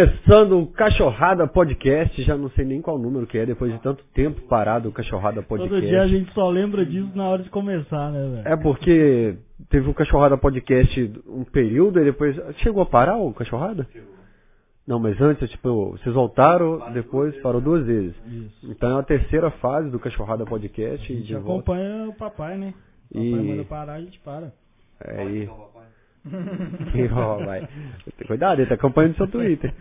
Começando o Cachorrada Podcast, já não sei nem qual número que é, depois de tanto tempo parado o Cachorrada Podcast. Todo dia a gente só lembra disso na hora de começar, né, velho? É porque teve o Cachorrada Podcast um período e depois. Chegou a parar o Cachorrada? Não, mas antes, tipo, vocês voltaram, depois parou duas vezes. Isso. Então é a terceira fase do Cachorrada Podcast A e gente de volta. acompanha o papai, né? O papai E- é manda parar, a gente para. Aí. Quem rouba, vai. Cuidado, ele tá acompanhando seu Twitter.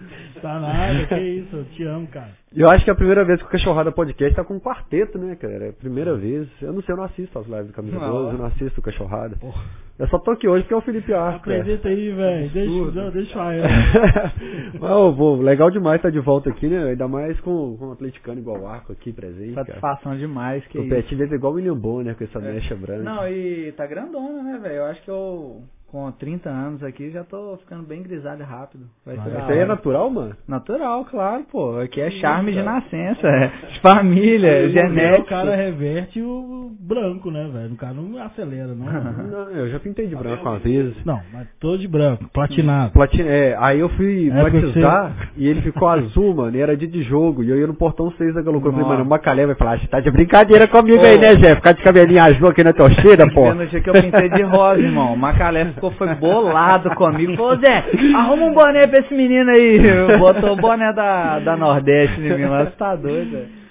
Tá nada, que isso, eu te amo, cara. E Eu acho que é a primeira vez que o Cachorrada Podcast tá com um quarteto, né, cara? É a primeira vez. Eu não sei, eu não assisto as lives do Camisa Não. 12, eu não assisto o Cachorrada. Porra. Eu só tô aqui hoje porque é o Felipe Arco. cara. Acredita aí, velho. Tá Deixa, Absurdo. não, deixa eu É Mas, ô, pô, legal demais estar de volta aqui, né? Ainda mais com, com um atleticano igual o Arco aqui presente, cara. Satisfação demais, que O isso. Pet deve é igual o William Bonner com essa É. mecha branca. Não, e tá grandona, né, velho? Eu acho que eu, com 30 anos aqui, já tô ficando bem grisalho rápido. Vai Mas ser da Isso aí é hora. natural, mano? natural, claro, pô. Aqui é charme de cara. nascença, é. de família, é Aí O genética. cara reverte o branco, né, velho? O cara não acelera, não. Não, eu já pintei de branco uma vez. não, mas tô de branco, platinado. Plati- é, aí eu fui É, porque batizar e ele ficou azul, mano, e era dia de jogo. E eu ia no portão 6 da Galocura. Eu falei, Nossa. mano, o Macalé vai falar, "Ah, você tá de brincadeira comigo Ô. aí, né, Zé? Ficar de cabelinho azul aqui na torcida, pô. No dia que eu pintei de rosa, irmão. O Macalé ficou foi bolado comigo. Falou, Zé, arruma um boné pra esse menino aí. Botou o boné da, da Nordeste em mim lá. Você tá doido, velho.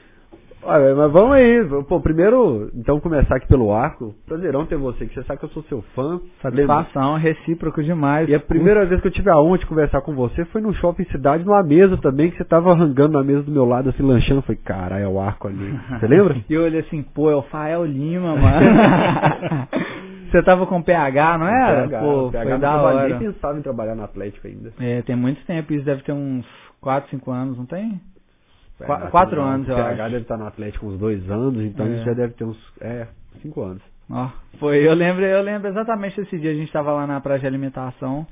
Ah, velho, mas vamos aí. Pô, primeiro, então, começar aqui pelo arco. Prazerão ter você, que você sabe que eu sou seu fã. Lembra- Satisfação, recíproco demais. E a primeira vez que eu tive a honra de conversar com você foi no shopping cidade, numa mesa também, que você tava arrancando na mesa do meu lado, assim, lanchando. Eu falei, caralho, é o arco ali. Você lembra? Uhum. E eu olhei assim, pô, é o Fael Lima, mano. Você tava com PH, não era? PH, pô, PH foi não da trabalha- Nem hora. pensava em trabalhar na Atlético ainda. É, tem muito tempo, isso deve ter uns 4, 5 anos, não tem? PH Qua- também quatro não. anos, eu PH acho. deve estar no Atlético uns dois anos, então É. isso já deve ter uns. É, cinco anos. Ó, foi, eu lembro, eu lembro exatamente esse dia, a gente tava lá na praia de alimentação.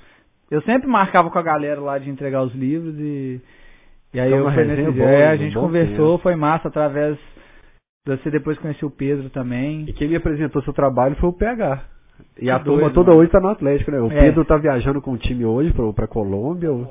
Eu sempre marcava com a galera lá de entregar os livros e. E aí Foi eu uma fui resenha nesse dia. boa, é, a um gente bom conversou, foi massa através. Você depois conheceu o Pedro também. E quem me apresentou seu trabalho foi o PH. E a Que turma doido, toda mano. hoje tá no Atlético, né? O É. Pedro tá viajando com o time hoje pra, pra Colômbia. o-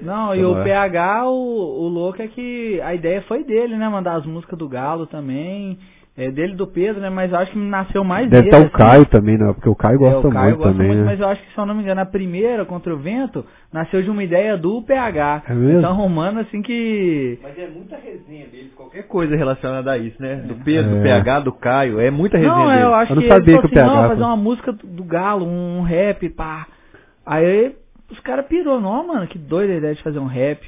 Não, Tá e o bom, é. PH, o, o louco é que a ideia foi dele, né? Mandar as músicas do Galo também. É dele do Pedro, né? Mas eu acho que nasceu mais Deve dele. estar o assim. Caio também, né? Porque o Caio É, gosta o Caio muito gosta também, muito, né? mas eu acho que, se eu não me engano, a primeira contra o vento nasceu de uma ideia do PH. É mesmo? Então, Romano, assim que. Mas é muita resenha dele, qualquer coisa relacionada a isso, né? Do Pedro, É. do PH, do Caio, é muita resenha Não, dele. eu acho Eu não que sabia ele que o falou assim, PH não, fazer foi- uma música do- do Galo, um rap, pá. Aí os caras pirou, não, mano, que doida a ideia de fazer um rap.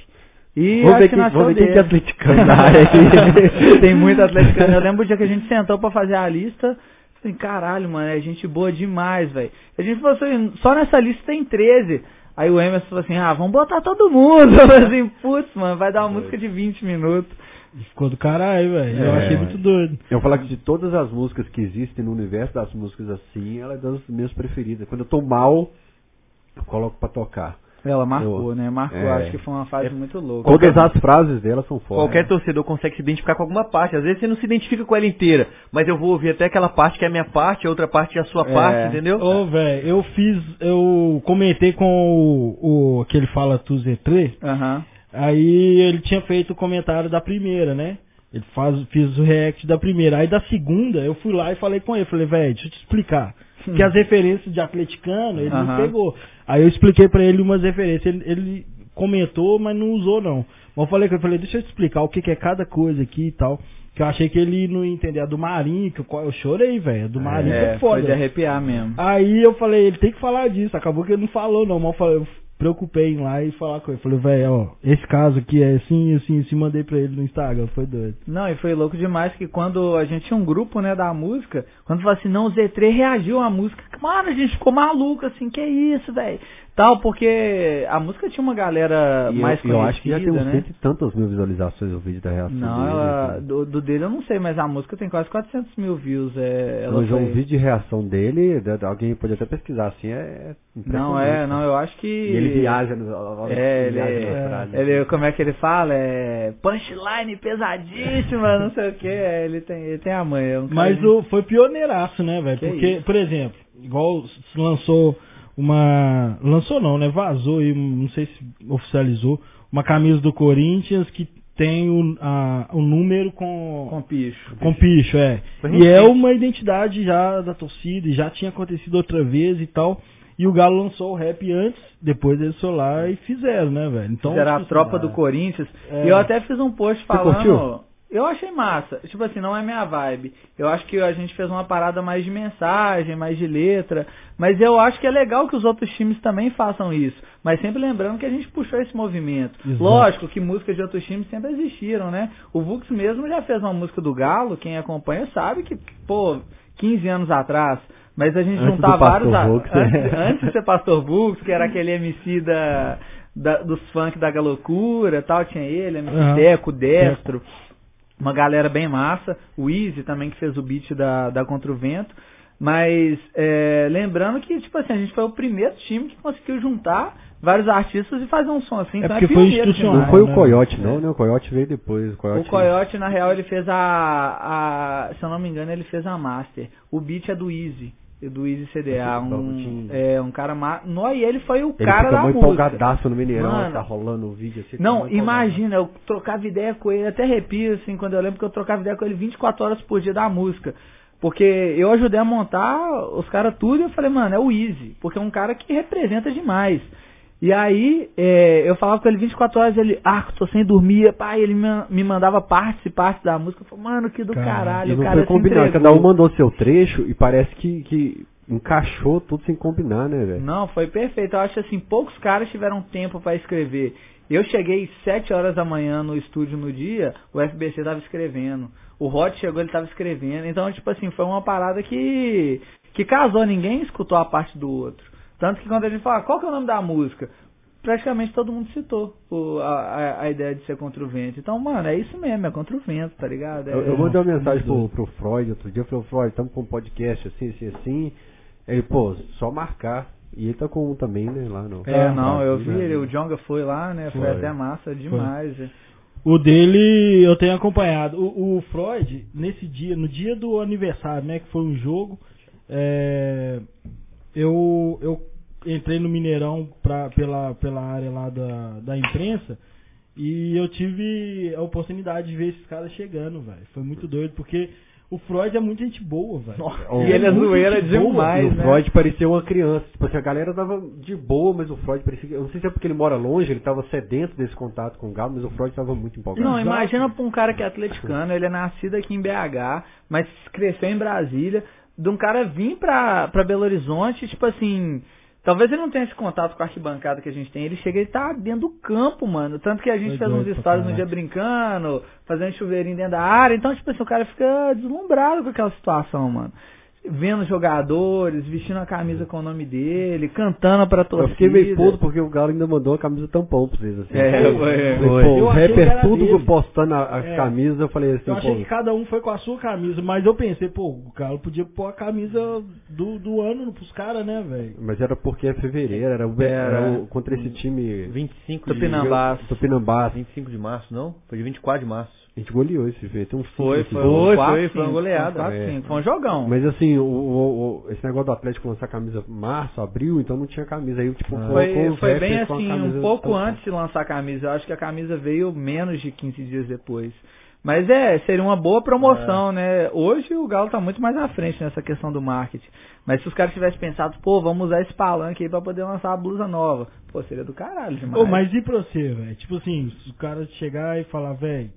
E Vamos acho ver que quem- nasceu vamos ver quem dele. que é atleticano na área aqui. Tem muito atleticano. Eu lembro o dia que a gente sentou pra fazer a lista. Falei, caralho, mano, é gente boa demais, velho. A gente falou assim, só nessa lista tem 13. Aí o Emerson falou assim, ah, vamos botar todo mundo. Eu falei assim, putz, mano, vai dar uma música de 20 minutos. E Ficou do caralho, velho. Eu É, achei mano. muito doido. Eu vou falar que de todas as músicas que existem no universo das músicas assim, ela é das minhas preferidas. Quando eu tô mal, eu coloco pra tocar. Ela marcou, Eu- né? Marcou, é. acho que foi uma fase muito louca. Todas as frases dela são fortes. Qualquer torcedor consegue se identificar com alguma parte. Às vezes você não se identifica com ela inteira, mas eu vou ouvir até aquela parte que é a minha parte, a outra parte é a sua É. parte, entendeu? Ô, velho, eu fiz, eu comentei com o, o que ele fala Tu Z3, Aham. Aí ele tinha feito o comentário da primeira, né? Ele faz, fiz o react da primeira. Aí da segunda, eu fui lá e falei com ele. Falei, velho, deixa eu te explicar. Que as referências de atleticano, ele não Hum. Aham. pegou. Aí eu expliquei pra ele umas referências. Ele, ele comentou, mas não usou, não. Mas eu falei com ele, falei, deixa eu te explicar o que, que é cada coisa aqui e tal. Que eu achei que ele não ia entender. A do Marinho, que eu, eu chorei, velho. A do Ah, Marinho É, foi foda. foi de arrepiar mesmo. Aí eu falei, ele tem que falar disso. Acabou que ele não falou, não. Mas eu falei, eu preocupei em ir lá e falar com ele. Falei, velho, ó, esse caso aqui é assim, assim, assim. Mandei pra ele no Instagram, foi doido. Não, e foi louco demais que quando a gente tinha um grupo, né, da música, quando falou assim, não, o Z3 reagiu à música, mano, a gente ficou maluco, assim, que isso, velho? Tal, porque a música tinha uma galera E eu- mais eu, conhecida, acho que já tem uns né? cento e tantas mil visualizações o vídeo da reação Não, dele. né, ela, cara. do, do dele eu não sei, mas a música tem quase 400 mil views. É, ela Então, já foi- um vídeo de reação dele, da- da- alguém pode até pesquisar, assim, é é Não, impressionante, é, né? não, eu acho que... E ele viaja no, ó, ó, É, ele, viaja na Austrália. assim. ele, como é que ele fala? É punchline pesadíssima, não sei o que. Ele tem, ele tem a mãe. É um cara Mas de- o, foi pioneiraço, né, velho? Que Porque, isso. por exemplo, igual se lançou uma. Lançou não, né? Vazou e não sei se oficializou uma camisa do Corinthians que tem o, a- o número com, Com picho. com picho, é. Foi E é recente. uma identidade já da torcida, e já tinha acontecido outra vez e tal. E o Galo lançou o rap antes, depois eles foram lá e fizeram, né, velho? Então, Era a tipo, tropa ah, do Corinthians. É. E eu até fiz um post curtiu? falando. Eu achei massa. Tipo assim, não é minha vibe. Eu acho que a gente fez uma parada mais de mensagem, mais de letra. Mas eu acho que é legal que os outros times também façam isso. Mas sempre lembrando que a gente puxou esse movimento. Exato. Lógico que músicas de outros times sempre existiram, né? O Vux mesmo já fez uma música do Galo. Quem acompanha sabe que, pô, 15 anos atrás. Mas a gente Antes do juntar vários. Pastor a- Vux, né? antes, antes de ser Pastor Vux, que era aquele MC da, da- dos funk da Galocura tal, tinha ele, MC Aham. Deco, Destro, uma galera bem massa, o Easy também que fez o beat da, da Contra o Vento. Mas é, lembrando que, tipo assim, a gente foi o primeiro time que conseguiu juntar vários artistas e fazer um som assim. É então porque foi pioneiro institucional, demais. Não foi né? o Coyote, não, né? O Coyote veio depois. O É. O Coyote. Coyote, é na real, ele fez a, a- Se eu não me engano, ele fez a Master. O beat é do Easy. é Do Easy CDA. Um, Tinha- é, um cara. Ma... Nó, e ele foi o Ele cara fica da muito música. empolgadaço no Mineirão, Mano. tá rolando o vídeo assim. Não, fica muito empolgado. imagina, eu trocava ideia com ele, até arrepio, assim, quando eu lembro que eu trocava ideia com ele 24 horas por dia da música. Porque eu ajudei a montar os caras tudo e eu falei, mano, é o Easy, porque é um cara que representa demais. E aí, é, eu falava com ele 24 horas, ele, ah, tô sem dormir, pai, ele me, me mandava parte, parte da música. Eu falei, mano, que do Caralho. caralho, E o não cara foi se combinado, entregou. cada um mandou seu trecho e parece que, que encaixou tudo sem combinar, né, velho? Não, foi perfeito. Eu acho assim, poucos caras tiveram tempo pra escrever. Eu cheguei 7 horas da manhã no estúdio no dia, o FBC tava escrevendo. O Rod chegou, ele tava escrevendo. Então, tipo assim, foi uma parada que que casou, ninguém escutou a parte do outro. Tanto que quando a gente fala, qual que é o nome da música? Praticamente todo mundo citou o- a, a- a ideia de ser contra o vento. Então, mano, é isso mesmo, é contra o vento, tá ligado? É- Eu, eu mandei uma mensagem pro, pro Freud outro dia, eu falei, Freud, estamos com um podcast assim, assim, assim. Ele, pô, só marcar. E ele tá com um também, né, lá no... É, não, eu Brasil, vi, né? ele- o Jonga foi lá, né? Foi, Foi. até massa demais. é. O dele eu tenho acompanhado. O, o Freud, nesse dia, no dia do aniversário, né, que foi um jogo, é, eu, eu entrei no Mineirão pra, pela, pela área lá da, da imprensa e eu tive a oportunidade de ver esses caras chegando, velho. Foi muito doido, porque o Freud é muita gente boa, velho. Nossa, Oh, e ele é muito zoeira de boa, e demais, o né? Freud parecia uma criança. Tipo assim, a galera tava de boa, mas o Freud parecia. que- Eu não sei se é porque ele mora longe, ele tava sedento desse contato com o Galo, mas o Freud tava muito empolgado. Não, imagina pra um cara que é atleticano, ele é nascido aqui em BH, mas cresceu em Brasília, de um cara vir pra, pra Belo Horizonte, tipo assim, talvez ele não tenha esse contato com a arquibancada que a gente tem, ele chega e tá dentro do campo, mano. Tanto que a Foi gente fez doido uns pra stories no caralho. dia brincando, fazendo chuveirinho dentro da área, então, tipo assim, o cara fica deslumbrado com aquela situação, mano. Vendo jogadores, vestindo a camisa com o nome dele, cantando pra torcida. Eu fiquei meio puto porque o Galo ainda mandou a camisa tampão pra vocês. Assim. assim, né? É, Eu foi, falei, foi. Pô, Eu o achei que era rapper tudo dele. postando a, a É. camisa, eu falei assim, Eu achei que pô. cada um foi com a sua camisa, mas eu pensei, pô, o Galo podia pôr a camisa do, do ano pros caras, né, velho? Mas era porque é fevereiro, era, o, era Era. o- contra esse time 25 Tupinambás. do Pinambás. de... 25 de março, não? Foi de 24 de março. A gente goleou esse jeito. Tem um Foi, cinco, foi, assim, foi, Quatro, foi, cinco, foi uma goleada. quatro, cinco. 4-5, foi um jogão. né? Mas assim, o, o- o- esse negócio do Atlético lançar camisa março, abril, então não tinha camisa. Aí, tipo, colocou Ah. Foi, os foi rappers bem com a assim, camisa um pouco tampão. antes de lançar a camisa. Eu acho que a camisa veio menos de 15 dias depois. Mas é, seria uma boa É. promoção, né? Hoje o Galo tá muito mais à frente nessa questão do marketing. Mas se os caras tivessem pensado, pô, vamos usar esse palanque aí pra poder lançar a blusa nova. Pô, seria do caralho demais. Ô, mas e pra você, velho? Tipo assim, se o cara chegar e falar, velho,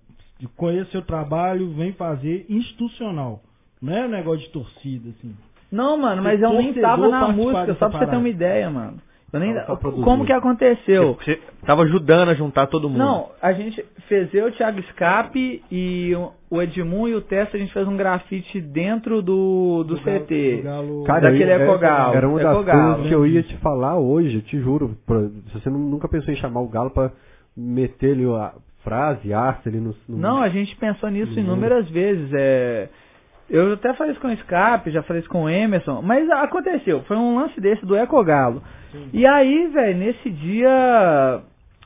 conheço seu trabalho, vem fazer institucional. Não é negócio de torcida, assim. Não, mano, mas eu nem torcedor tava na participar música, dessa só pra você ter parada. uma ideia, mano. Eu nem... Tava só produzindo. Como que aconteceu? Você você tava ajudando a juntar todo mundo. Não, a gente fez eu, o Thiago Scape e o- o Edmundo e o Tessa, a gente fez um grafite dentro do, do, Galo- CT. do Galo- Cara, Daquele eu- é- Ecogalo, Era uma das Ecogalo. coisas que eu ia te falar hoje, eu te juro. pra- se você nu- nunca pensou em chamar o Galo pra meter ali a frase, arte ali no. no- Não, a gente pensou nisso Uhum. inúmeras vezes. É... Eu até falei isso com o Scape, já falei isso com o Emerson, mas aconteceu. Foi um lance desse do Ecogalo. E aí, velho, nesse dia,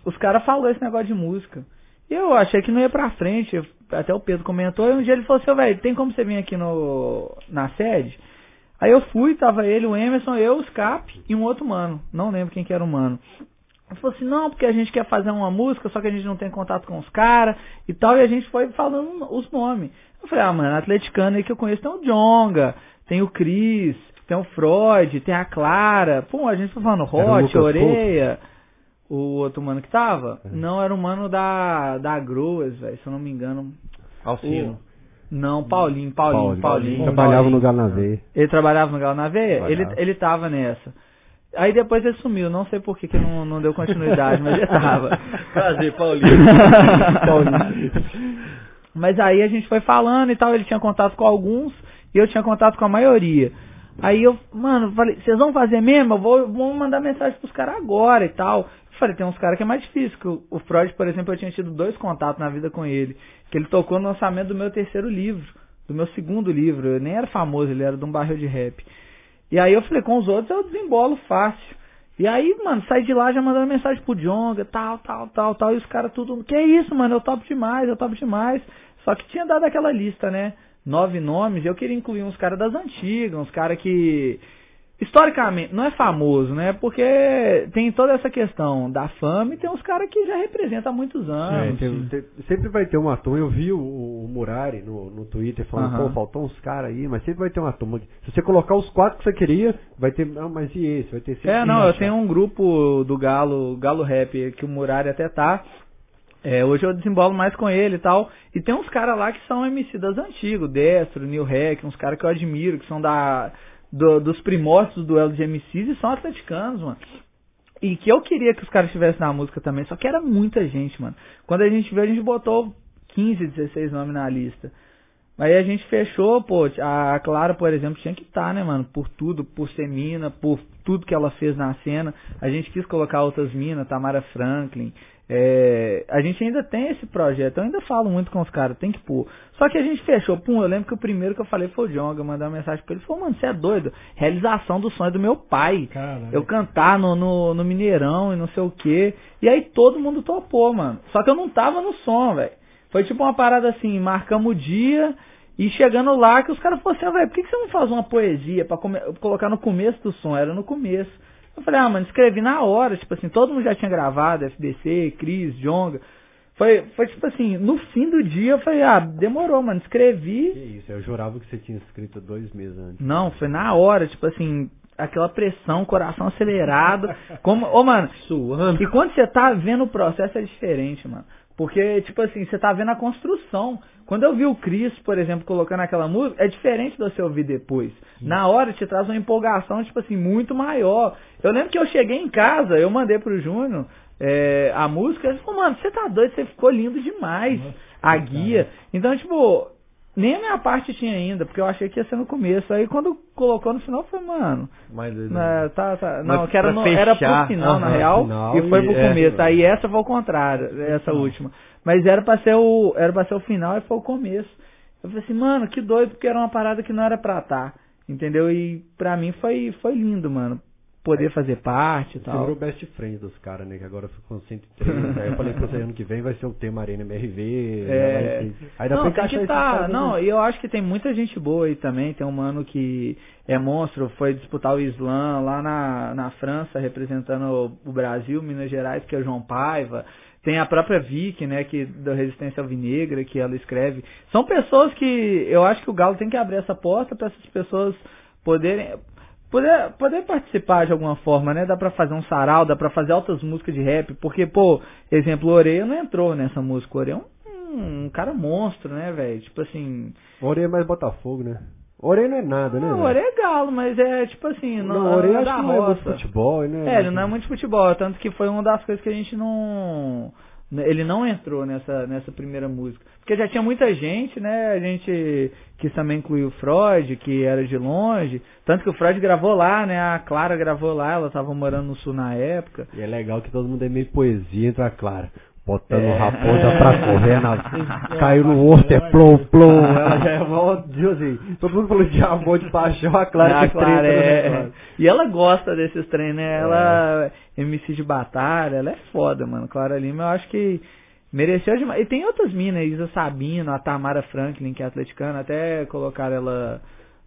os caras falaram esse negócio de música. E eu achei que não ia pra frente, eu- até o Pedro comentou. E um dia ele falou assim: "Ô, velho, tem como você vir aqui no, na sede? Aí eu fui, tava ele, o Emerson, eu, o Scape e um outro mano. Não lembro quem que era o mano. Ele falou assim, não, porque a gente quer fazer uma música, só que a gente não tem contato com os caras e tal, e a gente foi falando os nomes. Eu falei, ah, mano, atleticano aí que eu conheço tem o Jonga, tem o Cris, tem o Freud, tem a Clara. Pô, a gente foi falando o Hot, Lucas É. Oreia. O outro mano que tava? Não, era o mano da, da Groas, velho, se eu não me engano. Alcino. Não, Paulinho, Paulinho, Paulinho. Trabalhava Paulinho. no Galanavê. Ele trabalhava no Galo na Veia? Ele, Trabalhava. ele tava nessa. Aí depois ele sumiu, não sei por que, que não, não deu continuidade, mas ele tava. Prazer, Paulinho. Paulinho. Mas aí a gente foi falando e tal, ele tinha contato com alguns e eu tinha contato com a maioria. Aí eu, mano, falei, vocês vão fazer mesmo? Eu vou, vou mandar mensagem pros caras agora e tal. Eu falei, tem uns caras que é mais difícil. Que o, o Freud, por exemplo, eu tinha tido dois contatos na vida com ele. Que ele tocou no lançamento do meu terceiro livro, do meu segundo livro. Eu nem era famoso, ele era de um barril de rap. E aí eu falei, com os outros eu desembolo fácil. E aí, mano, saí de lá já mandando mensagem pro Jonga, tal, tal, tal, tal. E os caras tudo, que isso, mano, eu topo demais, eu topo demais. Só que tinha dado aquela lista, né? Nove nomes, e eu queria incluir uns caras das antigas, uns caras que. Historicamente, não é famoso, né? Porque tem toda essa questão da fama e tem uns caras que já representam há muitos É, anos. tem- tem- sempre vai ter uma turma. Eu vi o, o Murari no, no Twitter falando, Aham. pô, faltou uns caras aí, mas sempre vai ter uma turma. que- Se você colocar os quatro que você queria, vai ter. Ah, mas e esse? Vai ter esse. É, não, eu tenho um grupo do Galo, Galo Rap, que o Murari até tá. É, hoje eu desembolo mais com ele e tal. E tem uns caras lá que são MC das antigas, Destro, New Hack, uns caras que eu admiro, que são da do- dos primórdios do duelo de MCs e são atleticanos, mano. E que eu queria que os caras estivessem na música também, só que era muita gente, mano. Quando a gente veio, a gente botou 15, 16 nomes na lista. Aí a gente fechou, pô, a Clara, por exemplo, tinha que estar, né, mano? Por tudo, por ser mina, por tudo que ela fez na cena. A gente quis colocar outras minas, Tamara Franklin. É, a gente ainda tem esse projeto, eu ainda falo muito com os caras, tem que pôr. Só que a gente fechou, pum, eu lembro que o primeiro que eu falei foi o Jonga, eu mandei uma mensagem pra ele, falou, mano, você é doido, realização do sonho do meu pai. Caralho. Eu cantar no, no, no Mineirão e não sei o que. E aí todo mundo topou, mano. Só que eu não tava no som, velho. Foi tipo uma parada assim, marcamos o dia e chegando lá que os caras falaram assim, "Ah, velho, por que, que você não faz uma poesia pra come- colocar no começo do som? Era no começo. Eu falei, ah, mano, escrevi na hora, tipo assim, todo mundo já tinha gravado, FBC, Cris, Jonga. Foi, foi tipo assim, no fim do dia eu falei, ah, demorou, mano, escrevi. Que isso, eu jurava que você tinha escrito dois meses antes. Não, foi na hora, tipo assim, aquela pressão, coração acelerado. Como, ô, mano, Suando. e quando você tá vendo o processo é diferente, mano. Porque, tipo assim, você tá vendo a construção. Quando eu vi o Chris, por exemplo, colocando aquela música, é diferente de você ouvir depois. Na hora te traz uma empolgação, tipo assim, muito maior. Eu lembro que eu cheguei em casa, eu mandei pro Júnior é, a música, ele falou, mano, você tá doido, você ficou lindo demais. a guia. Então, tipo, nem a minha parte tinha ainda, porque eu achei que ia ser no começo. Aí quando colocou no final, foi, mano, Mais dois. na- tá, tá. Não, né? Mas que era, pra no, era pro fechar, final, na aham, real, final e foi pro e- é. começo. Aí essa foi o contrário, essa última. Mas era pra, ser o, era pra ser o final e foi o começo. Eu falei assim, mano, que doido, porque era uma parada que não era pra estar. Entendeu? E pra mim foi, foi lindo, mano. É. Poder fazer parte e Você tal. virou best friend dos caras, né? Que agora ficou com 130. aí eu falei pra você, ano que vem vai ser o tema Arena MRV. É. já vai ter- Aí dá pra Não, tem encaixar que esses tá. caras Não, aí. e eu acho que tem muita gente boa aí também. Tem um mano que é monstro, foi disputar o Islã lá na, na França, representando o Brasil, Minas Gerais, que é o João Paiva. Tem a própria Vicky, né, que da Resistência Alvinegra, que ela escreve. São pessoas que eu acho que o Galo tem que abrir essa porta para essas pessoas poderem poder, poder participar de alguma forma, né? Dá pra fazer um sarau, dá pra fazer altas músicas de rap, porque, pô, exemplo, o Oreia não entrou nessa música, o Oreia é um, um cara monstro, né, velho? Tipo assim. Orei é mais Botafogo, né? Orei não é nada, né? Não, o velho? Oreia é galo, mas é tipo assim, não, Não, Orei é acho da que não é muito roça. futebol, né? É, ele não é muito de futebol, tanto que foi uma das coisas que a gente não. né, Ele não entrou nessa, nessa primeira música. Porque já tinha muita gente, né? A gente quis também incluir o Freud, que era de longe. Tanto que o Freud gravou lá, né? A Clara gravou lá, ela tava morando no sul na época. E é legal que todo mundo é meio poesia, entra a Clara. Botando É. o raposa pra correr, na... É. caiu no horto, é plom, plom. Ela já é mó, tipo assim, todo mundo falou de amor, de paixão, a Clara Ah, de treta. Clara, né, é. mano? E ela gosta desses trem, né? Ela é MC de batalha, ela é foda, mano. Clara Lima, eu acho que mereceu demais. E tem outras minas, Isa Sabino, a Tamara Franklin, que é atleticana, até colocaram ela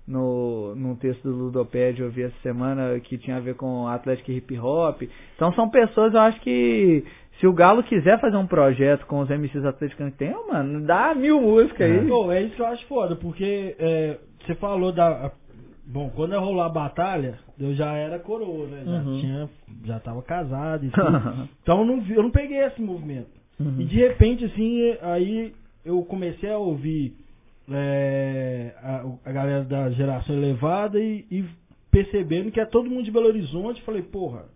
no, num texto do Ludopédio eu vi essa semana que tinha a ver com Atlético e hip hop. Então são pessoas, eu acho que se o Galo quiser fazer um projeto com os MCs atleticanos que tem, ô, mano, dá mil músicas aí. Pô, é isso que eu acho foda, porque é, você falou da. Bom, quando eu rolou a batalha, eu já era coroa, né? Já Uhum. tinha. Já tava casado e tudo. então eu não, vi- eu não peguei esse movimento. Uhum. E de repente, assim, aí eu comecei a ouvir é, a, a galera da geração elevada e, e percebendo que é todo mundo de Belo Horizonte. Falei, porra,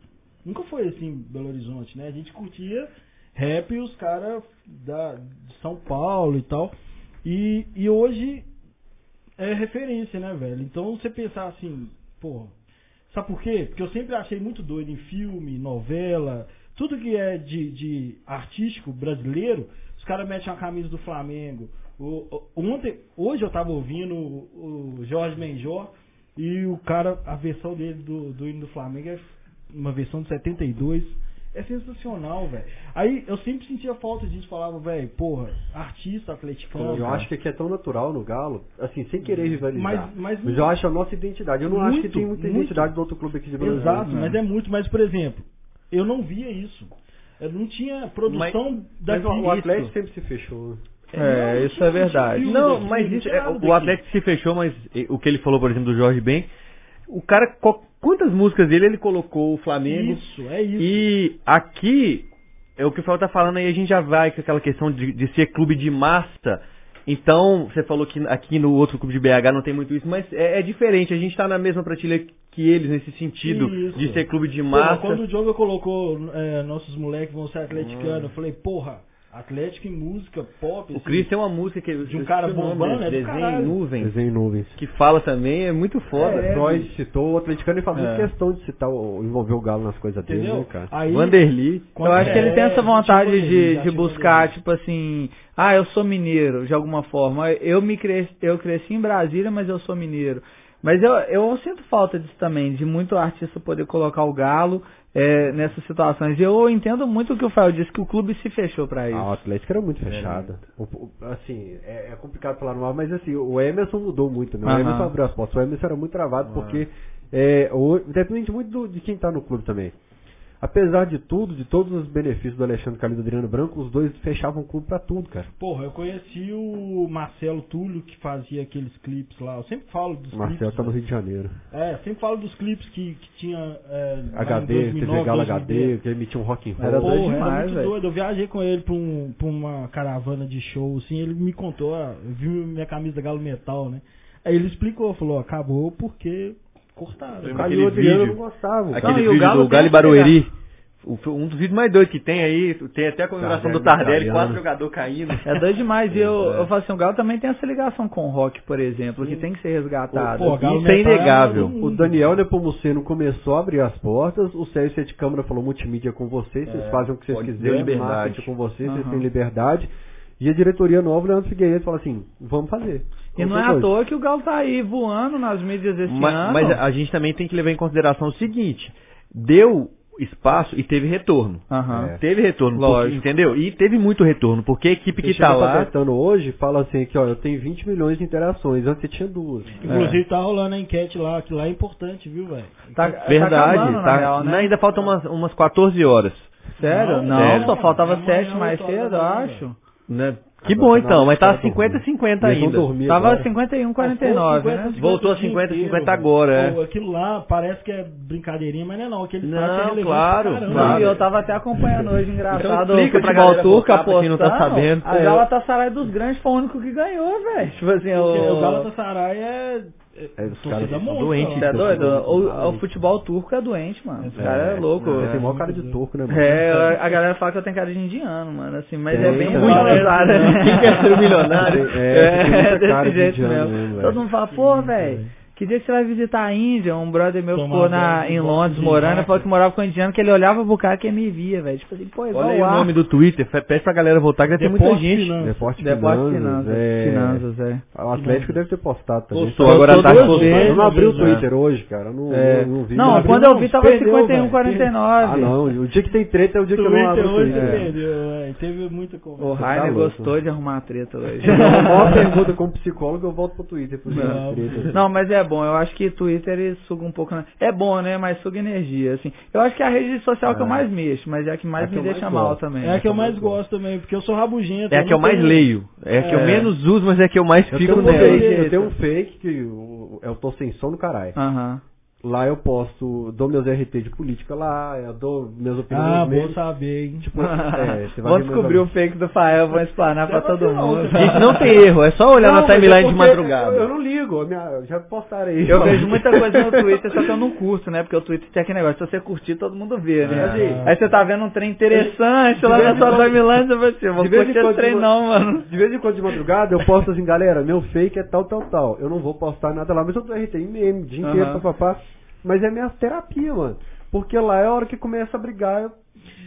nunca foi assim em Belo Horizonte, né? A gente curtia rap e os caras da- de São Paulo e tal. E, e hoje é referência, né, velho? Então você pensar assim, porra, sabe por quê? Porque eu sempre achei muito doido em filme, novela, tudo que é de, de artístico brasileiro, os caras metem a camisa do Flamengo. O- o- ontem, hoje eu tava ouvindo o, o Jorge Benjó e o cara, a versão dele do, do hino do Flamengo é uma versão de 72. É sensacional, velho. Aí eu sempre sentia falta disso, falava, velho, porra, artista, atleticano. Eu acho que aqui é tão natural no Galo, assim, sem querer rivalizar. Mas- Mas, mas- eu acho a nossa identidade. Eu não acho que Muito, tem muita muito. identidade do outro clube aqui de Belo Exato, Horizonte. mas é muito. Mas, por exemplo, eu não via isso. Eu não tinha produção da Mas o, o Atlético sempre se fechou. É, Não, isso é verdade. filme Não, daqui, mas não isso, tinha é, nada o daqui. Atlético se fechou, mas eh, o que ele falou, por exemplo, do Jorge Ben, o cara, qual- quantas músicas dele ele colocou o Flamengo? Isso, é isso. E aqui, é o que o Fel tá falando aí, a gente já vai com aquela questão de, de ser clube de massa. Então, você falou que aqui no outro clube de BH não tem muito isso, mas é, é diferente. A gente tá na mesma prateleira que eles nesse sentido Isso. de ser clube de Pô, massa. quando o Diogo colocou é, nossos moleques vão ser atleticanos, eu falei, porra, Atlético em música, pop. O assim, Chris tem uma música que de um cara bombando, é do desenho caralho. em nuvens, Desenho em nuvens. que fala também, é muito foda. É, Freud citou o atleticano e faz muito É. questão de citar, o- envolver o Galo nas coisas dele, Entendeu? Ah, né, cara? Aí, Vanderly. Eu acho que ele tem É, essa tipo vontade ele, de, já de tipo buscar, ele. tipo assim, ah, eu sou mineiro, de alguma forma. Eu me cresci, eu cresci em Brasília, mas eu sou mineiro. Mas eu, eu sinto falta disso também, de muito artista poder colocar o galo é, nessas situações. E eu entendo muito o que o Fael disse, que o clube se fechou pra é isso. Ah, o Atlético era muito fechado. O- o- assim, é, é complicado falar no ar, mas assim, o Emerson mudou muito, né? O Aham. Emerson abriu as portas. O Emerson era muito travado, porque é, o- depende muito do- de quem tá no clube também. Apesar de tudo, de todos os benefícios do Alexandre Calil e do Adriano Branco, os dois fechavam o clube pra tudo, cara. Porra, eu conheci o Marcelo Túlio, que fazia aqueles clipes lá. Eu sempre falo dos O Marcelo clipes. tá no né? Rio de Janeiro. É, sempre falo dos clipes que, que tinha. É, lá em HD, TV 2009, Galo 2010. HD, que emitia um rock and roll. Era Pô, é doido era demais, muito velho. doido. Eu viajei com ele pra, um- pra uma caravana de show, assim, ele me contou, ah, viu minha camisa da Galo Metal, né? Aí ele explicou, falou, ó, acabou porque cortaram. O Lembra Calil e aquele o Adriano vídeo? não gostavam. cara. Aquele e o vídeo Galo do tem Galo e que pegar. Barueri. O- foi Um dos vídeos mais doidos que tem aí, tem até a comemoração do Tardelli, Tardelli, italiano. quatro jogadores caindo. É doido demais. E eu, eu falo assim, o galo também tem essa ligação com o rock, por exemplo, que tem que ser resgatado. Pô, Galo Isso é Metal um- inegável. todo mundo. O Daniel Nepomuceno começou a abrir as portas, o Sérgio Sete Câmara falou multimídia com vocês, vocês fazem o que vocês pode, quiserem, deu liberdade. marketing com vocês, vocês Aham. têm liberdade. E a diretoria nova, Leandro Figueiredo, fala assim, vamos fazer. e não é à toa que o galo tá aí voando nas mídias esse Ma- ano. Mas, a gente também tem que levar em consideração o seguinte: deu espaço e teve retorno. Aham. É. Teve retorno, Lógico. porque- entendeu? E teve muito retorno, porque a equipe que Porque tá tá lá. testando hoje, fala assim que ó, eu tenho 20 milhões de interações, antes você tinha duas. é. Inclusive tá rolando a enquete lá, que lá é importante, viu, velho? É Tá- Verdade, acabando, na tá- real, né? ainda faltam umas, umas 14 horas. Sério? Não, Não, sério. só faltava Amanhã sete oito mais horas cedo, da eu manhã. acho. né? Que Agora bom tá na então, hora mas de tá ficar dormindo. 50-50 Eles vão ainda. dormir Tava agora. 51, 49, Pô, 50, né? 50, Voltou a o dia 50, inteiro, 50 velho. agora, é. Pô, Aquilo lá parece que é brincadeirinha, mas não é não. Aquele Não, site é relevante claro, pra caramba. claro. Não, e eu tava até acompanhando hoje, engraçado, Então explica o pra futebol galera turco voltar, pra quem não tá apostando. sabendo. A Galatasaray dos grandes foi o único que ganhou, velho. Tipo Porque assim, o... o Galatasaray é... né? É, os caras então. são monstro, doentes, lá. Você é doido? O, o futebol turco é doente, mano. Esse cara é louco. Você tem É. maior cara de turco, né, mano? É, a galera fala que eu tenho cara de indiano, mano, assim, mas é, É, bem cara. valorizado. Quem quer ser o milionário? um É, você tem muita desse cara de jeito indiano mesmo. mesmo, é. velho. Todo mundo fala, pô, velho, Que dia que você vai visitar a Índia? Um brother meu Tomar ficou na, banho, em bota Londres de morando, vaca. falou que morava com um indiano, que ele olhava pro cara que ele me via, velho. Tipo assim, pô, igual Olha aí o lá. nome do Twitter, fe- pede pra galera voltar que deve ter muita Deporte né? gente. Finanças. Deporte Depósito de Finanças. finanças, É... finanças, é. O Atlético deve ter postado também. Postou, Postou agora tá duas postando. vezes, Eu não abri o Duas vezes, Twitter hoje, cara. Eu não, É. eu não vi. Não, abri. quando eu vi tava Perdeu, velho. 51,49. Ah, não. O dia que tem treta é o dia que eu não abro Twitter o hoje Twitter. É. perdeu, é. Teve muita O conversa. Rainer tá louco. gostou de arrumar a treta hoje. Se eu der uma maior pergunta como psicólogo, eu volto pro Twitter. Pro dia Não. de treta. Não, mas é bom. Eu acho que Twitter ele suga um pouco. na- É bom, né? Mas suga energia, assim. Eu acho que é a rede social que eu É. mais mexo, mas é a que mais É a que me eu deixa mais mal gosto. também. É a que eu mais gosto também, porque eu sou rabugento. É a que eu não mais tenho- leio. É a que eu É. menos uso, mas é a que eu mais Eu fico tenho, um nela. fake, nela. eu tenho um fake que o- eu tô sem som no caralho. Aham. Lá eu posto, dou meus RT de política lá, eu dou minhas opiniões. Ah, mesmo. bom saber, hein? Tipo, é, você vai Vou ver meus descobrir o amigos. fake do Fael, vou explanar pra Você todo vai ver mundo. outro. Gente, não tem erro, é só olhar Não, na mas é timeline de porque madrugada. Eu, eu não ligo, a minha- já postaram aí. Eu vejo muita coisa no Twitter, só que eu não curto, né? Porque o Twitter tem aquele negócio, se você curtir, todo mundo vê, né? É. Aí você tá vendo um trem interessante lá De na vez em sua quando- timeline, você vai assim, eu vou de vez em curtir esse quando- trem não, mano. De vez em quando de madrugada eu posto assim, galera, meu fake é tal, tal, tal. Eu não vou postar nada lá, mas eu tô RT em meme, o dia inteiro, Aham. papapá. Mas é minha terapia, mano. Porque lá é a hora que começa a brigar. eu-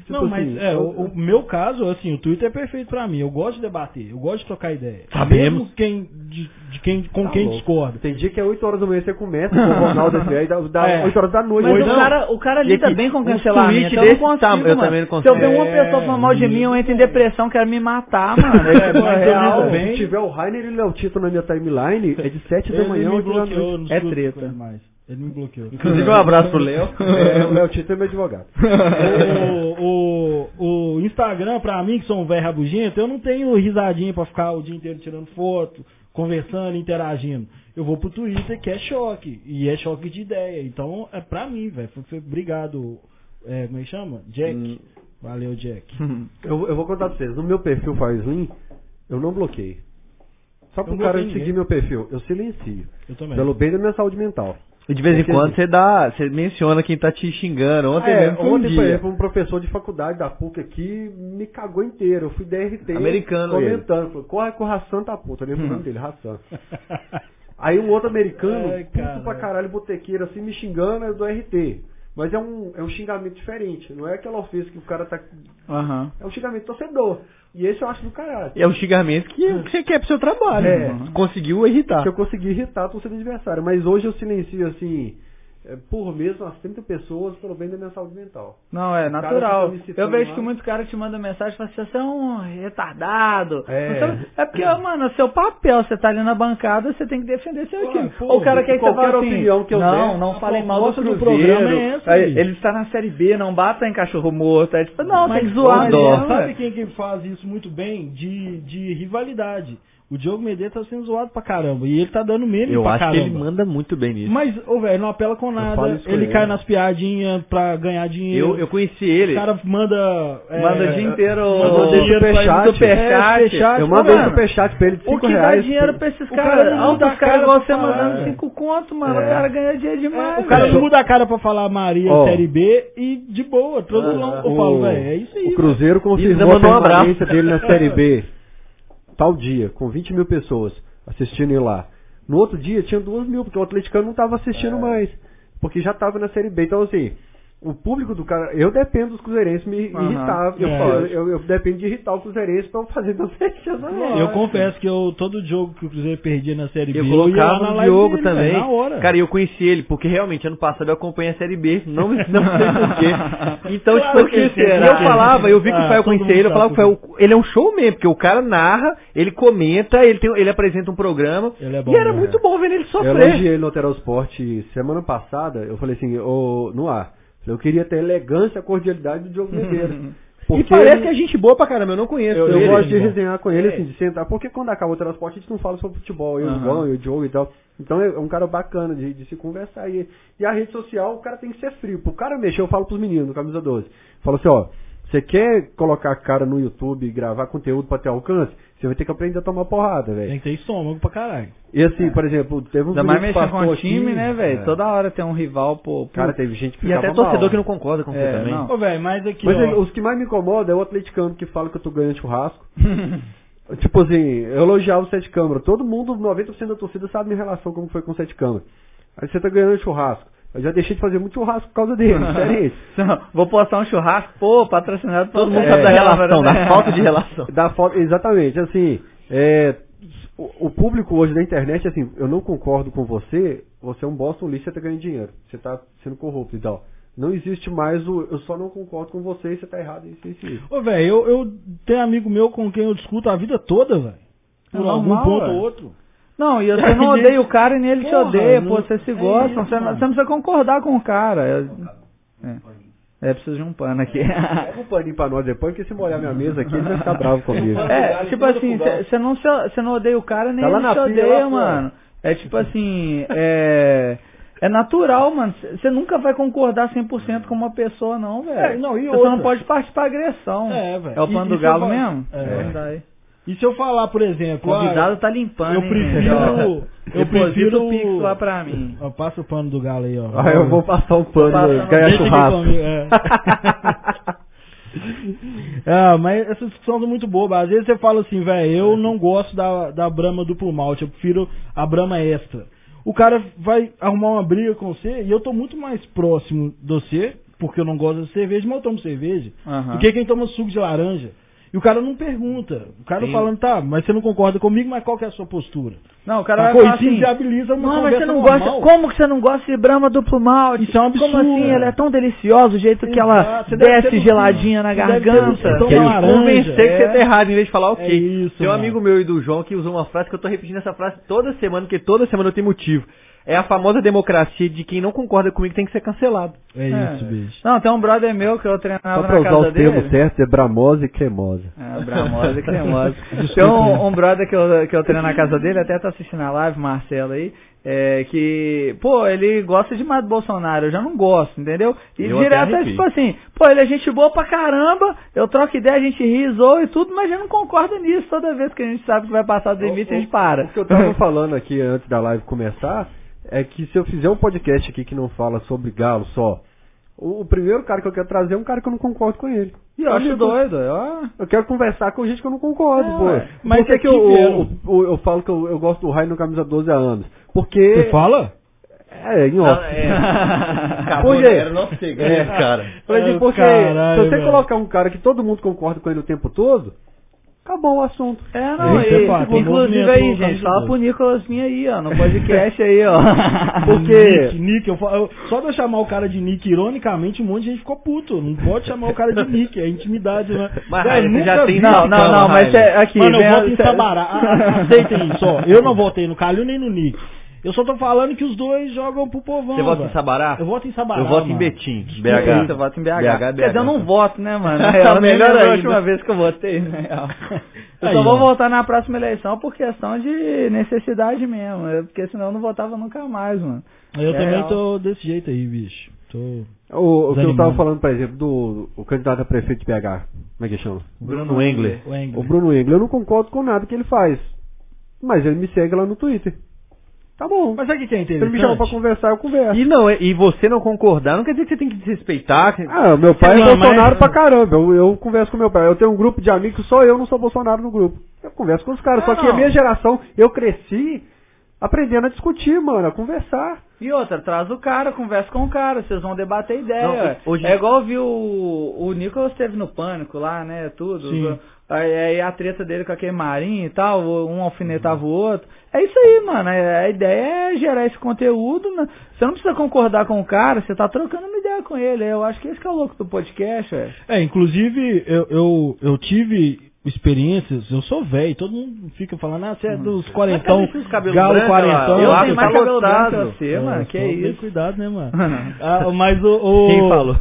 tipo não, mas assim, é, eu- o, o meu caso, assim, o Twitter é perfeito pra mim. Eu gosto de debater, eu gosto de trocar ideia. Sabemos. Mesmo quem, de, de quem, com Tá quem louco. discorda. Tem dia que é 8 horas da manhã você começa com o Ronaldo FA e dá, dá É. 8 horas da noite. Mas Ou o não, cara, o cara E lida aqui, bem com um cancelamento. tweet Eu não desse consigo, tamanho, eu mano. também não Se eu ver consigo. uma pessoa É, falando mal de mim, eu entro em depressão, quero me matar, mano. É, Isso mas eu real. lido bem. Se tiver o Rainer e o Léo Tito na minha timeline, é de 7 da Ele manhã me ou da bloqueou, noite. eu não É escuto treta. com ele mais. Ele me bloqueou. Inclusive, um abraço pro Léo. É, o Léo Tito é meu advogado. o, o, o Instagram, pra mim, que sou um velho rabugento, eu não tenho risadinha pra ficar o dia inteiro tirando foto, conversando, interagindo. Eu vou pro Twitter, que é choque. E é choque de ideia. Então, é pra mim, velho. Foi- foi- Obrigado. É, como é que chama? Jack. Hum. Valeu, Jack. é. Eu, eu vou contar pra vocês. No meu perfil Fire Slim, eu não bloqueei. Só pro não cara bloqueei ninguém. seguir meu perfil. Eu silencio. Eu É. também. Pelo bem da minha saúde mental. E de vez em quando você dá, você menciona quem tá te xingando. Ontem é, mesmo foi um ontem, por dia. exemplo, um professor de faculdade da PUC aqui me cagou inteiro. Eu fui DRT. Americano ele. Hum. Comentando. Falou, corre com o Hassan da puta. Eu lembro o nome dele, Hassan. Aí um outro americano, Ai, cara. puto pra caralho, botequeiro, assim, me xingando, eu dou RT. Mas é um, é um xingamento diferente. Não é aquela ofensa que o cara tá... Aham. É um xingamento torcedor. E esse eu acho do caralho. É um xingamento que que você quer pro seu trabalho. É. Conseguiu irritar. que eu consegui irritar todo o seu adversário. Mas hoje eu silencio, assim, eh, por mês umas 30 pessoas pelo bem da minha saúde mental. Não, é O cara natural. fica me citando Eu vejo lá. que muitos caras te mandam mensagem e falam assim, você é um retardado. É. Não sabe- é porque, ó, mano, é seu papel, você tá ali na bancada, você tem que defender seu Claro, time. porra, Ou o cara quer que você qualquer fale assim, opinião que eu não, der, tá não a falem mal do proposta do Cruzeiro. programa é essa, Aí, bicho. ele está na Série B, não bata em cachorro morto. Aí, tipo, não, tem que zoar Mas mesmo. Sabe velho. quem que faz isso muito bem? De, de rivalidade. O Diogo Medeiros tá sendo zoado pra caramba. E ele tá dando meme Eu pra acho caramba. que ele manda muito bem nisso. Mas, ô, velho, não apela com falo nada. isso com Ele ele. cai nas piadinhas pra ganhar dinheiro. Eu, eu conheci O ele. cara manda. é, Manda o dia inteiro. manda o dinheiro pra ele do superchat. superchat. eu Tipo, mandei um mano, superchat pra ele de O 5 que dá reais. dinheiro pra esses o cara caras? não Altos muda a cara caras igual pra você falar, mandando é. cinco conto, mano. né? É, O cara ganha dinheiro demais. O cara velho. não muda a cara pra falar Maria Ó. Série B e de boa, Ah, tranquilão. eu falo, velho, é isso aí. o Cruzeiro Isa confirmou a mandou um abraço. permanência dele na Série B. Tal dia, com 20 mil pessoas assistindo ele lá. No outro dia tinha 2 mil, porque o atleticano não tava assistindo mais. É. Porque já tava na Série B. Então, assim, o público do cara... Eu dependo dos cruzeirenses me me Aham. irritar. Eu, É. falo, eu, eu dependo de irritar o cruzeirense pra eu fazer meu fechado é na hora. Eu confesso que eu, todo jogo que o Cruzeiro perdia na Série B, Eu ia lá colocava na no live Diogo dele, também. velho, Na hora. Cara, e eu conheci ele, porque realmente ano passado eu acompanhei a Série B, não, não sei porquê. Então, Claro tipo, que assim, e será. eu falava, eu vi que Ah, o Fael todo conhecia mundo ele, eu falava que sabe o Fael- ele é um showman, porque o cara narra, ele comenta, ele, tem, ele apresenta um programa. Ele é bom, e era né? muito bom ver ele Eu sofrer. elogiei no Alterar o Esporte semana passada. Eu falei assim, ô, no ar. Eu queria ter a elegância e a cordialidade do Diogo Uhum. Medeiros. E Porque parece ele- que é gente boa pra caramba, eu não conheço. Eu, eu ele. gosto de bom. resenhar com ele, É. assim, de sentar, porque quando acaba o transporte a gente não fala sobre futebol, eu, Aham. o Gon, eu, o Joe e tal. Então é um cara bacana de, de se conversar. E, e a rede social, o cara tem que ser frio. Pro cara mexer, eu falo pros meninos do Camisa 12. Falo assim, ó, você quer colocar a cara no YouTube e gravar conteúdo pra ter alcance? Você vai ter que aprender a tomar porrada, velho. Tem que ter estômago pra caralho. E assim, por exemplo, teve um Ainda mais menino que mexer com passou o aqui, time, né, velho? é. Toda hora tem um rival, pô. pô. Cara, teve gente que E até ficava mal. torcedor que não concorda com você É, também. não. Ô, velho, mas aqui, Mas ó, é, os que mais me incomodam é o atleticano que fala que eu tô ganhando churrasco. tipo assim, eu elogiava o Sete Câmara. Todo mundo, 90% da torcida sabe minha relação como foi com o Sete Câmara. Aí você tá ganhando churrasco. Eu já deixei de fazer muito churrasco por causa dele, é sério isso. Não, vou postar um churrasco, pô, patrocinado por Todo mundo É. sabe da relação, né? É. da falta de relação. Da forma, exatamente, assim, é, o, o público hoje da internet, assim, eu não concordo com você, você é um bosta, um lixo, você tá ganhando dinheiro, você tá sendo corrupto e tal. Não existe mais o eu só não concordo com você e você tá errado, isso, isso, isso. Ô, velho, eu, eu tenho amigo meu com quem eu discuto a vida toda, velho. É Por algum normal, ponto ué. ou outro. Não, e você não odeia o cara e nem ele te Porra, odeia, não- pô, vocês se é gostam, isso, você, não, mano. você não precisa concordar com o cara. É, é, é preciso de um pano aqui. Ah. É. Pega um paninho pra nós depois, porque se molhar minha mesa aqui, ele vai ficar bravo comigo. É, tipo assim, você não, se- cê não odeia o cara, nem Tá lá ele na te pilha, lá odeia, fora. mano. É tipo assim, é... É natural, mano. Você nunca vai concordar 100% com uma pessoa, não, velho. É, não, e Você não outra? pode partir pra agressão. É, velho. É o E- pano e do se galo eu fa- mesmo? É. verdade. E se eu falar, por exemplo, ah, O convidado tá limpando, eu hein, prefiro- velho? eu Deposita prefiro- o Pix lá pra mim. ó, passa o pano do galo aí, ó. Ah, eu vou passar um pano, Passa- ganhar Deixa aqui então, churrasco. comigo, é. Ah, mas essa discussão é muito boba. Às vezes você fala assim, velho, eu não gosto da, da brama duplo malte, eu prefiro a brama extra. O cara vai arrumar uma briga com você e eu tô muito mais próximo de você, porque eu não gosto de cerveja, mas eu tomo cerveja, Aham. do que quem toma suco de laranja. E o cara não pergunta. O cara Sim. falando, tá, mas você não concorda comigo, mas qual que é a sua postura? Não, o cara vai Sacou? falar E se assim... inviabiliza uma Mano, mas conversa você não normal. gosta... Como que você não gosta de brama duplo malte? Isso é um absurdo, Como assim? velho. Ela é tão deliciosa, o jeito que ela Exato, você deve ter desce um- geladinha na você deve ter um garganta. tom é Que laranja, eu convencer que você é. tá errado, em vez de falar ok. É isso, tem um mano. amigo meu e do João que usou uma frase que eu tô repetindo essa frase toda semana, porque toda semana eu tenho motivo. É a famosa democracia de quem não concorda comigo tem que ser cancelado. É É. isso, bicho. Não, tem um brother meu que eu treinava Só pra na usar casa os dele. termos certos, é bramosa e cremosa. É, bramosa e cremosa. Tem um, um brother que eu, que eu treino na casa dele, até tá assistindo a live, Marcelo aí, é, que, pô, ele gosta demais do Bolsonaro, eu já não gosto, entendeu? E Eu até direto é arrepio. tipo assim, pô, ele é gente boa pra caramba, eu troco ideia, a gente ri, zoa e tudo, mas a gente não concorda nisso, toda vez que a gente sabe que vai passar do limite, a gente para. O que eu tava falando aqui antes da live começar é que se eu fizer um podcast aqui que não fala sobre galo só, o, o primeiro cara que eu quero trazer é um cara que eu não concordo com ele. E eu acho doido, eu... Eu quero conversar com gente que eu não concordo, É, pô. ué. Mas Por que, é que que eu, vieram. eu- eu- eu falo que eu, eu gosto do Raio no camisa 12 há anos? Você Porque. fala? É, em Ah, off. Acabou, Por quê? né? Era o nosso segredo, É. cara. Por exemplo, É, porque caralho, se você velho. colocar um cara que todo mundo concorda com ele o tempo todo, acabou o assunto. É, não, Esse e- é fato, inclusive movimento aí, no caso gente, do fala dois. pro Nicolas Minha aí, ó, no podcast aí, ó. Porque- Nick, Nick, eu, falo, eu- só de eu chamar o cara de Nick, ironicamente, um monte de gente ficou puto. Não pode chamar o cara de Nick, é intimidade, né? Mas, né, Velho, você nunca já tem- vi- Não, não, não, mas é, aqui... Mano, vem eu a- voto em Ah, Sabará. A- a- Aceitem isso, ó. Eu não votei no Calil nem no Nick. Eu só tô falando que os dois jogam pro povão. Você vota velho. em Sabará? Eu voto em Sabará. Eu voto em mano. Betim, BH. Você BH. vota em BH. BH, Quer dizer, eu não voto, né, mano? Na Tá real, nem melhor lembro a ainda. última vez que eu votei, na real. Eu só Aí, vou ó. votar na próxima eleição por questão de necessidade mesmo. é, Porque senão eu não votava nunca mais, mano. Eu É, também ó. tô desse jeito aí, bicho. Tô. O, o que eu Desanimado. tava falando, por exemplo, do o candidato a prefeito de BH, como é que chama? Bruno Engler. O Engler. O Bruno Engler, eu não concordo com nada que ele faz. Mas ele me segue lá no Twitter. Tá bom. Mas sabe o que é Se ele me chama pra interessante? conversar, eu converso. E, não, é- e você não concordar não quer dizer que você tem que desrespeitar. que- Ah, meu pai Não, é Bolsonaro mas- pra caramba. Eu, eu converso com meu pai. Eu tenho um grupo de amigos, que só eu não sou Bolsonaro no grupo. Eu converso com os caras. Ah, só que a não. minha geração, eu cresci aprendendo a discutir, mano, a conversar. E outra, traz o cara, conversa com o cara, vocês vão debater ideia. Não, ué. hoje- É igual viu o, o Nicolas teve no pânico lá, né? Tudo. Sim. Aí, aí a treta dele com aquele marinho e tal, um Uhum. alfinetava o outro. É isso aí, mano. é- A ideia é gerar esse conteúdo. né? Você não precisa concordar com o cara, você tá trocando uma ideia com ele. Eu acho que esse que é o louco do podcast, ué. É, inclusive, eu, eu, eu tive experiências, eu sou velho, todo mundo fica falando, ah, você é dos quarentão, Hum. Mas cadê os cabelos galo brancos, quarentão. eu lá? Eu tenho acho mais que tá cabelo branco que lotado. então, você, É, mano. Que só tem isso? Cuidado, né, mano? Ah, mas o... o... Quem falou?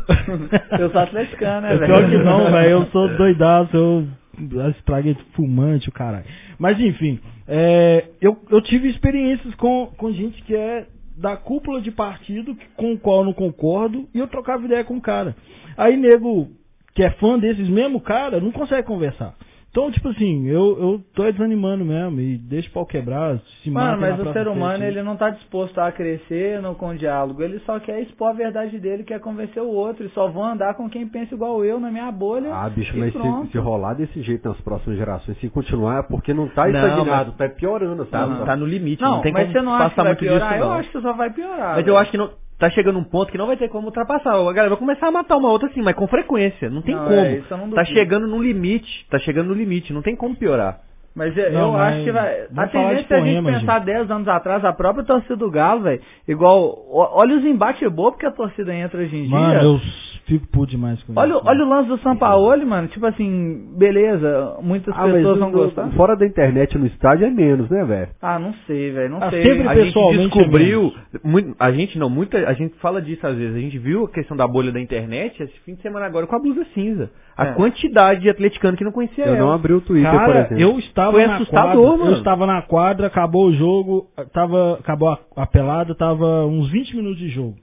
Eu sou atleticano, né, velho? É É. Pior que não, velho. Eu sou doidaço, eu eu estraguei de fumante, o caralho. Mas enfim, é, eu, eu tive experiências com, com gente que é da cúpula de partido que- com o qual eu não concordo e eu trocava ideia com o cara. Aí nego que é fã desses mesmo cara não consegue conversar. Então, tipo assim, eu, eu tô desanimando mesmo e deixa o pau quebrar, se mata Mano, na mas o própria ser humano, frente. né? ele não tá disposto a crescer não com diálogo. Ele só quer expor a verdade dele, quer convencer o outro. E só vou andar com quem pensa igual eu, na minha bolha. Ah, bicho, e mas se, pronto. se rolar desse jeito nas próximas gerações, se continuar, é porque não tá Não, estagnado, tá piorando, Tá, sabe? tá no limite, não, Não, tem mas como você não acha que passar vai muito piorar? disso, não. Eu acho que só vai piorar. Mas eu acho que não, tá chegando um ponto que não vai ter como ultrapassar. A galera vai começar a matar uma outra assim, mas com frequência. Não tem Não, como. é, isso eu não tá duvido. chegando no limite. Tá chegando no limite. Não tem como piorar. Mas eu, Não, eu mas acho que vai. A vamos falar de tendência é a gente poema, gente. pensar 10 anos atrás, a própria torcida do Galo, velho, igual. ó- Olha os embates bobos que a torcida entra hoje em dia. Mano, eu fico puto demais com Olha, isso. o- olha o lance do Sampaoli, mano. Tipo assim, beleza, muitas Ah, mas pessoas o- vão gostar. o- fora da internet no estádio é menos, né, velho? Ah, não sei, velho. Não Ah, sei. sempre A Aí- gente Pessoalmente, descobriu, muito- a gente não, muita, a gente fala disso às vezes, a gente viu a questão da bolha da internet esse fim de semana agora com a blusa cinza. A É. quantidade de atleticano que não conhecia Eu ela. não abri o Twitter, por Cara, exemplo. eu estava Foi na assustador, quadra, mano. Eu estava na quadra, acabou o jogo, tava, acabou a, a pelada, tava uns 20 minutos de jogo.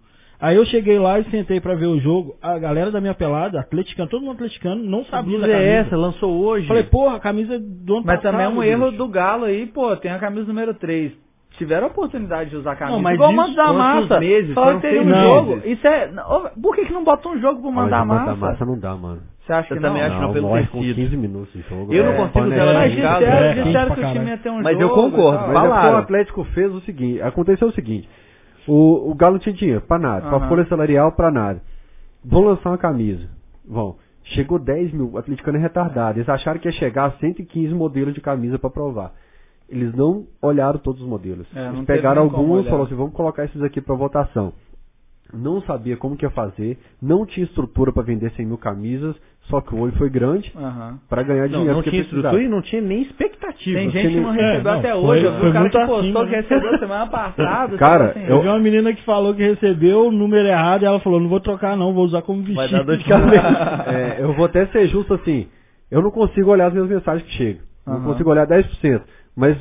Aí eu cheguei lá e sentei pra ver o jogo, a galera da minha pelada, atleticano, todo mundo atleticano, não A sabia da blusa camisa. é essa, lançou hoje. Falei, porra, a camisa é do ano Mas passado, também é um bicho. erro do Galo aí, pô, tem a camisa número 3. Tiveram a oportunidade de usar a camisa. Não, mas Igual o isso- Mando da quantos Massa. meses? Falaram que Foram teria um seis jogo. meses. Isso é. Ô, Por que, que não bota um jogo pro Ah, mas Mandar o Manda Massa? Massa não dá, mano. Você acha que Eu não? também acho não, não, pelo nós com tecido. 15 minutos de jogo. Eu não é, consigo panela usar ela Mas de em casa, casa, né? disseram, é. quente né? disseram pra que o time caralho. ia ter um Mas jogo. eu concordo, e Mas tal. é porque Falaram. o Atlético fez o seguinte, aconteceu o seguinte, o, o Galo tinha dinheiro pra nada, pra Aham. folha salarial pra nada. Vão lançar uma camisa, vão. Chegou 10 mil, o atleticano é retardado, eles acharam que ia chegar a 115 modelos de camisa pra provar. Eles não olharam todos os modelos. É, não eles teve pegaram nem como alguns e olhar. falaram assim, vamos colocar esses aqui pra votação. Não sabia como que ia fazer, não tinha estrutura pra vender 100 mil camisas, só que o olho foi grande Aham. pra ganhar não, dinheiro. não porque tinha precisava. estrutura e não tinha nem expectativa. Tem gente que não É, recebeu não, até foi- hoje. Eu vi foi o cara muito que postou acima, que né? recebeu semana passada. Cara, tipo assim, Eu vi uma menina que falou que recebeu o número errado e ela falou, não vou trocar não, vou usar como vestido. Vai dar dor de cabeça. É, eu vou até ser justo assim. Eu não consigo olhar as minhas mensagens que chegam. Aham. Não consigo olhar 10%. Mas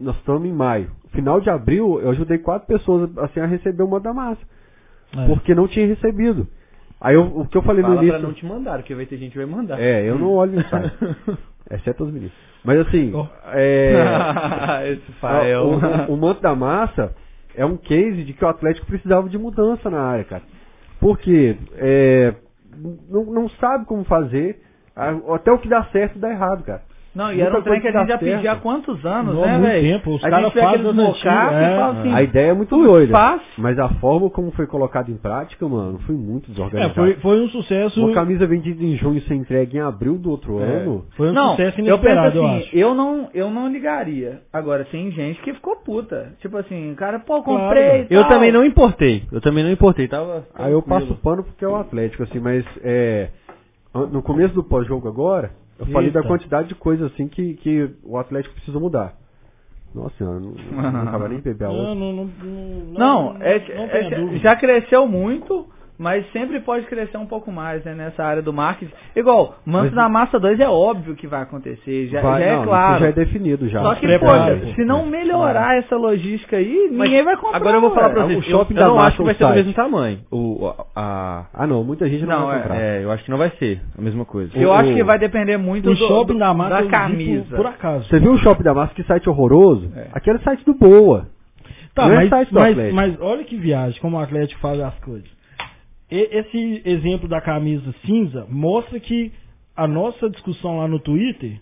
nós estamos em maio. Final de abril, eu ajudei quatro pessoas assim, a receber o moda massa. É. Porque não tinha recebido. Aí eu- o que eu falei Fala no pra início. não te mandar, porque vai ter gente que vai mandar. É, eu não olho mensagem. exceto os meninos. Mas assim, Oh. é, Esse é fael. um- o, o, o manto da massa é um case de que o Atlético precisava de mudança na área, cara. Porque é, não, não sabe como fazer, a- até o que dá certo dá errado, cara. Não, e Muita era um trem que a coisa gente já dá certo. pedia há quantos anos, Não, há né, muito velho? tempo, os a caras gente pega fazem aqueles os antigos, mocap e é. fala assim, A ideia é muito doida, fácil. mas a forma como foi colocada em prática, mano, foi muito É, desorganizada. foi, foi um sucesso... Uma camisa vendida em junho e ser entregue em abril do outro ano. Foi um não, sucesso eu penso inesperado, eu, assim, acho. eu, não, eu não ligaria. Agora, tem gente que ficou puta. Tipo assim, cara, pô, Claro. comprei. e Eu tal. também não importei. Eu também não importei. Tava. Aí eu passo o pano porque é o Atlético, assim, mas é, an- no começo do pós-jogo agora, eu falei Eita. da quantidade de coisas assim que, que o Atlético precisa mudar. Nossa senhora, não, não acaba nem beber a outra. Não, não, não, não, Não, é, é- tenha dúvida. já cresceu muito, mas sempre pode crescer um pouco mais, né, nessa área do marketing. Igual, Manto Mas- da Massa 2 é óbvio que vai acontecer, já, Vai- já não, é isso claro. já é definido já. Só que, Prepara, poxa, pô. se não melhorar essa logística aí, Mas ninguém vai comprar. Agora eu vou falar pra velho. vocês. O shopping eu, eu da não Massa, acho que vai o ser do site. mesmo tamanho. O, a, Ah não, muita gente não, Não, vai é- comprar. é, eu acho que não vai ser a mesma coisa. Eu o- acho que vai depender muito o do- shopping do- da mata eu da vi por- camisa. Por acaso. Você viu o Shopping da Massa, que site horroroso? É. Aquele site do Boa. Tá, Não é mas, site do mas, Atlético. mas olha que viagem, como o Atlético faz as coisas. E- esse exemplo da camisa cinza mostra que a nossa discussão lá no Twitter,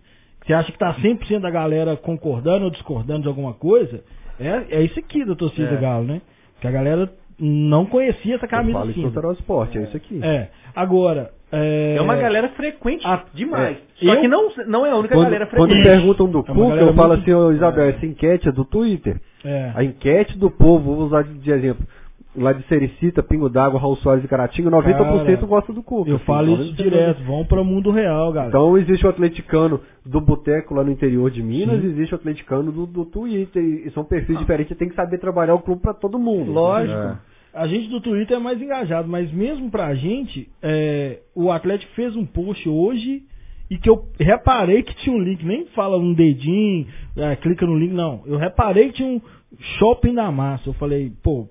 que você acha que tá 100% da galera concordando ou discordando de alguma coisa, é, é isso aqui da torcida É. do Galo, né? Que a galera não conhecia essa Eu camisa falo isso no cinza. Toró Esporte, é isso aqui. É. Agora. É, É uma galera frequente Ah, demais. é. Só Eu- que não, não é a única Quando, galera quando frequente. perguntam do É uma Cuca, galera eu falo muito- assim, ô Isabel, essa enquete é do Twitter. É. A enquete do povo, vou usar de, de exemplo, lá de Sericita, Pingo d'Água, Raul Soares e Caratinga, 90% Cara, gosta do Cuca. Eu assim, falo isso 90% direto, vão para o mundo real, galera. Então existe o atleticano do boteco lá no interior de Minas, Sim. Ah. existe o atleticano do, do Twitter, e, e são perfis diferentes, tem que saber trabalhar o clube pra todo mundo. Lógico. É. A gente do Twitter é mais engajado, mas mesmo pra gente, é, o Atlético fez um post hoje e que eu reparei que tinha um link, nem fala um dedinho, é, clica no link, não. Eu reparei que tinha um shopping da massa. Eu falei, pô,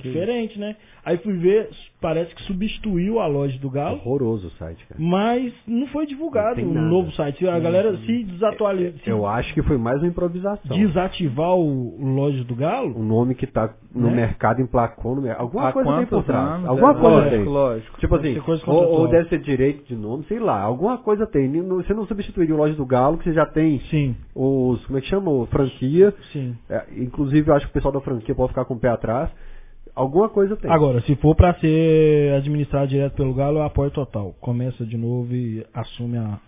Diferente, né? Aí fui ver, parece que substituiu a loja do Galo. Horroroso o site, cara. Mas não foi Não divulgado tem um nada. novo site. A galera se desatualiza. se Eu acho que foi mais uma improvisação. desativar o o loja do Galo? O nome que tá no Né? mercado emplacou no mercado. Alguma Há coisa tem por quantos trás. anos? Alguma É, coisa lógico, tem. Lógico. Tipo Deve assim, ser coisa ou, ou contratual. deve ser direito de nome, sei lá, alguma coisa tem. Não- Você não substituiria o loja do Galo, que você já tem Sim, os, como é que chama? O Franquia. sim. É, inclusive, eu acho que o pessoal da franquia pode ficar com o pé atrás. Alguma coisa tem. Agora, se for pra ser administrado direto pelo Galo, eu apoio total. Começa de novo e assume a.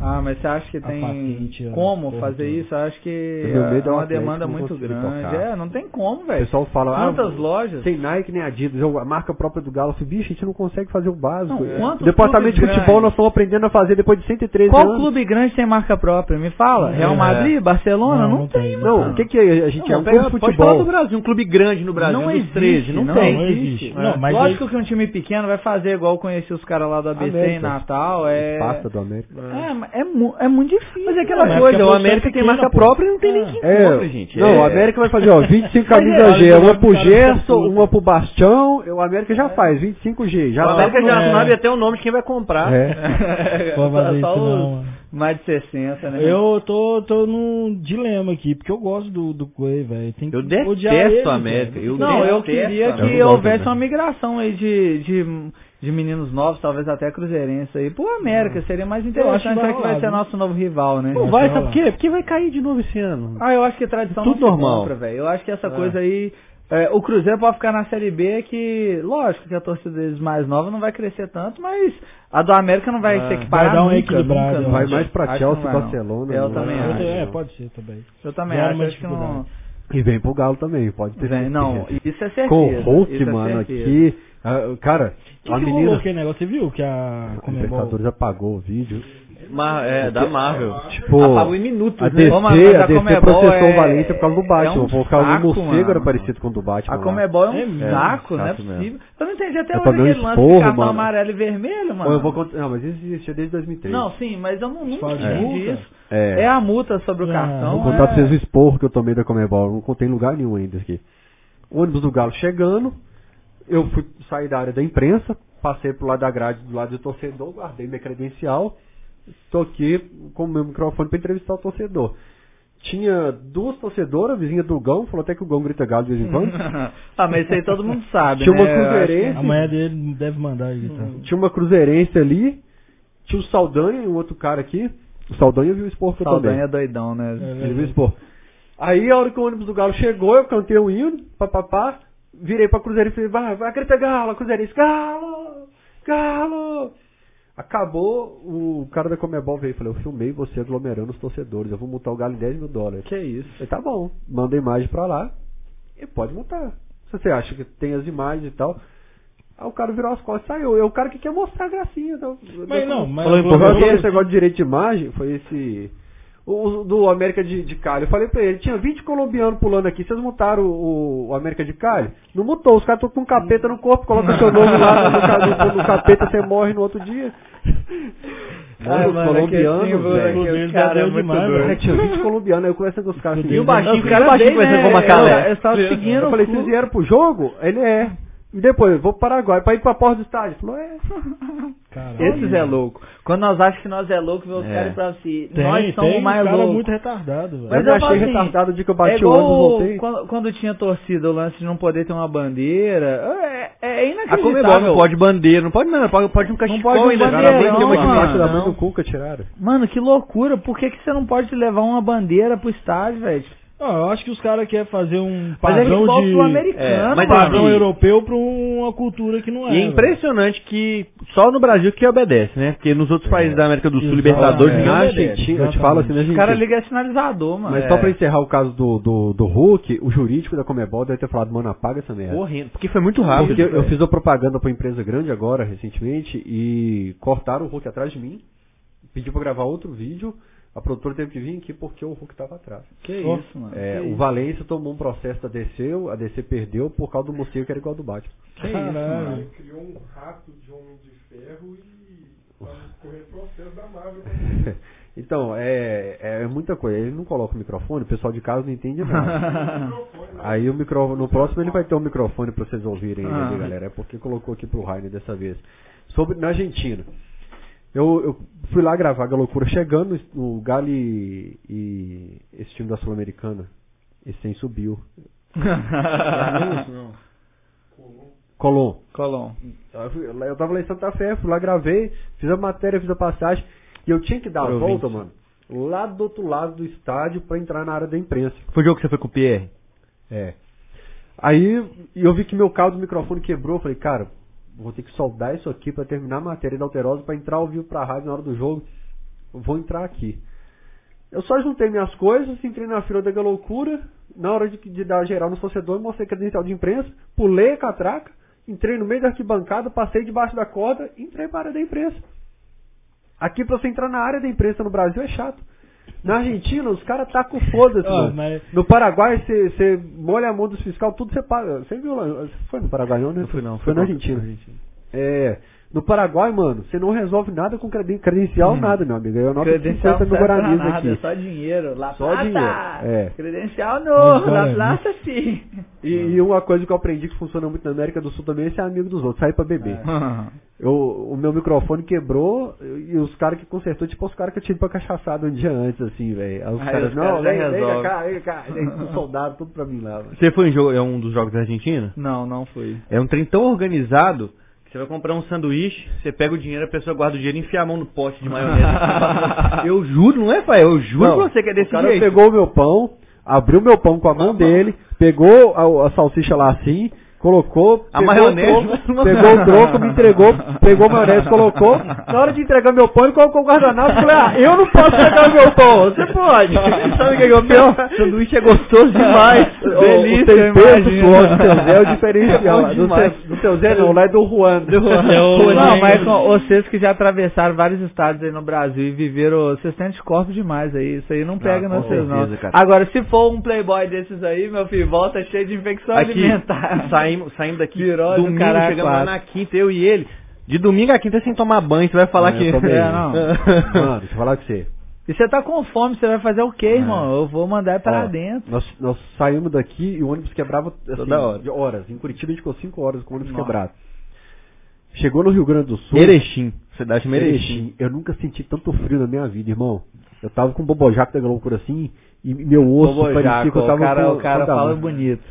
Ah, mas você acha que A patente, tem a como porra fazer toda. isso? Eu acho que Meu medo é é o uma Atlético demanda não muito conseguir grande. tocar. É, não tem como, o velho. pessoal fala, Quantas ah, lojas? sem Nike nem Adidas, eu- a marca própria do Galo. Eu falei, Bicho, a gente não consegue fazer o básico. Não, É. quantos Departamento de clubes futebol grandes? nós estamos aprendendo a fazer depois de 113 Qual anos. clube grande tem marca própria? Me fala. É. Real Madrid, Barcelona? Não, tem, mano. Não, o que, que é? A gente é um clube de pode falar do futebol. Brasil, um clube grande no Brasil, Não um dos existe, 13, não, não tem. não existe. existe. Não, mas Lógico que um time pequeno vai fazer igual eu conheci os caras lá do ABC em América. Natal. É... Pasta do América. É, mas é, mu- é muito difícil. Mas é aquela Não, é porque coisa, a o produção América é tem pequena, marca pô. própria e não tem nem quem compra, gente. Não, É- o América vai fazer, ó, 25 Mas é, camisas G, olha, uma pro cara, tá Gerson, tudo. uma pro Bastião, o América já faz, 25G, já É. o América já É. sabe até o nome de quem vai comprar. É. Pode Só- fazer isso, só não. os mano. Mais de 60, né? Eu tô, tô num dilema aqui, porque eu gosto do, do Clay, velho. Tem que Eu detesto odiar a ele, América, velho. Tem que eu Não, Detesto, eu queria cara. Eu que não gosto houvesse também. uma migração aí de, de, de meninos novos, talvez até cruzeirense aí. Pô, América, seria mais Eu acho que interessante, é vai já que vai rolar, ser viu? nosso novo rival, né? Não vai, sabe por quê? Porque vai cair de novo esse ano. Ah, eu acho que tradição Tudo não se normal. compra, velho. Eu acho que essa coisa aí... é, o Cruzeiro pode ficar na Série B que, lógico que a torcida deles mais nova não vai crescer tanto, mas a do América não É. vai Ah, ser que vai parar dar um nunca, equilibrado, nunca, eu nunca. Vai mais Acho pra que Chelsea, não vai, não. Barcelona. Eu né? também Eu tô- acho. É, pode ser também. Eu também Vai acho, uma acho que não... dificuldade. E vem pro Galo também, pode ter Vem, não, certeza. isso é certeza. Com o Hulk, isso é mano, certeza. aqui, ah, cara, Que a que menina... rolou é, aquele negócio? Você viu que a O Comebol... Libertadores apagou o vídeo. Mar é, da Marvel. Tipo, Apagou em minutos, a né? DC, Ô, mano, mas a a DC Comebol processou é- o Valência por causa do Batman. é um por causa do saco, morcego mano. era parecido com o do Batman. A lá. Comebol é um É, saco, não é chato mesmo. possível. Eu não entendi até Eu hoje tomei um aquele lance de esporro, cartão mano. amarelo e vermelho, mano. Ou eu vou cont- Não, mas isso existia desde 2003. Não, sim, mas eu não, não Fala de entendi multa? isso. É. É a multa sobre o Ah, Eu cartão. Vou contar é... pra vocês o esporro que eu tomei da Comebol. Eu Não contei em lugar nenhum ainda aqui. O ônibus do Galo chegando. Eu fui sair da área da imprensa. Passei pro lado da grade, do lado do torcedor. Guardei minha credencial. Tô aqui com o meu microfone pra entrevistar o torcedor. Tinha duas torcedoras, a vizinha do Gão. Falou até que o Gão grita Galo de vez em quando. ah, mas isso aí todo mundo sabe, Tinha né? uma Eu acho cruzeirense. A mulher dele deve mandar ele, Hum. tá? Tinha uma cruzeirense ali. Tinha o Saldanha e um outro cara aqui. O Saldanha viu o esporro que que o eu tomei. Saldanha é doidão, né? Ele veio expor. Aí a hora que o ônibus do Galo chegou, eu cantei o hino, papapá, virei pra Cruzeiro e falei, vai, vai, grita Galo, Cruzeirense, Galo, Galo. Acabou, o cara da Comebol veio e falou, eu filmei você aglomerando os torcedores, eu vou multar o Galo em 10 mil dólares. Que isso. Eu falei, tá bom, manda a imagem pra lá e pode multar. Se você acha que tem as imagens e tal. Aí o cara virou as costas e saiu. É o cara que quer mostrar a gracinha. Então, Mas não, mas... Falou, eu- por causa eu- desse negócio de direito de imagem, foi esse. O, o do América de, de Cali. Eu falei pra ele, tinha 20 colombianos pulando aqui, vocês mutaram o, o América de Cali? Não mutou, os caras estão com um capeta no corpo, coloca seu nome lá no, ca- no- no capeta, você morre no outro dia. Ai, Mano, os é mano, aquele colombianos, símbolo, velho. aquele Deus, cara é Deus muito demais, doido. velho. É, tinha 20 colombianos, aí eu conversando com os caras assim. E o baixinho, Os caras o baixinho bem, conversando com o né? Macalé. Eu, eu tava seguindo Eu o falei, clube. vocês vieram pro jogo? Ele é. E depois, vou pro Paraguai, pra ir pra porta do estádio. Ele Falou, é. Caralho. Esses é louco. Quando nós achamos que nós é louco, vê os É. caras e falam assim, Tem, nós somos tem, um mais cara loucos. muito retardado, velho. eu, Mas eu me achei falo assim, retardado de que eu é bati o igual ônibus e voltei. Quando, quando tinha torcida, o lance de não poder ter uma bandeira. É, é Ah, A inacreditável. Comebol não pode bandeira, não pode nada, pode, pode um cachecol pode um ainda. Cara, a mãe Não, tem uma mano, que parte da mãe não. do Cuca tiraram. Mano, que loucura. Por que, que você não pode levar uma bandeira pro estádio, velho? Ah, eu acho que os caras querem fazer um Mas é padrão igual de... é, sul-americano, mas mano. Padrão Sim. europeu pra uma cultura que não é. E é velho. impressionante que só no Brasil que obedece, né? Porque nos É. outros países da América do Sul, Exato. Libertadores, É. ninguém Na obedece. Argentina, eu te falo assim, na Os caras Argentina. ligam sinalizador, mano. Mas É. só pra encerrar o caso do, do, do Hulk, o jurídico da Comebol deve ter falado, mano, apaga essa merda. Correndo, porque foi muito rápido. Porque eu, eu fiz uma propaganda pra uma empresa grande agora, recentemente, e cortaram o Hulk atrás de mim, pediu pra gravar outro vídeo, a produtora teve que vir aqui porque o Hulk tava atrás. Que Ó. isso, Ah, mano. É, que o isso. Valência tomou um processo da DC, a DC perdeu por causa do morcego que era igual ao do Batman. Que isso, Caralho. mano. Ele criou um rato de homem de ferro e pra correr processo da Marvel. Então, é, é muita coisa. Ele não coloca o microfone, o pessoal de casa não entende nada. Aí o micro, no próximo ele vai ter um microfone para vocês ouvirem, ele, Ah. galera. É porque colocou aqui pro Rainer dessa vez. Sobre na Argentina. Eu, eu fui lá gravar a loucura chegando, o Galo e, e esse time da Sul-Americana, esse sem subiu. Colom. Colom. Eu fui- Eu tava lá em Santa Fé, fui lá, gravei, fiz a matéria, fiz a passagem. E eu tinha que dar a volta, mano, lá do outro lado do estádio pra entrar na área da imprensa. Foi o jogo que você foi com o Pierre? É. Aí e eu vi que meu cabo do microfone quebrou, eu falei, cara, vou ter que soldar isso aqui pra terminar a matéria da Alterosa pra entrar ao vivo pra rádio na hora do jogo. Eu vou entrar aqui. Eu só juntei minhas coisas, entrei na fila da loucura, na hora de, de dar geral no torcedor, mostrei credencial de imprensa, pulei a catraca, entrei no meio da arquibancada, passei debaixo da corda, entrei para a área da imprensa. Aqui pra você entrar na área da imprensa no Brasil é chato. Na Argentina, os caras tacam foda-se, Ah, mano. mas- No Paraguai, você- você molha a mão dos fiscal, tudo você paga. Você viu lá? Você foi no Paraguai, não, né? Não fui, não. Foi na Argentina. É. No Paraguai, mano, você não resolve nada com creden- credencial, Hum. nada, meu amigo. Eu anoto 50 mil guaranis É aqui. só dinheiro. La Só plata. dinheiro, é. Credencial não. Não, cara, La plata sim. E, e uma coisa que eu aprendi que funciona muito na América do Sul também é ser amigo dos outros, sair pra beber. É. Eu, o meu microfone quebrou e os caras que consertou, tipo, os caras que eu tive pra cachaçada um dia antes, assim, velho. Aí os Aí caras, os não, caras já vem, vem resolve. cá, vem cá, vem, soldado, tudo pra mim lá, mano. Você foi em jogo, é um dos jogos da Argentina? Não, não fui. É um trem tão organizado que você vai comprar um sanduíche, você pega o dinheiro, a pessoa guarda o dinheiro e enfia a mão no pote de maionese. eu juro, não é, pai? Eu juro Não, pra você que é desse O cara jeito. pegou o meu pão, abriu meu pão com a mão dele, pegou a, a salsicha lá assim, colocou, A pegou maionese. o troco, pegou o troco, me entregou, pegou a maionese, colocou. Na hora de entregar meu pão, ele colocou o guardanapo e falei, ah, eu não posso pegar o meu pão, você pode. Sabe o que é o pior? O sanduíche é gostoso demais. Delícia, o tempero do imagina. suor do seu Zé é o diferencial. Do É bom seu, demais. do seu Zé não, lá é do Juan. Do É o- Não, mas com- vocês que já atravessaram vários estados aí no Brasil e viveram, vocês têm anticorpos demais aí, isso aí não pega com não, vocês não. certeza, cara. Agora, se for um playboy desses aí, meu filho, volta cheio de infecção Aqui, alimentar. saímos, saímos daqui Virose do domingo, caralho, chegamos lá quatro. na quinta, eu e ele. De domingo a quinta sem tomar banho, você vai falar Não, que... eu tomei. É, não. Mano, deixa eu falar com você. E você tá com fome, você vai fazer o quê, irmão? Eu vou mandar pra Ó, dentro. É, Nós, nós saímos daqui e o ônibus quebrava assim, Toda hora. de horas. Em Curitiba a gente ficou 5 horas com o ônibus Nossa. quebrado. Chegou no Rio Grande do Sul. Merechim, cidade de Merechim. Erechim. Eu nunca senti tanto frio na minha vida, irmão. Eu tava com o bobojaco da loucura assim e meu osso parecia que eu o tava cara, com, o cara com- fala bonito.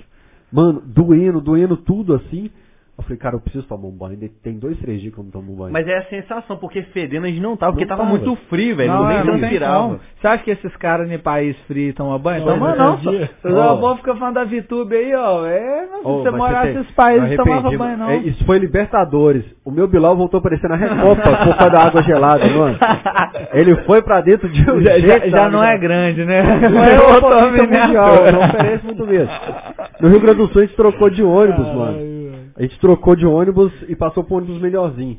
Mano, doendo, doendo tudo assim. Eu falei, cara, eu preciso tomar um banho. Ainda Tem dois, três dias que eu não tomo um banho. Mas é a sensação, porque fedendo a gente não tava, porque Não tava. tava, muito frio, velho. Não, é, nem tem respirava. como. Você acha que esses caras em país frio tomam banho? Não, Toma mas não, é só. dia. Ó. O povo fica falando da VTube aí, ó. É, não, se Ô, você mas morar tem- nesses países, eu não tomava arrependi, banho não. é, isso foi Libertadores. O meu Bilal voltou aparecendo na Recopa por causa da é água gelada, mano. Ele foi pra dentro de um já, já- jeito, já sabe, não né? é né? grande, né? Não Mas é eu outro tô mundial, não oferece muito mesmo. No Rio Grande do Sul a gente trocou de ônibus, mano. A gente trocou de ônibus e passou por um ônibus melhorzinho.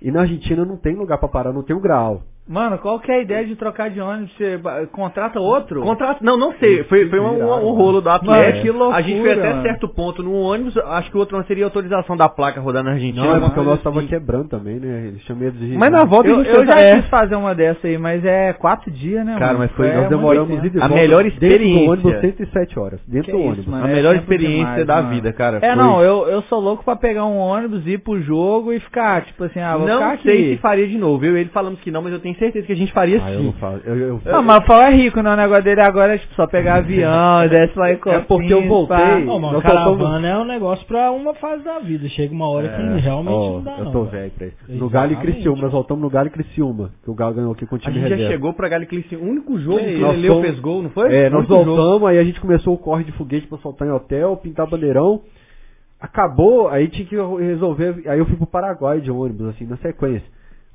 E na Argentina não tem lugar pra parar, não tem um grau. Mano, qual que é a ideia de trocar de ônibus? Você ba- contrata outro? Contrato, não, não sei. Foi, foi um, um- um rolo do Mano, Atlético. que loucura, a gente foi até mano. certo ponto no ônibus. Acho que o outro não seria autorização da placa rodar na Argentina. Não, é alguma porque o coisa nosso tava assim. quebrando também, né? Eles tinham medo de. Mas na volta eu a gente eu já tenta- é. quis fazer uma dessa aí, mas é quatro dias, né, Cara, mano? mas foi- é Nós muito demoramos tempo. ida e A volta melhor Dentro do experiência. ônibus, 107 horas. Dentro Que do isso, ônibus. mano. A É melhor tempo experiência demais, da mano. vida, cara. É, Foi- não, eu, eu sou louco pra pegar um ônibus, ir pro jogo e ficar, tipo assim, ah, vou ficar não aqui. sei se faria de novo. Eu e ele falamos que não, mas eu tenho certeza que a gente faria Ah, eu não sim. falo. Eu, eu, Não, mas o Paulo é rico, né? O negócio dele agora é tipo, só pegar avião, desce lá em Cofins, porque eu voltei. pá. Não, mano, Nós caravana soltamos- é um negócio pra uma fase da vida. Chega uma hora que realmente É, Ó, não dá, Eu não. tô velho. velho pra isso. No Galo e Exatamente. Criciúma, nós voltamos no Galo e Criciúma. Que o Galo ganhou aqui com o A time gente já reserva. chegou pra Galiclice. O único jogo Que que isso. ele leu Nós fez gol, não foi? É, O nós único jogo. voltamos, aí a gente começou o corre de foguete pra soltar em hotel, pintar bandeirão. Acabou, aí tinha que resolver. Aí eu fui pro Paraguai de ônibus, assim, na sequência.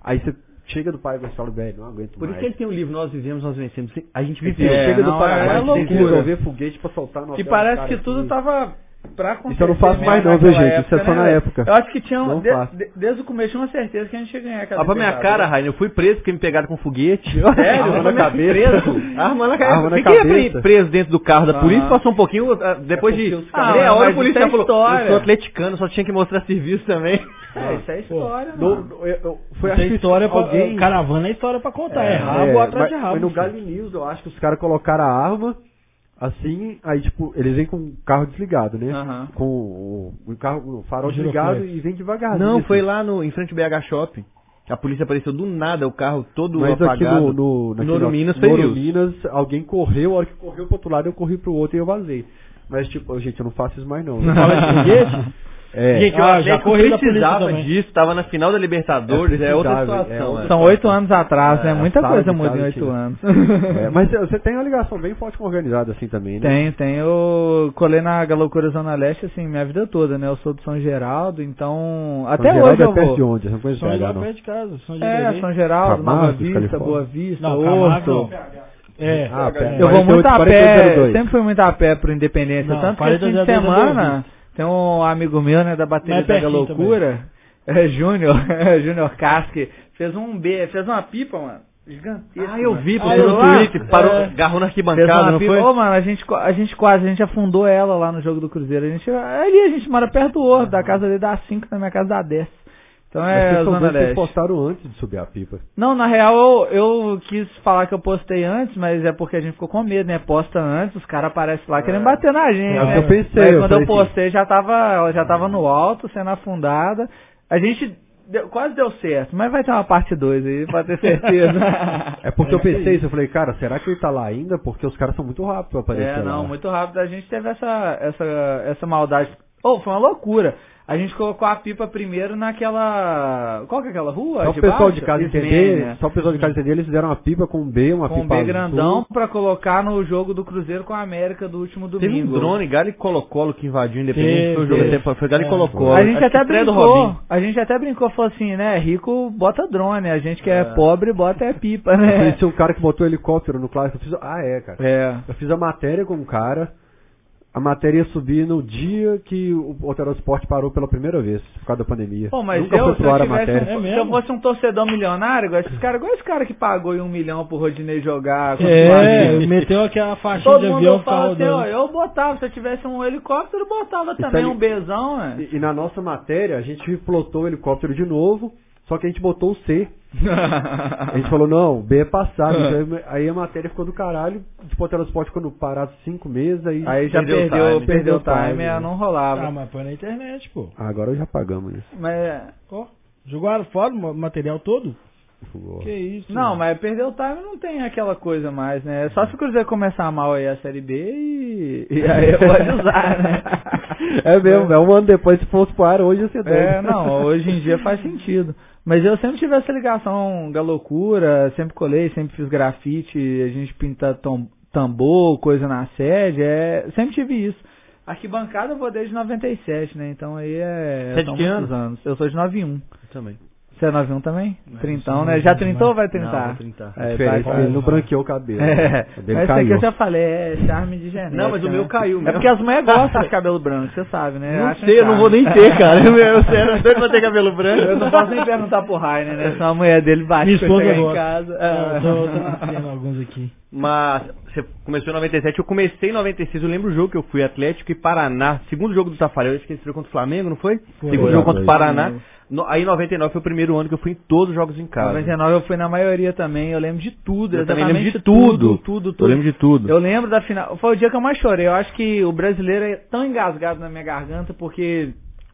Aí você chega do Paraguai e fala, velho, não aguento Por mais. isso que ele tem um livro, Nós Vivemos, Nós Vencemos. A gente Você viveu. É, chega do não, Paraguai, é tem que loucura. resolver foguete pra soltar no E hotel do parece cara assim. que tudo tá aqui. tava pra acontecer. Isso eu não faço mesmo mais não, viu, naquela gente? Isso é época, só né, na velho? época. Eu acho que tinha um, Não de- faço. de- desde o começo tinha uma certeza que a gente ia ganhar aquela Olha pra minha cara, Rainer, eu fui preso porque me pegaram com foguete. Sério? Arma na Arma na cabeça. Preso. Arma na Arma na Fiquei cabeça. preso dentro do carro da Ah. polícia, passou um pouquinho, ah, depois É de porque os caras- meia Ah, hora mas a polícia isso é falou, eu história." sou atleticano, só tinha que mostrar serviço também. É, isso é história, No- mano. eu- eu- foi Foi acho que história pra, alguém... Caravana é história pra contar. É, rabo É, atrás mas- de rabo. Mas no filho. Galho News, eu acho que os caras colocaram a arma assim, aí tipo, eles vêm com o carro desligado, né? Aham. Com o, o carro, o farol O desligado giroflex. e vem devagar. Não, assim. foi lá no, em frente ao BH Shopping. A polícia apareceu do nada, o carro todo Mas aqui apagado. no, no, naquele- Noro Minas foi Noro news. Minas, alguém correu, a hora que correu pro outro lado, eu corri pro outro e eu vazei. Mas tipo, ô, gente, eu não faço isso mais não. Fala de foguete? É. Gente, Ah, ó, já gente, corri da polícia precisava também. disso, tava na final da Libertadores, é, É, outra precisava, situação. é outra né? São oito anos atrás, né? É, Muita sabe, coisa sabe, muda em oito tio. anos. É, mas você tem uma ligação bem forte com organizada assim também, né? Tenho, tenho. Eu colei na Galocura Zona Leste, assim, minha vida toda, né? Eu sou de São Geraldo, então. Até São Geraldo hoje é eu perto vou. de onde? Eu não conheço São BH, Geraldo não. perto de casa. São É, Geraldo. São Geraldo, Nova Camargo, Vista, Califórnia. Boa Vista, Não, Camargo Horto. não. É. Ah, pera, Eu vou muito a 48, pé, 48. sempre fui muito a pé pro Independência. Não, Tanto que esse fim de 48, semana tem um amigo meu, né, da bateria Mas da pertinho Galocura, é, Júnior, Júnior Casque, fez um B, fez uma pipa, mano. Gigantesca. Ah, eu vi, mano. porque no Ah, Twitter, parou, é. agarrou na Fez arquibancada, uma não pipa. foi? Ô, mano, a gente, qua- a gente quase, a gente afundou ela lá no jogo do Cruzeiro. A gente, ali a gente mora perto do Horto, da casa dele dá 5, na minha casa dá 10. Então Ah. Mas é vocês são Zona dois que Leste. postaram antes de subir a pipa. Não, na real eu, eu quis falar que eu postei antes, mas é porque a gente ficou com medo, né? Posta antes, os caras aparecem lá querendo bater na gente. É o que né? eu pensei, Mas eu quando falei eu assim. postei já tava, ela já tava no alto, sendo afundada. A gente deu- quase deu certo, mas vai ter uma parte 2 aí, pra ter certeza. É porque eu pensei isso, eu falei, cara, será que ele tá lá ainda? Porque os caras são muito rápidos pra aparecer É, não, lá. muito rápido. A gente teve essa, essa, essa maldade. Ou foi uma loucura. A gente colocou a pipa primeiro naquela. Qual que é aquela rua? Só o de pessoal baixo? de casa Ismênia. entender, só o pessoal de casa entender, eles fizeram uma pipa com B, uma com um pipa B azul. grandão pra colocar no jogo do Cruzeiro com a América do último domingo. Teve um drone, Galo e Colo-Colo que invadiu, independente, Teve. foi o jogo da temporada, foi Galo e É. Colo-Colo. A gente Acho que até estreia do brincou, Robinho. a gente até brincou, falou assim, né, rico bota drone, a gente que é, pobre bota é pipa, Eu né? conheci um cara que botou helicóptero no clássico. Eu fiz, ah, é, cara. É. Eu fiz a matéria com um cara. A matéria ia subir no dia que o Otero Esporte parou pela primeira vez, por causa da pandemia. Pô, mas Nunca eu, foi se pro eu, ar a tivesse, matéria. É um, se eu mesmo? fosse um torcedor milionário, igual esses caras, igual esse cara que pagou em um milhão pro Rodinei jogar. contra o É, Flamengo. meteu aquela faixa de Todo mundo avião fala assim, ó, falando. eu botava, se eu tivesse um helicóptero, eu botava também aí- um bezão, né? E, e na nossa matéria, a gente plotou o helicóptero de novo, só que a gente botou o C. A gente falou, não, o B é passado. Então, aí a matéria ficou do caralho. Tipo, o Otero Esporte ficou no parado cinco meses, aí... Aí já Perdeu o perdeu, time. perdeu o time, Perdeu o aí time, não rolava. Ah, mas põe na internet, pô. Ah, Agora já pagamos isso. Mas Ó, jogaram fora o ma- material todo? Que isso. Não, mano. mas perder o time não tem aquela coisa mais, né? Só se o Cruzeiro começar mal aí a Série B e, e aí pode usar, né? É mesmo, é um ano depois, se fosse pro ar, hoje ia ser doido. É, não, hoje em dia faz sentido. Mas eu sempre tive essa ligação da loucura, sempre colei, sempre fiz grafite, a gente pinta tom- tambor, coisa na sede, é, sempre tive isso. Arquibancada eu vou desde 97, né? Então aí é... Você é de são que muitos anos? Eu sou de 91. Também. Você é 91 também? Trintão, sou né? 91, Já trintou ou vai Não, trintar? vou trintar. É, Diferente, tá, tá. ele não branqueou o cabelo. É, O dele mas esse caiu. aqui eu já falei, é charme de genética. Não, mas o meu né? caiu mesmo. É porque as mulheres gostam de cabelo branco, você sabe, né? Não Acham sei, eu não charme. vou nem ter, cara. Eu, eu, sério, eu tô doido pra ter cabelo branco. Eu não posso nem perguntar pro Rainer, né? Senão a mulher dele bate Me pra chegar esconde em agora. casa. É, É. eu tô, tô nascendo alguns aqui. Mas você começou em 97, eu comecei em 96, eu lembro o jogo que eu fui, Atlético e Paraná. Segundo jogo do Tafarel, acho que ele foi contra o Flamengo, não foi? Foi. Segundo Foi, jogo contra o foi. Paraná. No, aí 99 foi o primeiro ano que eu fui em todos os jogos em Em casa. 99 eu fui na maioria também, eu lembro de tudo. Tá. Eu também exatamente lembro de tudo. Tudo, tudo, Eu lembro de tudo. Eu lembro da final. Foi o dia que eu mais chorei. Eu acho que o brasileiro é tão engasgado na minha garganta porque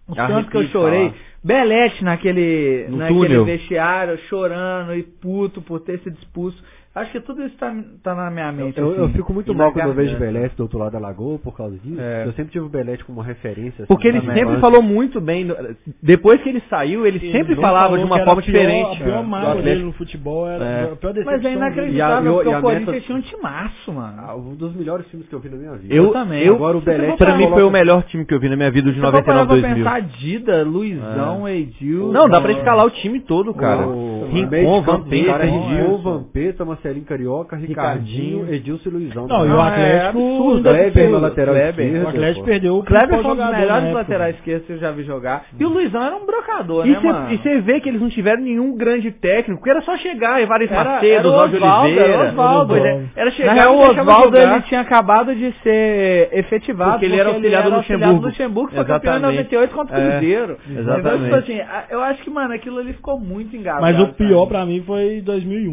o Arrepio tanto que eu de chorei. falar. Belete naquele, No naquele túnel. vestiário, chorando e puto por ter sido expulso. Acho que tudo isso tá, tá na minha mente. Eu, eu assim, fico muito e mal na quando eu vejo o garganta. Belete do outro lado da lagoa por causa disso. É. Eu sempre tive o Belete como referência. assim, Porque ele na minha sempre infância. falou muito bem. do- Depois que ele saiu, ele sempre Ele falava falou de que uma era forma a pior- diferente. A pior do mágoa Atlético. dele no futebol era É. a pior decepção. Mas é dele. E a- inacreditável porque e a o Corinthians meta- tinha um timaço, mano. Ah, um dos melhores filmes que eu vi na minha vida. Eu, Eu também. eu Agora o Belete pra é mim coloca- foi o melhor time que eu vi na minha vida o de Se eu for parar pra 99 um, 2000. É. pensar Dida, Luizão, Edil. Não, dá pra escalar o time todo, cara. O- Rincon, Vampeta, Vampeta, é Rincon, Edilson. Vampeta, Marcelinho Carioca, Ricardinho, Ricardinho. Edilson e Luizão. Não, e o Ah, Atlético É absurdo, ainda Kleber, perdeu. na lateral Kleber. esquerda, O Atlético pô. perdeu o O Kleber foi um dos jogador né, na melhores época. Uhum. laterais esquerdos que eu já vi jogar. E o Luizão era um brocador, né, mano? E você vê que eles não tiveram nenhum grande técnico, porque era só chegar, Evaristo Era- Macedo, era o Jorge Osvaldo, Oliveira. era o Osvaldo. Pois é, Era Na chegar real, e o deixava Oswaldo jogar. ele tinha acabado de ser efetivado. Porque ele era auxiliar do auxiliar Luxemburgo. Luxemburgo, foi campeão em Exatamente. 98 contra o É, Cruzeiro. Então, exatamente. tipo assim, a- eu acho que, mano, aquilo ali ficou muito engasgado. Mas o pior sabe? pra mim foi 2001.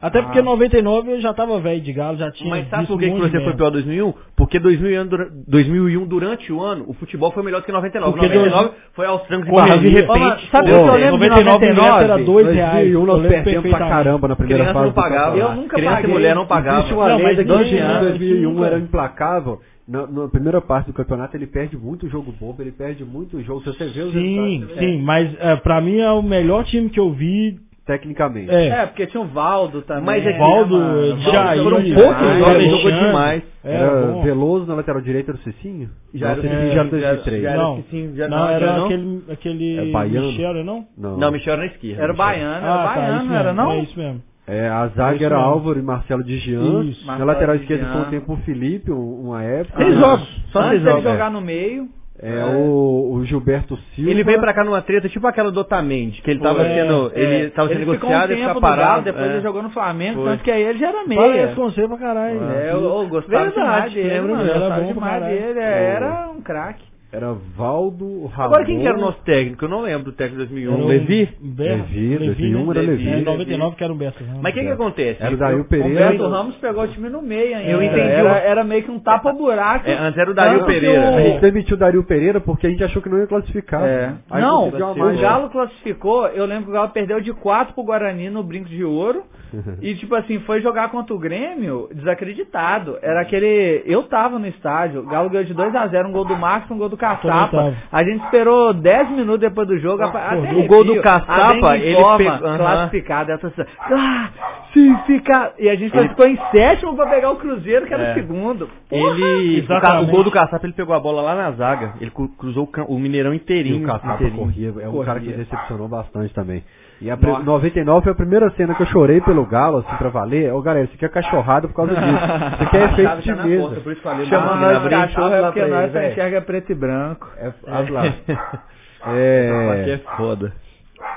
Até Ah. porque em 99 eu já tava velho de galo, já tinha. Mas sabe visto por que, um que monte de você foi merda. pior 2001? Porque 2001, dura- 2001, durante o ano, o futebol foi melhor do que 99. Porque 99 foi aos trancos e Correria. barrancos de Ô, mano, repente. sabe pô, o que eu velho, lembro de 99 99? era dois reais. 2001 eu nós lembro perdemos pra perfeitamente. caramba na primeira Criança fase. não do pagava. Eu campeonato. nunca Criança e paguei. mulher não pagava. Existe uma Não, mas lenda que o time tinha, de 2001 tinha. era implacável. Na, na primeira parte do campeonato ele perde muito jogo bobo, ele perde muito jogo. Se você vê os Sim, resultados, você vê. sim, mas é, pra mim é o melhor time que eu vi. tecnicamente. É, É, porque tinha o Valdo também. Mas é que- Valdo, mano? Jair, um Foram Jair, poucos né? jogos, Alexandre. É, jogou demais. Era bom. Veloso na lateral direita era o Cecinho? Já Não, era o Cecinho o já era Cecinho, já era- 2003. já era- não, que sim, já não, não, era já não. aquele, aquele É baiano? Michel, era não? Não, Michel era na esquerda. Era Michel. baiano, Ah, era tá, isso Ah, baiano, mesmo, era É não? isso mesmo. É, a zaga Isso era mesmo. Álvaro e Marcelo de Jean. Isso. Na Marcelo lateral de esquerda Jean. foi um tempo o Felipe, um- uma época. Seis Ah. tá. jogos. Só Antes seis dele jogos. jogar no meio. É, o, o Gilberto Silva. Ele veio pra cá numa treta, tipo aquela do Otamendi, que ele tava Foi. sendo. Ele é, tava sendo ele ficou um negociado, ele tempo ficava no Galo, parado. Depois é. ele jogou no Flamengo, Foi. tanto que aí ele já era meia. Parece com você pra Ah. caralho. um É, eu, velho. eu gostava Verdade, demais dele, lembro mano, mesmo, eu era gostava bom pra demais caralho. dele, é, era um craque. Era Valdo, Ramon. Agora quem que era o Uhum. nosso técnico? Eu não lembro do técnico de 2001. Era um Levi? Ber- Levi, 2001 né? era Levi. É, Levi. 99 que era um Beto. Ramos. Mas o que que acontece? Era o Dario Pereira. Humberto Ramos pegou o time no meio ainda. Eu entendi. Era, era meio que um tapa-buraco. É, antes era o Dario Tanto que Pereira. A gente o- demitiu o Dario Pereira porque a gente achou que não ia classificar. É. Aí Não, conseguiu uma o margem. Galo classificou, eu lembro que o Galo perdeu de 4 pro Guarani no Brinco de Ouro. E, tipo assim, foi jogar contra o Grêmio desacreditado. Era aquele. Eu tava no estádio, o Galo ganhou de 2x0, um gol do Marcos, um gol do tava. Caçapa. A gente esperou 10 minutos depois do jogo. apa- até Ah, o gol do arrepio. Caçapa, A dengue ele forma, pegou- aham. classificado. Essa, ah, se ficar. E a gente classificou em sétimo pra pegar o Cruzeiro, que era É. o segundo. Ele. O, ca- Exatamente. o gol do Caçapa ele pegou a bola lá na zaga. Ele cu- cruzou o, cam- o Mineirão E inteirinho. o Caçapa inteirinho. corria, é um Corria. cara que decepcionou bastante também. E a pri- Nossa. 99 foi a primeira cena que eu chorei pelo Galo, assim, pra valer. Ô, galera, isso aqui é cachorrada por causa disso. Isso aqui é tá efeito de mesa. por isso que eu Chama Ah, nós nós de cachorro é Atlas porque pra ele, nós só velho. enxerga preto e branco. É, abre lá. É, é foda.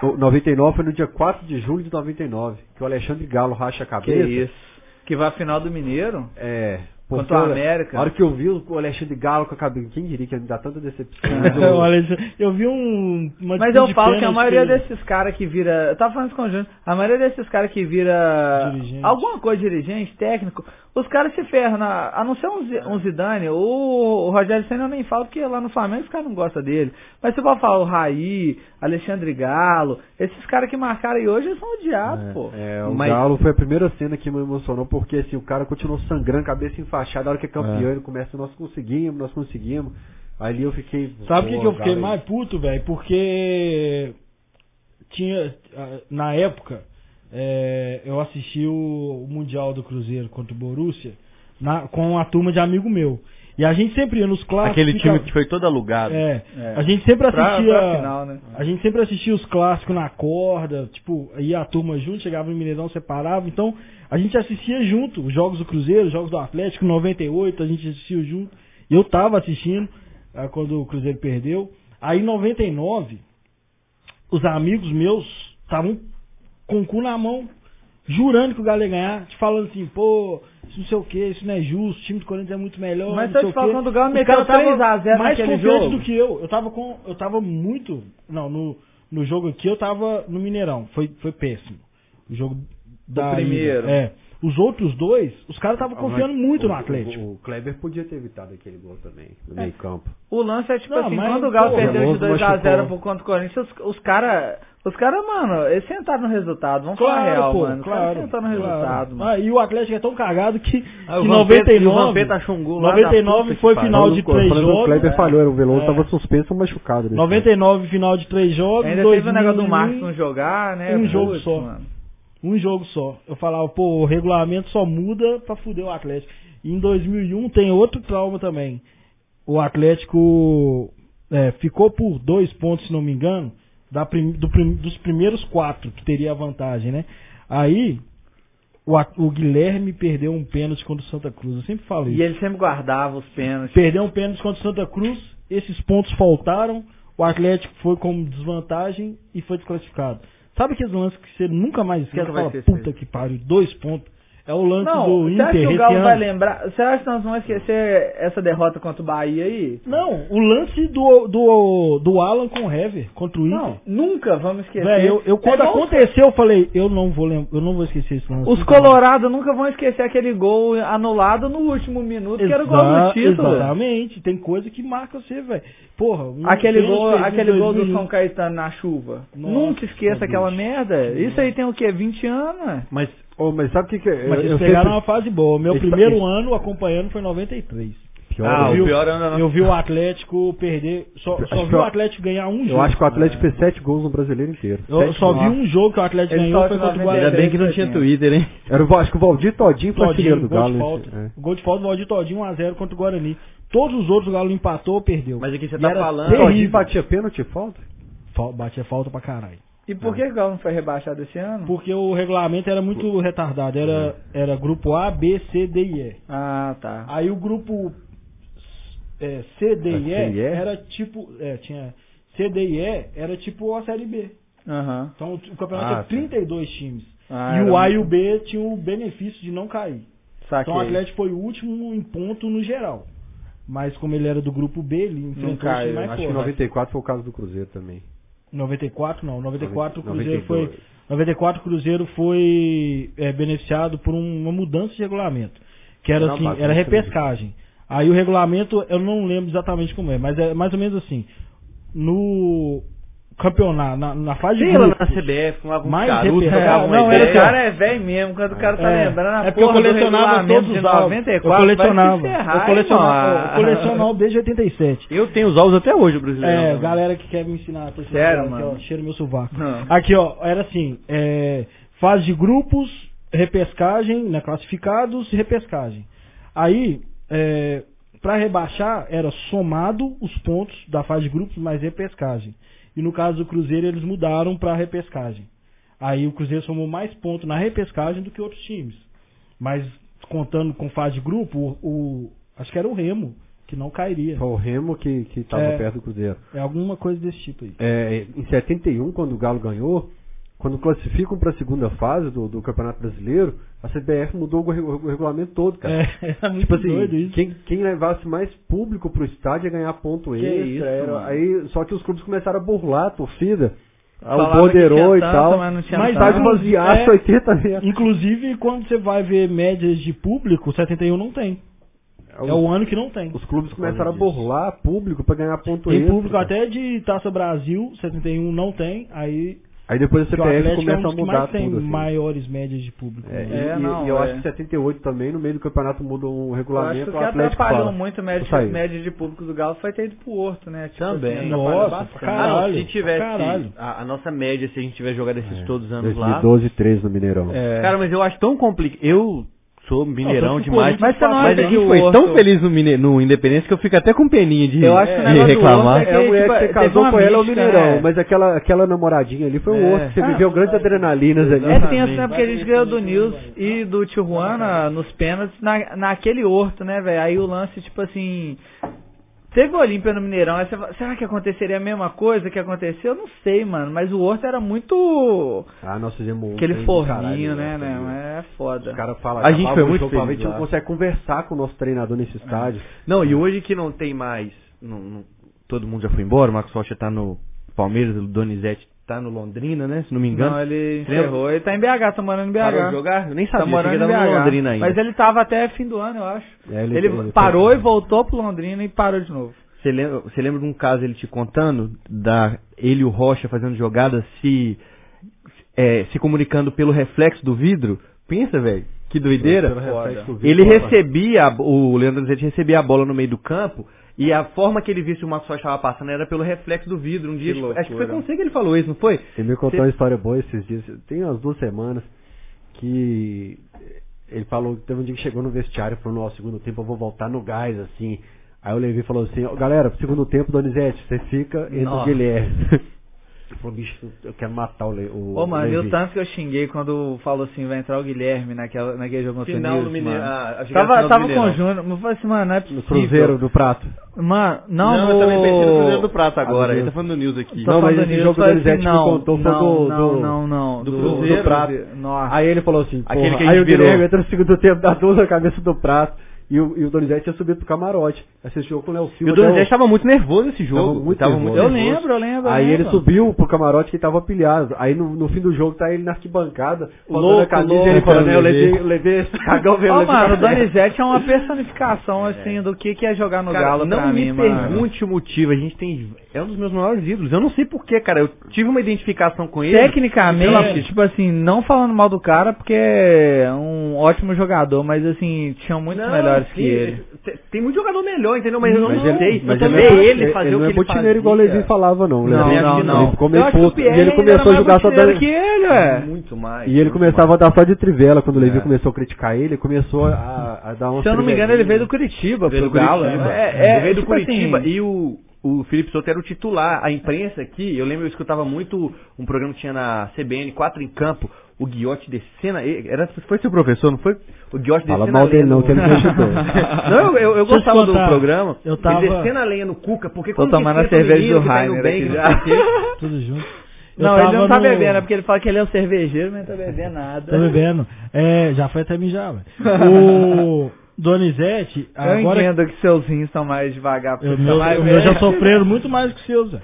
o 99 foi no dia 4 de julho de 99, que o Alexandre Galo racha a Que cabeça. isso. Que vai à final do Mineiro? É. Contra porque o eu- América. A hora que eu vi o Alexandre Galo com a cabeça, quem diria que ia me dar tanta decepção? Olha, isso- eu vi um. uma Mas disputa eu de falo que a pênalti maioria pelo- desses caras que vira. Eu tava falando isso com o Júnior. A maioria desses caras que vira. Dirigente. Alguma coisa, dirigente, técnico. Os caras se ferram. na- A não ser um, É. Zi- um Zidane, o, o Rogério Senna eu nem falo, porque lá no Flamengo os caras não gostam dele. Mas você pode falar o Raí, Alexandre Galo. Esses caras que marcaram aí hoje eles são odiados, pô. É, o Mas- Galo foi a primeira cena que me emocionou, porque assim, o cara continuou sangrando, cabeça enfaixada, a hora que é campeão, ele começa, nós conseguimos, nós conseguimos. Ali eu fiquei. Sabe o que, pô, que eu fiquei Galo, mais puto, velho? Porque tinha. ah, Na época, eh, eu assisti o, o Mundial do Cruzeiro contra o Borussia na- com a turma de amigo meu. E a gente sempre ia nos clássicos. Aquele ficava- time que foi todo alugado. É, É. A gente sempre Pra- assistia. pra final, né? A gente sempre assistia os clássicos na corda, tipo, ia a turma junto, chegava no Mineirão, separava. Então, a gente assistia junto os jogos do Cruzeiro, os jogos do Atlético, 98, a gente assistiu junto. E eu tava assistindo ah, quando o Cruzeiro perdeu. Aí, em 99, os amigos meus estavam com o cu na mão, jurando que o Galo ia ganhar, te falando assim, pô, isso não sei o que, isso não é justo, o time do Corinthians é muito melhor. Mas não se sei eu te falar, quê. quando o Galo Os meteu caras tavam 3x0 mais naquele confiante jogo. do que eu. Eu tava com. Eu tava muito. Não, no, no jogo aqui eu tava no Mineirão. Foi, foi péssimo. O jogo da. primeiro. ida. É. Os outros dois, os caras estavam confiando muito no Atlético. O, o Kleber podia ter evitado aquele gol também, É, no meio campo. O lance é tipo Não, assim, mas, quando o Galo pô, perdeu Veloso de 2x0 machucou. por contra o Corinthians, os, os caras. Os caras, mano, eles sentaram no resultado. Vamos falar a real, mano. os caras sentaram no claro. resultado, mano. Ah, e o Atlético é tão cagado que, Ah, o que 99, Vampeta- e o Vampeta achou um gol lá da 99 puta que foi pariu. final de Falando- três falando, jogos. O Kleber é. falhou, era o Veloso É. estava suspenso ou machucado. nesse 99 final de três jogos. Ainda teve 2001, o negócio do Marcos não jogar, né? um jogo Putz, só. mano. Um jogo só. Eu falava, pô, o regulamento só muda pra fuder o Atlético. E em 2001 tem outro trauma também. O Atlético é, ficou por dois pontos, se não me engano, da prim- do prim- dos primeiros quatro que teria a vantagem, né? Aí o, a- o Guilherme perdeu um pênalti contra o Santa Cruz. Eu sempre falo isso. E ele sempre guardava os pênaltis. Perdeu um pênalti contra o Santa Cruz, esses pontos faltaram, o Atlético foi com desvantagem e foi desclassificado. Sabe aqueles lances que você nunca mais esquece? Nunca vai fala, esquecer. puta que pariu, dois pontos. É o lance Não, do você acha Inter que o esse Galo ano. vai lembrar? Você acha que nós vamos esquecer essa derrota contra o Bahia aí? Não, o lance do, do, do Alan com o Hever contra o Inter. Não, nunca vamos esquecer. Velho, eu, eu- quando É igual os- aconteceu, eu falei, eu não vou lembrar, eu não vou esquecer esse lance. Os Colorados nunca vão esquecer aquele gol anulado no último minuto, que era o gol do Exa- título. Exatamente, tem coisa que marca você, velho. Porra, um Aquele pênalti gol, perdido em aquele gol do 2001. São Caetano na chuva. Nossa, Nunca esqueça meu aquela Deus. merda. Isso aí tem o quê? 20 anos? né? Mas Ô, mas sabe o que, que é? Mas eu, eles eu pegaram sempre- uma fase boa. Meu Eles- primeiro eles- ano acompanhando foi 93. Pior, ah, eu, o pior ano Eu vi o Atlético perder, só, Acho só vi que o eu- Atlético ganhar um jogo. eu acho que o Atlético fez sete gols no brasileiro inteiro. Eu Sete só gols. vi um jogo que o Atlético Ele ganhou só foi que contra o 93 Guarani. é ainda bem que não tinha Twitter, hein? Era, o- acho que o Valdir Todinho foi o artilheiro Todinho, do gol Galo. de né? falta. É. Gol de falta, Valdir Todinho 1x0 contra o Guarani. Todos os outros o Galo empatou ou perdeu. Mas aqui você E tá era falando. terrível. Todinho batia pênalti e falta? Fal- Batia falta pra caralho. E É. por que o Galo não foi rebaixado esse ano? Porque o regulamento era muito retardado. Era, era grupo A, B, C, D e E. Ah, tá. Aí o grupo é, C, D e Era C E e E? era tipo. É, tinha. C, D e E era tipo a Série B. Aham. Então o campeonato Ah, tá. tinha 32 times. Ah, e era o A e o muito- B tinham o benefício de não cair. Saquei. Então o Atlético foi o último em ponto no geral. Mas como ele era do grupo B, ele enfrentou o time caiu. mais Acho que forte. 94 foi o caso do Cruzeiro também. 94 não, 94 o Cruzeiro 92. foi 94 o Cruzeiro foi é, beneficiado por um- uma mudança de regulamento, que era Era uma assim, bagunça, era né? repescagem. Aí o regulamento eu não lembro exatamente como é, mas é mais ou menos assim. No campeonato, na, na fase de Sei lá, na grupos, CBF, com algum Mais garoto, repertório. jogava uma Não, era esse ideia. cara é velho mesmo, quando o cara tá É, lembrando a é porque eu porra do colecionava regulamento todos os de álbuns. 94, eu colecionava. vai se ferrar, eu colecionava, irmão. Ah. eu colecionava desde 87. Eu tenho os ovos até hoje, o É, brasileiro. galera que quer me ensinar. Por Sério, aqui, mano? Ó, é cheiro meu sovaco. Não. Aqui, ó, era assim, é, fase de grupos, repescagem, né, classificados, repescagem. Aí, é, pra rebaixar, era somado os pontos da fase de grupos mais repescagem. E no caso do Cruzeiro, eles mudaram pra repescagem. Aí o Cruzeiro somou mais pontos na repescagem do que outros times. Mas contando com fase de grupo, o, o- acho que era o Remo, que não cairia. Foi o Remo que, que tava É. perto do Cruzeiro. É alguma coisa desse tipo aí. É, em 71, quando o Galo ganhou, quando classificam para a segunda fase do, do Campeonato Brasileiro, a CBF mudou o, re- o regulamento todo, cara. É, era muito Tipo doido assim, isso. quem, quem levasse mais público pro estádio ia ganhar ponto Que extra. isso, era- mano. aí, só que os clubes começaram a burlar a torcida, Falava o Borderô que e tinha tal. tanto, mas não tinha mas um tanto. estádio vaziado, É. 80 metros. Inclusive, quando você vai ver médias de público, 71 não tem. É o ano que não tem. Os clubes começaram a disso. burlar público para ganhar ponto Tem extra. público cara. até de Taça Brasil, 71 não tem. Aí Aí depois a que o CBF Atlético é começa um a dos que mudar mais tem tudo. assim. maiores médias de público. É, né? e- É, e, não, e eu é. acho que 78 também, no meio do campeonato mudou um Eu acho que regulamento, o o que Atlético atrapalhou fala. muito o Vou médio, sair. médio de público do Galo foi ter ido pro Horto, né? Tipo, Também. assim, atrapalhou Nossa, bastante. Ah, não, caralho. se tivesse Caralho. a, a nossa média, se a gente tivesse jogado É, esses todos os anos lá. 2012 e 13 no Mineirão. É. Cara, mas eu acho tão complicado. Eu sou mineirão Não, tanto que o Corinthians demais. Mas você não acha a gente que o é foi tão Horto- feliz no, Mine... no Independência que eu fico até com peninha de, Eu acho que o de negócio do reclamar. Horto É a mulher tipo, que você teve casou uma com ela é o mística, Mineirão, né? mas aquela, aquela namoradinha ali foi É. um outro. Você Ah, viveu grandes adrenalinas ali. É tenso, Exatamente. né? Porque a gente ganhou do Nils e do Tijuana nos pênaltis na, naquele horto, né, velho? Aí o lance, tipo assim. Teve o Olímpia no Mineirão, aí você fala, será que aconteceria a mesma coisa que aconteceu? Eu não sei, mano. Mas o horto era muito. Ah, nós fizemos um Aquele trem do forninho, caralho, né, nossa, né? viu? Mas é foda. Os caras falam, A gente acabava foi o muito jogo pra feliz frente, A gente lá. não consegue conversar com o nosso treinador nesse estádio. Não, e hoje que não tem mais. não- não- todo mundo já foi embora, o Marcos Rocha tá no Palmeiras, o Donizete tá no Londrina, né? Se não me engano. Não, ele encerrou. Ele tá em BH, tá morando em Parou de BH. jogar? Eu nem Tá sabia, morando achei em que ele tava no BH. Londrina ainda. Mas ele tava até fim do ano, eu acho. É, Ele, parou e voltou pro Londrina e parou de novo. Você lembra, você lembra de um caso ele te contando, da ele e o Rocha fazendo jogadas se é, se comunicando pelo reflexo do vidro? Pensa, velho, que doideira. Ele recebia, a bo- o Leandro Zete recebia a bola no meio do campo e a forma que ele visse o Marcos Rocha estava passando era pelo reflexo do vidro. Um dia, Que acho- acho que foi loucura. com você que ele falou isso, não foi? Ele me contou Cê- uma história boa esses dias, tem umas duas semanas, que ele falou que teve um dia que chegou no vestiário e falou, nossa, segundo tempo eu vou voltar no gás, assim. Aí o Levi falou assim, "Ó, galera, pro segundo tempo, Donizete, você fica entre Nossa. o Guilherme. Falou, bicho, eu quero matar o. Le- o Ô, mano, Levi. e o tanto que eu xinguei quando falou assim, vai entrar o Guilherme naquela, naquele jogo contra o Final do Nils, Mineiro. mano. Ah, achei que era Tava, final do tava com Mineirão. o Júnior, mas eu falei assim, mano, não é No possível. Cruzeiro do Prato. Mano, não, Não, eu também pensei no o- Cruzeiro do Prato agora. Ah, Ele Deus. tá falando do News aqui. Não, Tô mas falando esse nisso, jogo eu falei do Elisete assim, me não, contou, foi não, do- Não, do- não, não. do Cruzeiro, do Prato. Nossa. Aí ele falou assim, Aquele porra, que a gente aí o virou. Guilherme entra no segundo tempo, dá duas na cabeça do Prato. E o, e o Donizete tinha subido pro camarote. Assistiu com o Léo E Silva. o até Donizete tava muito nervoso nesse jogo. então- Tava muito nervoso. eu lembro, eu lembro. Aí eu ele lembro. subiu pro camarote que tava pilhado. Aí no, no fim do jogo tá ele na arquibancada, Louco, falando a camisa louco, e ele falando, né, eu Levi. levei, levei esse cagão Ô, velho. levei mano, o pra terra." Donizete é uma personificação, assim, do que, que é jogar no Cara, Galo não pra me mim, mano. pergunte o motivo. A gente tem. É um dos meus maiores ídolos. Eu não sei porquê, cara. Eu tive uma identificação com ele. Tecnicamente, tipo assim, não falando mal do cara, porque é um ótimo jogador, mas assim, tinham muitos Não, melhores que sim, ele. te- Tem muito jogador melhor, entendeu? Mas eu não Mas ele, sei. mas eu ele, também não é- ele, fazer ele o não que é ele botineiro fazia. igual o Levi falava, não. Não, Levi- não, não. Ele ficou Eu meio acho que o puto. E Pierre ele ainda começou a era mais jogar só artilheiro dando... que ele, ué. Muito mais. né? E ele muito começava a dar só de trivela. Quando o Levi É. começou a criticar ele, começou a, a dar uma. Se eu não me engano, ele veio do Curitiba, mais. pro Galo. Curitiba. né? É, é, ele veio do tipo Curitiba. assim, E o, o Felipe Soto era o titular. A imprensa aqui, eu lembro, eu escutava muito um programa que tinha na CBN, Quatro em Campo. O Guiote descendo. a- Era, foi seu professor, não foi? O Guiote Fala descendo a mal dele lenha não, no- que ele me ajudou. Não, eu, eu, eu Deixa eu te gostava do contar. programa. Eu tava- Ele descendo a lenha no Cuca, porque Tô quando tomando a esquenta o cerveja menino do que tá Rainer indo bem, aqui que não já. sei o quê. Tudo junto. Eu Não, ele tava não tá no- bebendo, é porque ele fala que ele é um cervejeiro, mas não tá bebendo nada. Tô bebendo. É, já foi até mijar, velho. O Donizete, Eu Ah, agora entendo que seus rins estão mais devagar. porque Eu, você meu, tá mais o meu velho. já sofreram muito mais que os seus, velho.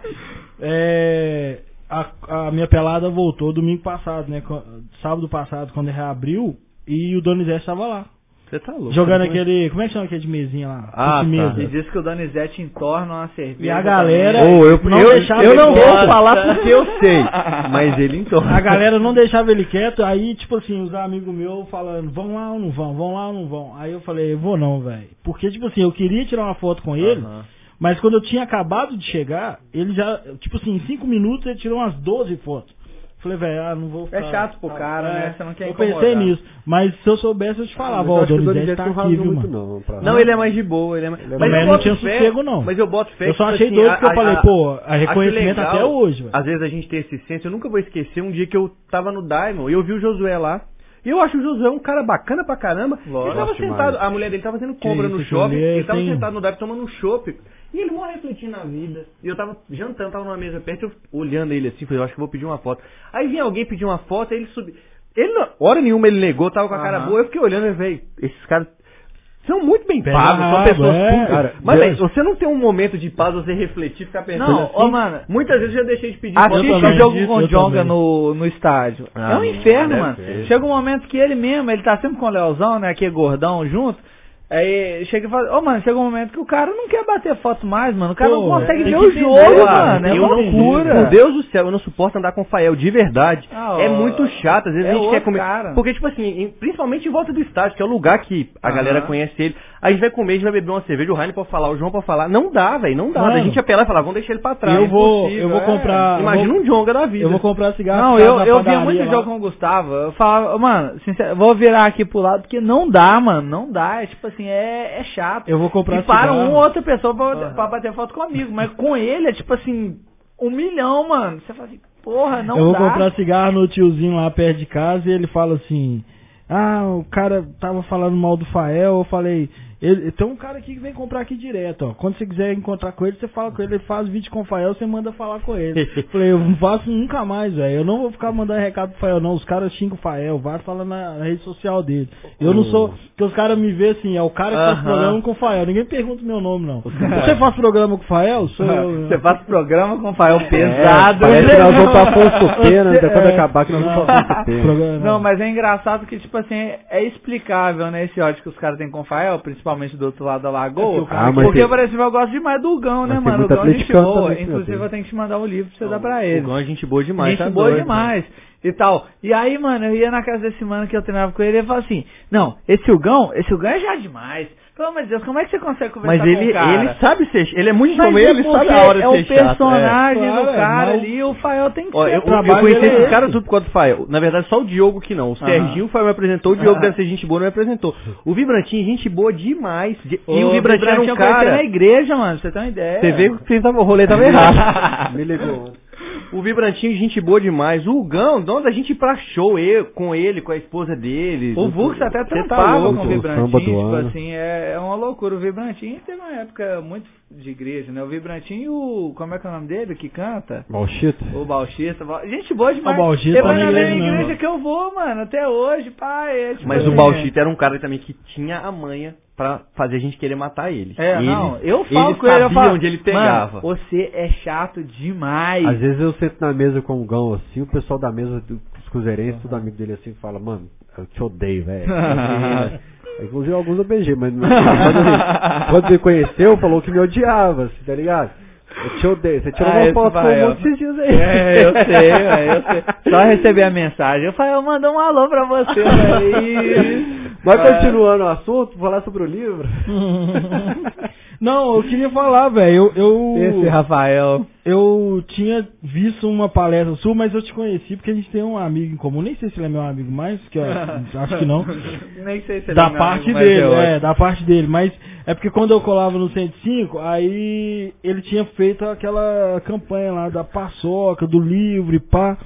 É, a, a minha pelada voltou domingo passado, né? co- Sábado passado, quando reabriu, e o Donizete estava lá. Você tá louco. jogando né? aquele. Como é que chama aquele de mesinha lá? Ah, Fute tá. E mesa. diz que o Donizete entorna uma cerveja. E a galera também. Ô, eu- não eu- deixava eu ele não vou quieto. falar porque eu sei, mas ele entorna. A galera não deixava ele quieto, aí, tipo assim, os amigos meus falando, vão lá ou não vão, vão lá ou não vão. Aí eu falei, vou não, velho. Porque, tipo assim, eu queria tirar uma foto com ele, Aham. Mas quando eu tinha acabado de chegar, ele já, tipo assim, em 5 minutos ele tirou umas 12 fotos. Falei, velho, ah, não vou ficar. É chato pro cara, né? Você não quer Eu incomodar. pensei nisso, mas se eu soubesse eu te falava, ó, o acho que o Donizete Donizete tá não aqui, rasgou viu, muito, mano. não. pra- Não, ele é mais de boa, ele é mais. Ele é eu mais- Mas não boto tinha fé- sossego, não. Mas eu boto fé. Eu que, só tipo achei assim, doido a- porque eu a- falei, a- pô, a acho reconhecimento legal, até hoje, velho. Às vezes a gente tem esse senso. Eu nunca vou esquecer um dia que eu tava no Diamond e eu vi o Josué lá. E eu acho o Josué um cara bacana pra caramba. Lógico. ele tava Gosto demais. sentado, a mulher dele tava fazendo compra isso, no que shopping, mulher ele tava tem- sentado no Diamond tomando um chopp. E ele mora refletindo na vida. E eu tava jantando, tava numa mesa perto, eu olhando ele assim, falei, eu acho que eu vou pedir uma foto. Aí vinha alguém pedir uma foto, aí ele subiu. Ele, não- hora nenhuma, ele negou, tava com a cara Aham. boa. Eu fiquei olhando e velho, esses caras são muito bem Pega pagos, são rabo, pessoas é. públicas. Cara, Mas, Deus- velho, você não tem um momento de paz, você refletir, ficar pensando. Não, assim. ô, mano. Muitas vezes eu já deixei de pedir Ah, Eu Assiste também, o jogo eu com o também. Jonga no, no estádio. Ah, é um não, inferno, deve mano. ser. Chega um momento que ele mesmo, ele tá sempre com o Leozão, né? Que é gordão junto. Aí chega e fala, ô mano, chega um momento que o cara não quer bater foto mais, mano. O cara não Pô, tem consegue ver que o entender, jogo, cara. mano. É Eu uma não- loucura. Meu Deus do céu, eu não suporto andar com o Fael, de verdade. Ah, é ó, muito chato, às vezes é a gente outro quer comer. cara. Porque, tipo assim, em- principalmente em volta do estádio, que é o lugar que a Aham. galera conhece ele. A gente vai comer, a gente vai beber uma cerveja, o Rainer pode falar, o João pode falar. Não dá, velho, não dá. Mano. A gente apelar e falar, vamos deixar ele pra E trás. eu vou, impossível, eu vou é. comprar. Imagina eu um Jonga da vou, vida. eu vou comprar cigarro. Não, ficava eu, na eu via padaria muito lá. jogo com o Gustavo. Eu falava, mano, sincero, vou virar aqui pro lado, porque não dá, mano. Não dá. É tipo assim, é, é chato. Eu vou comprar E para um cigarro. uma ou outra pessoa pra, pra bater foto comigo. Mas com ele é tipo assim, um milhão, mano. Você fala assim, porra, não eu vou dá. comprar cigarro no tiozinho lá perto de casa e ele fala assim: Ah, o cara tava falando mal do Fael. Eu falei: ele, Tem um cara aqui que vem comprar aqui direto, ó. Quando você quiser encontrar com ele, você fala com ele. Ele faz vídeo com o Fael, você manda falar com ele. Eu falei: Eu não faço nunca mais, velho. Eu não vou ficar mandando recado pro Fael, não. Os caras xingam o Fael, vai falar na rede social dele. Eu não sou. Porque os caras me veem assim: É o cara que faz Aham. programa com o Fael. Ninguém pergunta o meu nome, não. Você faz programa com o Fael? Sou eu. né? Você faz programa com o Fael É, pesado. parece que nós vamos pra Afonso Pena, Você- quando é. acabar que nós vamos pra Afonso Pena. Programa- Não, mas é engraçado que, tipo assim, é explicável, né, esse ódio que os caras têm com o Fael, principalmente do outro lado da É que lagoa. o cara- Ah, mas porque, tem- por exemplo, eu gosto demais do Gão, né, Mas tem mano? O muito Gão é gente atleticano boa. né, também, Inclusive, meu eu tenho que te mandar um livro pra você dar pra ele. O João é gente boa demais, gente tá boa doido. demais e tal. E aí, mano, eu ia na casa desse mano que eu treinava com ele e ele falava assim: Não, esse Hugão, esse Hugão é já demais. Pelo amor de Deus, como é que você consegue conversar Mas ele, com o cara? ele sabe ser. Ele é muito Mas bom, é ele sabe porque a hora é de o ser chato, é. personagem Claro, do cara mas- ali, o Fael tem que Ó, ser. eu, o eu trabalho conheci dele é esses esse. caras tudo por causa do Fael. Na verdade, só o Diogo que não. O Aham. Serginho o Fael me apresentou, o Diogo Aham. deve ser gente boa, não me apresentou. O Vibrantinho, gente boa demais. De- e Ô, o Vibrantinho era um eu conheci na cara. igreja, mano, pra você tem uma ideia. Você vê que você tava, o rolê tava errado. Me ligou. O Vibrantinho, gente boa demais. O Gão, de onde a gente ir pra show eu, com ele, com a esposa dele. O Vux até Cê tá trampava louco. com o samba Vibrantinho, do tipo ano. assim, é, é uma loucura. O Vibrantinho teve uma época muito de igreja, né? O Vibrantinho e o. Como é que é o nome dele que canta? Malchito. O Bautista. Ba- Gente boa demais. O Bautista Ele vai na não é mesma igreja, não, igreja mano. que eu vou, mano, até hoje, pai. é, tipo Mas assim, o Bautista era um cara também que tinha a manha pra fazer a gente querer matar ele. É, ele, não, eu falo ele com ele, eu sabia falo, onde ele "Mano, pegava." você é chato demais. Às vezes eu sento na mesa com o Gão assim, o pessoal da mesa, do- os cruzeirenses, tudo amigo dele assim, fala, mano, eu te odeio, velho. Inclusive alguns eu beijei, mas não- quando, ele- quando me conheceu, falou que me odiava, assim, tá ligado? Eu te odeio. Você tirou Ah, uma esse foto com vai, um ó. monte esses dias aí. É, eu sei, velho, eu sei. Só receber a mensagem. Eu falei, eu mando um alô pra você, velho. Mas É. continuando o assunto, falar sobre o livro. Não, eu queria falar, velho. Eu, eu, Esse é Rafael. eu tinha visto uma palestra sua, mas eu te conheci porque a gente tem um amigo em comum. Nem sei se ele é meu amigo mais, que eu acho que não. Nem sei se ele é da meu parte amigo, mas dele, eu é, acho. da parte dele. Mas é porque quando eu colava no 105, aí ele tinha feito aquela campanha lá da paçoca, do livro e pá.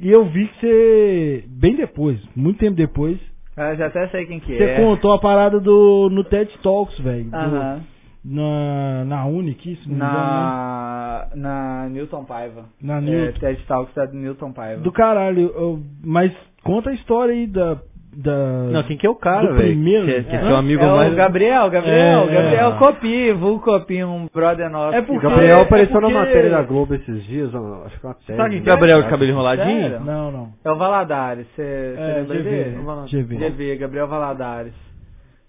E eu vi que você, bem depois, muito tempo depois, Eu já até sei quem que você é. contou a parada do no TED Talks, velho. do- Aham. Na, na Uni, que isso, não me engano, né? Na, na Newton Paiva. Na É, Newton. TED Talks da Newton Paiva. Do caralho. eu- mas conta a história aí da. da Não, quem que é o cara, Do velho? primeiro, Que, é- que é é. seu amigo é mais... o Gabriel, Gabriel, É, Gabriel é. Copi, vulgo Copi, um brother nosso. É que- O porque- Gabriel é apareceu na porque- matéria da Globo esses dias, ó, acho que uma série. Sabe quem né? que é o Gabriel de cabelo enroladinho? Sério? Não, não. É o Valadares, você É, lembra dele? GV. GV. GV, Gabriel Valadares.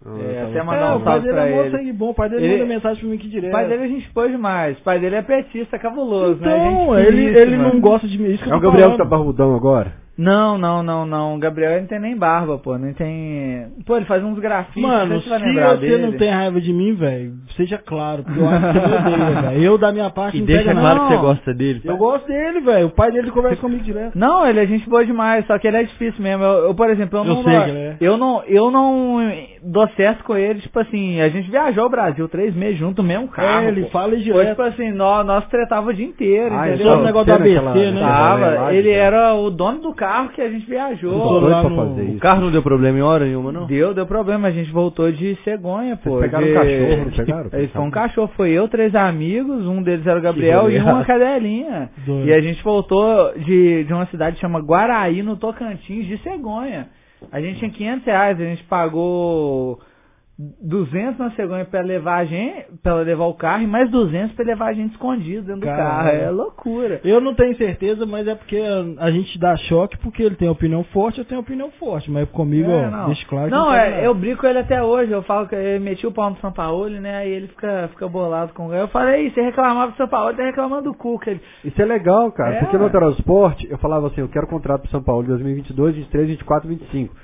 Ah, É, tá até bom. mandar É, um o pai salve dele pra é mó ele. sangue bom. O pai dele Ele- manda mensagem pra mim aqui direto. O pai dele a gente pôs demais. O pai dele é petista, cabuloso, né? Então, Gente ele, finíssima. ele não gosta de mim. Isso que É eu o tô Gabriel que tá falando. barbudão agora? Não, não, não, não. O Gabriel ele não tem nem barba, pô. Não tem. Pô, ele faz uns grafites. Mano, não sei se vai lembrar você dele. não tem raiva de mim, velho, seja claro, porque eu acho que você me odeia, velho. Eu, da minha parte, E não deixa pega claro não. que você gosta dele. Eu gosto dele, velho. O pai dele conversa comigo direto. Não, ele é gente boa demais, só que ele é difícil mesmo. Eu, eu, por exemplo, eu, Eu não, sei que ele é. eu não, eu não dou certo com ele, tipo assim, a gente viajou o Brasil três meses junto, mesmo carro. é, ele pô. fala Foi direto. tipo assim, nós, nós tretava o dia inteiro, Ah, entendeu? ele todo negócio do naquela- ABC, né? Tava, naquela ele live, era um o dono do carro que a gente Eu Tô tô viajou. doido lá pra no- fazer O isso. carro não deu problema em hora nenhuma, não? Deu, deu problema, a gente voltou de cegonha, pô. Vocês pegaram de... um cachorro, não pegaram? Eles foi um cachorro, foi eu, três amigos, um deles era o Gabriel e rolê. uma cadelinha. Doido. E a gente voltou de, de uma cidade que chama Guaraí, no Tocantins, de cegonha. A gente tinha 500 reais, a gente pagou 200 na cegonha pra levar a gente, pra levar o carro, e mais 200 pra levar a gente escondido dentro do Caralho. carro. É loucura. Eu não tenho certeza, mas é porque a, a gente dá choque porque ele tem opinião forte, eu tenho opinião forte. Mas comigo, É, ó, não. deixa claro que Não, tem é, nada. eu brinco com ele até hoje. Eu falo que ele metia o pau no São Paulo, né? Aí ele fica, fica bolado com o Eu falei, você reclamava do São Paulo, tá reclamando do cu. Que ele... Isso é legal, cara, É, porque no ué. transporte eu falava assim, eu quero contrato pro São Paulo de 2022, 23, 24, 25.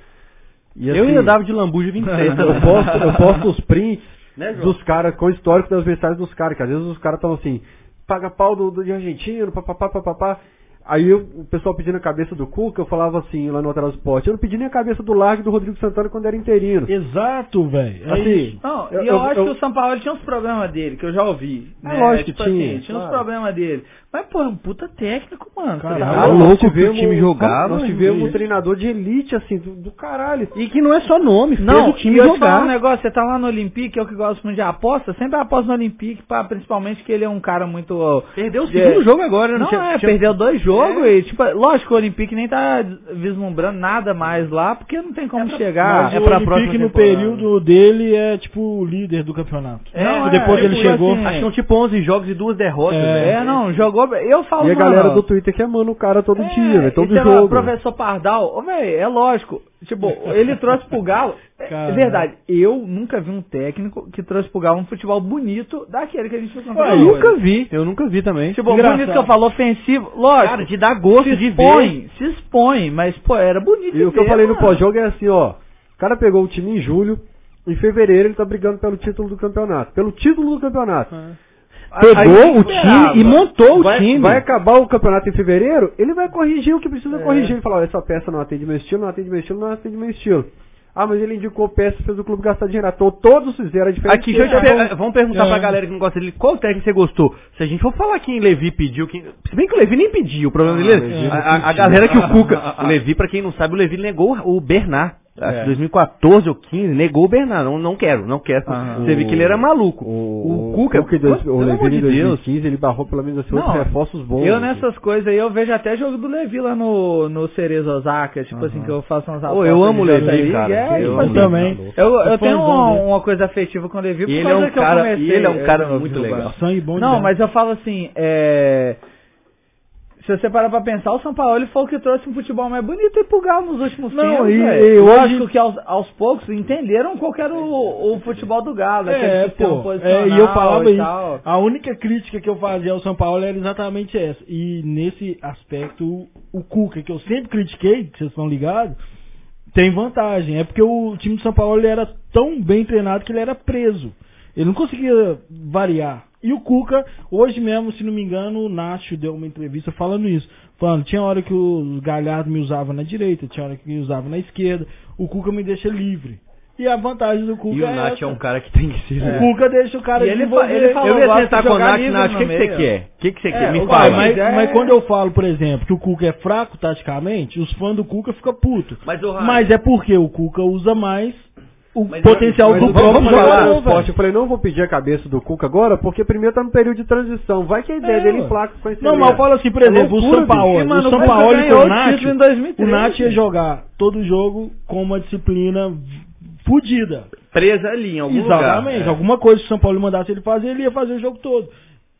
E eu assim, e o Davi de Lambuja 26. eu posto, eu posto os prints Né, João? dos caras, com o histórico das mensagens dos caras, que às vezes os caras estão assim, paga pau do, do de argentino, papapá, papapá. Aí eu- o pessoal pedindo a cabeça do Cuca, eu falava assim lá no Hotel Esporte, eu não pedi nem a cabeça do Largo e do Rodrigo Santana quando era interino. Exato, velho. É Assim, isso. Não, Eu- e eu, eu- acho eu- que o São Paulo tinha uns problemas dele, que eu já ouvi. É né? lógico que Tipo tinha, assim, tinha uns claro. problemas dele. Mas, pô, é um puta técnico, mano. tá Caralho. Cara, ligado? Tá louco nós que o tivemos- time jogava, Nós tivemos hein? um treinador de elite, assim, do, do caralho. E que não é só nome, fez Não, o time e eu te falar um jogar. negócio, você tá lá no Olympique, eu que gosto muito de aposta, sempre aposto no Olympique, pra, principalmente que ele é um cara muito... ó, Perdeu o é, segundo jogo agora, né? Não, tinha- é, tinha- perdeu dois jogos e, tipo, lógico, o Olympique nem tá vislumbrando nada mais lá, porque não tem como chegar. Mas o Olympique no período dele é tipo o líder do campeonato. É, Não, depois é, que ele tipo chegou. assim, Acho que um são tipo 11 jogos e duas derrotas, É. velho. É, não, jogou. Eu falo, E a galera mano, do Twitter que amando o cara todo é, dia, velho, todo e sei lá, jogo. O professor Pardal, ô, velho, é lógico. Tipo, ele trouxe pro Galo. É Cara. verdade, eu nunca vi um técnico que trouxe pro Galo um futebol bonito daquele que a gente fez contra Ué, o Eu Aí, Lucas. nunca vi, eu nunca vi também. Tipo, engraçado. bonito que eu falo, ofensivo. Lógico. Cara, te dá gosto se de ver. expõe, se expõe, mas, pô, era bonito. E o que eu ver, falei no mano. pós-jogo é assim, ó. O cara pegou o time em julho, em fevereiro ele tá brigando pelo título do campeonato. Pelo título do campeonato. É. Pegou Aí- o time e montou o Vai, time. vai acabar o campeonato em É. fevereiro, ele vai corrigir o que precisa corrigir. Ele fala, olha, essa peça não atende meu estilo, não atende meu estilo, não atende meu estilo. Ah, mas ele indicou peças fez o clube gastar dinheiro. à toa. todos fizeram a diferença. Aqui, deixa eu te Acabou. per- Vamos perguntar É. pra galera que não gosta dele qual técnico você gostou. Se a gente for falar quem Levi pediu, quem... se bem que o Levi nem pediu, o problema dele Levi é. não A, a- a pediu. galera que o Cuca. O Levi, pra quem não sabe, o Levi negou o Bernard. Acho que 2014 ou 15, negou o Bernard. Não, não quero, não quero. Você viu que ele era maluco. O, Cuca. o, Cuca em pô, dois- o pelo amor Levine de em Deus. 2015, ele barrou pelo menos assim, Não, outros reforços bons. Eu assim. nessas coisas aí, eu vejo até jogo do Levi lá no, no Cerezo Osaka, tipo assim, que eu faço umas Pô, eu amo o apostas de Levi, Levi, cara. é, Eu tipo amo assim, Eu também. Eu, eu Sou tenho fãzão uma, dele. uma coisa afetiva com o Levi, por E ele causa é um que eu cara- comecei... e ele é um cara eu- eu- muito eu- legal. Sangue bom Não, demais. mas eu falo assim, é... Se você parar pra pensar, o São Paulo foi o que trouxe um futebol mais bonito e pro Galo nos últimos Não, tempos, e- velho. e Eu hoje- acho que aos, aos poucos entenderam qual que era o, o futebol do Galo, É, aquele sistema pô. É, um posicional e eu falava e isso. tal. A única crítica que eu fazia ao São Paulo era exatamente essa. E nesse aspecto, o Cuca, que eu sempre critiquei, que vocês estão ligados, tem vantagem. É porque o time do São Paulo ele era tão bem treinado que ele era preso. Ele não conseguia variar. E o Cuca, hoje mesmo, se não me engano, o Nacho deu uma entrevista falando isso. Falando, tinha hora que o Galhardo me usava na direita, tinha hora que me usava na esquerda. O Cuca me deixa livre. E a vantagem do Cuca E o é Nath essa. é um cara que tem que ser. O Cuca deixa o cara E ele desenvolver. fa- É. ele fala- Eu Eu ia gosto tentar de com o jogar Nath, livre Nath, o no que que você meio. quer? O que que você quer? Me o Uai, fala. Paulo, mas, mas é- mas quando eu falo, por exemplo, que o Cuca é fraco taticamente, os fãs do Cuca ficam putos. Mas, ô, Rafa- Mas é porque o Cuca usa mais o Mas, é potencial mas do vamos- próprio vamos Quando eu falar era do jogador, no esporte, eu velho. falei, não vou pedir a cabeça do Cuca agora, porque primeiro tá no período de transição. Vai que a ideia É, dele ué. inflaca com esse Não, mas eu falo assim, por É exemplo, o loucura, São Paulo. bicho. Mano, o São o Cuca Paulo com ganhou o o título em Nath, o 2013. Nath ia jogar todo jogo com uma disciplina fodida. Presa ali, em algum Exatamente. lugar. É. Alguma coisa que o São Paulo mandasse ele fazer, ele ia fazer o jogo todo.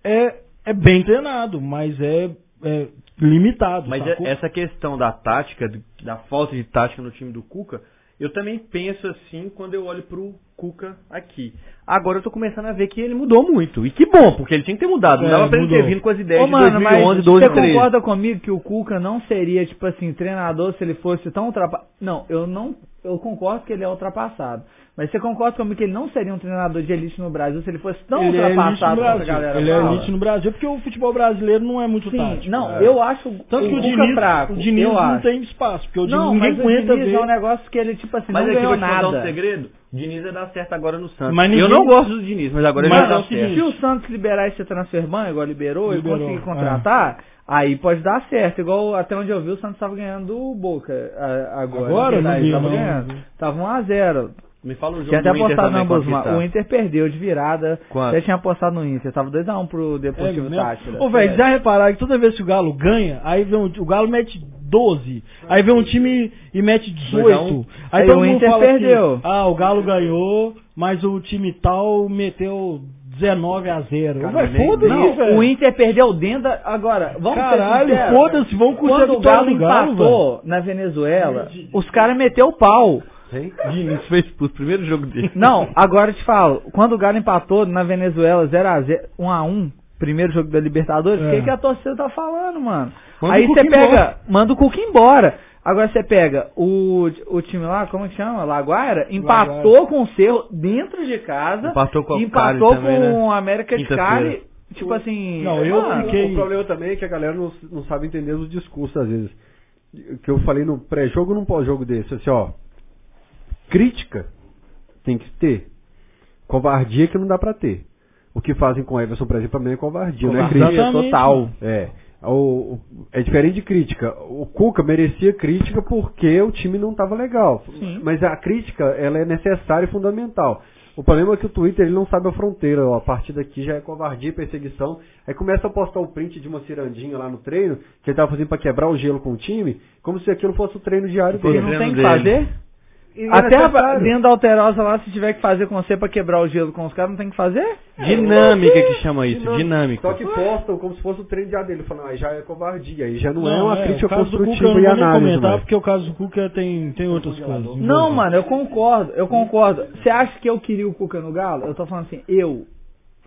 É, é bem treinado, mas é, é limitado. Tá Mas sacou? é- essa questão da tática, do- da falta de tática no time do Cuca, eu também penso assim quando eu olho pro Cuca aqui. Agora eu tô começando a ver que ele mudou muito. E que bom, porque ele tinha que ter mudado. Não É, dava pra ele ter mudou. vindo com as ideias Ô, de mano, 2011, mas 12, você 13. concorda comigo que o Cuca não seria, tipo assim, treinador se ele fosse tão ultrapassado? Não, eu não. Eu concordo que ele é ultrapassado. Mas você concorda comigo que ele não seria um treinador de elite no Brasil se ele fosse tão ele é elite no ultrapassado quanto a Brasil. galera Ele é fala? elite no Brasil porque o futebol brasileiro não é muito Sim, tático. não, É. eu acho Tanto o que o Cuca é Diniz, fraco. o Diniz eu não acho. tem espaço, porque o Diniz, não, ninguém mas aguenta o Diniz ver. é um negócio que ele, tipo assim, Mas não é que eu ganhou vou te contar um nada. segredo. Diniz ia dar certo agora no Santos. Mas Eu ninguém- não gosto do Diniz, mas agora ele Mas vai é o dar seguinte, certo. Se o Santos liberar esse transfer ban, igual liberou, Liberou, é. e conseguir contratar, aí pode dar certo. Igual até onde eu vi, o Santos estava ganhando o Boca a- agora. Agora? Não vi, Tava não. ganhando. Tava 1x0. Me fala um jogo Tinha até do Inter apostado também, na quanto que Bosma. tá. O Inter perdeu de virada. Quanto? Até tinha apostado no Inter. Tava 2x1 pro É Deportivo mesmo? Tátira. Ô, velho, É. já repararam que toda vez que o Galo ganha, aí vem um, o Galo mete 12, aí vem um time e mete 18. Aí, um. Aí todo o mundo Inter fala perdeu. Que, ah, o Galo ganhou, mas o time tal meteu 19 a 0. Cara, Vai, nem- foda-se, Não, velho. o Inter perdeu dentro da... Agora, vamos ser Caralho, sinceros. foda-se, vão curtir a Quando o vitória Galo do Galo, empatou na Venezuela, os caras meteu o pau. Diniz foi expulso, primeiro jogo dele. Não, agora eu te falo. Quando o Galo empatou na Venezuela 0x0, 1x1, primeiro jogo da Libertadores, o É. que, que a torcida tá falando, mano? Manda Aí o Cuca você pega, manda o Cuca embora. Agora você pega o, o time lá, como que chama? Laguaira, empatou Laguaira. com o Cerro dentro de casa. Empatou com o Cali Empatou também, com né? o América de Quinta-feira. Cali. Tipo assim. Não, eu mano, fiquei- O problema também é Ah, que a galera não, não sabe entender os discursos, às vezes. Que eu falei no pré-jogo num pós-jogo desse, assim, ó. Crítica tem que ter. Covardia que não dá pra ter. O que fazem com o Everson, por exemplo, também é covardia, né? Covardia Crítica total. É. O- o- é diferente de crítica. O Cuca merecia crítica porque o time não estava legal. Mas a crítica, ela é necessária e fundamental. O problema é que o Twitter ele não sabe a fronteira. ó, A partir daqui já é covardia e perseguição. Aí começa a postar o print de uma cirandinha lá no treino, que ele tava fazendo pra quebrar o gelo com o time, como se aquilo fosse o treino diário Fosse Ele dele. não tem treino o que dele. fazer? um E não é Até a- necessário. dentro da Alterosa lá, se tiver que fazer com você pra quebrar o gelo com os caras, não tem que fazer? Dinâmica que chama isso, Só dinâmica. que postam como se fosse o treino diário dele. Falando, ah, já é covardia. Aí já não, é uma o crítica caso do Cuca construtiva eu não e vou nem análise. comentar, mais. porque o caso do Cuca tem, tem outras coisas. Não, mano, eu concordo, eu concordo. Você acha que eu queria o Cuca no Galo? Eu tô falando assim, eu,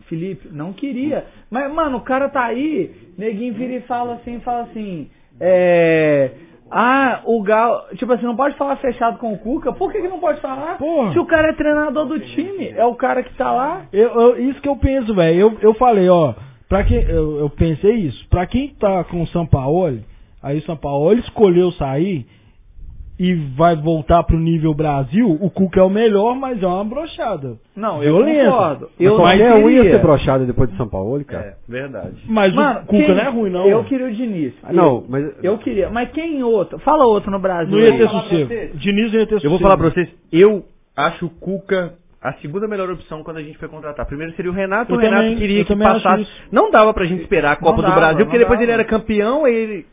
Felipe, não queria. Mas, mano, o cara tá aí, neguinho vira e fala assim, fala assim, é. Ah, o Galo. Tipo assim, não pode falar fechado com o Cuca? Por que, que não pode falar? Porra. Se o cara é treinador do time, é o cara que tá lá. Eu, eu- isso que eu penso, velho. Eu, eu falei, ó, pra quem, eu, eu pensei isso. Pra quem tá com o Sampaoli, aí o Sampaoli escolheu sair, e vai voltar pro nível Brasil, o Cuca é o melhor, mas é uma brochada. Não, eu Violento. concordo. Mas Eu não qualquer um ia ser queria. brochado depois de São Paulo, cara. É, verdade. é Mas Mano, o Cuca quem- não é ruim, não. Eu queria o Diniz. Ah, Não, mas. Eu queria. Mas quem outro? Fala outro no Brasil. Não ia aí. ter falar pra sossego. vocês? Diniz não ia ter sossego. Eu vou falar pra vocês, eu acho o Cuca a segunda melhor opção quando a gente foi contratar. Primeiro seria o Renato, Eu o Renato também- eu queria que também acho passasse. isso. Não dava pra gente esperar a Copa Não do dava, Brasil, porque não depois dava. ele era campeão e ele.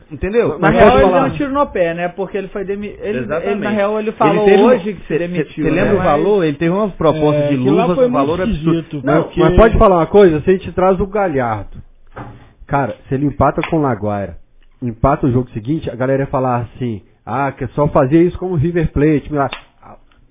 Na Entendeu? Mas real, posso ele falar? deu um tiro no pé, né? Porque ele foi demitido. Ele, Exatamente. ele, na real, ele falou teve um- hoje que se demitiu. Você lembra né? o valor? Ele teve uma proposta É, de aquilo lá luvas, foi um valor muito absurdo. esquisito, Mas, porque- mas pode falar uma coisa? Se a gente traz o Galhardo. Cara, se ele empata com o Laguaira, empata o jogo seguinte, a galera ia falar assim: ah, que só fazia isso como River Plate. lá.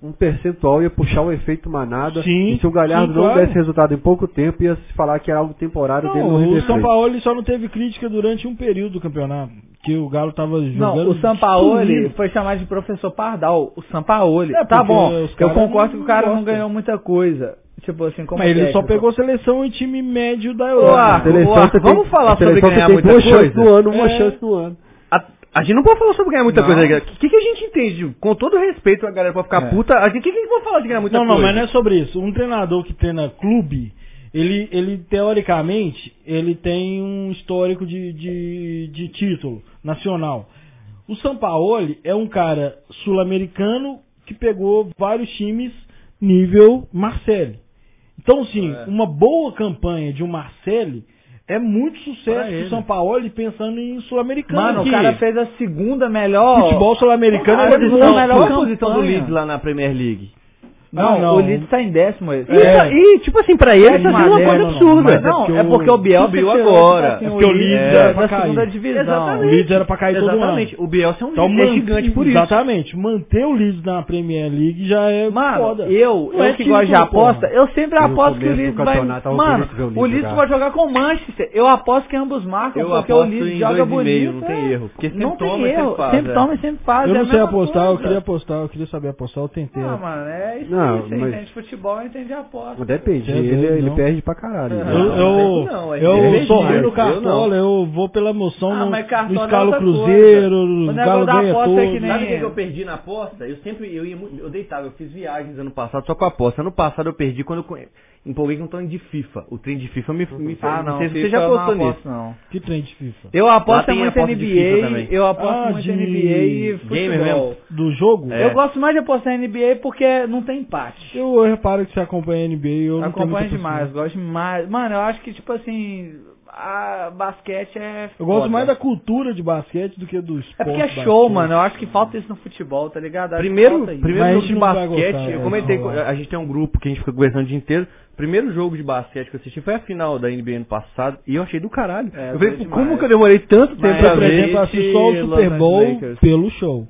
Um percentual ia puxar o efeito manada. Sim, e se o Galhardo sim, não claro. desse resultado em pouco tempo, ia se falar que era algo temporário dele no Não, o River São Plate. Paulo ele só não teve crítica durante um período do campeonato. Que o Galo tava jogando. um Não, o Sampaoli destruído. foi chamado de professor Pardal. O Sampaoli. É, tá porque bom. os Eu caras concordo que o cara não não gostam. ganhou muita coisa. Tipo assim, como Mas ele só técnico. pegou seleção e time médio da Ô, A Arco, Europa. seleção ô, Arco, você tem- vamos falar a seleção sobre você ganhar tem muita duas chances coisa? no ano, uma É. chance no ano. A, a gente não pode falar sobre ganhar muita Não. coisa. O que, que a gente entende? Com todo respeito, a galera pode ficar É. puta. O que, que a gente pode falar de ganhar muita Não, coisa? não, mas não é sobre isso. Um treinador que treina clube, ele, ele teoricamente, ele tem um histórico de, de, de título nacional. O Sampaoli é um cara sul-americano que pegou vários times nível Marcelli. Então, sim, É. uma boa campanha de um Marcelli é muito Pra sucesso ele. pro Sampaoli pensando em sul-americano. Mano, que o cara fez a segunda melhor. futebol sul-americano Cara, é muito não, bom. Não, melhor qual a posição do campanha. Leeds lá na Premier League? Não, Não, não. o Leeds tá em décimo. esse. E, É. e, tipo assim, pra ele tá sendo uma Mas é, coisa não, não, absurda. mas Não, porque é o- porque o Biel subiu agora. Assim, É porque o Leeds é era pra da segunda cair. divisão. O Leeds era pra cair todo ano. Exatamente. O Bielsa é um Tá Então, líder man- gigante por isso. Exatamente. Manter o Leeds na Premier League já é Mano, foda. eu, Não eu é que título, gosto de porra. aposta, eu sempre No começo aposto que o do Leeds vai. campeonato, tava Mano, bonito ver o Leeds o Leeds jogar. vai jogar com o Manchester. Eu aposto que é ambos marcam, Eu porque o aposto Leeds em joga dois e meio, bonito. não tem é. erro, porque sempre não toma tem e sempre erro. faz, Sempre é. toma e sempre faz. Eu é a não sei mesma apostar, eu coisa. queria apostar, eu queria saber apostar, eu tentei. né? Ah, mano, é isso. Não, Você mas- entende futebol, entende aposta. Depende, Você é ele, doido, ele não? perde pra caralho. eu né? não, eu, não, é eu diferente sou demais. ruim no Eu cartola, eu, vou pela emoção, Ah, no, mas cartola no é escalo outra cruzeiro, coisa. O no negócio galo da ganha aposta é todo. que nem- Sabe o que, que eu perdi na aposta? Eu sempre, eu ia muito, eu deitava, eu fiz viagens ano passado só com aposta. Ano passado eu perdi quando eu co- empolguei com um trem de FIFA. O trem de FIFA me, me Ah, não. sei se você é FIFA já eu não apostou nisso. aposto, não. Que trem de FIFA? Eu Lá aposto tem muito aposta de FIFA NBA, também. eu aposto Ah, muito de- NBA e gamer futebol. mesmo? Do jogo? É. Eu gosto mais de apostar em NBA porque não tem empate. Eu reparo que você acompanha a NBA, eu não tenho Acompanho muita demais, paciência. gosto demais. Mano, eu acho que, tipo assim, a basquete é. Eu gosto foda. mais da cultura de basquete do que do esporte. É porque é basquete. show, mano. Eu acho que falta isso no futebol, tá ligado? Acho que Primeiro, falta isso. Mas a primeiro jogo gente de não vai basquete, gostar, eu é, comentei, não com, vai. a gente tem um grupo que a gente fica conversando o dia inteiro. Primeiro jogo de basquete que eu assisti foi a final da NBA ano passado e eu achei do caralho. É, foi eu falei, pô, demais. como que eu demorei tanto tempo Mas, Eu, pra por ver? exemplo, assisto assim, só o Los Super Bowl Angeles Lakers. pelo show.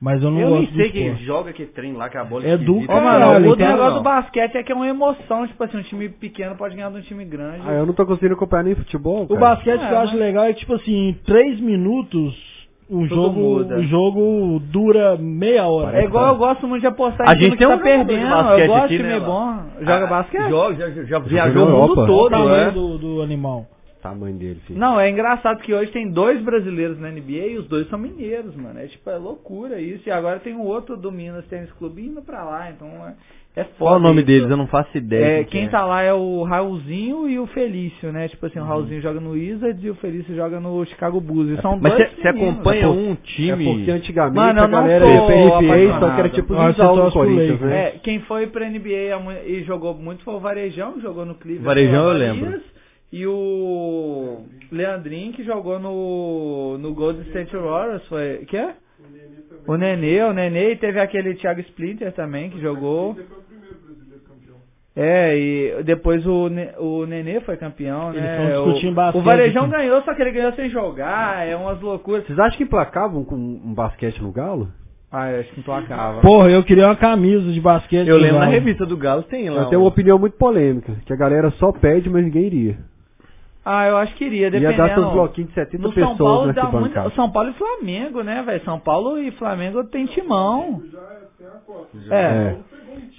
Mas eu não Eu gosto nem sei do quem esporte. joga que trem lá, que a bola É do esquisita. Ó, caralho, tá, mano, o entendo, negócio não. do basquete é que é uma emoção, tipo assim, um time pequeno pode ganhar de um time grande. Ah, eu não tô conseguindo acompanhar nem futebol. O Cara. basquete que eu É, acho mas- legal é que, tipo assim, em três minutos o jogo, muda. o jogo dura meia hora. É igual eu gosto muito de apostar A em time gente que tem tá um jogador de perdendo. basquete Eu gosto aqui, de time né, bom. Joga Ah, basquete? Joga, já, já, já na viajou o mundo Europa. o é. todo, tamanho né? do, do animal. O tamanho dele, filho. Não, é engraçado que hoje tem dois brasileiros na NBA e os dois são mineiros, mano. É tipo, é loucura isso. E agora tem um outro do Minas Tênis Clube indo pra lá, então é, é foda. Qual o nome isso. deles? Eu não faço ideia. É, quem tá lá é o Raulzinho e o Felício, né? Tipo Uhum. assim, o Raulzinho joga no Wizards e o Felício joga no Chicago Bulls. E são É, Mas dois você meninos. acompanha um É porque time. antigamente Mano, eu a não galera sou ia pra NBA só apaixonado. que era tipo Eu acho que eu Zizal do torço pro Corinthians, Lakers. né? É, quem foi pra NBA há mu- e jogou muito foi o Varejão, que jogou no Cleveland. Varejão eu Cavaliers, lembro. E o Leandrinho, que jogou no, no Golden State Warriors, foi... Que é? O Nenê, o Nenê, e teve aquele Thiago Splinter também, que jogou. É, e depois o, Ne- o Nenê foi campeão, Eles né? estão discutindo o, basquete o Varejão aqui. ganhou, só que ele ganhou sem jogar, é umas loucuras. Vocês acham que placavam com um basquete no Galo? Ah, eu acho que emplacava. Porra, eu queria uma camisa de basquete. Eu lembro legal. na revista do Galo, tem lá. Eu tenho um- uma opinião muito polêmica, que a galera só pede, mas ninguém iria. Ah, eu acho que iria, dependendo. Ia dar seus bloquinhos de 70 no São Tipo pessoas Paulo nessa dá muito. bancada. São Paulo e Flamengo, né, velho? São Paulo e Flamengo tem timão. É. É.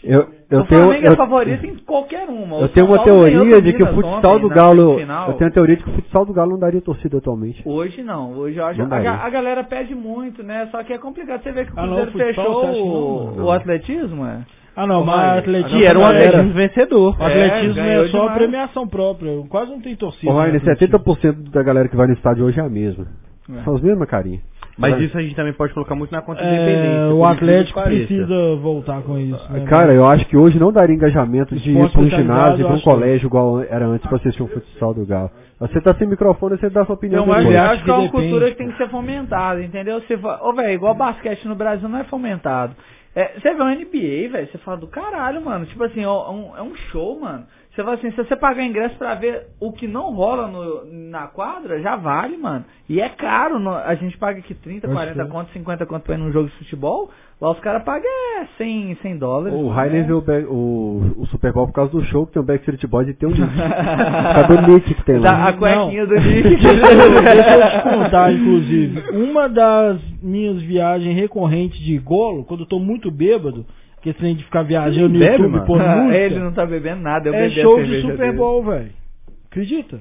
Eu, eu o tenho, Flamengo eu, é favorito em qualquer uma. O eu São tenho uma Paulo ganhou teoria de do que o Minas futsal ontem do na Galo. semifinal. Eu tenho a teoria de que o futsal do Galo não daria torcida atualmente. Hoje não, hoje eu acho. Não né? A, ga- daria. a galera pede muito, né? Só que é complicado. Você vê que o Ah, não, Cruzeiro o futsal, fechou você acha que o, não? o atletismo, é? Ah, não, mas o atletismo. Que era um galera, atletismo vencedor. O atletismo É, é, ganhou só demais. premiação própria. Quase não tem torcida. Ô, Rainer, né, atletismo. 70% da galera que vai no estádio hoje é a mesma. É. São as mesmas carinhas. Mas Vai. isso a gente também pode colocar muito na conta da É, Ah, o independência. por incrível que Atlético pareça. precisa voltar com isso. né, Ah, Cara, eu acho que hoje não daria engajamento de ir Esporte pra um especializado, ginásio, eu pra um acho que- colégio igual era antes pra assistir um futsal do Galo. Você tá sem microfone, você dá sua opinião Eu acho, depois. eu acho acho que é que uma depende. cultura que tem que ser fomentada, entendeu? Você fa- Ô, velho, igual basquete no Brasil não é fomentado. É, você vê o NBA, velho, você fala do caralho, mano. Tipo assim, ó, é um, é um show, mano. Você fala assim, se você pagar ingresso pra ver o que não rola no- na quadra, já vale, mano. E é caro, no- a gente paga aqui 30, Pode 40 ser. conto, 50 conto pra ir num jogo de futebol, lá os caras pagam é, 100, 100 dólares. O né? Rainer vê o, Be- o- o Super Bowl por causa do show que tem o Backstreet Boys e tem um o Nick. Cadê o Nick que tem Da- lá? a cuequinha do Deixa eu te Nick. contar, inclusive. Uma das minhas viagens recorrentes de golo, quando eu tô muito bêbado, que esse trem de ficar viajando no Bebe, YouTube mano? por Ah, música, Ele não tá bebendo nada, eu é bebi a show de cerveja Super dele. Bowl, velho. Acredita?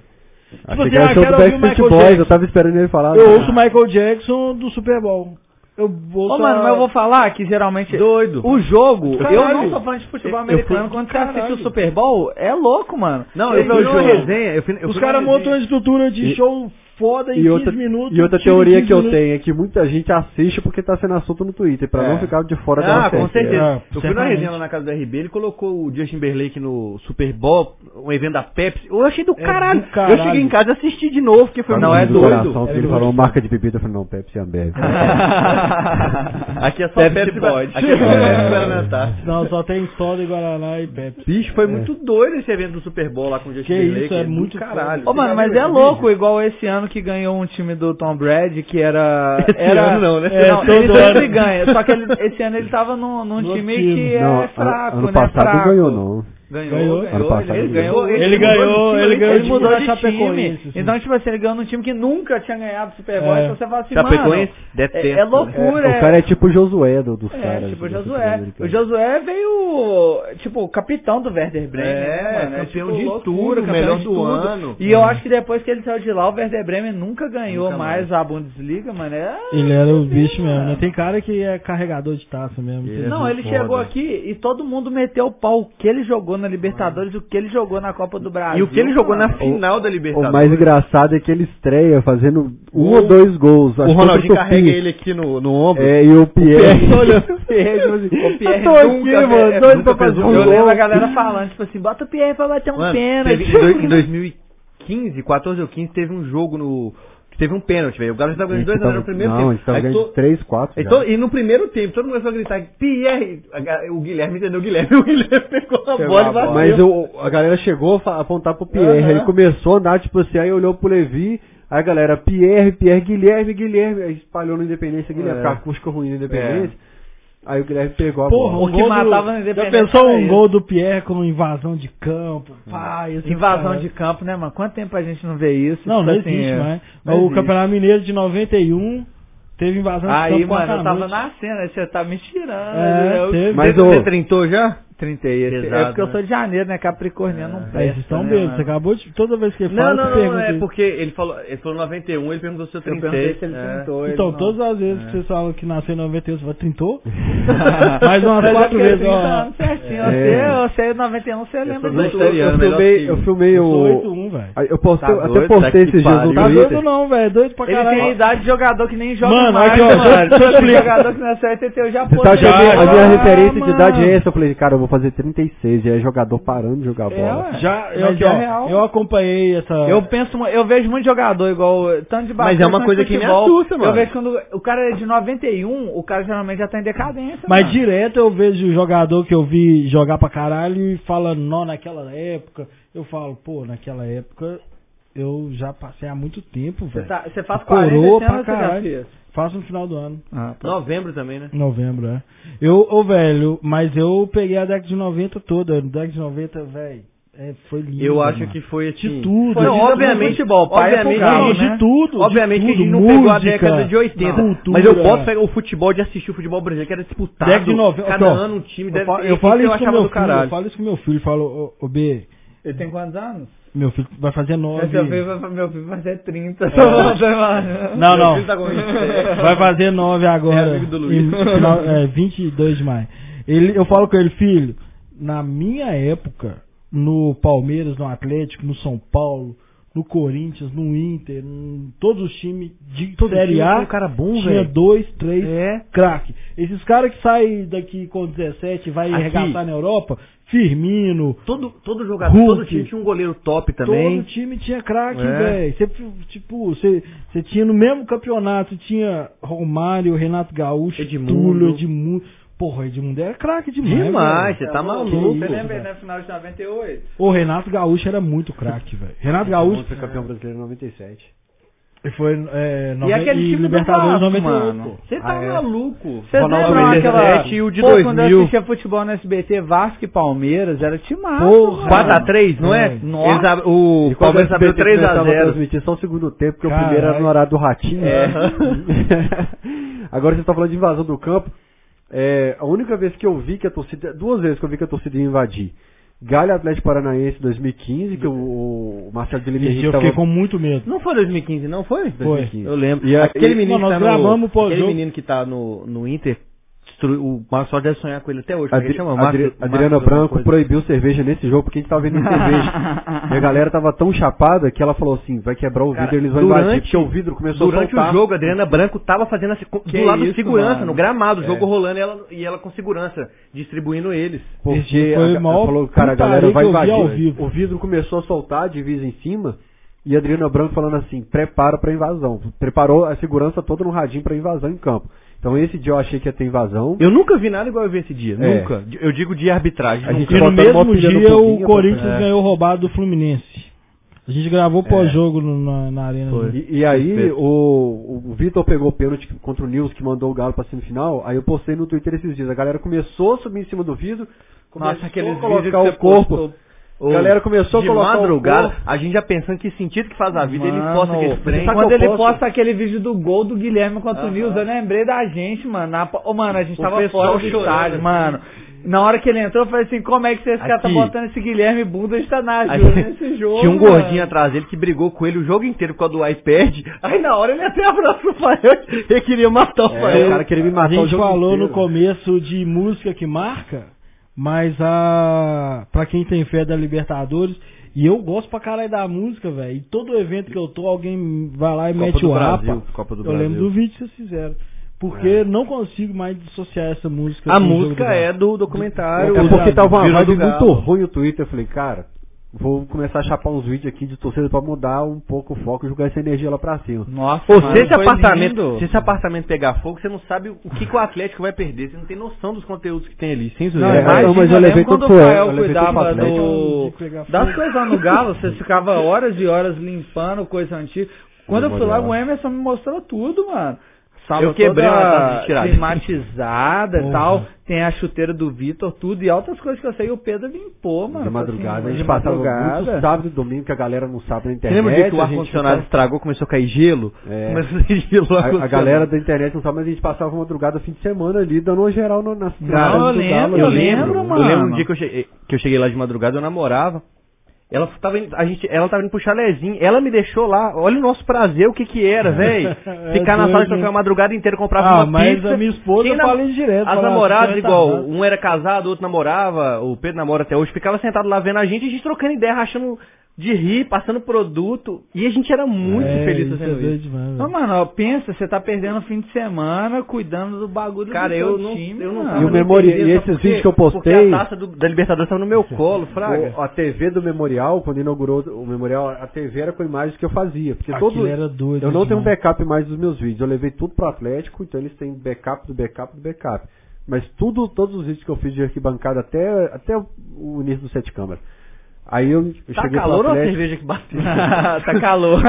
Achei assim, que era ah, o show do quero ouvir o Backstreet Michael Boys, Jackson. eu tava esperando ele falar. Eu né? ouço Michael Jackson do Super Bowl. Eu vou Ô, tá- mano, mas eu vou falar que geralmente Doido. o jogo. Caralho. Eu não sou fã de futebol Eu- eu americano. fui- Quando você Caralho. assiste o Super Bowl, é louco, mano. Não, Você eu vê o fui numa jogo. resenha. eu fui- eu fui Os numa caras resenha. montam uma estrutura de E- show foda em E 15 outra, minutos. e outra tira em teoria 15 que eu minutos. tenho é que muita gente assiste porque tá sendo assunto no Twitter, pra É. não ficar de fora da Ah, com série. certeza. É, eu fui na certamente. resenha lá na casa do RB, ele colocou o Justin Timberlake no Super Bowl, um evento da Pepsi. Eu achei do É caralho. do caralho. Eu cheguei em casa e assisti de novo, porque foi Tá muito no é do doido. É, coração, É ele doido. falou marca de bebida, eu falei, não, Pepsi Ambev. Aqui é só Pepsi Pepsi, pode. pode. Aqui é só Pepsi Guaraná. Não, só tem soda e Guaraná e Pepsi. Bicho, foi muito doido esse evento do Super Bowl lá com o Justin Que Timberlake. isso, é do muito caralho. Ô, mano, mas é louco, igual esse ano que ganhou um time do Tom Brady, que era. Esse era ano não, né? É, É, não, todo ele sempre ano. ganha. Só que ele- esse ano ele tava num, num No time, time. que é Não, fraco, ano né? passado fraco. não ganhou, não. Ganhou, Ganhou. ganhou, Ano passado ele, ele ganhou. ganhou. Ele ganhou, ele ganhou ele de mudou mudar de time. Chapecoense, assim. Então, tipo assim, ele ganhou num time que nunca tinha ganhado Super Bowl. É. Então você fala assim, mano, Chapecoense, é, detesto. né? é loucura. o cara é tipo o Josué do, dos É, caras. tipo o do futebol Josué. O americano. Josué veio, tipo, capitão do Werder Bremen. É, né, mano? campeão tipo, de tudo, melhor do ano. E eu acho que depois que ele saiu de lá, o Werder Bremen nunca ganhou Nunca mais, mais. a Bundesliga, mano. É- Ele era o bicho mesmo, né? mano. Tem cara que é carregador de taça mesmo. Ele é Não, ele foda. chegou aqui e todo mundo meteu o pau. O que ele jogou na Libertadores, o que ele jogou na Copa do Brasil. E o que ele jogou na mano. final da O Libertadores. mais engraçado é que ele estreia fazendo um Gol. ou dois gols. O acho que Ronaldinho contra o Tupi. carrega ele aqui no, no ombro. É, e o Pierre. Pierre olhando o Pierre, tipo assim, O Pierre eu tô aqui, nunca fez- mano, doido nunca pra fez fazer um um gol. gol. Eu lembro a galera falando, tipo assim, bota o Pierre pra bater um Mano, teve- pênalti. em dois- em 2015, 14 ou 15, teve um jogo no. que Teve um pênalti, velho. O Galo estava ganhando 2x0 no primeiro não, a gente tempo. tava Aí ganhando to- de 3, 4. aí to- E no primeiro tempo, todo mundo começou a gritar: Pierre! A ga- O Guilherme entendeu o Guilherme. O Guilherme pegou a bola e bateu. Mas o- a galera chegou a fa- apontar pro Pierre. Aham. Ele começou a andar, tipo assim, aí olhou pro Levi. Aí a galera, Pierre, Pierre, Guilherme, Guilherme. Aí espalhou na Independência, Guilherme, É. porque a acústica ruim na Independência. Aí o Guilherme pegou a Porra, bola. um O que gol matava na do... Já Independência pensou era um isso. É. gol do Pierre com invasão de campo? Pá, esse Invasão cara- de campo, né, mano? Quanto tempo a gente não vê isso? Não, Tipo não assim, existe é- mais. não o existe. Campeonato Mineiro de 91 teve invasão de campo Aí, com a mano, eu tava Canute. na cena, você tá me tirando. um né? É, eu teve. Mas Você- o- Você trintou já? trintei esse. Pesado, é porque eu né? É. sou de janeiro, né? Capricorniano não Aí vocês presta, estão né, bêbados, mano? então, você acabou de... Toda vez que ele Não, fala, não, você não. pergunta É isso. porque ele falou, ele falou 91, ele perguntou se eu Eu trintei. perguntei se ele É. trintou. ele Então, não. É. todas as vezes que vocês falam que nasceu em 91, você vai trintou? Mais umas Mas é eu quatro fiquei vezes, assim, ó. 30 anos É. certinho. Você, você é 91, você lembra sou disso. dois- vegetariano, eu melhor filmei, que- eu filmei Eu sou o. 8-1, velho. Aí Eu postei, assim. um. Tá eu até doido, tá postei que esses dias no pariu. Tá Twitter. doido não, velho. Doido pra Ele caralho. tem a idade de jogador que nem joga Mano, mais, né, aqui, ó, mano. deixa eu Todo explicar. tá jogador que é nasceu em 81 né? já Você sabe que a Já, minha, a minha já, referência Tá de mano. idade é essa? Eu falei, cara, eu vou fazer 36. E é jogador parando de É, jogar bola. ué. Já, eu, É, Mas aqui, é ó, real. eu acompanhei essa. Eu penso, mu- eu vejo muito jogador igual, eh, tanto de Mas basquete, é uma quanto coisa de que me futebol. assusta, Eu mano. vejo quando o cara é de 91, o cara geralmente já tá em decadência. Mas mano. direto eu vejo jogador que eu vi jogar pra caralho e fala, não, naquela época. Eu falo, pô, naquela época eu já passei há muito tempo, Você velho. tá- você faz 40 Coroa anos, pra você já caralho. fez. Faço no final do ano. Ah, tá. Novembro também, né? Novembro, é. Eu, ô velho, mas eu peguei a década de 90 toda. Década de 90, velho. é, foi lindo. Eu acho mano. que foi assim. De tudo. Foi, Não, obviamente, futebol, pai é obviamente, pro galo, de de né? tudo. Obviamente de que a tudo, gente não música, pegou a década de 80. cultura. mas eu posso pegar o futebol de assistir o futebol brasileiro, que era disputado. Década de 90, Cada ó, ano um time deve eu, fa- ter- eu falo eu isso com achava meu do filho, caralho. eu falo isso com meu filho, falo, ô, ô, B, Ele tem quantos anos? meu filho vai fazer nove. é Meu filho, vai- meu filho vai ser 30. Tô falando, mano. Não, Meu não. filho tá com 27. Vai fazer nove agora. É amigo do Luiz. Em final- é, 22 de maio. Ele, eu falo com ele, filho, na minha época, no Palmeiras, no Atlético, no São Paulo, no Corinthians, no Inter, em todos os times de Todo Série time A, tem um cara bom, tinha velho. dois, três, É. craque. Esses caras que saem daqui com 17 e vai Aqui. arregaçar na Europa, Firmino, Todo, todo jogador, Hulk. todo time tinha um goleiro top também. Todo time tinha craque, É. velho. Você, Tipo, você, você tinha no mesmo campeonato, tinha Romário, Renato Gaúcho, Edmundo. Túlio, Edmundo. Porra, Edmundo era craque demais. Demais, velho. você tá Que maluco. isso, Você lembra velho. na final de 98? O Renato Gaúcho era muito craque, velho. Renato Gaúcho Gaúcho foi campeão brasileiro em 97. foi é, e nove- aquele e time do Libertadores Vasco, 98. mano. pô. Você tá Ah, é. maluco. Vocês Ronaldo lembram aquela... 97 e o é, de Pô, quando eu 2000. assistia futebol no SBT, Vasco e Palmeiras, era timaço, Porra. mano. 4x3, não é? É. Nossa. Eles ab- o Palmeiras abriu então, 3x0. transmitir só o segundo tempo, porque o Caralho. primeiro era no horário do ratinho. né? É. Agora você tá falando de invasão do campo. É, a única vez que eu vi que a torcida. Duas vezes que eu vi que a torcida ia invadir. Galho Atlético Paranaense 2015, que o, o Marcelo de Lima Esse Henrique eu tava- fiquei com muito medo. Não foi 2015, não foi? Eu lembro. E aí- aquele Não, menino que nós tá no, gravamos o pós-jogo. aquele menino que tá no, no Inter, destru- o Marcelo deve sonhar com ele até hoje. como é que Adri chama? Adri- Marcos- Adriano Marcos alguma Branco coisa. proibiu cerveja nesse jogo porque a gente tava vendendo cerveja. E a galera tava tão chapada que ela falou assim: vai quebrar o Cara, vidro, eles vão durante- invadir. Porque o vidro começou a Durante soltar. o jogo, a Adriana Branco tava fazendo a, se- do Que lado de isso, segurança, mano. no gramado, o jogo É. rolando e ela, e ela com segurança, distribuindo eles. Porque Esse foi a, o maior falou, cara, a putaria galera vai que eu vi invadir. ao vivo. O vidro começou a soltar, a divisa em cima. E a Adriana Branco falando assim: prepara pra invasão. Preparou a segurança toda no radinho pra invasão em campo. Então esse dia eu achei que ia ter invasão. Eu nunca vi nada igual eu vi esse dia. É. Nunca. Eu digo de arbitragem. A nunca. gente E no botando uma mesmo pilha no dia o foguinho, Corinthians é. ganhou roubado do Fluminense. A gente É. gravou pós-jogo no- na, na arena. do- E, e aí Perfeito. o, o Vitor pegou o pênalti contra o Nils que mandou o Galo pra semifinal. Aí eu postei no Twitter esses dias. A galera começou a subir em cima do vidro. Começou Nossa, aqueles a vídeos que colocar o você corpo. postou. A galera começou a de colocar madrugada, o corpo. tá a gente já pensando que sentido que faz a vida, ele Mano, posta aquele trem. sabe Quando que eu ele posso? posta aquele vídeo do gol do Guilherme contra o Aham. Nils, eu lembrei da gente, mano. Na... Ô, mano, a gente O tava pessoal fora do chorando, estádio, assim. mano. Na hora que ele entrou, eu falei assim, como é que esse cara tá Aqui. botando esse Guilherme Bunda de Tanás Aí nesse jogo, Tinha um mano?" gordinho atrás dele que brigou com ele o jogo inteiro por causa do iPad. Aí na hora ele até abraçou o Fael ele queria matar o É, o Fael. cara queria me A matar o gente jogo falou inteiro. no começo de música que marca, mas a para quem tem fé da Libertadores, e eu gosto pra caralho da música, velho. E todo evento que eu tô, alguém vai lá e Copa mete do o Brasil, rapa. Copa do eu Brasil. lembro do vídeo que vocês fizeram. Porque não consigo mais dissociar essa música. A do jogo música do Galo. é do documentário. É o porque Galo, tava uma Virou vibe do Galo. muito ruim no Twitter. Eu falei, cara, vou começar a chapar uns vídeos aqui de torcida pra mudar um pouco o foco e jogar essa energia lá pra cima. Nossa, Pô, mano, se, esse foi apartamento, lindo. se esse apartamento pegar fogo, você não sabe o que, que o Atlético vai perder. Você não tem noção dos conteúdos que tem ali. Sem Não, É, mas zoeira. imagina, eu mas eu levei lembro quanto quando o é, Fael eu levei quanto cuidava um Atlético. do... De pegar fogo. das coisas lá no Galo, você ficava horas e horas limpando coisa antiga. Quando eu fui lá, o Emerson me mostrou tudo, mano. Sala Eu quebrei uma taça toda de tiragem. climatizada e Porra. tal. Tem a chuteira do Vitor, tudo. E altas coisas que eu sei, o Pedro limpou, mano. de madrugada, Assim, a gente de passava madrugada. muito sábado e domingo que a galera não sabe na Você internet. lembra de que o a gente ar-condicionado ficava- estragou, começou a cair gelo? É. Começou a cair gelo A, no a ar-condicionado. galera da internet não sabe, mas a gente passava madrugada, fim de semana ali, dando uma geral no, nas eu do lembro, Galo, Eu Eu lembro, lembro, Eu mano. lembro um dia que eu cheguei, que eu cheguei lá de madrugada, eu namorava. Ela tava, indo- a gente, ela tava indo pro chalézinho, ela me deixou lá. Olha o nosso prazer, o que que era, velho. É Ficar na doido, sala de trocar né? a madrugada inteira, comprar Ah, uma mas pizza. a minha esposa Quem eu na- falei direto. As falava, namoradas, "Você é igual, retardado." um era casado, o outro namorava, o Pedro namora até hoje, ficava sentado lá vendo a gente, a gente trocando ideia, rachando de rir, passando produto. E a gente era muito É, feliz isso é fazendo doido isso. demais, velho. Não, mano, ó, pensa, você tá perdendo o fim de semana cuidando do bagulho Cara, do eu seu não, time, eu não mano. tava E o no memori- interior, e só esses porque- vídeos que eu postei- Porque a taça do- da Libertadores tava no meu colo, Fraga. O- a TV do Memorial, quando inaugurou o Memorial, a TV era com imagens que eu fazia. Porque Aquilo todo, era doido eu não tenho demais. backup mais dos meus vídeos. Eu levei tudo pro Atlético, então eles têm backup do backup do backup. Mas tudo, todos os vídeos que eu fiz de arquibancada até, até o início do sete câmeras. Aí eu, eu Tá cheguei calor pro ou a Atlético. cerveja que bateu? tá calor.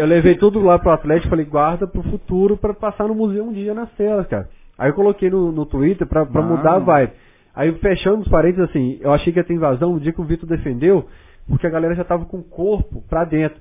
Eu levei tudo lá pro Atlético, falei, guarda pro Ah. futuro pra passar no museu um dia nas telas, cara. Aí eu coloquei no, no Twitter pra, pra Mano. mudar a vibe. Aí fechando os parênteses, assim, eu achei que ia ter invasão o dia que o Vitor defendeu, porque a galera já tava com o corpo pra dentro.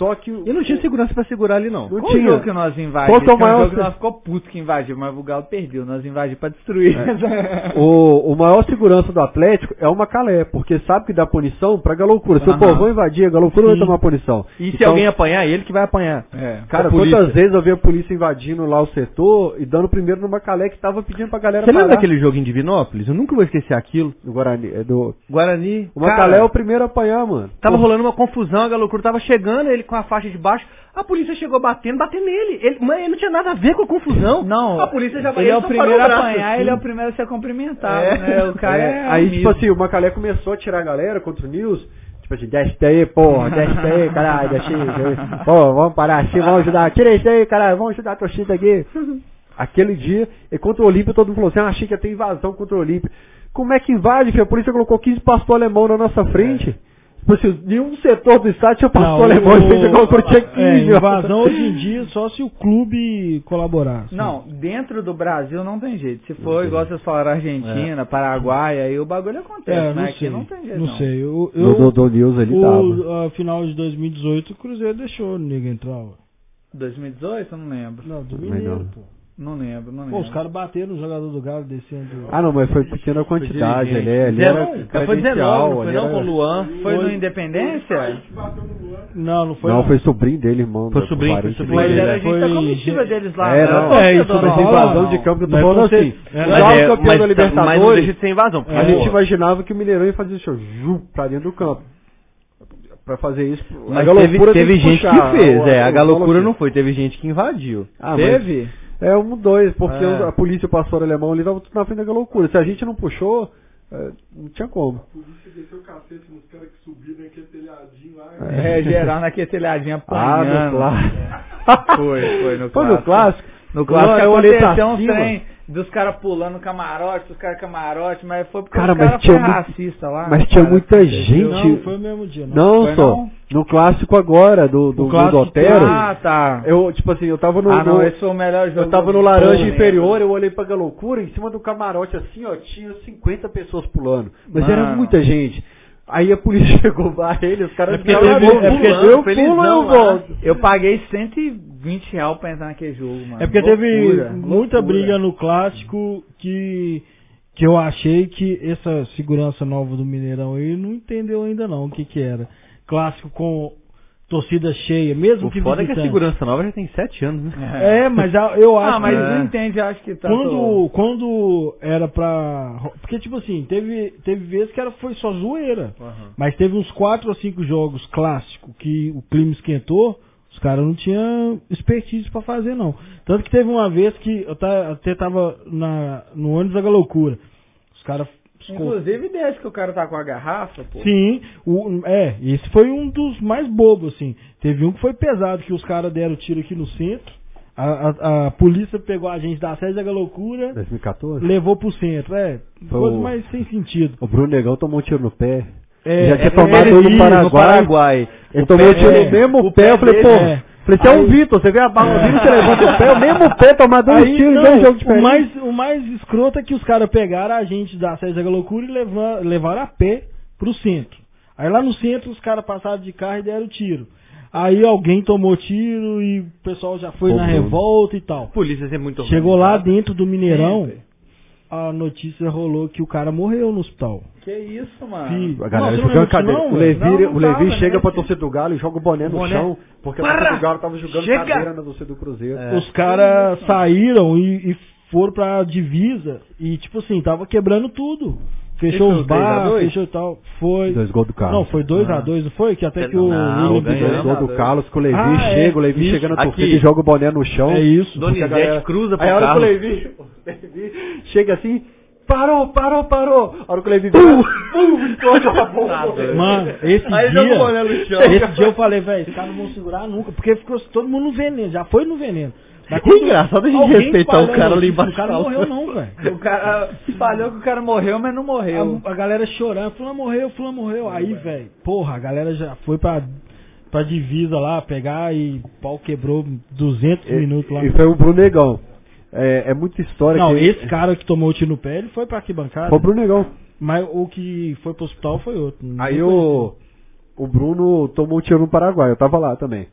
Só que. o- E não tinha segurança pra segurar ali, não. Não Qual tinha. jogo que nós invadimos? Qual que é o Tem um maior- jogo que nós ficou puto que invadiu, mas o Galo perdeu. Nós invadimos pra destruir. É. O, o maior segurança do Atlético é o Macalé, porque sabe que dá punição pra Galoucura. Se o Aham. povão invadir, a Galoucura vai Sim. tomar punição. E se Então, alguém apanhar, ele que vai apanhar. É. Cara, a polícia- quantas vezes eu vi a polícia invadindo lá o setor e dando primeiro no Macalé que tava pedindo pra galera Você lembra parar. daquele jogo em Divinópolis? Eu nunca vou esquecer aquilo. Do Guarani, é do... Guarani. O Macalé é cara, o primeiro a apanhar, mano. Tava rolando uma confusão, a Galocura tava chegando, ele com a faixa de baixo. A polícia chegou batendo, batendo nele. Ele, mãe, ele não tinha nada a ver com a confusão. Não, a polícia já ele é o só primeiro parou a braço. apanhar, ele é o primeiro a ser cumprimentado, né? O cara é, É, aí, tipo amigo. assim, o Macalé começou a tirar a galera contra o News. Tipo assim, desce daí, porra, desce daí, caralho, desce daí. Pô, vamos parar assim, vamos ajudar. Tira isso daí, caralho, vamos ajudar a torcida aqui. Aquele dia, e contra o Olímpio, todo mundo falou assim, ah, achei que ia ter invasão contra o Olímpio. Como é que invade, filho? A polícia colocou 15 pastor alemão na nossa frente. Tipo assim, nenhum setor do estado tinha pastor Não, alemão, o- a gente colocou tinha 15. é, ó. invasão hoje em dia só se o clube colaborar. assim. Não, dentro do Brasil não tem jeito. Se for igual vocês falaram Argentina, Paraguai, aí o bagulho acontece, É, não mas aqui sei. não tem jeito. Não sei. Eu, No do, do eu, News ele tava. o, a final de 2018 o Cruzeiro deixou o nego entrar. ué. 2018? Eu não lembro. Não, do Também Mineiro, não. pô. Não lembro, não lembro. Pô, os caras bateram no jogador do Galo descendo. Ah não, mas foi pequena quantidade, Dirigente. né? Ele Zero- era Mas foi 19, não credencial, foi ele não era- com o Luan. Foi no Independência? Não, não foi. não, foi sobrinho dele, irmão. Foi do- do sobrinho, parente foi dele. Mas sobrinho era a dele. né? gente da Foi- comitiva deles lá. É, né? não. Era É, isso, Mas torcedor Não, a normal, invasão não. de campo, eu tô Mas falando você- assim. é, o Galo é, campeão da mas não deixa Libertadores, de ser invasão. porque, a gente pô, imaginava que o Mineirão ia fazer isso, zoom, pra dentro do campo. Pra fazer isso, mas a teve, galopura tem teve gente puxar que fez, o- é. A o- Galocura o- não foi, teve gente que invadiu. Ah, mas- Teve? assim. É um, dois, porque É. a polícia, o pastor alemão ali, tava tudo na frente da loucura. Se a gente não puxou, é, não tinha como. polícia desceu o cacete nos caras que subiram naquele telhadinho lá. É, geral naquele telhadinho Ah, no apanhando. clássico. Foi, foi no Foi no clássico. No Não, clássico eu olhei pra aconteceu uns cima. um trem dos caras pulando camarote, dos caras camarote, mas foi porque Cara, os mas caras tinha foi muito- racista lá. Mas tinha cara. muita gente. Não, foi o mesmo dia. Não. Não, Foi só. não? No clássico agora, do, do, O clássico- do Otero. Ah, tá. Eu, tipo assim, eu tava no. ah, não, no- esse foi o melhor jogo. eu tava do no laranja mundo, né? inferior, eu olhei pra Galocura, em cima do camarote assim, ó, tinha 50 pessoas pulando. Mas era Mano. muita gente. Aí a polícia chegou lá, ele, os caras É porque ficaram teve- "Eu é porque pulo, teve eu felizão pulo, eu é. lá, né? volto. Eu paguei 120 reais pra entrar naquele jogo, mano. É porque teve Loucura, muita loucura. briga no clássico que que eu achei que essa segurança nova do Mineirão aí não entendeu ainda não o que que era. Clássico com torcida cheia, mesmo O que foda é que a visitante. segurança nova já tem 7 anos, né? É, mas a- eu acho Ah, mas que é. não entende, eu acho que tá. quando quando era pra porque tipo assim, teve teve vezes que era foi só zoeira. Mas teve uns quatro ou cinco jogos clássicos que o clima esquentou, os caras não tinham expertise pra fazer, não. Tanto que teve uma vez que eu ta- até tava na, no ônibus da loucura. Os caras. Inclusive desde que o cara tá com a garrafa, pô. Sim, o- é, esse foi um dos mais bobos, assim. Teve um que foi pesado, que os caras deram tiro aqui no centro. A, a- a polícia pegou a gente da sede da loucura, 2014? levou pro centro. É, Foi coisa o- mais sem sentido. O Bruno Negão tomou um tiro no pé. É, Já tinha é, tomado é, um no isso, No Paraguai. Paraguai. Ele O tomou um pé- tiro é, no mesmo o pé, pé eu falei, dele, pô. é. Falei, você é o Aí- Vitor, você vê a bala vindo, você levanta o pé, o um mesmo pé, tomar dois Aí, tiros, não, dois jogos o, diferentes. mais, o mais escroto é que os caras pegaram a gente da Sede da Loucura e leva- levaram a pé pro centro. Aí lá no centro os caras passaram de carro e deram tiro. Aí alguém tomou tiro e o pessoal já foi Pô, na Bruno. revolta e tal. A polícia é muito Chegou lá dentro do Mineirão, Sempre. a notícia rolou que o cara morreu no hospital. Que isso, mano. Sim. A galera Não, você jogando não lembra cadeira. disso, não, o velho? Levi, Não, não o Levi tava, chega né? pra torcer do Galo e joga o boné no Boné. chão, porque a Para! torcida do Galo tava jogando Chega! cadeira na torcida do Cruzeiro. É. Os caras saíram e, e foram pra divisa e, tipo assim, tava quebrando tudo. Fechou Fechou os três a bares, dois? Ah. fechou e tal. Foi. Dois gols do Carlos. Não, foi 2x2, não foi? Que até que o Não, William ganhou. Bigode- Dois gols do Carlos, que o Levi Ah, é. chega, o Levi Isso. chega na torcida Aqui. e joga o boné no chão. É isso. Porque a Donizete galera- cruza pro Aí a hora que o Carlos. Levi, o Levi chega assim, parou, parou, parou. A hora que o Levi Uh! pum, pum, explode a bomba. Mano, esse Aí dia. jogou o boné no chão. Esse dia eu falei, velho, esse cara não vão segurar nunca. Porque ficou todo mundo no veneno, já foi no veneno. Mas Que quando engraçado a gente alguém respeitar falou o cara ali notícia, embaixo O cara da não morreu, alça. não, velho. O cara falhou que o cara morreu, mas não morreu. A, a galera chorando, fulano morreu, fulano morreu. Aí, velho, porra, a galera já foi pra, pra É, divisa lá pegar e o pau quebrou 200 minutos lá. E foi o Bruno Negão. É, é muita história. Não, que... esse cara que tomou o tiro no pé, ele foi pra arquibancada. Foi pro negão. Mas o que foi pro hospital foi outro. Ninguém Aí o, o Bruno tomou o tiro no Paraguai, eu tava lá também.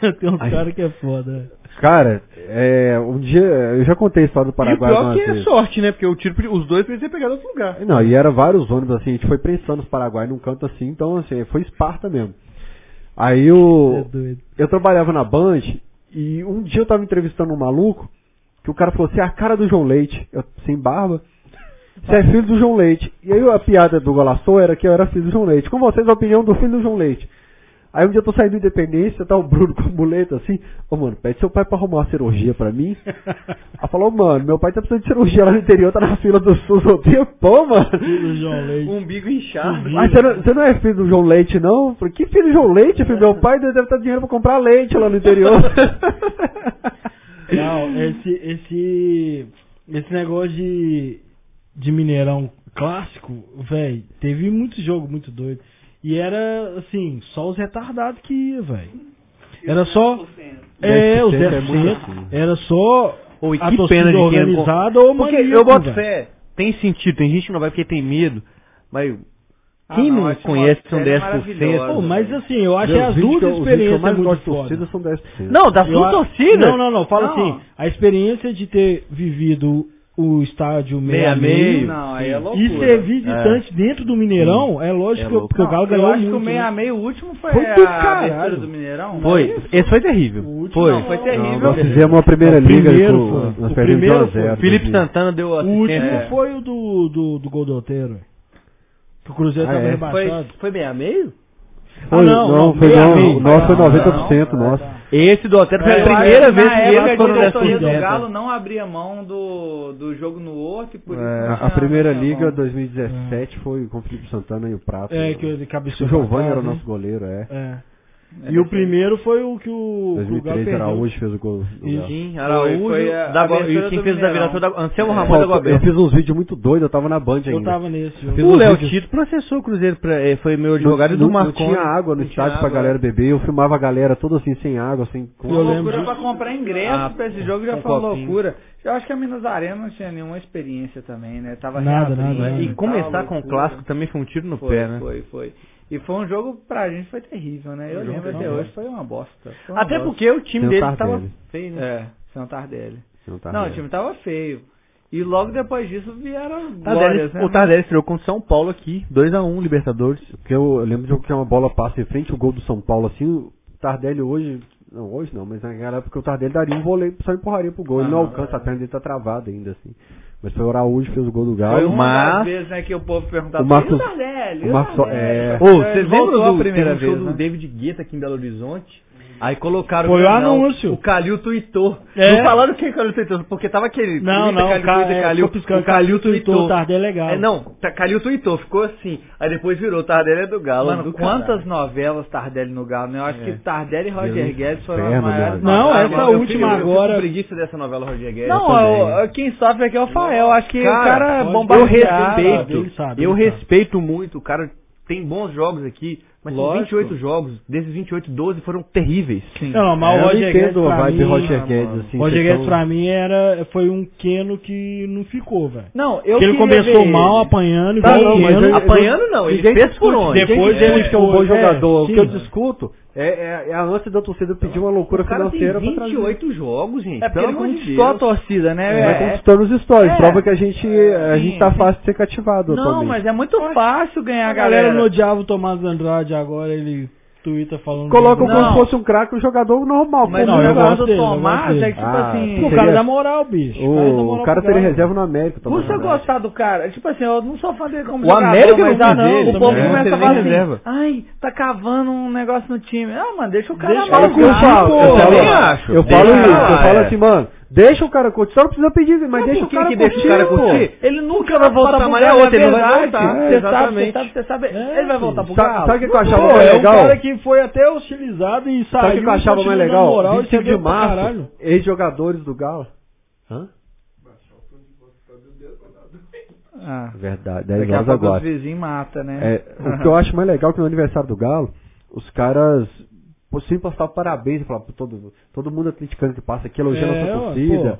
conhece. Tem uns caras que é foda. Cara, é, um dia. Eu já contei a história do Paraguai e o pior uma que é vez. sorte, né? Porque o tiro, pre- os dois precisam ter pegado outro lugar. Não, e era vários ônibus assim, a gente foi prensando os Paraguai num canto assim, então assim, foi Esparta mesmo. Aí É o. doido. Eu trabalhava na Band e um dia eu tava entrevistando um maluco que o cara falou assim, a cara do João Leite, eu, sem barba. Você é filho do João Leite. E aí a piada do Golaçou era que eu era filho do João Leite. Com vocês a opinião do filho do João Leite. Aí um dia eu tô saindo do Independência, tá o Bruno com a muleta assim, ô mano, pede seu pai pra arrumar uma cirurgia pra mim. Ela falou, mano, meu pai tá precisando de cirurgia lá no interior, tá na fila do SUS há um tempão, mano. O João Leite. Umbigo inchado. Um Mas você não, você não é filho do João Leite, não? Eu Falei, que filho do João Leite? Filho, meu pai deve estar dinheiro pra comprar leite lá no interior. Não, esse, esse, esse negócio de, de Mineirão clássico, velho, teve muito jogo muito doido. E era, assim, só os retardados que ia, velho. Era só. É, os 10% é muito 10%. assim. Era só Ô, e a que torcida pena é de quem não- organizada ou Porque maníaco, eu boto velho. fé. Tem sentido, tem gente que não vai porque tem medo. Mas Ah, quem não, não, acho conhece uma são série 10%? maravilhosa. Pô, mas assim, eu acho Meu, um, que os as vídeos duas que eu- os vídeos que eu experiências mais muito gosto de foda. torcida são 10%. Não, da Eu sua a- torcida. Não, não, não. Fala Não. assim. A experiência de ter vivido o estádio meia-meio. Meia-meio. Não, aí é loucura. E ser visitante dentro do Mineirão é lógico, É louco. porque o Galo Não, ganhou eu acho que muito, o né? meio a meio o último foi, Foi a do abertura caralho. do Mineirão. né? Foi. Mas- é Esse foi terrível. O último foi. Não, foi terrível. Não, nós fizemos uma primeira O liga primeiro com, foi. nós O perdemos de 1 a primeiro foi. 0, Felipe inclusive. Santana deu O último assistência. foi o do, do, do gol do Otero. velho. Que o Cruzeiro Ah, tava é? rebaixado. foi meio a meio? Foi, Ah, não, não, não, Ah, foi meia não, meia. o nosso foi Não, 90%, não, nosso. Esse do Otero foi É, a Eu primeira acho que vez na que época eles a foram diretoria do dessa- Galo não abria mão do, do jogo no Horto e por isso É, não a tinha- primeira tá não tinha liga mão. 2017 foi com o Felipe Santana e o Prato. É, que ele cabeceou. o Giovanni pra era o casa, nosso goleiro, é. né? É. É, E o foi. primeiro foi o que o, que o Galo 2013 perdeu. Araújo fez o gol. do Galo. Sim, Foi, foi a- Araújo, da a Go- abertura e quem do fez da Mineirão. virada da Anselmo Ramon da Faltou- Eu Goberta. fiz uns vídeos muito doidos, eu tava na Band ainda. é. Eu tava nesse jogo. Fiz O uns Léo vídeos- Tito processou o Cruzeiro, pra, eh, foi meu Não, advogado e não- não do Marconi. tinha água é. no Não tinha estádio pra água. galera beber, eu filmava a galera toda assim, sem água, sem... Uma Eu lembro loucura disso. pra comprar ingresso Ah, pra esse jogo já um foi uma copinho. loucura. Eu acho que a Minas Arena não tinha nenhuma experiência também, né? Tava Nada, reabrindo nada, nada. e E tal, começar com o loucura. clássico também foi um tiro no foi, pé, né? Foi, foi. E foi um jogo pra gente foi terrível, né? Eu Um jogo lembro até terrível. hoje, foi uma bosta. Foi uma Até bosta. porque o time Tem o dele tava Tardelli. feio, né? É, sem o Tardelli. Não, tá não, o vendo. time tava feio. E logo depois disso vieram Tardelli, glórias, né? Tá, o Tardelli estreou com o São Paulo aqui, 2x1, Libertadores. Porque eu, eu lembro de um que uma bola passa em frente o gol do São Paulo, assim, o Tardelli hoje. Não, hoje não, mas naquela época o Tardelli daria um vôlei, só empurraria pro gol. ele não Aham. alcança, a perna dele tá travada ainda, assim. Mas foi o Araújo que fez o gol do Foi um Galo. uma mas- das vezes né, que o povo perguntava O Marcos- "E o Tardelli, o o Marcos- Tardelli?" é. Ô, vocês Ele lembram voltou do, a primeira teve um show vez, né? do David Guetta aqui em Belo Horizonte? Aí colocaram Foi o canal, anúncio. O Calil tweetou. É. Não falaram quem Calil tweetou, porque tava aquele. Não, Twitter, não, Calil, o cara- Twitter, é, Calil. ficou piscando, o Calil Calil tweetou, tweetou. o Tardelli é Galo. É, não, tá- Calil tweetou, ficou assim. Aí depois virou, o Tardelli é do Galo. Mano, do quantas caralho. novelas Tardelli no Galo, né? Eu acho É. que Tardelli e Roger Deus Guedes foram as inferno, maiores. meu. Não, novelas. essa mano, eu última fico- eu fico agora- com preguiça dessa novela Roger Guedes. Não, eu- eu- quem sofre aqui é o Fael. Acho que o cara pode- eu bombardeado. respeito. ele sabe, eu ele sabe. respeito muito. O cara tem bons jogos aqui, mas Lógico. são 28 jogos. Desses 28, 12 foram terríveis. Não, não, mas É, o eu Roger Guedes entendo a pra vibe mim- Roger Guedes, assim. Roger vocês Guedes são- pra mim era, foi um Keno que não ficou, velho. Não, eu Porque ele queria começou ver mal, ele. apanhando, Tá, igual não, o mas Keno. ele- Apanhando não, ele Ninguém fez discute, por onde. Depois Depois ele ele que é um bom foi- jogador. é, o que eu sim. discuto é, é- é a ânsia da torcida pedir uma loucura O cara tem financeira pra trazer. 28 jogos, gente. É porque Pelo ele amor de conquistou a Deus. torcida, né? Vai É, é- conquistando os stories. É. Prova que a gente, a gente tá fácil de ser cativado Não, atualmente. mas é muito fácil ganhar A a galera. galera não odiava o Tomás Andrade, agora ele twitta falando... Colocam como bem do- se Não. fosse um craque, um jogador normal. Mas pô, Não, o eu jogador- negócio gosto do dele, eu gosto Tomás dele. é que, tipo Ah, assim. O seria- cara dá moral, bicho. faz a O moral cara pro seria cara. reserva no América. tá Por também. se eu gostar do cara, tipo assim, eu não sou fã dele como O jogador, América mas não a- fez o dele povo também. começa Ele a falar nem assim, reserva. ai, tá cavando um negócio no time. Ah, mano, deixa o cara Deixa É o o que eu amargar, falo. pô. Eu falo, também acho. eu falo Deixa isso, lá, eu falo é. assim, mano, deixa o cara curtir, só não precisa pedir, mas, Mas deixa por o que cara que curtir. deixa o cara pô. curtir? Ele nunca vai voltar voltar pro pro Galo, Galo, ele não vai verdade. voltar. Você sabe, você Exatamente. sabe, você sabe. É, ele vai voltar pro filho. Galo. Sabe- sabe o que que eu achava Pô, mais é um legal? cara que foi até hostilizado e Tá, saiu. Sabe o que eu achava mais continua dando legal? Moral, 25 isso é de bom pra caralho. março, ex-jogadores do Galo. Hã? Ah, É Verdade, 10 daqui a horas pouco os agora. vizinhos matam, né? É, o que eu acho mais legal é que no aniversário do Galo, os caras pô, sempre postavam parabéns, falavam pra todo, todo mundo atleticano que passa aqui, elogiando É, a sua ó, torcida. pô.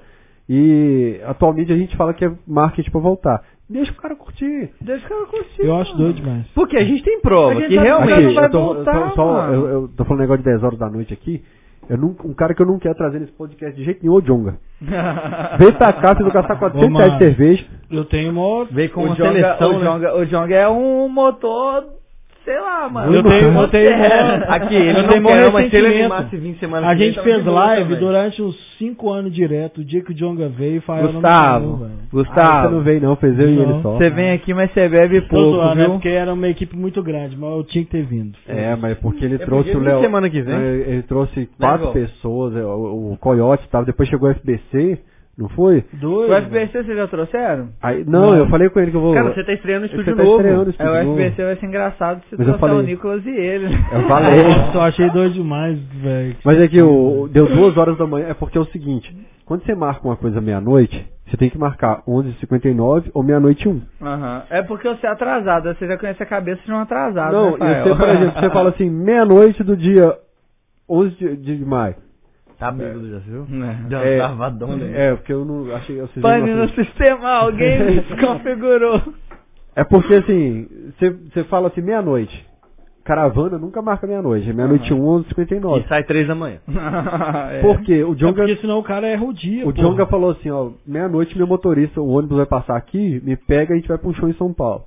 E atualmente a gente fala que é marketing pra voltar. Deixa o cara curtir. Deixa o cara curtir. Eu acho doido demais. Porque a gente tem prova, A gente que já- realmente. não vai eu tô, eu tô- voltar, só- mano. eu- eu tô falando negócio de 10 horas da noite aqui. Eu nunca- um cara que eu não quero trazer nesse podcast de jeito nenhum é o Jonga. Veio pra cá, fez eu gastar 400 reais de mano. cerveja. Eu tenho mó. Vem com o uma Jonga, seleção. o, né? Jonga, o Jonga é um motor, sei lá, mano. Eu tenho, eu tenho mó- É. Aqui, ele eu não tenho mó quer, é mas se ele ressentimento. animasse vir semana A que vem, gente tava fez de boa live também. durante uns 5 anos direto, o dia que o Jonga veio e Ah, Fael não me chamou, Gustavo, velho. Ah, você Gustavo, não veio não, fez eu e Não. ele só. você vem aqui, mas você bebe Tô pouco, zoando, né? viu? Porque era uma equipe muito grande, mas eu tinha que ter vindo. É, mas porque ele É trouxe porque o Léo. semana que vem. Ele, ele trouxe quatro Igor? pessoas, é, o, o Coyote tava, depois chegou o FBC, não foi? Dois. O FBC vocês já trouxeram? Aí, não, Não. eu falei com ele que eu vou. Cara, você tá estreando no Você estúdio tá novo. estreando. É, o Novo. FBC vai ser engraçado se Mas eu trouxer falei. o Nicolas e ele. Eu falei. Nossa, eu achei doido demais, velho. Mas é que o, o- deu duas horas da manhã, é porque é o seguinte, quando você marca uma coisa meia-noite, você tem que marcar 11h59 ou meia-noite e 1. Aham. É porque você é atrasado, você já conhece a cabeça de um atrasado. não, e né, Fael? você, por exemplo, você fala assim, meia-noite do dia 11 de, de maio. Tá bêbado já, você viu? É. Já É. travadão, né? É, porque eu não achei... Eu sei Pane não no sistema, alguém me desconfigurou. É porque assim, você- você fala assim, meia-noite. Caravana nunca marca meia-noite, é meia-noite e 11 59 um- E sai três da manhã. É. tipo- Porque o É Jonga, porque senão o cara erra o dia. o pô. Jonga falou assim, ó, meia-noite meu motorista, o ônibus vai passar aqui, me pega e a gente vai pra um show em São Paulo.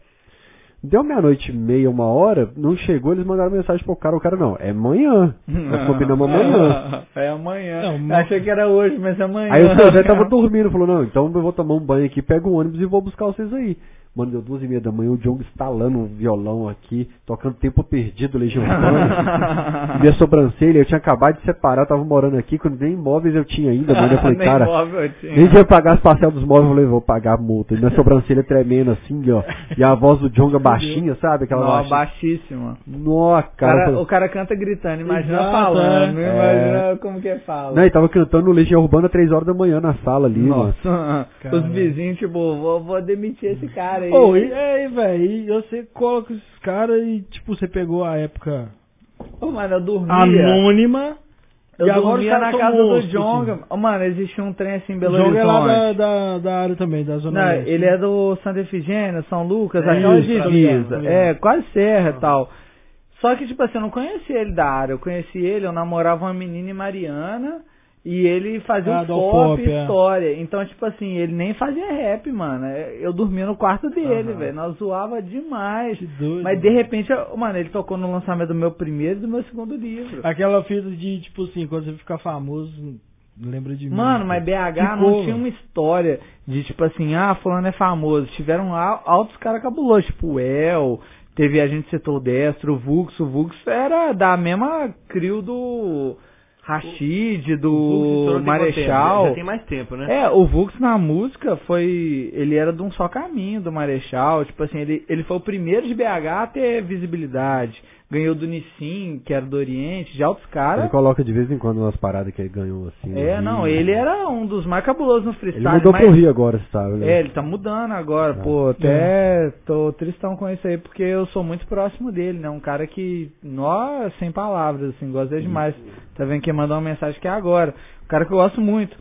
Deu meia-noite e meia, uma hora, não chegou, eles mandaram mensagem pro cara, o cara não, é amanhã. Nós combinamos amanhã. É amanhã. Não, Eu mas- Achei que era hoje, mas é amanhã. Aí o seu Zé tava dormindo, falou, não, então eu vou tomar um banho aqui, pego o ônibus e vou buscar vocês aí. Mano, deu duas e meia da manhã, o Jonga estalando um violão aqui, tocando tempo perdido, Legião Urbana. minha sobrancelha, eu tinha acabado de separar, eu tava morando aqui, quando nem imóveis eu tinha ainda, mano. Eu falei, Nem cara, móvel eu tinha. nem tinha pagar as parcelas dos móveis, eu falei, vou pagar a multa. E minha sobrancelha tremendo assim, ó. E a voz do Jonga baixinha, sabe? Aquela Não, baixinha. baixíssima. Nó, cara. Cara, eu falei- o cara canta gritando, imagina Exato, falando, né? imagina como que fala. É. Não, e tava cantando Legião Urbana três horas da manhã na sala ali, mano. Nossa, os Cara. vizinhos, tipo, vou, vou demitir esse cara aí. Ô, e aí, velho, e você coloca esses caras e, tipo, você pegou a época Ô, mano, eu dormia. anônima. Eu e agora dormia os caras na são casa do monstros, Jonga. assim. Ô, Mano, existia um trem assim em O Belo jogo é lá da, Horizonte. da, da área também, da Zona Não, Leste. ele é do Santa Efigênia, São Lucas, É aquela isso, Ah. tá ligado, divisa. tá ligado. É, quase serra e tal. Só que, tipo assim, eu não conhecia ele da área. Eu conheci ele, eu namorava uma menina em Mariana. E ele fazia Ah, um do pop pop, é. história. Então, tipo assim, ele nem fazia rap, mano. É, Eu dormia no quarto dele, velho. Nós zoava demais. Que doido. Mas de repente, eu- mano, ele tocou no lançamento do meu primeiro e do meu segundo livro. Aquela fita de, tipo assim, quando você ficar famoso, lembra de mim. Mano, mas BH Ficou, não tinha mano. uma história de tipo assim, ah, fulano é famoso. Tiveram al- altos caras cabulosos, tipo o El, teve a gente citou o Destro, o Vux, o Vux era da mesma crio do Rashid, do Marechal. Já tem mais tempo, né? É, o Vux na música foi. Ele era de um só caminho do Marechal. Tipo assim, ele, ele foi o primeiro de BH a ter visibilidade. Ganhou do Nissin, que era do Oriente, de altos caras. Ele coloca de vez em quando umas paradas que ele ganhou assim. no É, Rio. não, ele era um dos mais cabulosos no freestyle. Ele mudou mas... pro Rio agora, você sabe? né? É. É, ele tá mudando agora, pô, até tô tristão com isso aí, porque eu sou muito próximo dele, né, um cara que, nó, sem palavras, assim, gosto Uhum. dele demais, tá vendo que mandou uma mensagem que é agora, um cara que eu gosto muito.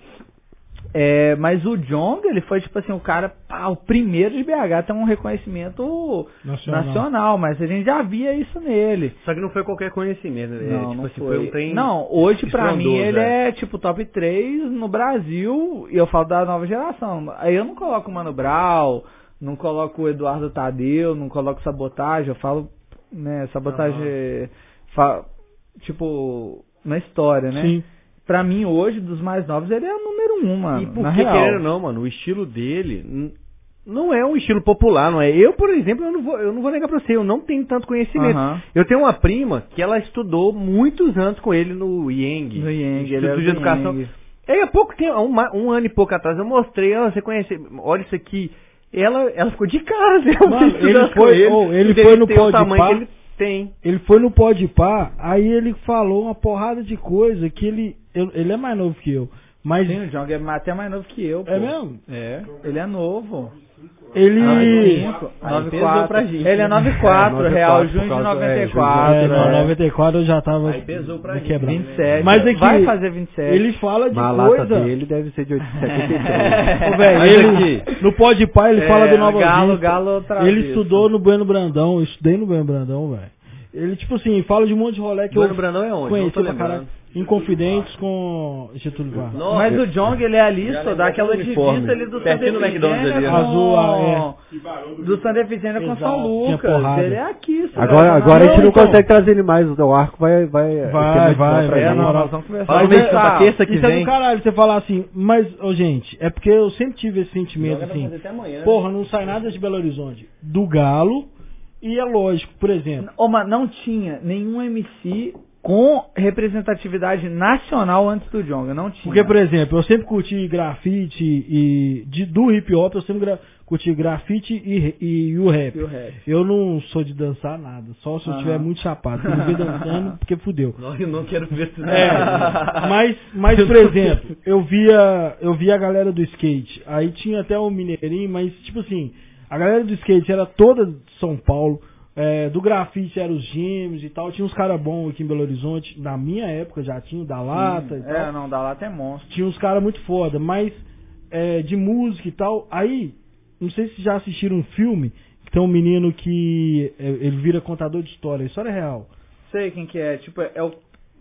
É, mas o Jong, ele foi, tipo assim, o cara, pá, o primeiro de BH, tem um reconhecimento Nacional. nacional, mas a gente já via isso nele. Só que não foi qualquer conhecimento, né? Não, tipo não assim, foi. um trem. Não, hoje pra mim estrondoso, ele é. é. tipo top 3 no Brasil, e eu falo da nova geração. Aí eu não coloco o Mano Brown, não coloco o Eduardo Tadeu, não coloco Sabotagem, eu falo, né, Sabotagem, fa- tipo, na história, né? Sim. Pra mim hoje, dos mais novos, ele é o número um, mano, E por na que é real. querendo ou não, mano, o estilo dele n- não é um estilo popular, não é? Eu, por exemplo, eu não vou, eu não vou negar pra você, eu não tenho tanto conhecimento. Aham. Eu tenho uma prima que ela estudou muitos anos com ele no Yang. No Yang, ele é Instituto do de Educação. Yang. E há pouco tempo, há um, ma- um ano e pouco atrás, eu mostrei, ela, você conhece, olha isso aqui. Ela, ela ficou de cara, né? Mano, Eu fui estudar ele foi- oh, ele foi no tem Pode o tamanho Pá. que ele tem. Ele foi no Podpah, aí ele falou uma porrada de coisa que ele... eu- ele é mais novo que eu. Mas Sim, o John Gabriel é até mais novo que eu, pô. é mesmo? É. Ele é novo. Ele Ah, 95, Aí 94. pesou pra gente, Ele é né? 94, É, 94, real, por junho causa- é, de junho de 94. é, não, né? 94 eu já tava Aí pesou pra me gente, quebrando. 27. Mas é que Vai fazer 27. ele fala de Mas a coisa. lata dele deve ser de 873. Ô, velho, Mas ele- no Pode Pai ele É, fala do Nova Galo, Vista. Galo outra Ele vez. estudou no Bueno Brandão, eu estudei no Bueno Brandão, velho. Ele, tipo assim, fala de um monte de rolê que Mano eu Brandão é onde? Não conheci tô pra caralho. lembrando. Inconfidentes com Getúlio Vargas. Nossa, Mas o Jong, ele é ali, Já só lembrou dá aquela do uniforme. divisa ali do Santa Pertinho do McDonald's ali, né? Azul, com... Do Santa Efigênia com Exato, São tinha Lucas. porrada. Ele é aqui. só Agora, dá- agora a gente não então. consegue trazer ele mais. O arco vai. Vai, Vai, tem muito pra né? vai, vai, É, trazer. não, moral. nós vamos conversar. Fala Mas mesmo pra tá, terça que Isso é vem. do caralho, você falar assim, mas, ô gente, é porque eu sempre tive esse sentimento assim. Porra, não sai nada de Belo Horizonte. Do Galo, e é lógico, por exemplo. Ô, mas não tinha nenhum MC com representatividade nacional antes do Jonga, não tinha. Porque, por exemplo, eu sempre curti grafite e. de- do hip hop, eu sempre gra- curti grafite e, e, e o rap. E o rap. Eu não sou de dançar nada, só se eu Aham. estiver muito chapado. Se eu me ver dançando, porque fudeu. Não, eu não quero ver isso. É, mas, mas por exemplo, eu via, eu via a galera do skate. Aí tinha até o Mineirinho, mas tipo assim, a galera do skate era toda de São Paulo. é, do grafite eram os gêmeos e tal. Tinha uns caras bons aqui em Belo Horizonte. Na minha época já tinha o da Lata e tal É, não, da lata é monstro. tinha uns caras muito foda, mas é, de música e tal. Aí, não sei se já assistiram um filme que tem um menino que é, ele vira contador de história, história é real. Sei quem que é, tipo, é o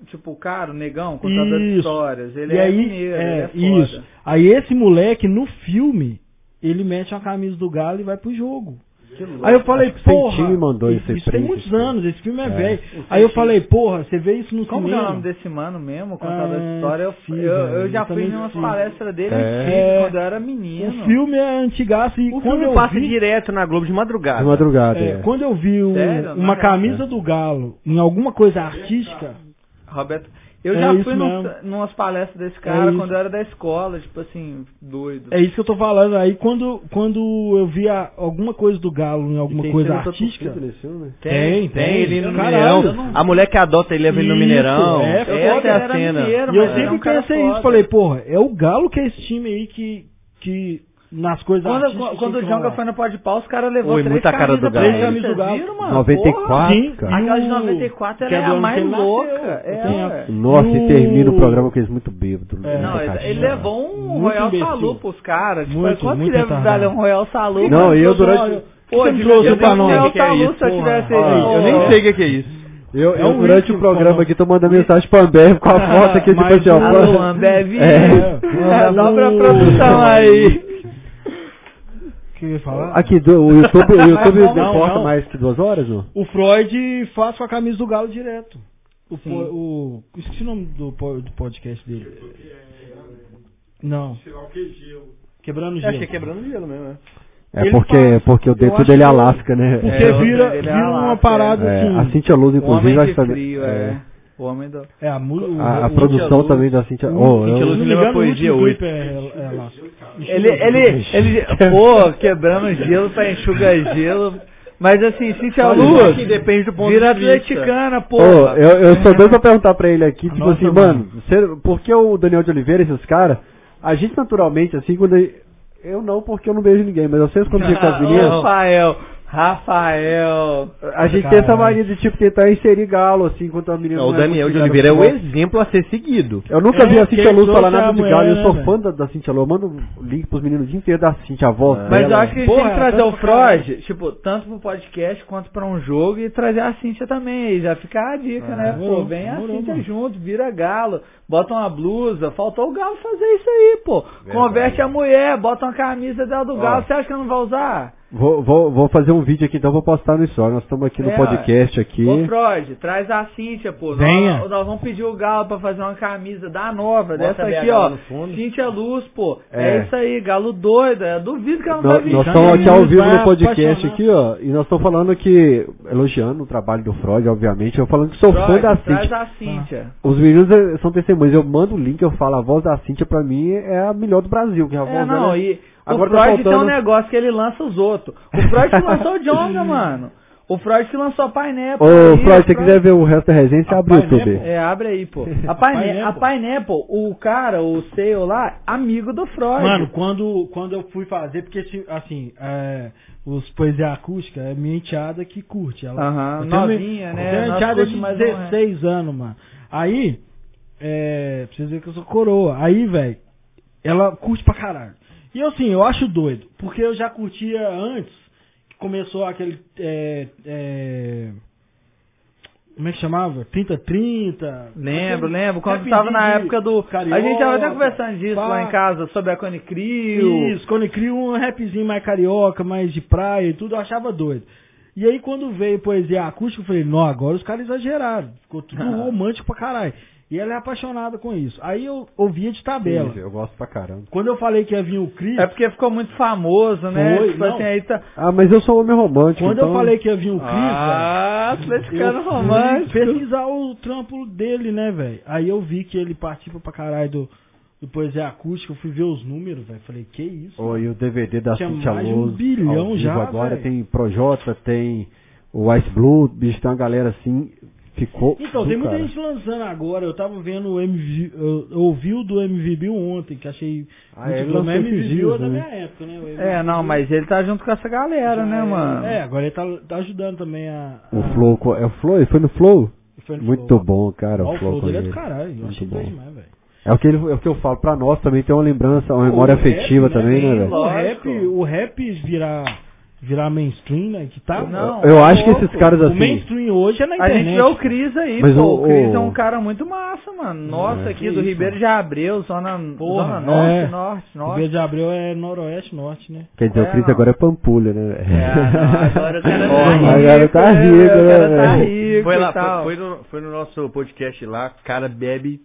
tipo o cara, o negão, contador de Isso. histórias. Ele e é aí, mineiro, é, ele é foda. isso. Aí esse moleque no filme, ele mete uma camisa do Galo e vai pro jogo. Que louco. Aí eu falei, Acho que o porra, Sentinho mandou isso, esse isso tem print, muitos assim. anos, esse filme é, É. velho. Aí eu falei, porra, você vê isso no Como que é cinema? o nome desse mano mesmo? Contador de Ah, história. Eu, sim, eu, eu velho, já eu fui também em umas sim. palestras dele É. antigas, quando eu era menino. O filme é antigaço e O quando filme eu passa vi, direto na Globo de madrugada. De madrugada. É, é. quando eu vi um- Sério? Não uma é. camisa do Galo em alguma coisa artística, Roberto. Eu É já isso fui num, mesmo. numas palestras desse cara É isso. quando eu era da escola, tipo assim, doido. é isso que eu tô falando. Aí quando, quando eu vi a- alguma coisa do Galo em alguma Tem coisa cena artística. torcida Tá nesse filme? né? Ah, Tem, Tem ele no Caralho. Mineirão. A mulher que adota ele leva ele no Isso, Mineirão. é, Essa foda, é ele a era cena. mineiro, E eu mas era sempre um cara pensei foda. isso, falei, porra, é o Galo que é esse time aí que, que nas coisas Quando, artísticas. quando, quando o tem que Jonga rolar. foi no pó de pau, os caras levou Oi, três muita cara do camisas pra Galo. ele, Três camisas do vocês Galo. viram, mano? 94, Sim. cara. Aquela de E o- 94, que é ela é do a ano que mais ele nasceu, louca. eu É, tenho- ué. Nossa, No- e termina o programa com eles muito bêbados. né, Não, na ele, caixinha. ele levou um Muito Royal imbecil. Salu pros caras. Tipo, Muito, quanto que muito deve retardado. dar um Royal Salu? Não, eu durante- Pô, Você de trouxe eu pra dei um nós. Royal Que que é Salu isso, se eu porra? tivesse... Olha, Eu nem sei o que que é isso. Eu, É eu um durante whisky, o programa por aqui tô mandando mensagem pra Ambev com a foto aqui, tipo Mas assim, ó. o- Alô, Ambev. É. Alô pra Alô. produção aí. O que eu ia falar? Aqui, do, o YouTube, o YouTube Não, reporta não. mais que duas horas, não? O Freud faz com a camisa do Galo direto. O, po- Sim. o- esqueci o nome do, po- do podcast dele. Não, Sei lá o que é gelo. quebrando Acho que é gelo. quebrando gelo mesmo, né? É Ele porque, faz. porque o acho dentro dele é que- Alasca, né? Porque É, vira, ele é vira uma Alasca, parada É, a assim. Cintia Luz, O inclusive, homem vai de saber. frio, é. O homem do... É, a, mu- o- A, a o- produção Luz. também da Cintia. o- Oh, o- Cintia eu- Luz se não lembra me engano, o poesia último oito. é, clipe É, é Alasca. Ele, ele, ele, pô, quebrando gelo pra enxugar gelo. Mas assim, Cintia Olha, Lua, que depende do ponto vira de vista. atleticana, pô. Ô, eu, eu sou doido pra perguntar pra ele aqui, tipo Nossa, assim, mano. mano, cê- por que o Daniel de Oliveira, esses caras, a gente naturalmente, assim, quando. ele- Eu não, porque eu não beijo ninguém, mas vocês quando ficam com Ah, as meninas, Rafael, Rafael. a gente tem Caralho. essa mania de, tipo, tentar inserir galo, assim, enquanto a menina. Não, o é Daniel muito ligada de Oliveira é no o futebol. exemplo a ser seguido. Eu nunca vi É, a Cintia quem Luz falar trouxe é a nada de mulher, galo, eu né, sou velho? É. fã da, da Cintia Luz, eu mando um link pros meninos o dia inteiro da Cintia, a voz Mas Mas dela. eu acho que a gente Porra, tem que trazer tanto o Freud, tipo, tanto pro podcast quanto pra um jogo e trazer a Cintia também. Aí já fica a dica, né? Pô, demorou, vem a demorou, Cintia mano. junto, vira galo, bota uma blusa. Faltou o galo fazer isso aí, pô. Converte a mulher, bota uma camisa dela do galo. Você acha que ela não vai usar? Vou, vou, vou fazer um vídeo aqui, então vou postar no story. Nós estamos aqui no É, podcast aqui. Ô Freud, traz a Cíntia, pô. Nós- Venha. Nós, vamos pedir o Galo pra fazer uma camisa da nova, Bota dessa a BH aqui, ó. lá no fundo. Cíntia Luz, pô. É. É. Então, isso aí, Galo doido. Eu duvido que ela não Nó- vai vir. nós já estamos me aqui ao vai vivo no podcast apaixonar. aqui, ó, e nós estamos falando que, elogiando o trabalho do Freud, obviamente, eu falando que sou fã Freud, então, da traz Cintia. a Cíntia. Os meninos eh, são testemunhas, eu mando o link, eu falo, a voz da Cintia pra mim é a melhor do Brasil, que é a voz É, não, dela. e Agora o tá Freud tem um faltando- negócio que ele lança os outros. O Freud que lançou o Jonga, mano. O Freud que lançou a Pineapple. Ô, aí, Freud, o se você quiser ver o resto da resenha, você A abre o Pineapple. YouTube. É, abre aí, pô. A, A Pine- a Pineapple. Pineapple, o cara, o seu lá, amigo do Freud. Mano, quando, quando eu fui fazer, porque se- assim, é, os poesia acústica é minha enteada que curte. Ela, Aham, eu tenho novinha, uma- né? eu tenho Nós Uma enteada curte, de mas não é. 16 anos, mano. Aí, é, pra vocês verem que eu sou coroa. Aí, velho, ela curte pra caralho. E eu, assim, eu acho doido, porque eu já curtia antes, que começou aquele. é, é, como é que chamava? 30-30. Lembro, aquele lembro. Quando rapidinho tava na de época do. a gente tava até carioca, conversando disso pá. lá em casa, sobre a Cone Crew. Isso, quando eu crio um rapzinho mais carioca, mais de praia e tudo, eu achava doido. E aí quando veio poesia acústica, eu falei, não, agora os caras exageraram. Ficou tudo Ah. romântico pra caralho. E ela é apaixonada com isso. Aí eu ouvia de tabela. Eu gosto pra caramba. Quando eu falei que ia vir o Cris, É porque ficou muito famoso, né? Foi, tipo não. assim, aí tá. Ah, mas eu sou homem romântico, quando então... eu falei que ia vir o Cris, velho, Ah, atleticano eu fui romântico. pesquisar o trampo dele, né, velho? Aí eu vi que ele participa pra caralho do, do Poesia Acústica, eu fui ver os números, velho. Falei, que isso? Ô, e o DVD da Tinha Cintia mais de um Luz. bilhão ao vivo já, Agora velho. tem Projota, tem o Ice Blue, bicho, tem uma galera assim, ficou... Então, do tem muita cara. gente lançando agora. Eu tava vendo o MV. Eu, eu ouvi o do MV Bill ontem, que achei. Ah, muito ele bom. lançou Mas MV esses Bill dias, é né? da minha época, né? O É, não, mas ele tá junto com essa galera, né, mano? É, agora ele tá, tá ajudando também a. Ah. a O Flow, co- é o Flow? Ele foi no Flow? foi no Muito Flow. bom, cara, Ó, o Flow com dele é ele. do caralho. Eu Muito achei bom. doido demais, velho. É o, que ele- é o que eu falo pra nós também, tem uma lembrança, uma memória O rap, afetiva também, né, velho? O rap, Lógico. o rap virar, virar mainstream, né? Que tá. Não, Eu acho que louco. esses caras o assim... mainstream hoje é Tá na A internet. gente vê o Cris aí, Mas pô. o- O Cris o- é um cara muito massa, mano. Nossa, É. aqui do Ribeiro de Abreu, zona, Porra, zona norte, é. norte, O norte. Rio de Abreu é noroeste, norte, né? Quer dizer, É, o Cris não. agora é Pampulha, né? velho? É, não, agora o cara tá Porra, agora tá rico. né, rico, velho? né, O cara tá velho? rico Foi lá, e tal. foi, foi no, foi no nosso podcast lá, cara bebe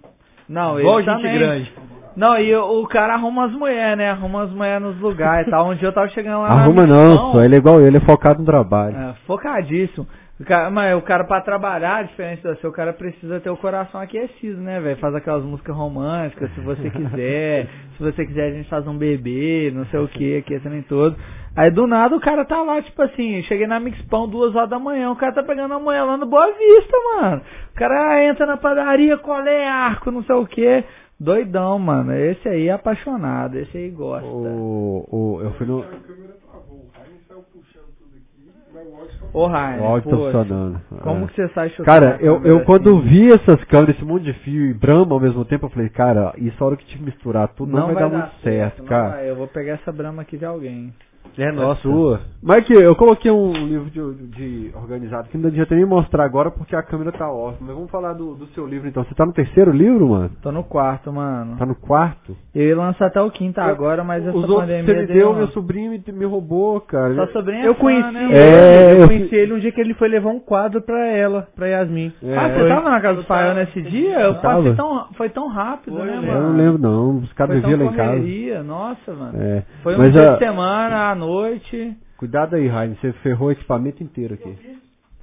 Não, ele igual gente também. grande. Não, e o, o cara arruma as mulheres, né? Arruma as mulheres nos lugares e tal. Um dia eu tava chegando lá Arruma na não, missão, só ele é igual eu, ele é focado no trabalho. É, focadíssimo. O cara, mas o cara pra trabalhar, diferente do seu, o cara precisa ter o coração aquecido, né, velho? Faz aquelas músicas românticas, se você quiser. se você quiser, a gente faz um bebê, não sei o que, aquecendo em todo. Aí do nada o cara tá lá, tipo assim, cheguei na Mixpão duas horas da manhã, o cara tá pegando a mulher lá no Boa Vista, mano. O cara ah, entra na padaria, colé, arco, não sei o que. Doidão, mano. Esse aí é apaixonado, esse aí É, gosta. O, o, eu fui no... A câmera travou, o Ryan saiu puxando tudo aqui, mas o áudio só Ô, Ryan, O áudio tá É, poxa, funcionando. Como É. que você sai chutando? Cara, a eu, câmera eu quando assim? vi essas câmeras, esse monte de fio e brama ao mesmo tempo, eu falei, cara, isso a hora que te misturar tudo não, vai, dar muito certo, não cara. vai. eu vou pegar essa brama aqui de alguém. É, Nossa. nossa. Sua. Mas que eu coloquei um livro de, de organizado que não adianta nem mostrar agora porque a câmera tá off. Mas vamos falar do, do seu livro então. Você tá no terceiro livro, mano? Tô no quarto, mano. Tá no quarto? Eu ia lançar até o quinto agora, mas essa Os outros que pandemia você me deu, uma- meu sobrinho me, me roubou, cara. Sua sobrinha é Eu fã, conheci, né, ele, mano? É, eu eu conheci fui- ele um dia que ele foi levar um quadro pra ela, pra Yasmin. É. Ah, você Foi. tava na casa do Paião nesse dia? Eu Tava. passei tão, foi tão rápido, né, Eu mano? não lembro não. Os caras Foi viviam lá tão em casa. correria, nossa, mano. É. Foi um Mas dia a- de semana, à noite. Cuidado aí, Raim, você ferrou o equipamento inteiro aqui.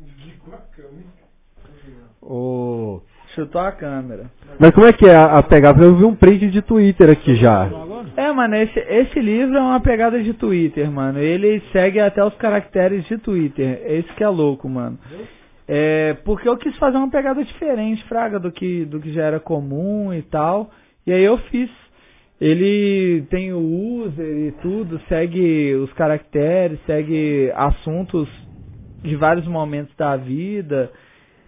desligou a câmera. Ô, Chutou a câmera. Mas como é que é a, a pegada? Porque Eu vi um print de Twitter aqui já. É, mano, esse, esse livro é uma pegada de Twitter, mano. Ele segue até os caracteres de Twitter. É isso que é louco, mano. É, porque eu quis fazer uma pegada diferente, fraga, do que, do que já era comum e tal. E aí eu fiz. Ele tem o user e tudo, segue os caracteres, segue assuntos de vários momentos da vida.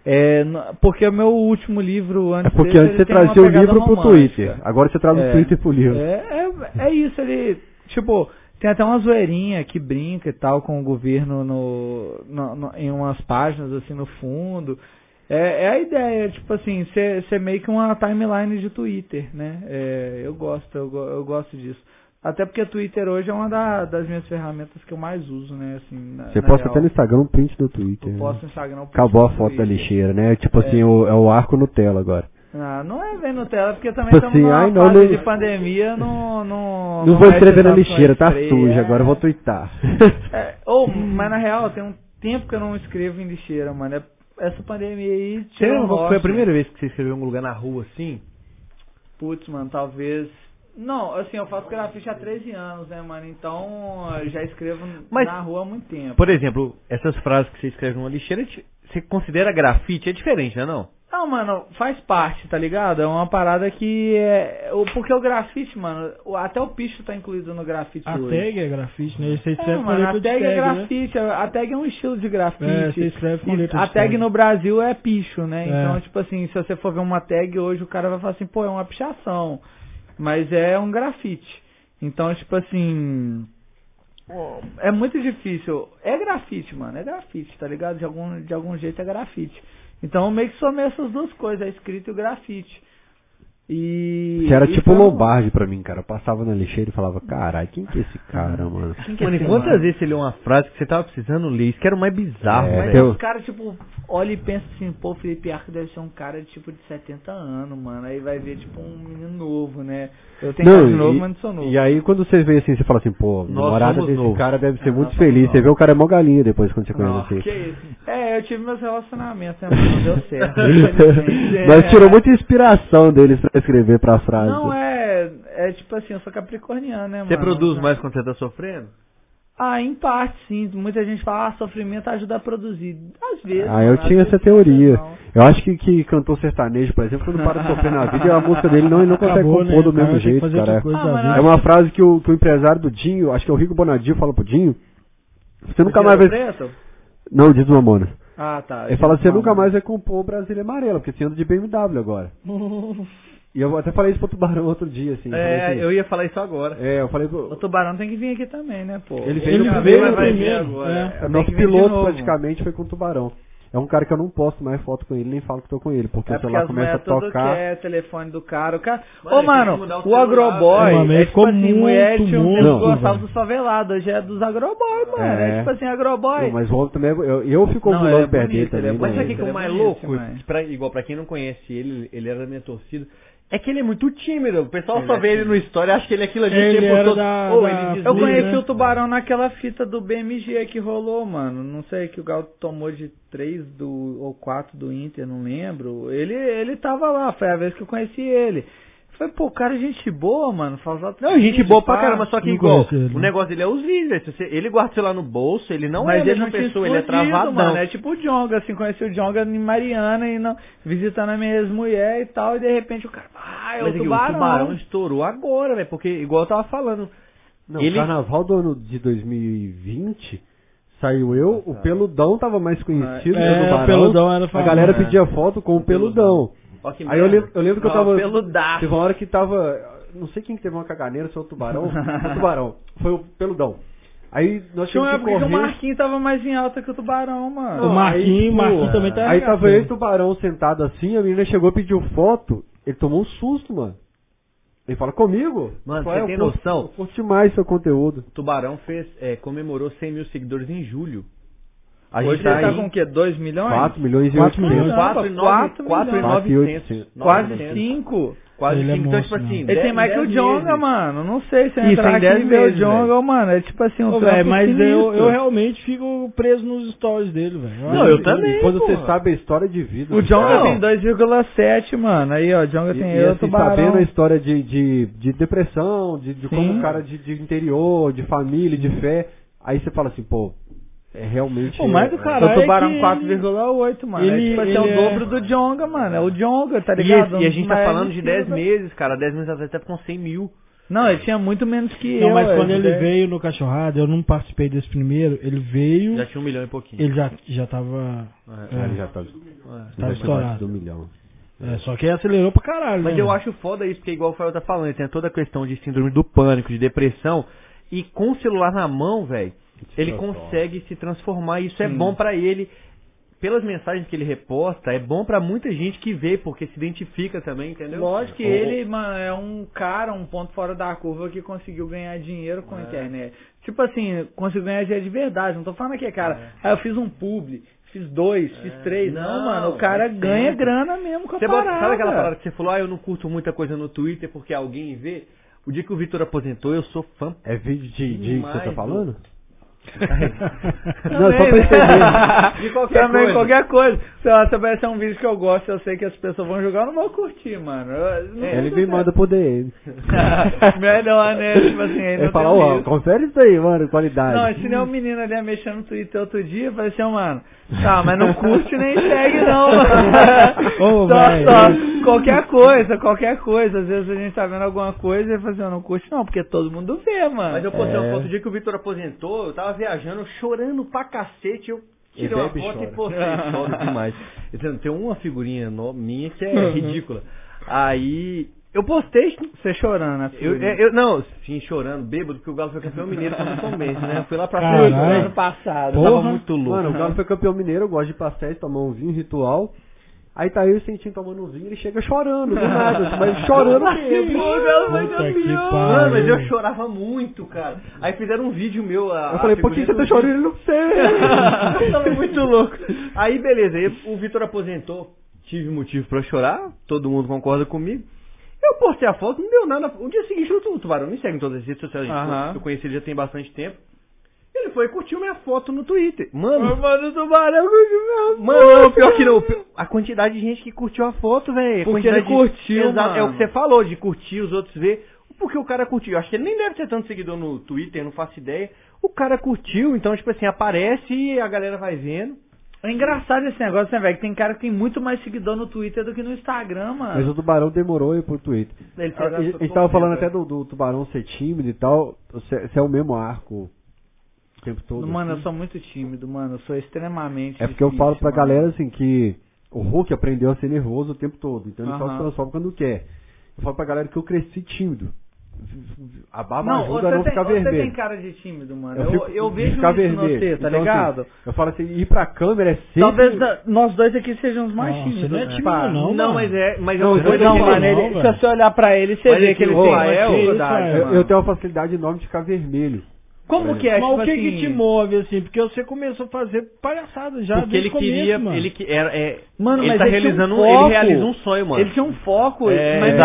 É, n- porque o meu último livro É antes porque desse, antes você ele tem uma trazia o pegada livro pro romântica. Twitter. Agora você traz o É. Twitter pro livro. É, é, é isso, ele. Tipo, tem até uma zoeirinha que brinca e tal com o governo no, no- no- em umas páginas assim no fundo. É, é a ideia, tipo assim, ser ser meio que uma timeline de Twitter, né? É, eu gosto, eu, go- eu gosto disso. Até porque Twitter hoje é uma da- das minhas ferramentas que eu mais uso, né? Assim, na- Você na posta real. até no Instagram um print do Twitter. Eu né? posto no Instagram. eu posto Acabou a no foto da Twitter. lixeira, né? Tipo É. assim, o, é o arco Nutella agora. Ah, não é bem Nutella, porque também Tipo estamos assim, numa ai, não, fase não- de pandemia, não... Não, Não, vou mexe escrever na tanto com lixeira, tá spray, suja. é. Agora eu vou twittar. É, ou, mas na real, tem um tempo que eu não escrevo em lixeira, mano. É- essa pandemia aí Você tirou um lembra qual rosto. foi a primeira vez que você escreveu em um lugar na rua assim? Putz, mano, talvez Não, assim, eu faço grafite há 13 anos, né, mano? Então, eu já escrevo Mas- na rua há muito tempo. Por exemplo, essas frases que você escreve numa lixeira, ti- você considera grafite? É diferente, né? Não. Não, mano, faz parte, tá ligado? É uma parada que é. o- Porque o grafite, mano, o- até o picho tá incluído no grafite A hoje. tag é grafite, né? Você É, escreve com mano, a letra de tag é tag, né? grafite, a a tag é um estilo de grafite. É, você escreve com E letra a de tag tag. no Brasil é picho, né? É. Então, tipo assim, se você for ver uma tag hoje, o cara vai falar assim, pô, é uma pichação. Mas é um grafite. Então, tipo assim. pô, É muito difícil. É grafite, mano. É grafite, tá ligado? De algum, de algum jeito é grafite. Então eu meio que somei essas duas coisas, a escrita e o grafite. E. Você era e tipo foi um- Lombardi pra mim, cara. Eu passava na lixeira e falava, caralho, quem que é esse cara, mano? Mano, e quantas vezes você leu uma frase que você tava precisando ler? Isso que era o mais bizarro, É, né? Mas velho. os caras, tipo, olha e pensa assim, pô, o Felipe Arco deve ser um cara, tipo, de 70 anos, mano. Aí vai ver, tipo, um menino novo, né? Eu tenho cara de novo, e, mas não sou novo. e aí quando você vê assim, você fala assim, pô, a namorada somos desse novos. cara deve ser Ah, muito nós feliz. somos Você vê o cara é mó galinha depois quando você conhece Nossa, assim. que isso. É, eu tive meus relacionamentos, né? Mas não deu certo. infelizmente. É. Mas tirou muita inspiração deles pra escrever pra frase. Não, é. É tipo assim, eu sou capricorniano, né, mano? Você produz Então- mais quando você tá sofrendo? Ah, em parte, sim. Muita gente fala, ah, sofrimento ajuda a produzir. Às vezes. Ah, eu mano, às tinha vezes essa teoria. é não. Eu acho que, que cantor sertanejo, por exemplo, quando para de sofrer na vida, a música dele não, ele não consegue Acabou, compor né? do O cara mesmo tem que jeito, fazer cara. outra coisa Ah, da mas vida. É uma frase que o, que o empresário do Dinho, acho que é o Rico Bonadio, fala pro Dinho. Você nunca mais Gelo vai. Preto? Não, diz uma mona. Ah, tá. Ele fala, você Não, nunca mano. mais vai compor o Brasília Amarela, porque você anda de BMW agora. E eu até falei isso pro Tubarão outro dia, assim. falei É, assim, eu ia falar isso agora. é, eu falei O pro... tubarão tem que vir aqui também, né, pô? Ele veio no Ele veio primeiro, no vai ver primeiro. agora. É. É, né? Tem nosso que vir de piloto novo. praticamente foi com o Tubarão. É um cara que eu não posto mais foto com ele, nem falo que tô com ele, porque É o porque as celular começa a mulheres tudo tocar. quer telefone do cara. O cara... Mano, Ô, ele tem que mano, mudar o o celular, né? agroboy Mano, é ele tipo ficou assim, mulher muito, tinha um muito, tempo que gostava velho. dos favelados, hoje é dos agroboy, mano. É, É. tipo assim, agroboy. Não, mas o outro também, é- eu, eu fico Não, ovulando ele é perto dele bonito, também. ele né? é Mas bonito. sabe o que é o Ele é mais bonito, louco? mas- Pra- igual pra quem não conhece ele, ele era da minha torcida. É que ele é muito tímido. O pessoal só vê ele no story acha que ele é aquilo ali. Ele o tempo era todo. da- Ou da- ele desliga. Eu conheci né? o tubarão naquela fita do BMG que rolou, mano. Não sei que o Galo tomou de 3 do, ou 4 do Inter, não lembro. Ele, ele tava lá, foi a vez que eu conheci ele. Falei, pô, o cara é gente boa, mano. Fala, Não, gente boa pra caramba, só que Não igual, conheço ele. o negócio dele é os vídeos. se você- Ele guarda o celular no bolso, ele não é mas a ele mesma não tinha pessoa, ele é explodido, travadão. Mano. É tipo o Jonga, assim, conheci o Jonga em Mariana e não, visitando a minha ex-mulher e tal, e de repente o cara, ah, é o Mas aqui, tubarão. o tubarão estourou agora, velho, porque igual eu tava falando. Não, Ele- carnaval do ano de 2020 saiu eu, o Peludão tava mais conhecido É, que o Tubarão. Peludão era A famoso. galera É. pedia foto com o Peludão. Ó, que Aí eu merda. lembro, eu lembro que eu Não, tava. peludaço. Teve uma hora que tava. Não sei quem que teve uma caganeira, se foi o Tubarão. Foi o Tubarão. Foi o Peludão. Aí nós tivemos Tinha uma que época que correr. o um Marquinhos tava mais em alta que o tubarão, mano. O Marquinhos, o Marquinhos também tá Aí arregaçando. tava eu e o Tubarão sentado assim, a menina chegou e pediu foto. Ele tomou um susto, mano. Ele fala comigo? Mano, Fala, "É, você "Eu tem curto- noção? Eu curto demais seu conteúdo. O tubarão fez, é, comemorou 100 mil seguidores em julho. A Hoje gente tá, ele tá aí com o quê? 2 milhões? 4 milhões e Quatro 800. milhões. quatro e nove- Quatro quatro e milhões. Quatro e 900. oitocentos. Quase 900. 5. Quase Ele é 5. Então, tipo monstro, assim, né? Ele tem dez- Michael dez Jonga, meses. né, mano. Não sei se eu Isso, entrar em aqui dez e ver o meses, Jonga, mano. É tipo assim, um Ô, trampo velho, mas eu, sinistro. eu realmente fico preso nos stories dele, velho. Não, eu também, E Quando você porra. sabe a história de vida. né? O do Jonga cara. tem 2,7, mano. Aí, ó, Jonga E, tem e Tipo eu, assim, sabendo tubarão. a história de, de, de depressão, de, de como Sim. o cara de, de interior, de família, de fé. Aí você fala assim, pô, é realmente. Pô, mas o é- cara- O tubarão é que- 4,8, mano. ele- é tipo assim, ele é o é- dobro do Jonga, mano. É o Jonga, tá E, esse- ligado? e a gente tá Mas- falando de 10 meses, cara. 10 meses atrás até com 100 mil. Não, ele tinha muito menos que eu. Não, mas quando velho, ele né? veio no Cachorrada, eu não participei desse primeiro, ele veio, Já tinha um milhão e pouquinho. ele já, já tava, É. Ah, ele já tá, tava já tá abaixo estourado. do milhão. É, só que acelerou pra caralho, Mas né, eu mano? acho foda isso, porque igual o Fael tá falando, tem toda a questão de síndrome do pânico, de depressão, e com o celular na mão, velho, ele consegue se transformar, e isso é bom pra ele. Pelas mensagens que ele reposta, é bom pra muita gente que vê, porque se identifica também, entendeu? Lógico que Ou- ele, mano, é um cara, um ponto fora da curva que conseguiu ganhar dinheiro É. com a internet. Tipo assim, conseguiu ganhar dinheiro de verdade. Não tô falando aqui, cara, ah, eu fiz um publi, fiz dois, fiz três. Não, É. Não, mano, o cara mas ganha sempre. grana mesmo com a Você bota- parada. sabe aquela parada que você falou, ah, eu não curto muita coisa no Twitter porque alguém vê? O dia que o Vitor aposentou, eu sou fã É vídeo de, de que você Demais, tá falando? Não, só pra entender. De qualquer né? Também, coisa. qualquer coisa. Se ela aparecer um vídeo que eu gosto, eu sei que as pessoas vão jogar, eu não vou curtir, mano. É. Eu- não- Ele me manda pro DM. Melhor, né? Tipo assim, ele Ele não fala, tem ó, isso. confere isso aí, mano, qualidade. Não, é tipo esse nem o menino ali mexendo no Twitter outro dia, eu falei assim, ó, mano, tá, mas não curte nem segue não, Ô, mano. só, velho. só, qualquer coisa, qualquer coisa. Às vezes a gente tá vendo alguma coisa e ele fala assim, ó, não curte não, porque todo mundo vê, mano. Mas eu postei uma É. foto, o dia que o Vitor aposentou, eu tava viajando, chorando pra cacete, eu tirei E uma bebe e foto e é chora. postei, choro É demais. Eu tenho- Tem uma figurinha no- minha que é ridícula. Aí, eu postei, Você chorando, né? eu, filho? é, eu- não, sim, chorando, bêbado, porque o Galo foi campeão mineiro contra o São Bento, né? Eu Fui lá pra Caralho. frente, Caralho. eu ano passado. Porra. tava muito louco. Mano, o Galo foi campeão mineiro, eu gosto de pastéis, tomar um vinho ritual. Aí tá eu sentindo tomando um vinho, ele chega chorando, do nada, assim, mas chorando mesmo. Pô, o Galo vai Puta campeão. que pariu. Mano, mas eu chorava muito, cara. Aí fizeram um vídeo meu. A, Eu falei, a por que figurinha você tá do- chorando? Ele não sei. Ah, Tava é muito louco. Aí, beleza. aí o Vitor aposentou. Tive motivo pra chorar. Todo mundo concorda comigo. Eu postei a foto, não deu nada. O dia seguinte, o Tubarão me segue em todas as redes sociais. gente. Aham. Eu conheci ele já tem bastante tempo. Ele foi e curtiu minha foto no Twitter. Mano, Mano, o tubarão curtiu meu Mano, não, pior que não. A quantidade de gente que curtiu a foto, velho. a Porque quantidade ele curtiu, de... Exato, É o mano. que você falou, de curtir, os outros ver. Porque o cara curtiu. Eu acho que ele nem deve ter tanto seguidor no Twitter, não faço ideia. O cara curtiu, então, tipo assim, aparece e a galera vai vendo. É engraçado esse negócio, né, velho? Que tem cara que tem muito mais seguidor no Twitter do que no Instagram, mano. Mas o Tubarão demorou aí pro Twitter. Ele A, a, gente tava né? falando até do, do Tubarão ser tímido e tal. Você você é o mesmo arco o tempo todo. assim? Mano, eu sou muito tímido, mano. Eu sou extremamente. É porque eu difícil, falo né? pra mano. galera assim que o Hulk aprendeu a ser nervoso o tempo todo, então ele só Aham. se transforma quando quer. Eu falo pra galera que eu cresci tímido. A Ah, barba Não, ajuda a você, não tem, ficar você vermelho. tem cara de tímido, mano. Eu, Eu, fico, eu de vejo ficar isso vermelho. no você, tá Então, ligado? assim, eu falo assim, ir pra câmera é sempre... Talvez da- nós dois aqui sejamos mais Não, tímidos. você não é né? tímido, Pá. não, Tipo, Não, mano. mas é. Mas Não, eu, dois Não, Não, então né? mano, ele- não, é velho. se você olha pra ele, você Mas vê ele- que ele Ô, tem Rael, mais isso, dificuldade, Rael. Eu, mano. eu tenho uma facilidade enorme de ficar vermelho. Como que é? Mas tipo o que assim, que te move, assim? Porque você começou a fazer palhaçada já Porque desde ele o começo, queria. mano. Ele que era. É, Mano, ele mas tá ele tinha realizando. um um- foco. ele realiza um sonho, mano. Ele tinha um foco, É, mas mesmo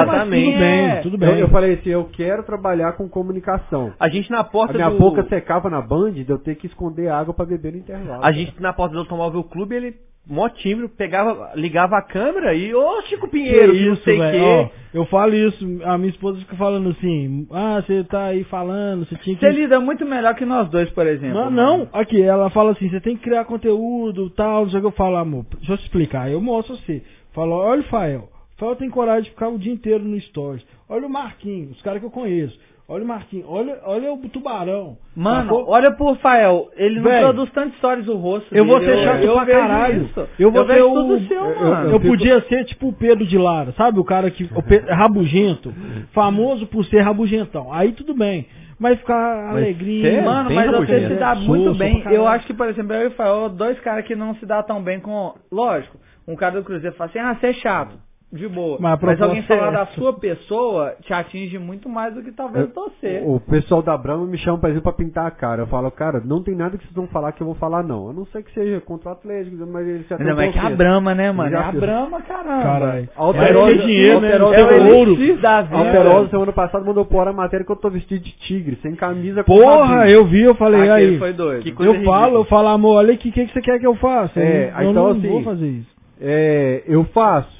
assim, exatamente. Tudo bem, é- tudo Eu, bem. eu falei assim, eu quero trabalhar com comunicação. A gente na A porta minha do. boca secava na band de eu ter que esconder água pra beber no intervalo. A gente na porta do automóvel clube, ele, mó tímido, pegava, ligava a câmera e, ô Chico Pinheiro, que Que não sei o velho, quê. ó, eu falo isso, a minha esposa fica falando assim, ah, você tá aí falando, você tinha que... Você lida muito melhor que nós dois, por exemplo. Não, mano. não, aqui, ela fala assim, você tem que criar conteúdo, tal, não sei o que eu falo, amor, deixa eu te explicar, Aí eu mostro você. Falo, olha o Fael, o Fael tem coragem de ficar o dia inteiro no stories. Olha o Marquinhos, os caras que eu conheço. Olha o Marquinhos, olha, olha o Tubarão. Mano, Sacou? olha pro Rafael, ele não Velho, produz tantos stories o rosto. eu dele, vou ser chato eu pra vejo caralho. isso. Eu vou ser vejo o- tudo seu, eu- eu- mano. Eu, fico- podia ser tipo o Pedro de Lara, sabe? O cara que. O Pe- é rabugento. Famoso por ser rabugentão. Aí tudo bem. Mas ficar alegrinho. sério? Mano, bem mas você rabugento. se dá Sou, muito sou pra bem. caralho. Eu acho que, por exemplo, eu e o Fael, dois caras que não se dá tão bem com. Lógico, um cara do Cruzeiro fala assim, ah, você é chato. De boa. Mas a Mas, proposta alguém falar é da essa. sua pessoa te atinge muito mais do que talvez você. O pessoal da Brahma me chama, por exemplo, pra pintar a cara. Eu falo, cara, não tem nada que vocês vão falar que eu vou falar, não. A não ser que seja contra o Atlético, mas ele já Não, mas que é a Brahma, né, mano? É a Brahma, caramba. Caralho. Alterosa- Mas tem dinheiro, né? Alterosa- É o é Tem ouro. elixir da vida. né? Alterosa, semana passada, mandou por a matéria que eu tô vestido de tigre, sem camisa. com Porra, quadrinho. eu vi, eu falei, Aquele aí. foi doido. Que coisa Eu falo, eu ridícula. falo, amor, olha aqui, o que, que você quer que eu faça? É, eu então, não assim, vou fazer isso. É, eu faço.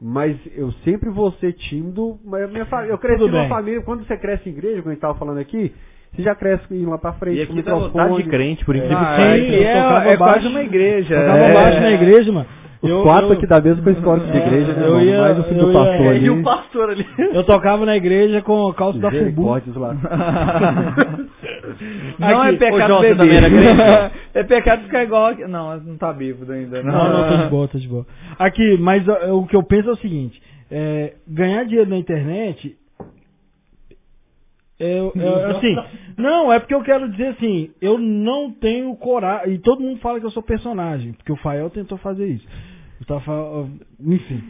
Mas eu sempre vou ser tímido. Mas a minha fa- eu cresci Tudo numa bem. família. Quando você cresce em igreja, como a gente tava falando aqui, você já cresce indo lá pra frente. E com aqui tá microfone. lotado de crente, por incrível Ah, que é, pareça. Então eu tocava é, é baixo. quase uma igreja. Eu tava É. baixo na igreja, mano. Os Eu- quatro eu- aqui da mesa com histórico de igreja, né? eu mano? ia- mais o filho eu do ia- pastor ali. E o pastor ali. Eu tocava na igreja com a calça da Fubu. Misericórdia, lá. Não Aqui, é pecado ô, Jota, beber. também era grande. é pecado ficar igual. aqui. Não, não tá bêbado ainda. Ah. Não, Não, não, tô de boa, tô de boa. Aqui, mas ó, o que eu penso é o seguinte: é, ganhar dinheiro na internet. É, é, assim, não, é porque eu quero dizer assim, eu não tenho coragem, e todo mundo fala que eu sou personagem, porque o Fael tentou fazer isso. Eu tava, fal- enfim,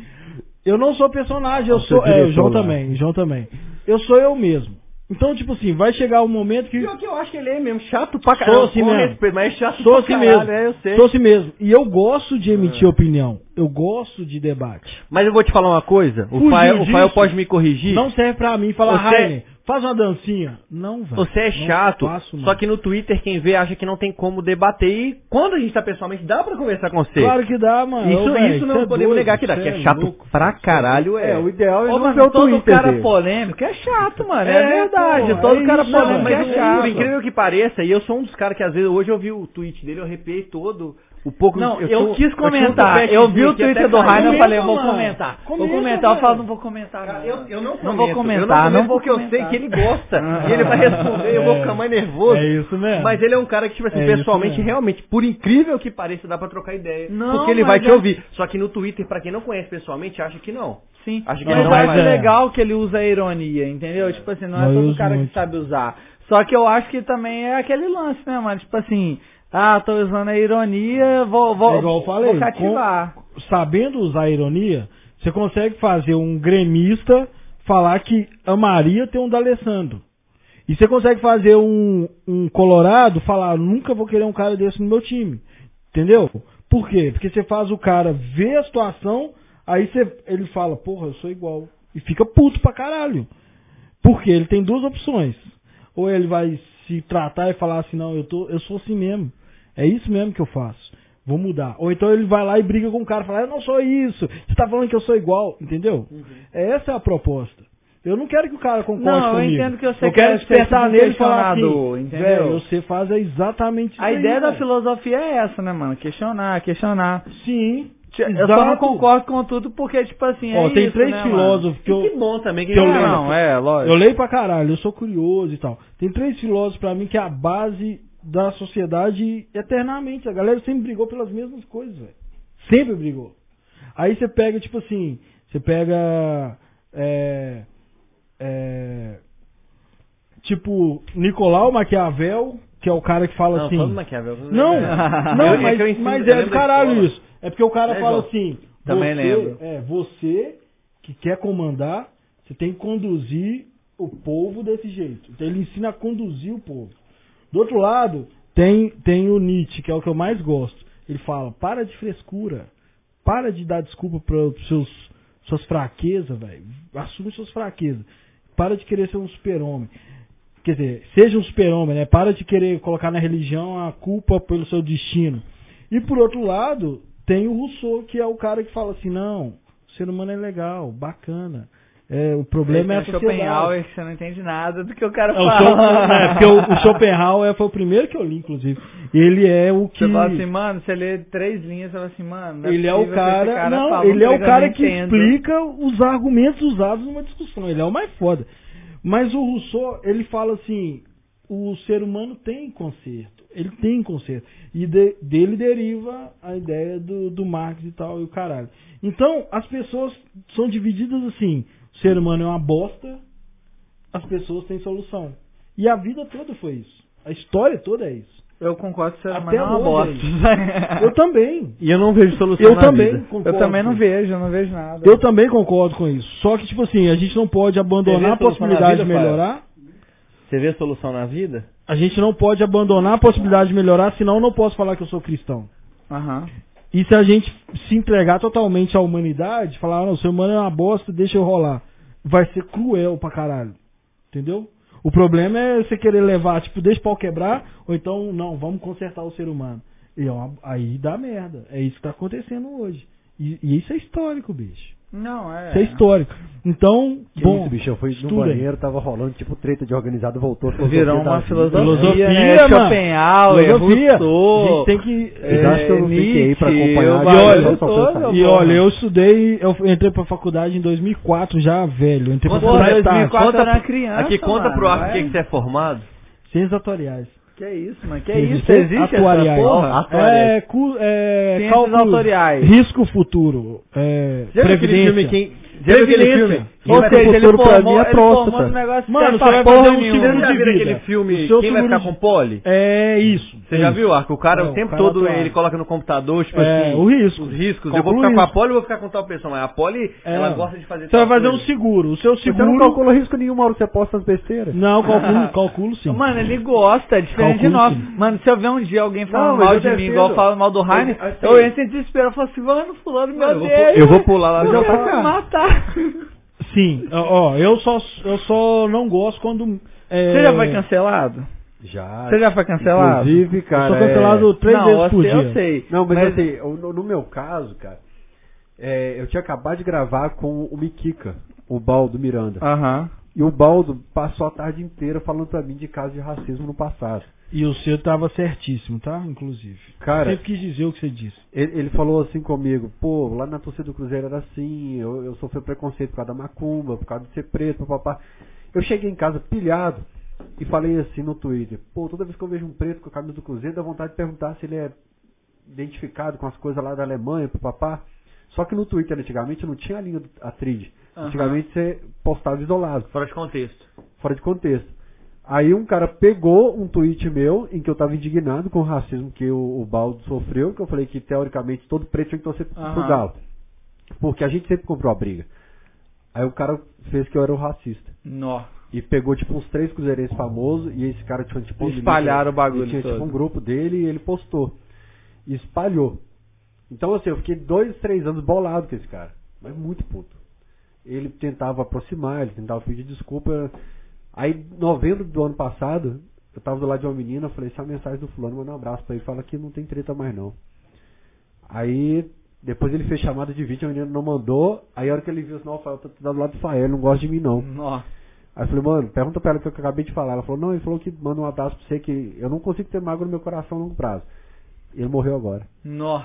eu não sou personagem, eu Nossa, o sou, é, o diretor João lá. também, o João também. Eu sou eu mesmo. Então, tipo assim, vai chegar um momento que Pior que eu acho que ele é mesmo chato pra Sou caralho. assim Com mesmo. respeito, Mas é chato Sou pra assim caralho, mesmo. é, eu sei. É. sou assim mesmo. E eu gosto de emitir opinião. Eu gosto de debate. Mas eu vou te falar uma coisa. O Fugiu Fael, o Fael disso. pode me corrigir. Não serve pra mim falar, Você- é Rainer, Faz uma dancinha. Não, velho. Você é Não chato, faço, só mano. que no Twitter quem vê acha que não tem como debater e quando a gente tá pessoalmente dá pra conversar com você. Claro que dá, mano. Isso, Ô, velho, isso cê não é podemos doido, negar que dá, cê que é chato louco. pra caralho, é. É, o ideal é Ô, não mas ver o todo Twitter. cara dele. polêmico é chato, mano. É, É, verdade. pô, todo é cara isso, Não, mano, polêmico mas é o- chato. o incrível que pareça, e eu sou um dos caras que às vezes hoje eu vi o tweet dele, eu arrepiei todo o pouco Não, eu, sou- quis tinha um comentar. Eu, petzinho vi o aqui até é Twitter do caiu. Rainer e Comenta, falei, eu vou mano. comentar. vou Comenta, comentar, eu velho. falo, não vou comentar. não. Eu, eu não, vou comentar, comento, eu não, comento não vou porque eu sei comentar. que ele gosta e ele vai responder, eu vou ficar mais nervoso. É isso mesmo. Mas ele é um cara que, tipo assim, É isso pessoalmente, mesmo. realmente, por incrível que pareça, dá pra trocar ideia. Não, porque ele mas vai te é- ouvir. Só que no Twitter, pra quem não conhece pessoalmente, acha que não. Sim. Acho que mas não, eu acho mas é. legal que ele usa a ironia, entendeu? Tipo assim, não é Mas eu todo uso cara muito. que sabe usar. Só que eu acho que também é aquele lance, né, mano? Tipo assim, ah, tô usando a ironia, vou, vou, É igual eu falei, vou cativar. é- Sabendo usar a ironia, você consegue fazer um gremista falar que amaria ter um D'Alessandro. E você consegue fazer um, um Colorado falar, nunca vou querer um cara desse no meu time. Entendeu? Por quê? Porque você faz o cara ver a situação, aí você, ele fala, porra, eu sou igual. E fica puto pra caralho. Porque ele tem duas opções. Ou ele vai se tratar e falar assim, não, eu, tô, eu sou assim mesmo. É isso mesmo que eu faço. Vou mudar. Ou então ele vai lá e briga com o cara, fala, eu não sou isso. Você tá falando que eu sou igual, entendeu? Uhum. É Essa é a proposta. Eu não quero que o cara concorde Não, eu comigo. entendo que você eu quero quer ser despertar nele e falar questionador, assim, entendeu? "Velho, você faz exatamente isso A aí, ideia da velho." filosofia é essa, né, mano? Questionar, questionar. Sim. Eu só não exato. concordo com tudo porque, tipo assim, Ó, é tem isso, três né, mano? filósofos que E eu, que bom também que que eu ele- assim. lembro. Não, é, lógico. Eu leio pra caralho, eu sou curioso e tal. Tem três filósofos pra mim que é a base da sociedade eternamente. A galera sempre brigou pelas mesmas coisas, velho. Sempre brigou. Aí você pega, tipo assim, você pega. É, é, tipo, Nicolau Maquiavel, que é o cara que fala Não, assim. falando Maquiavel. Não, Eu- é não, que mas, eu ensino- mas eu é lembro do da caralho escola. isso. É porque o cara É fala igual. assim. Também você, lembro. É, você que quer comandar, você tem que conduzir o povo desse jeito. Então ele ensina a conduzir o povo. Do outro lado, tem, tem o Nietzsche, que é o que eu mais gosto. Ele fala: para de frescura. Para de dar desculpa para seus suas fraquezas, velho. Assume suas fraquezas. Para de querer ser um super-homem. Quer dizer, seja um super-homem, né? Para de querer colocar na religião a culpa pelo seu destino. E por outro lado, tem o Rousseau, que é o cara que fala assim: não, o ser humano é legal, bacana. É, o problema é a Tem o sociedade. Schopenhauer, que você não entende nada do que o cara É, o, fala. Schopen- é, porque o, o Schopenhauer foi o primeiro que eu li, inclusive. Ele é o que. Você fala assim, mano, você lê três linhas, você fala assim, mano, não ele é o possível que cara. esse cara não, fala um ele é o trem que eu cara não que entendo. explica os argumentos usados numa discussão. Ele é o mais foda. Mas o Rousseau, ele fala assim: o ser humano tem conserto. Ele tem conserto. E de- dele deriva a ideia do, do Marx e tal, e o caralho. Então, as pessoas são divididas assim: o ser humano é uma bosta, as pessoas têm solução. E a vida toda foi isso. A história toda é isso. Eu concordo com você, mas Até não é uma bosta. hoje. Eu também. E eu não vejo solução Eu na também vida. concordo. Eu também não vejo, eu não vejo nada. Eu também concordo com isso. Só que, tipo assim, a gente não pode abandonar a Você vê solução na possibilidade de vida, Fábio? melhorar. Você vê solução na vida? A gente não pode abandonar a possibilidade de melhorar, senão eu não posso falar que eu sou cristão. Aham. E se a gente se entregar totalmente à humanidade, falar, "Ah, não, o ser humano é uma bosta, deixa eu rolar. Vai ser cruel pra caralho. Entendeu? O problema é você querer levar, tipo, deixa o pau quebrar, ou então, não, vamos consertar o ser humano. E é uma- aí dá merda. É isso que tá acontecendo hoje. E, e isso é histórico, bicho. Não, é. Isso é histórico. Então, Que bom, isso, bicho, eu fui no estudem. banheiro, tava rolando, tipo, treta de organizado, voltou. filosofia Virou da uma vida. filosofia, Filosofia, né? mano. Schopenhauer, Filosofia. Rousseau. A gente tem que. É, Vocês acham que eu não Nietzsche, fiquei aí pra acompanhar? a o gente? bagulho Eu só todo, pensava. E olha, eu estudei, eu entrei pra faculdade em 2004 já, velho. Eu Entrei pra Pô, faculdade tarde. 2004 Conta era pro- criança, Aqui conta mano, pro Arco o vai. que que você é formado. Ciências atuariais. Que é isso, mano? Que Existe isso? Existe essa atuariais. porra? É, cu, é, Ciências cálculos, autoriais. Risco futuro. É, Já viu aquele previdência. filme que... Já viu aquele Previdência. filme? Ou Ou seja, seja, ele ele formou- formou, ele ele formou formou um um negócio é Mano, você vai fazer um seguro Você já de viu aquele vida. filme O seu Quem seguro vai ficar de- com pole? É isso. Você já isso. viu, Arco? O cara É, o tempo cara todo atual. ele coloca no computador, tipo É, assim, o risco. os riscos. eu Calcula vou o ficar com a risco. poli ou vou ficar com tal pessoa? Mas a poli, É, ela não. gosta de fazer Você vai tal fazer um coisa. seguro. O seu Você não seguro. calculou risco nenhum, Mauro, você posta as besteiras. Não, calculo, calculo sim. Mano, ele gosta, é diferente de Calculo, nós. sim. Mano, se eu ver um dia alguém Não, falando mas mal eu de mim, defendo. igual fala mal do Rainer, Eu- assim- eu entro em desespero. Eu falo assim, mano, fulano, meu Mano, eu vou Deus. pu- eu vou pular lá eu do vou me matar. Se Sim, ó, ó, eu só, eu só não gosto quando. é, Você já foi cancelado? Já. Você já foi cancelado? Inclusive, Eu cara. sou é- cancelado três não, vezes eu por sei, dia. eu sei. Não, mas, assim, eu- no, no meu caso, cara, é, eu tinha acabado de gravar com o Miquica, o Baldo Miranda. Aham. E o Baldo passou a tarde inteira falando pra mim de casos de racismo no passado. E o seu tava certíssimo, tá? Inclusive. Cara, Sempre quis dizer o que você disse. Ele, ele falou assim comigo, pô, lá na torcida do Cruzeiro era assim, eu, eu sofri preconceito por causa da macumba, por causa de ser preto, papapá. Eu cheguei em casa pilhado e falei assim no Twitter, pô, toda vez que eu vejo um preto com a camisa do Cruzeiro, dá vontade de perguntar se ele é identificado com as coisas lá da Alemanha, papapá. Só que no Twitter antigamente não tinha a linha do- a trilha. Aham. Antigamente você postava isolado Fora de contexto. fora de contexto. Aí um cara pegou um tweet meu em que eu tava indignado com o racismo que o, o Baldo sofreu, que eu falei que teoricamente todo preto tinha que torcer pro Aham. Galo. Porque a gente sempre comprou a briga. Aí o cara fez que eu era o racista. Nó. E pegou tipo uns três cruzeirenses famosos e esse cara tinha tipo um Espalharam limite, o bagulho e tinha tipo todo. um grupo dele e ele postou. E espalhou. Então assim, eu fiquei dois, três anos bolado com esse cara. Mas muito puto. Ele tentava aproximar, ele tentava pedir desculpa. Aí, em novembro do ano passado, eu tava do lado de uma menina, eu falei, essa é a mensagem do fulano, manda um abraço pra ele, fala que não tem treta mais não. Aí, depois ele fez chamada de vídeo, a menina não mandou, aí a hora que ele viu o sinal, eu falei, tá do lado do Fael, não gosta de mim não. Nó. Aí eu falei, mano, pergunta pra ela o que eu acabei de falar. Ela falou, não, ele falou que manda um abraço pra você, que eu não consigo ter mágoa no meu coração a longo prazo. Ele morreu agora. Nó.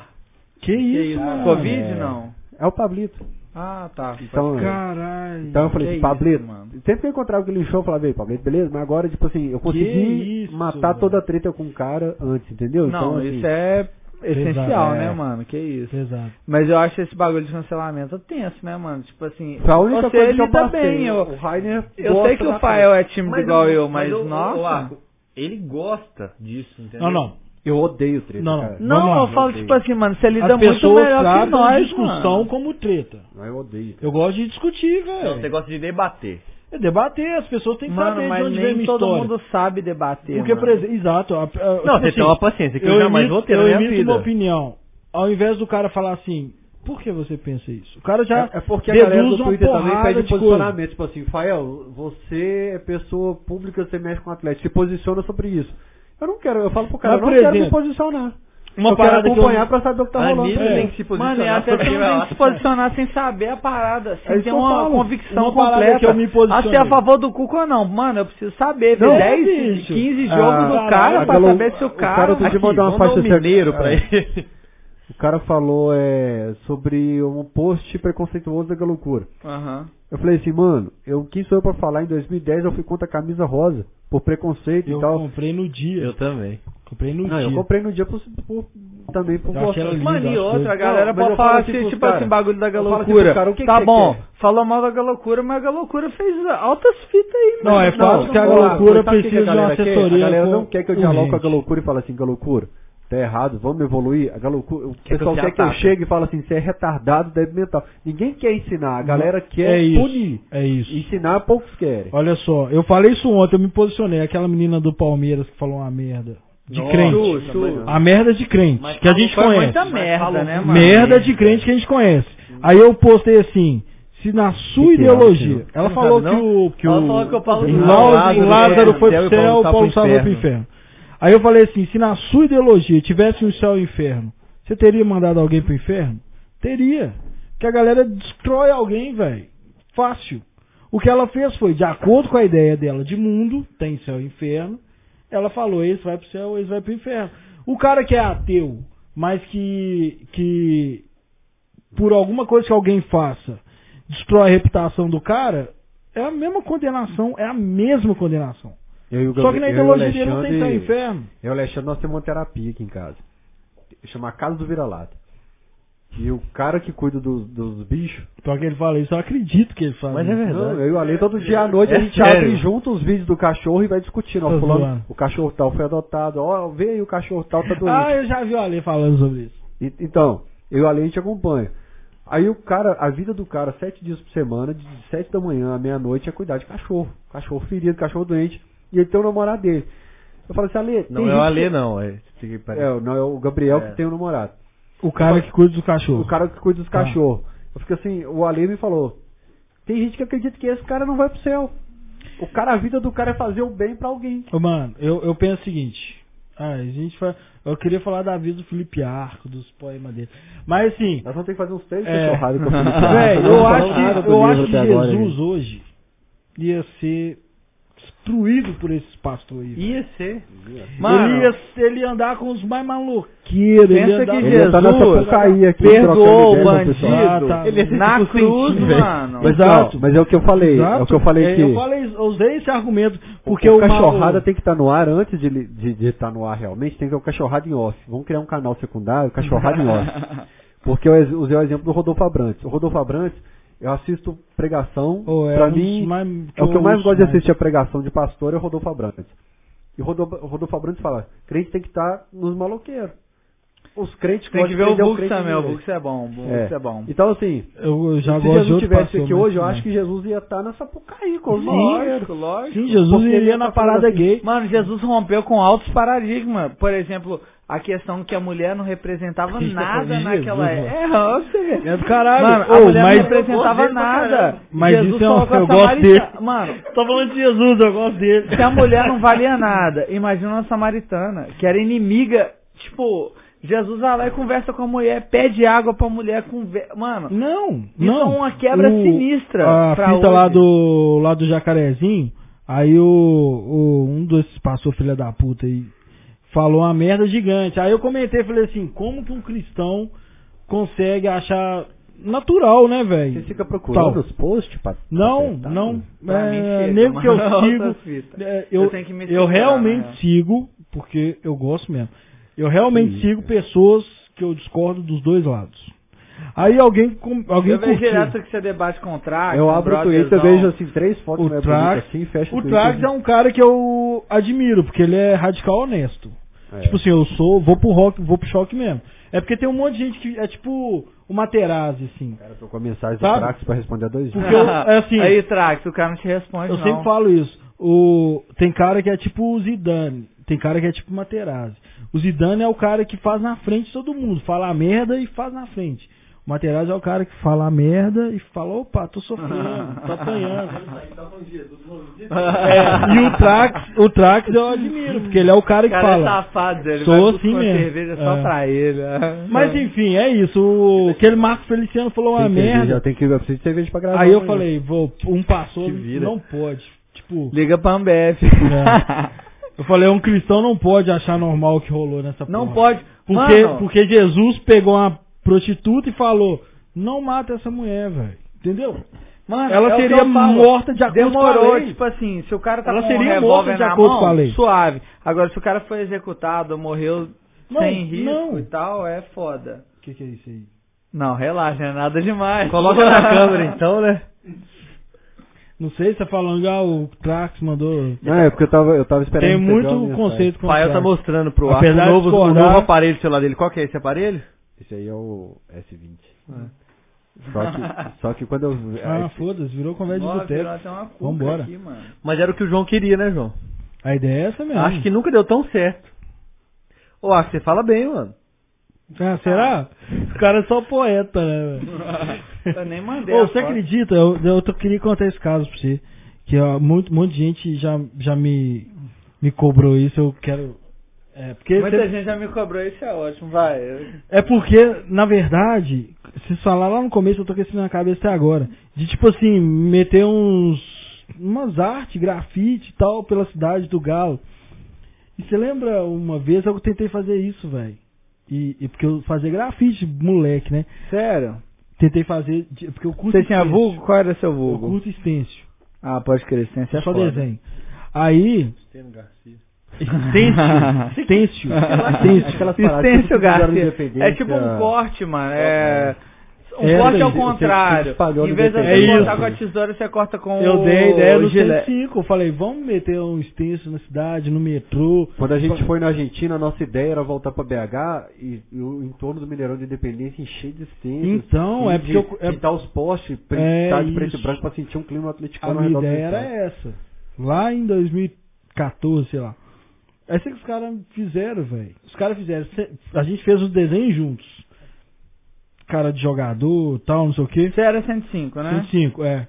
Que Que isso, isso? mano? Covid É. não? É o Pablito. Ah, tá. Então, Caralho. então eu falei que assim, isso, Pablito, mano. sempre que eu encontrava aquele show, eu falava, ei, Pablito, beleza? Mas agora, tipo assim, eu consegui isso, matar velho. toda a treta com o cara antes, entendeu? não, assim, isso é essencial, é. né, mano? Que isso. Pesado. Mas eu acho esse bagulho de cancelamento tenso, né, mano? Tipo assim, Foi a única você coisa que eu lida passei. bem. Eu, O Rainer eu gosta sei que da o Fael é tímido Mas igual eu, mas mas, o- o- o nossa... Arco, ele gosta disso, entendeu? Não, não. Eu odeio treta, Não, não. cara. Não, Vamos lá, eu falo, gente. tipo assim, mano, você lida As muito pessoas melhor que tratam nós, discussão mano. como treta. Não, eu odeio. Eu gosto de discutir, Não, Então, Você velho. gosta de debater. É debater, as pessoas têm que Mano, saber de mas onde vem a nem minha todo história. mundo sabe debater, Porque, por mano. exemplo, exato. a- a- tipo Não, você assim, tem uma paciência que eu, eu jamais emito- vou ter na eu minha emito vida. uma opinião. Ao invés do cara falar assim, por que você pensa isso? O cara já É, é porque a deduz galera do uma Twitter também porrada pede de coisa. posicionamento. Tipo assim, Fael, você é pessoa pública, você mexe com atleta, se posiciona sobre isso. Eu não quero, eu falo pro cara, Mas, eu não por quero me exemplo, posicionar. uma eu quero parada que eu- acompanhar pra saber o que tá Ah, rolando. nisso É. tem que se posicionar. Mano, e até sobre que ela. não tem que se posicionar sem saber a parada, sem É isso ter que eu uma falo. convicção Uma parada completa. que eu me ah, posicionei. se é a favor do Cuca ou não. Mano, eu preciso saber, ver Não, 10, bicho. 15 Ah, jogos do cara caralho, pra aquela- saber se o o cara... tá cara do- Aqui, Podia mandar uma vamos dar um faixa de- mineiro pra É. ele. O cara falou é, sobre um post preconceituoso da loucura. Aham. Eu falei assim, mano, eu quem sou eu pra falar? Em 2010 eu fui contra a camisa rosa, por preconceito Eu e tal. comprei no dia. Eu também. Comprei no Não, dia. eu comprei no dia por, por- também por Eu acho gostar. ela linda. Mano, e acho outra, que- a Não, galera mas pode eu falo falar assim assim, pros tipo cara. assim, bagulho da Eu falo assim galocura. pros cara, o que que tá você bom, quer? falou mal da galocura, mas a galocura fez altas fitas aí, mano. Não, é Não, fácil que a vamos lá, loucura sabe o que que precisa a de uma galera quer? assessoria. A galera com- não quer que eu dialogue com a urgente. Galocura e fale assim, Galocura, tá errado, vamos evoluir. A Galocura, o que pessoal eu te quer que eu ataque. chegue e fale assim, você é retardado, deve mental. Ninguém quer ensinar, a galera quer é isso, punir. É isso. Ensinar poucos querem. Olha só, eu falei isso ontem, eu me posicionei. Aquela menina do Palmeiras que falou uma merda. De crente. Chu, chu. A merda de crente, que a gente Foi conhece. muita merda, né, mano? Merda de crente que a gente conhece. Aí eu postei assim, se na sua Que que é, ideologia. senhor? ela Não falou sabe, que o que Ela o, falou que o Paulo o Lázaro Lázaro, foi pro Lázaro foi céu pro e o Paulo céu, o tá Paulo pro salvou pro inferno. Aí eu falei assim, se na sua ideologia tivesse um céu e um inferno, você teria mandado alguém pro inferno? Teria. Porque a galera destrói alguém, velho. Fácil. O que ela fez foi, de acordo com a ideia dela de mundo, tem céu e inferno, ela falou, esse vai pro céu, esse vai pro inferno. O cara que é ateu, mas que, que por alguma coisa que alguém faça, destrói a reputação do cara, é a mesma condenação, é a mesma condenação. Eu e o Só que Gal- eu e na o ideologia dele não tem céu e Alexandre- inferno. Eu e o Alexandre, nós temos uma terapia aqui em casa. Chama a Casa do Vira-Lata. E o cara que cuida dos, dos bichos. Só que ele fala isso, eu acredito que ele fala Mas é isso. verdade. Não, eu e o Ale, todo dia à noite É a gente sério. abre junto os vídeos do cachorro e vai discutindo. Ó, Tô fulano, zoando. o cachorro tal foi adotado. Ó, vê aí o cachorro tal tá doente. Ah, eu já vi o Ale falando sobre isso. E- Então, eu e a gente acompanha. Aí o cara, a vida do cara, sete dias por semana, de sete da manhã à meia-noite, é cuidar de cachorro. Cachorro ferido, cachorro doente. E ele tem o namorado dele. Eu falo assim, Ale, tem Não é gente o que- Alê, não. É, fica aí, É, parece. não, é o Gabriel É. que tem o namorado. O cara que cuida do cachorro. O cara que cuida dos Tá. cachorros. Eu fico assim, o Ale me falou. Tem gente que acredita que esse cara não vai pro céu. O cara, a vida do cara é fazer o bem pra alguém. Ô, mano, eu, eu penso o seguinte. Ah, a gente fa- Eu queria falar da vida do Felipe Arco, dos poemas dele. Mas assim, Nós vamos ter que fazer uns três É. é. com o Felipe. Véi, eu Ah, Não acho falaram que, do eu livro acho que até agora, Jesus gente. hoje ia ser destruído por esses pastores. aí, Ia ser. Mano, ele, ia, ele ia andar com os mais maloqueiros. Ele ia pensa andar... que Ele ia tá na Jesus Sapucaí aqui, perdoou trocando o ideia com o pessoal. bandido é Ah, tá. Ele ia ser na tipo cruz, Clinton, velho. mano. Mas, Exato. ó, mas é o que eu falei. É o que eu falei É, que eu falei, eu usei esse argumento porque o o cachorrada mal- tem que estar no ar antes de estar de, de tá no ar realmente, tem que ter o cachorrada em off. Vamos criar um canal secundário, cachorrada em off. Porque eu ex- usei o exemplo do Rodolfo Abrantes. O Rodolfo Abrantes, eu assisto pregação, Ô, é pra um dos mim, mais- é o que eu mais ouço gosto de assistir a pregação de pastor é o Rodolfo Abrantes. E o Rodolfo, o Rodolfo Abrantes fala, crente tem que estar nos maloqueiros. Os crentes Tem que gostam ver o prender Bux crente também, o mesmo. Bux é bom, o Bux é, bom. Então, assim, Eu, eu já se gosto de Jesus outro tivesse pastor, aqui mas hoje, eu tudo acho bem. que Jesus ia estar na Sapucaí, com os maloqueiros. Lógico, lógico. Sim, Jesus Porque ele iria tá na falando parada assim, gay. Mano, Jesus rompeu com altos paradigmas. Por exemplo, a questão que a mulher não representava Isso, nada Jesus, naquela mano. época. É, ó, pra você ver. É do caralho. Mano, a Ô, mulher mas- não representava Eu gosto dele pra nada. caralho. Mas Jesus isso é um- falou com a eu gosto samarita- dele. Mano, Tô falando de Jesus, eu gosto dele. se a mulher não valia nada, imagina uma samaritana, que era inimiga, tipo, Jesus vai lá e conversa com a mulher, pede água pra mulher, conver... mano, Não, Isso não. é uma quebra sinistra A pra fita lá hoje. do lá do Jacarezinho, aí o, o- um desses passou filha da puta aí falou uma merda gigante. Aí eu comentei, falei assim, como que um cristão consegue achar natural, né, Você velho? fica procurando Tal. os posts pra Não, pra não. tá Pra mim É, chega, nego que eu mano. sigo. Outra fita. é, eu, Eu tenho que me eu segurar, realmente né? sigo, porque eu gosto mesmo. Eu realmente Sim. sigo pessoas que eu discordo dos dois lados. Aí alguém, com- alguém eu vejo curtiu. direto que você debate com o Trax, Eu com abro o Twitter, brotherzão. vejo assim, três fotos O mais Trax- bonitas assim, fecho O Twitter. Travis é um cara que eu admiro, porque ele é radical honesto. um É. Tipo assim, eu sou, vou pro rock, vou pro choque mesmo. É porque tem um monte de gente que é tipo o Materazzi, assim. cara trocou mensagem do Sabe? Trax pra responder a dois dias. Porque eu- é assim- Aí, Trax, o cara não te responde, Eu não. sempre falo isso. O, tem cara que é tipo o Zidane, tem cara que é tipo o Materazzi. O Zidane é o cara que faz na frente de todo mundo, fala a merda e faz na frente. O Materazzi é o cara que fala a merda e fala, opa, tô sofrendo, tô apanhando. É, e o Trax, o Trax eu admiro, porque ele é o cara O que cara fala. é safado, ele sou vai buscar assim uma mesmo. cerveja só É. pra ele. Mas enfim, é isso. O, aquele Marco Feliciano falou é uma Tem cerveja, merda. Eu, tenho que, eu preciso de cerveja pra gravar. Aí eu amanhã. falei, vou, um passou, tá Te vira. não pode. Tipo, Liga pra Ambev. eu falei, um cristão não pode achar normal o que rolou nessa Não porra. pode. Porque, Mano, porque Jesus pegou uma prostituta e falou, não mata essa mulher, velho. Entendeu? mano, Ela é o que seria eu falo. morta de acordo Demorou, com a lei. tipo assim, se o cara tá Ela com um seria morta revólver de na acordo mão, com a lei. suave. Agora, se o cara foi executado, morreu Não, sem risco não. e tal, é foda. O que, que é isso aí? Não, relaxa, não é nada demais. Coloca na câmera então, né? Não sei se tá falando, ah, o Trax mandou. Não, é porque eu tava, eu tava esperando. Tem você ver a muito mensagem. conceito O com o Fael tá Trax. mostrando pro ar Apesar o de novo, o discordar- novo aparelho do celular dele. Qual que é esse aparelho? Esse aí é o S20. Só, que, só que quando eu. é, É. Ah, foda-se, virou conversa de Nossa, virou boteco. até uma cuca Vambora. aqui, mano. Mas era o que o João queria, né, João? A ideia é essa mesmo. Acho que nunca deu tão certo. Ô, Arthur, você fala bem, mano. Ah, será? tá. O cara é só poeta, né? velho? Eu nem mandei Ô, a você foto. acredita? Eu, eu tô- queria contar esse caso pra você. Que ó, muito, muito gente já, já me, me cobrou isso. Eu quero. É porque, Muita você- gente já me cobrou, isso é ótimo, vai. Eu- é porque, na verdade, se falar lá no começo, eu tô com isso na cabeça até agora. De tipo assim, meter uns. umas artes, grafite e tal, pela cidade do Galo. E você lembra uma vez eu tentei fazer isso, velho? E, e porque eu fazia grafite, moleque, né? Sério? Tentei fazer. de- Porque eu curto Você tinha stencil. vulgo? Qual era seu Eu vulgo? curto estêncil. Ah, pode crer, você Isso é é só foda. desenho. Aí. Estêncil. Estêncil. Aquelas paradas que Estêncio fizeram Garcia. independência. É tipo um corte, mano. É... Um É, corte ao você- você contrário. espalhou Em vez de independência. você É cortar isso. com a tesoura, você corta com Eu o dei a ideia no gilete. 105. Eu falei, vamos meter um estêncil na cidade, no metrô. Quando a gente foi na Argentina, a nossa ideia era voltar pra BH e, e o entorno do Mineirão de Independência encher de estências. Então, é porque eu- é- pintar os postes, É pintar de preto isso. e branco pra sentir um clima atleticano A ao redor minha do ideia era estádio. essa. Lá em 2014, sei lá. É isso que os caras fizeram, velho. Os caras fizeram. cê- A gente fez os desenhos juntos. Cara de jogador, tal, não sei o quê. Você era 105, né? 105, é.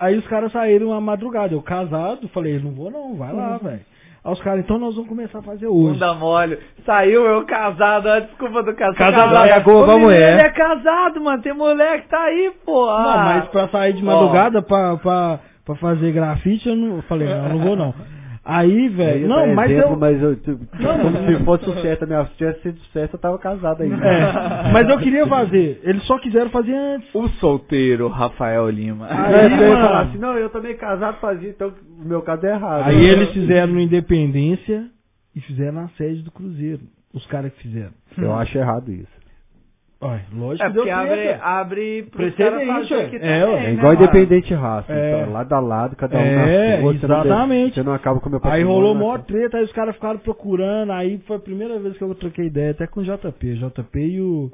Aí os caras saíram à madrugada. Eu casado, falei, não vou não, vai lá, velho. Aí os caras, então nós vamos começar a fazer hoje. Bunda mole. Saiu eu casado, ó, desculpa do casado. Casado, Casado. é a culpa Ô, da menino, mulher. Ele é casado, mano. Tem moleque, tá aí, pô. Não, Ah, mas pra sair de madrugada pra, pra, pra fazer grafite, eu não eu falei, não, eu não vou não. Aí, Eu ia velho, dar não, mas É exemplo, eu. Mas eu, tipo, como se fosse sucesso, a minha se tivesse sido sucesso, eu tava casado ainda. É, mas eu queria fazer. Eles só quiseram fazer antes. O solteiro Rafael Lima. Aí, Ah, Aí, eu ia mano. falar assim, não, eu também casado fazia, então o meu caso é errado. Aí eles fizeram no Independência e fizeram na sede do Cruzeiro. Os caras que fizeram. Eu acho errado isso. Olha, lógico É que deu porque abre, treta. abre pros Precedente, caras fazer ué. aqui É, também, ué. É né, igual mano? independente de raça, É. então, lado a lado, cada um É, na sua. Você não- exatamente. Você não acaba com o meu Aí patrimônio, rolou né? mó treta, aí os caras ficaram procurando, aí foi a primeira vez que eu troquei ideia, até com o JP. JP e o,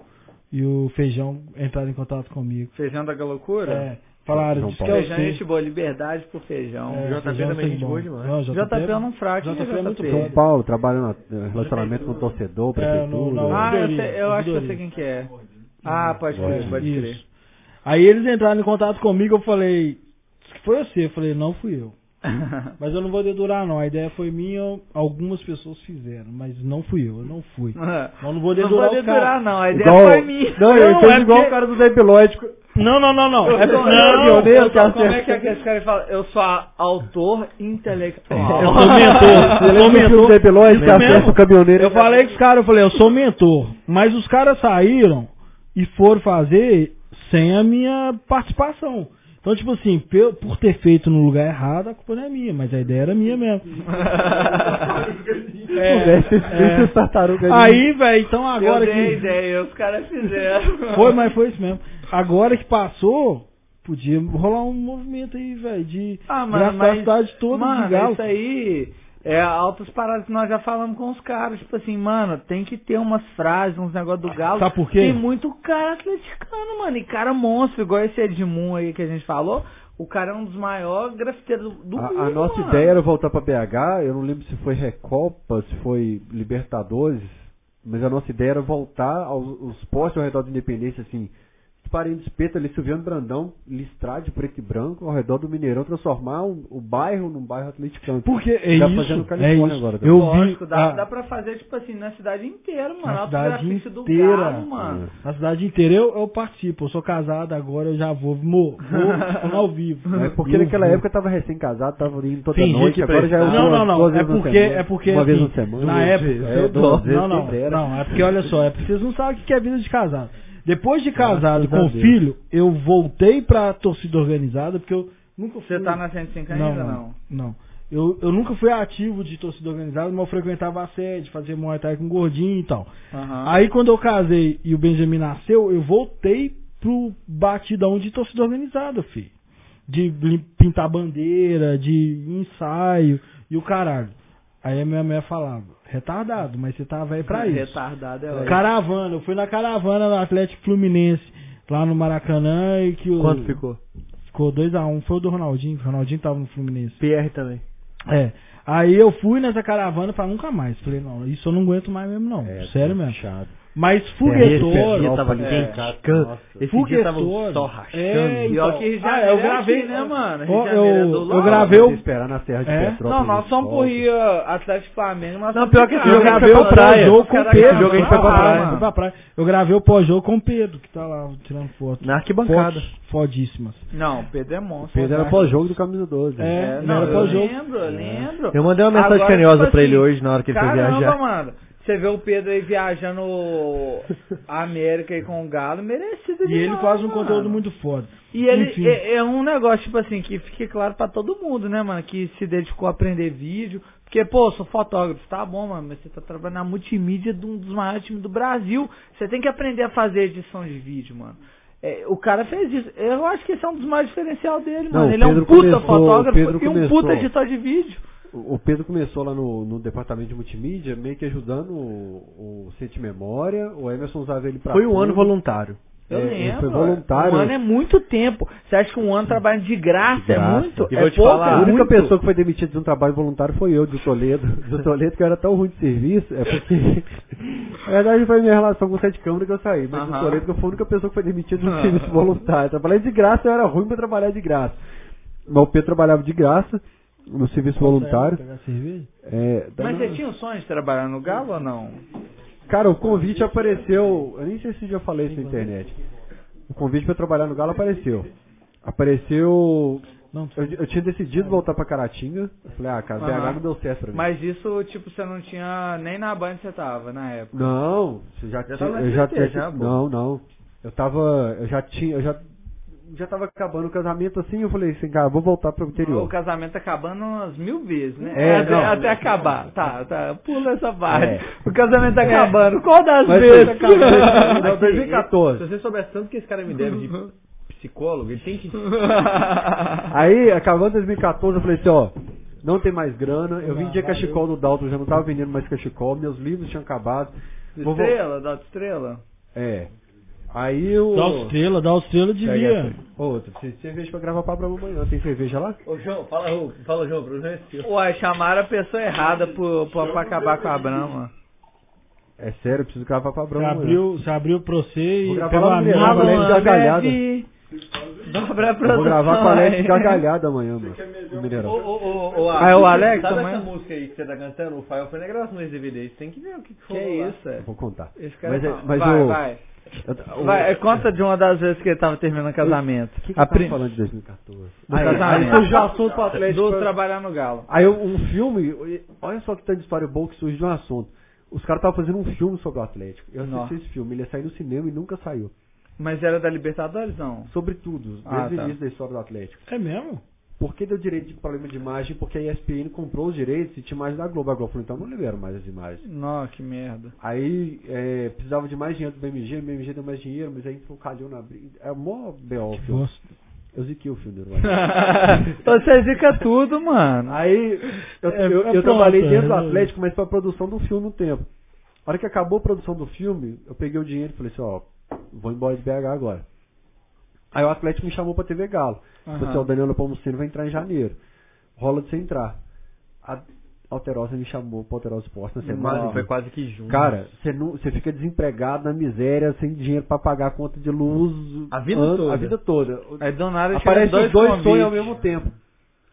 e o Feijão entraram em contato comigo. Feijão da loucura? É, falaram, João diz que Paulo. é Feijão é o gente boa, liberdade pro feijão. É, JP Feijão também foi gente bom. boa demais. Não, JP eu não fraco, hein, JP é muito JP? São Paulo, trabalha no relacionamento com o torcedor, É, não, prefeitura. não. Ah, eu, Ouvidoria, sei- eu acho que eu sei ouvidoria. quem que é. Ah, pode É, crer, pode isso. crer. Aí eles entraram em contato comigo, eu falei, diz que foi você, eu falei, não fui eu. Mas eu não vou dedurar não, a ideia foi minha, algumas pessoas fizeram, mas não fui eu, eu não fui. Eu não vou Não dedurar vou o dedurar, cara. não. A ideia Igual, foi minha. não, eu Não, entendo é igual porque- o cara do Zé Pilótico. Não, não, não, não. É, Eu sou- não, eu- eu- não, Como é que é que esse cara fala? Eu sou a- autor intelectual. Eu sou é mentor. Eu sou mentor. Zé Pilótico, Isso que é mesmo. acerta o caminhoneiro. Eu falei com os caras, eu falei, eu sou mentor. Mas os caras saíram e foram fazer sem a minha participação. Então, tipo assim, pe- por ter feito no lugar errado, a culpa não é minha, mas a ideia era minha mesmo. É, é. Isso, tartaruga. Aí, velho, então Eu agora dei que. ideia, os caras fizeram. Foi, mas foi isso mesmo. Agora que passou, podia rolar um movimento aí, velho, de Ah, mano, graças à mas- cidade toda de Mano, galo. isso aí é altas paradas que nós já falamos com os caras. Tipo assim, mano, tem que ter umas frases, uns negócios do Galo. Sabe por quê? Tem muito cara atleticano, mano. E cara monstro, igual esse Edmundo aí que a gente falou. O cara é um dos maiores grafiteiros do, do A, mundo. a nossa mano. ideia era voltar pra BH, eu não lembro se foi Recopa, se foi Libertadores, mas a nossa ideia era voltar aos, aos postes ao redor da Independência, assim, Parente de Espeto ali, Silviano Brandão, listrar de preto e branco ao redor do Mineirão, transformar um, o, o bairro num bairro atleticano. Porque é Tá isso, fazendo é Califórnia isso. agora também. eu Lógico, vi, dá, ah, dá pra fazer, tipo assim, na cidade inteira, mano. Na A cidade autografia do inteira. Galo, mano. Na cidade inteira eu, eu participo, eu sou casado agora, eu já vou, mo, vou, vou ao vivo. É porque Eu naquela vou. época eu tava recém-casado, tava indo toda Fingi noite, que agora já é prestava. Não, duas- não, não, duas é vezes na porque- semana. é porque, Uma vez assim, na semana. na duas época- vezes, eu- é, duas vezes, Não, não, quem dera. não, é porque olha só, é porque vocês não sabem o que é a vida de casado. Depois de casado Ah, Graças com a o Deus. filho, eu voltei pra torcida organizada, porque eu nunca fui. Você tá na 105 ainda, não, não? não, não. Eu, eu nunca fui ativo de torcida organizada, mas eu frequentava a sede, fazia muay thai com gordinho e tal. Aham. Aí quando eu casei e o Benjamin nasceu, eu voltei pro batidão de torcida organizada, filho. De lim- pintar bandeira, de ensaio e o caralho. Aí a minha mulher falava, retardado, mas você tá velho pra isso. Retardado é ótimo. Caravana, eu fui na caravana do Atlético Fluminense, lá no Maracanã, e que o. Quanto ficou? Ficou 2x1, foi o do Ronaldinho, o Ronaldinho tava no Fluminense. PR também. É. Aí eu fui nessa caravana pra nunca mais. Falei, não, isso eu não aguento mais mesmo, não. É, Sério mesmo. Chato. Mas Esse dia foguetório. tava É. quente. Nossa. Esse dia tava o sol Foguetório. rachando. É, E ó então. que Rio de Ah, Janeiro eu é gravei, aqui, né, mano? Rio Ó, de Janeiro é do Eu, eu lado. gravei o. esperar na Serra de É? Petrópolis. Não, nós somos sol. pro Rio Atlético Flamengo, mas Não, pior que esse Eu jogo a gente gravei foi o pra praia. pós-jogo com o Caraca, Pedro. esse jogo a gente foi pra Ah, praia. mano, foi pra praia. Eu gravei o pós-jogo com o Pedro, que tá lá tirando foto. Na arquibancada. Fotos fodíssimas. Não, o Pedro é monstro. Pedro era pós-jogo do Camisa 12. É. É, não, não, era eu pós-jogo. lembro, eu lembro. Eu mandei uma mensagem Agora, carinhosa tipo pra ele assim, hoje na hora que ele foi caramba, viajar. mano. Você vê o Pedro aí viajando a América aí com o Galo, merecido E ele demais, faz um mano. conteúdo muito foda. E ele Enfim. é, é um negócio, tipo assim, que fique claro pra todo mundo, né, mano? Que se dedicou a aprender vídeo. Porque, pô, eu sou fotógrafo, tá bom, mano, mas você tá trabalhando na multimídia de um dos maiores times do Brasil. Você tem que aprender a fazer edição de vídeo, mano. É, o cara fez isso. Eu acho que esse é um dos maiores diferencial dele, Não, mano. o Ele é um Pedro puta começou- fotógrafo o Pedro e um começou. puta editor de vídeo. O o Pedro começou lá no, no departamento de multimídia, meio que ajudando o, o Sente Memória. O Emerson usava ele pra. Foi um tudo. ano voluntário. Eu É, ele lembro. foi voluntário. Um ano é muito tempo. Você acha que um ano trabalhando de graça, De graça. é muito? E é vou te pouco, falar, A é única muito. pessoa que foi demitida de um trabalho voluntário foi eu, do Toledo. Do Toledo, que eu era tão ruim de serviço, é porque. Na verdade, foi minha relação com o Sete Câmara que eu saí. Mas do Aham. Toledo, que eu fui a única pessoa que foi demitida de um Ah. serviço voluntário. Trabalhei de graça, eu era ruim pra trabalhar de graça. Mas o Pedro trabalhava de graça, no serviço Tá voluntário. Pegar cerveja? É, da- Mas você tinha o sonho de trabalhar no Galo ou não? Cara, o convite apareceu. Eu nem sei se já falei isso na internet. O convite pra trabalhar no Galo apareceu. Apareceu. Não, Eu, eu tinha decidido voltar pra Caratinga. Eu falei, ah, cara, Aham. BH não deu certo pra mim. Mas isso, tipo, você não tinha nem na banda você tava na época. Não, você já, Já tinha. tava na eu já, SBT tinha. já, pô. não, não. Eu tava. Eu já tinha. Eu já, já tava acabando o casamento assim. Eu falei assim, cara, vou voltar pro O interior. casamento tá acabando umas mil vezes, né? É, até, não. até acabar. Tá, tá. Pula essa parte. É. O casamento tá acabando. Qual das Mas vezes? você acabou, você acabou. Não, 2014. Se você soubesse tanto que esse cara me deve de psicólogo, ele tem que. Aí, acabando 2014, eu falei assim, ó, não tem mais grana, eu vendia cachecol no Dalton, já não tava vendendo mais cachecol, meus livros tinham acabado. Vou vol- Estrela, da estrela. É. Aí eu. Dá o estrela, dá o estrela de Pega via. essa. Ô, tu precisa de cerveja pra gravar papo amanhã. Tem cerveja lá? Ô, João, fala, ô, fala João, Bruno é seu. Ué, chamaram a pessoa errada pro, pro, pra acabar com a Brahma. É sério, eu preciso gravar pra Você Brahma. amanhã. abriu, você abriu pra você Vou e gravar pegou lá a no minha. Miranda. né? Alex Gargalhada. Leve, dobra Eu Vou gravar com a Alex produções. gargalhada amanhã, mano. no Ô, Mineirão. ô, ô, ô, Ah, é o Alex Sabe também? essa música aí que você tá cantando? O Fael foi negócio no DVD. Você tem que ver o que, que foi. Que lá. isso, é. Eu Vou contar. Esse cara Mas é- não. mas vai, o- vai. Eu- Vai, é, o conta de uma das vezes que ele tava terminando o casamento. que, que a eu tava prim- falando de 2014? Do Aí, casamento. aí surgiu o assunto pro Atlético. Do trabalhar no galo. Aí eu- um filme, olha só que tanta história boa que surge de um assunto. Os caras estavam fazendo um filme sobre o Atlético. Eu assisti Nossa. esse filme, ele ia sair no cinema e nunca saiu. Mas era da Libertadores, não? Sobre tudo, desde Ah, o tá. início da história do Atlético. É mesmo? Por que deu direito de problema de imagem? Porque a ESPN comprou os direitos e tinha imagem da Globo. A Globo falou, então não liberam mais as imagens. Não, que merda. Aí é, precisava de mais dinheiro do BMG, o BMG deu mais dinheiro, mas aí não calhou na briga. É mó B.O. o filme. Nossa. Eu ziquei o filme do Uruguai. Você zica tudo, mano. Aí eu, É, eu- eu pronto, trabalhei dentro do é. Atlético, mas pra produção do filme um tempo. A hora que acabou a produção do filme, eu peguei o dinheiro e falei assim, ó, vou embora de BH agora. Aí o Atlético me chamou pra TV Galo. Aham. Falei assim, ó, o Danilo Palmucino vai entrar em janeiro. Rola de você entrar. A Alterosa me chamou pra Alterosa Esporte na semana. Quase, foi quase que junto. Cara, você não- você fica desempregado na miséria, sem dinheiro pra pagar a conta de luz. A vida ano- toda. A vida toda. Aí do nada Aparece chega os dois convites. sonhos ao mesmo tempo.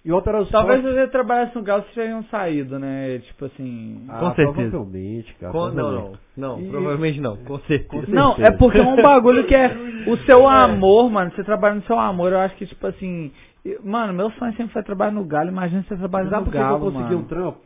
E o Alterosa Talvez Esporte- se você trabalhasse no Galo, vocês teriam saído, né? Tipo assim. Ah, Com certeza. Provavelmente, cara. Com- não, provavelmente. não. Não, E- provavelmente não. Com certeza. certeza. Não, é porque é um bagulho que é o seu amor, mano. Você trabalha no seu amor, eu acho que, tipo assim. eu- Mano, meu sonho sempre foi trabalhar no Galo. Imagina você trabalhar Sabe no por que que eu Galo, consegui mano. um trampo?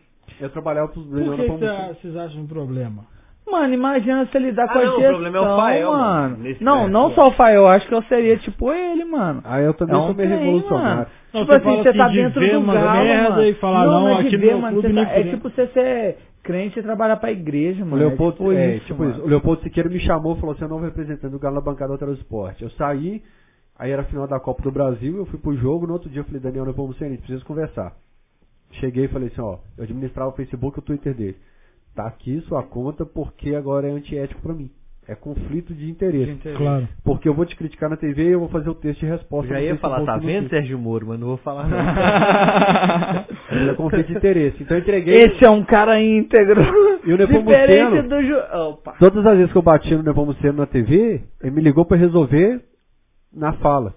Eu trabalhava pros Por que Leonardo Palmucino. vocês acham um problema? Mano, imagina você lidar Ah, com a não, o gestão, problema é o Fael, mano, mano. nesse Não, caso. não só o Fael. Eu acho que eu seria tipo ele, mano. Aí Ah, eu também É um sou meio trem, revolucionário. Não, tipo você assim, fala você assim tá de dentro ver, do mano, galo, merda mano. e falar, não, é de aqui no ver, meu mano, clube você nem tá- É fudendo. tipo você ser crente e trabalhar pra igreja, O Hum, mano. Leopoldo, é tipo é, isso, tipo mano. isso. O Leopoldo Siqueira me chamou e falou assim: eu não vou representando o Galo na bancada do Alterosa Esporte. Eu saí, aí era a final da Copa do Brasil, eu fui pro jogo. No outro dia eu falei: Daniel Nepomuceno, a gente precisa conversar. Cheguei e falei assim: ó, eu administrava o Facebook e o Twitter dele. Tá aqui sua conta porque agora é antiético pra mim. É conflito de interesse. Claro. Porque eu vou te criticar na TV e eu vou fazer o texto de resposta. Eu já no ia Facebook falar, tá e no vendo, Twitter. Sérgio Moro, mas não vou falar não. Ele é conflito de interesse. Então eu entreguei. Esse é um cara íntegro. E o Nepomuceno? Diferente do Ju... Opa. Todas as vezes que eu bati no Nepomuceno na TV, ele me ligou pra resolver na fala.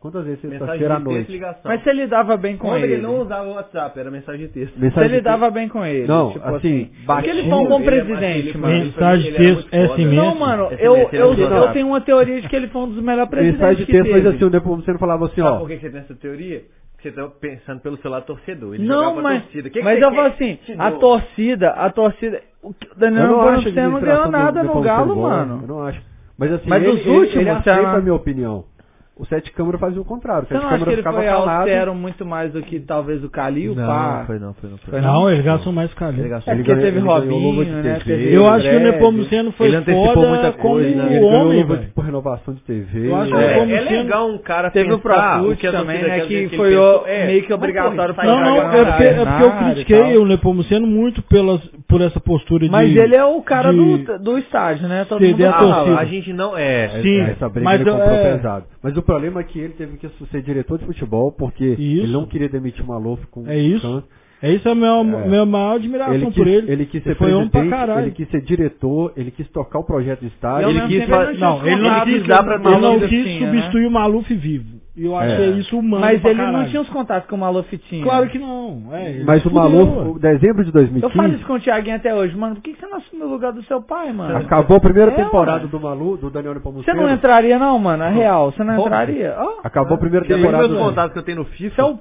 Quantas vezes sexta-feira à de texto, noite? ligação. Mas você lidava bem com Quando ele ele. não usava o WhatsApp, era mensagem de texto. Mensagem Você de lidava bem com ele. Não, tipo assim, Porque eles baixinho, são bom Ele é- presidente, ele- mano. Ele- Mensagem de ele era texto muito é foda. imenso. Não, mano, Esse eu, mestre é eu, muito eu zoado. texto. tenho uma teoria de que ele foi um dos texto. melhores presidentes. Mensagem de que texto, mas teve. Tá, assim, o Nepomuceno falava assim, Sabe ó. por que você tem essa teoria? Porque você tá pensando pelo seu lado torcedor. Ele Não, jogava pra mas, torcida. O que que mas você eu falo quer? assim, Te a dou. torcida, a torcida, o que- o eu não Daniel acho Bonaparte não administração ganhou do nada no Nepomuceno é Galo, boa, mano. Eu não acho. Mas assim, Mas ele, os ele- últimos, ele você aceita não- a minha opinião. O Sete Câmara fazia o contrário. O Você Sete não acha que Câmara ele ficava foi um- calado. altero muito mais do que talvez o Calil, Não, pá? foi não, foi não. Foi Foi Não, ele gastou mais carinho. Ele É Ele porque ganhou- teve ele ganhou Robinho, luva de né? TV, Teve- Eu acho que o Fred, Nepomuceno foi ele antecipou foda muita como coisa, Ele né? o ganhou homem, luva de- velho. por renovação de TV. Eu acho que é. É, foi- como é sendo- legal um cara Teve o pensar Profut o que a também, né, torcida quer dizer que ele foi pensou. o- É. meio que Mas, pô, obrigatório pra sai Não, pra não, jogar é caralho. porque, é porque eu Bolsonaro e critiquei tal. o Nepomuceno muito pelas, por essa postura de... Mas ele é o cara de- do, do estágio, né? Todo Ceder mundo a Ah, fala. torcida. a gente não é. Sim, essa briga mas ele eu- comprou é. pesado. Mas o problema é que ele teve que ser diretor de futebol porque Isso. ele não queria demitir o Maluf com É isso. tanto. É isso a minha, É. minha maior Ah, admiração Ele quis, por ele. ele quis ser foi um pra presidente, caralho. ele quis ser diretor, ele quis tocar o projeto de estádio. Eu Ele mesmo quis tempo, ele fa- tinha não, ele não falado quis que dar o pra Ele não Maluf quis tinha, né? substituir o Maluf vivo. E eu achei É. isso humano. Mas pra ele não caralho. tinha os contatos com o Maluf tinha. Claro que não. É, ele Mas o fudeu, ué. Maluf, em dezembro de Eu falo isso 2015, com o Thiaguinho até hoje, mano. Por que, que você não assumiu o lugar do seu pai, mano? acabou a primeira É, temporada ué. do Malu, do Daniel Você não Nepomuceno. entraria não, mano? É real. Você não Bom, entraria? Ó, Acabou a primeira Tem temporada. meus do- contatos que eu tenho no FIFA. Você é o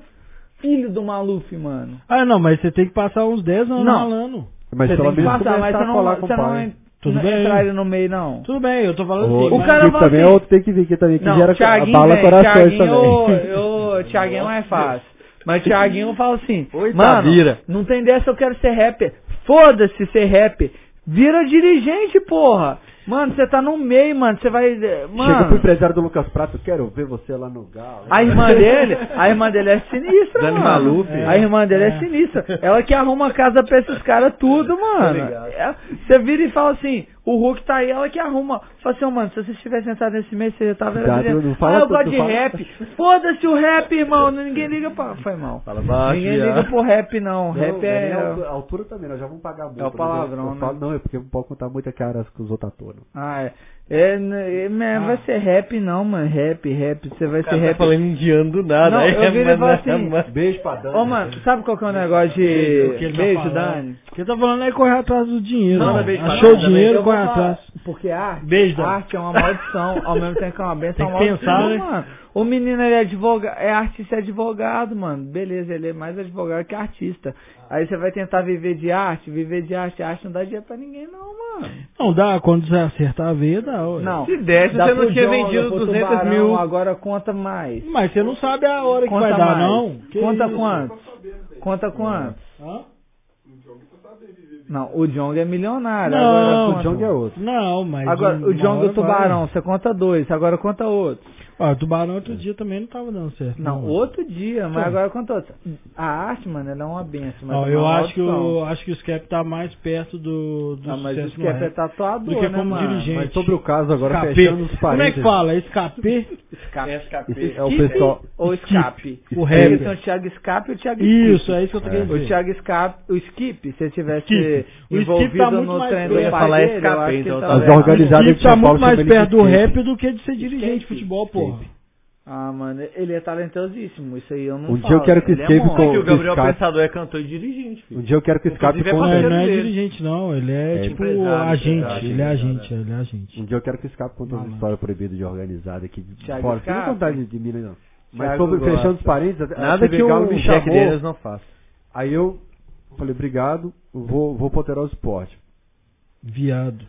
filho do Maluf, mano. Ah, não, mas você tem que passar uns 10 anos Não. ralando. Mas Você pelo tem que menos passar, mas começar você a não, falar com o você não, pai. en- Tudo não bem. entraria no meio, não. Tudo bem, eu tô falando assim. O, mas- cara cara fala também é assim, outro tem que vir aqui também, que Não, gera Thiaguinho, bala velho, corações Thiaguinho, é também. ô, ô, Thiaguinho é mais fácil. Mas o Thiaguinho fala assim, Oi, mano, Tabira." não tem dessa eu quero ser rapper. Foda-se ser rapper. Vira dirigente, porra. Mano, você tá no meio, mano. Você vai... eh, Chega pro Mano, empresário do Lucas Prato, quero ver você lá no Galo. a irmã dele, a irmã dele é sinistra, Dani mano. Maluf. A irmã dele é. É. sinistra. Ela que arruma casa pra esses caras tudo, mano. É, Você vira e fala assim, o Hulk tá aí, ela que arruma. Fala assim, ô, mano, se você estivesse sentado nesse mês, você já tava... Cuidado, dizendo, não fala ah, eu tudo, gosto de fala- rap. Foda-se o rap, irmão. Ninguém liga pra... Foi mal. Fala baixo, Ninguém já. liga pro rap, não. Não, rap é... Daniel, A altura também, nós já vamos pagar muito. É o palavrão, né? Não, é porque não pode contar muita cara com os outros atores. Ah, é. É, né, é, mas Ah. vai ser rap não, mano. Rap, rap. Você vai ser Cara, tá rap. falando indiano do nada. Não, aí, eu virei e falei mano, assim, mano. Beijo pra Dani. Ô, mano, sabe qual que é o negócio O que de... ele tá Beijo, falando. Dani. O que ele tá falando é correr atrás do dinheiro. Manda mano. beijo pra Achou o Dani também. dinheiro, né? Eu vou corre falar, atrás. Porque a arte, Beijo, a Dani. arte é uma maldição, ao mesmo tempo que é uma benção, Tem é uma que pensar, maldição, né? mano. O menino, ele é advogado, é artista e advogado, mano. Beleza, ele é mais advogado que artista. Aí você vai tentar viver de arte, viver de arte, a arte não dá dinheiro pra ninguém não, mano. Não, dá, quando você acertar a veia, dá. ué. Não. Se desse, Dá você não pro tinha Jonga, vendido pro 200 Tubarão, mil. Agora conta mais. Mas você não sabe a hora que Conta vai dar, mais. não. Que conta isso? Tá quanto? sabendo, velho. Conta quanto? Hã? O Diogo tá sabendo viver. Não, o Jong é milionário. Não, agora o conta. Jong é outro. Não, mas. Agora, uma o Jong e hora o Tubarão, você conta dois, agora conta outro. vai. Ó, o tubarão outro dia também não tava dando certo. Não, outro dia, mas agora conta outro. A arte, mano, ela é uma benção. Mas Não, é eu uma acho que, maldição. o, acho que o Scap tá mais perto do, do Ah, mas sucesso isso que é no rap. tatuador, do que né, como mano? dirigente. Mas sobre o caso agora, Escapê. fechando os Como é parênteses. que fala? Escapê? Escape. escapei. É o pessoal. Ou escape. O tá Porque tem rapper. o Thiago Escape e o Thiago É. Isso, Skip. é isso que eu tô querendo O dizer. Thiago Escape, o Skip, se ele tivesse Skip. O Skip envolvido tá muito no mais trem do perto. Eu ia pai falar dele, escape, eu acho que então ele tá tava As errado. errado. organizadas Skip de São tá Paulo muito mais chamam ele perto de do Skip. rap do que de ser dirigente de futebol, porra. Ah, mano, ele é talentosíssimo, isso aí eu não Um falo. dia eu quero que ele é escape monstro. que o Gabriel Escape. Pensador é cantor e dirigente, filho. Um dia eu quero que o Scap Inclusive, é con- Não, ele não é dele. dirigente, não. Ele é, É tipo empresário, agente. empresário, Ele é empresário, agente, ele é agente. Um dia eu quero que o Scap conte uma Malandro. história proibida de organizada aqui de Thiago fora. Fica à Scap. vontade de mim, né, não. Mas Thiago sobre gosta. fechando os parênteses, a- a Nada TV que Galo o me cheque chamou. deles não faça. Aí eu falei, obrigado, vou, vou poderar o esporte. Viado.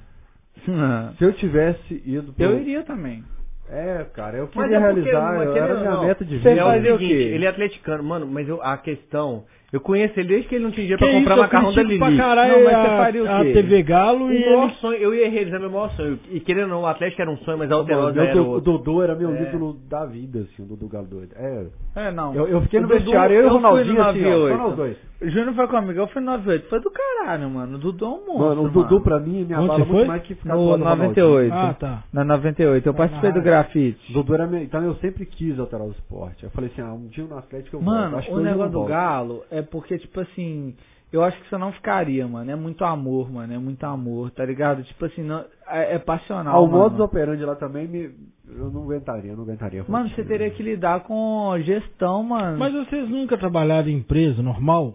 Ah, Se eu tivesse ido pro... Eu iria também. É, cara, eu Mas queria é porque, realizar, mas eu querendo era ou minha não, meta de você vida. é o fazia o seguinte, quê? ele é atleticano, mano, mas eu- a questão, eu conheço ele desde que ele não tinha dinheiro Que pra isso, eu comprar macarrão da critico Lili. pra caralho Não, mas a, você faria o a quê? TV Galo O e maior ele... sonho, eu ia realizar meu maior sonho. E querendo ou não, o Atlético era um sonho, mas Tá a Mano, Alterosa meu era do- o outro. Dodô era meu É. ídolo da vida, assim, o Dodô Galo doido. É, É, não. eu, eu fiquei no O Dudu- vestiário, eu e o fui no Ronaldinho, assim, ó, 98. só nós dois. O Júnior foi comigo, eu fui no 98. Foi do caralho, mano. O Dudu é um monstro. Mano, o Dudu mano. pra mim me Onde abala você muito foi? mais que ficar do No lado do Ronaldinho. 98. Ah, tá. Na 98. Eu participei do grafite. Dudu era meu, então eu sempre quis alterar o esporte. Eu falei assim, ah, um dia no Atlético eu volto. Mano, Acho que um o hoje eu não negócio do volto. Galo é porque, tipo assim, eu acho que você não ficaria, mano. É muito amor, mano. É muito amor, tá ligado? Tipo assim, não- é, é passional. Ah, o mano. modus operandi lá também, me, eu não aguentaria, eu não aguentaria. Mano, você teria que lidar com gestão, mano. Mas vocês nunca trabalharam em empresa normal?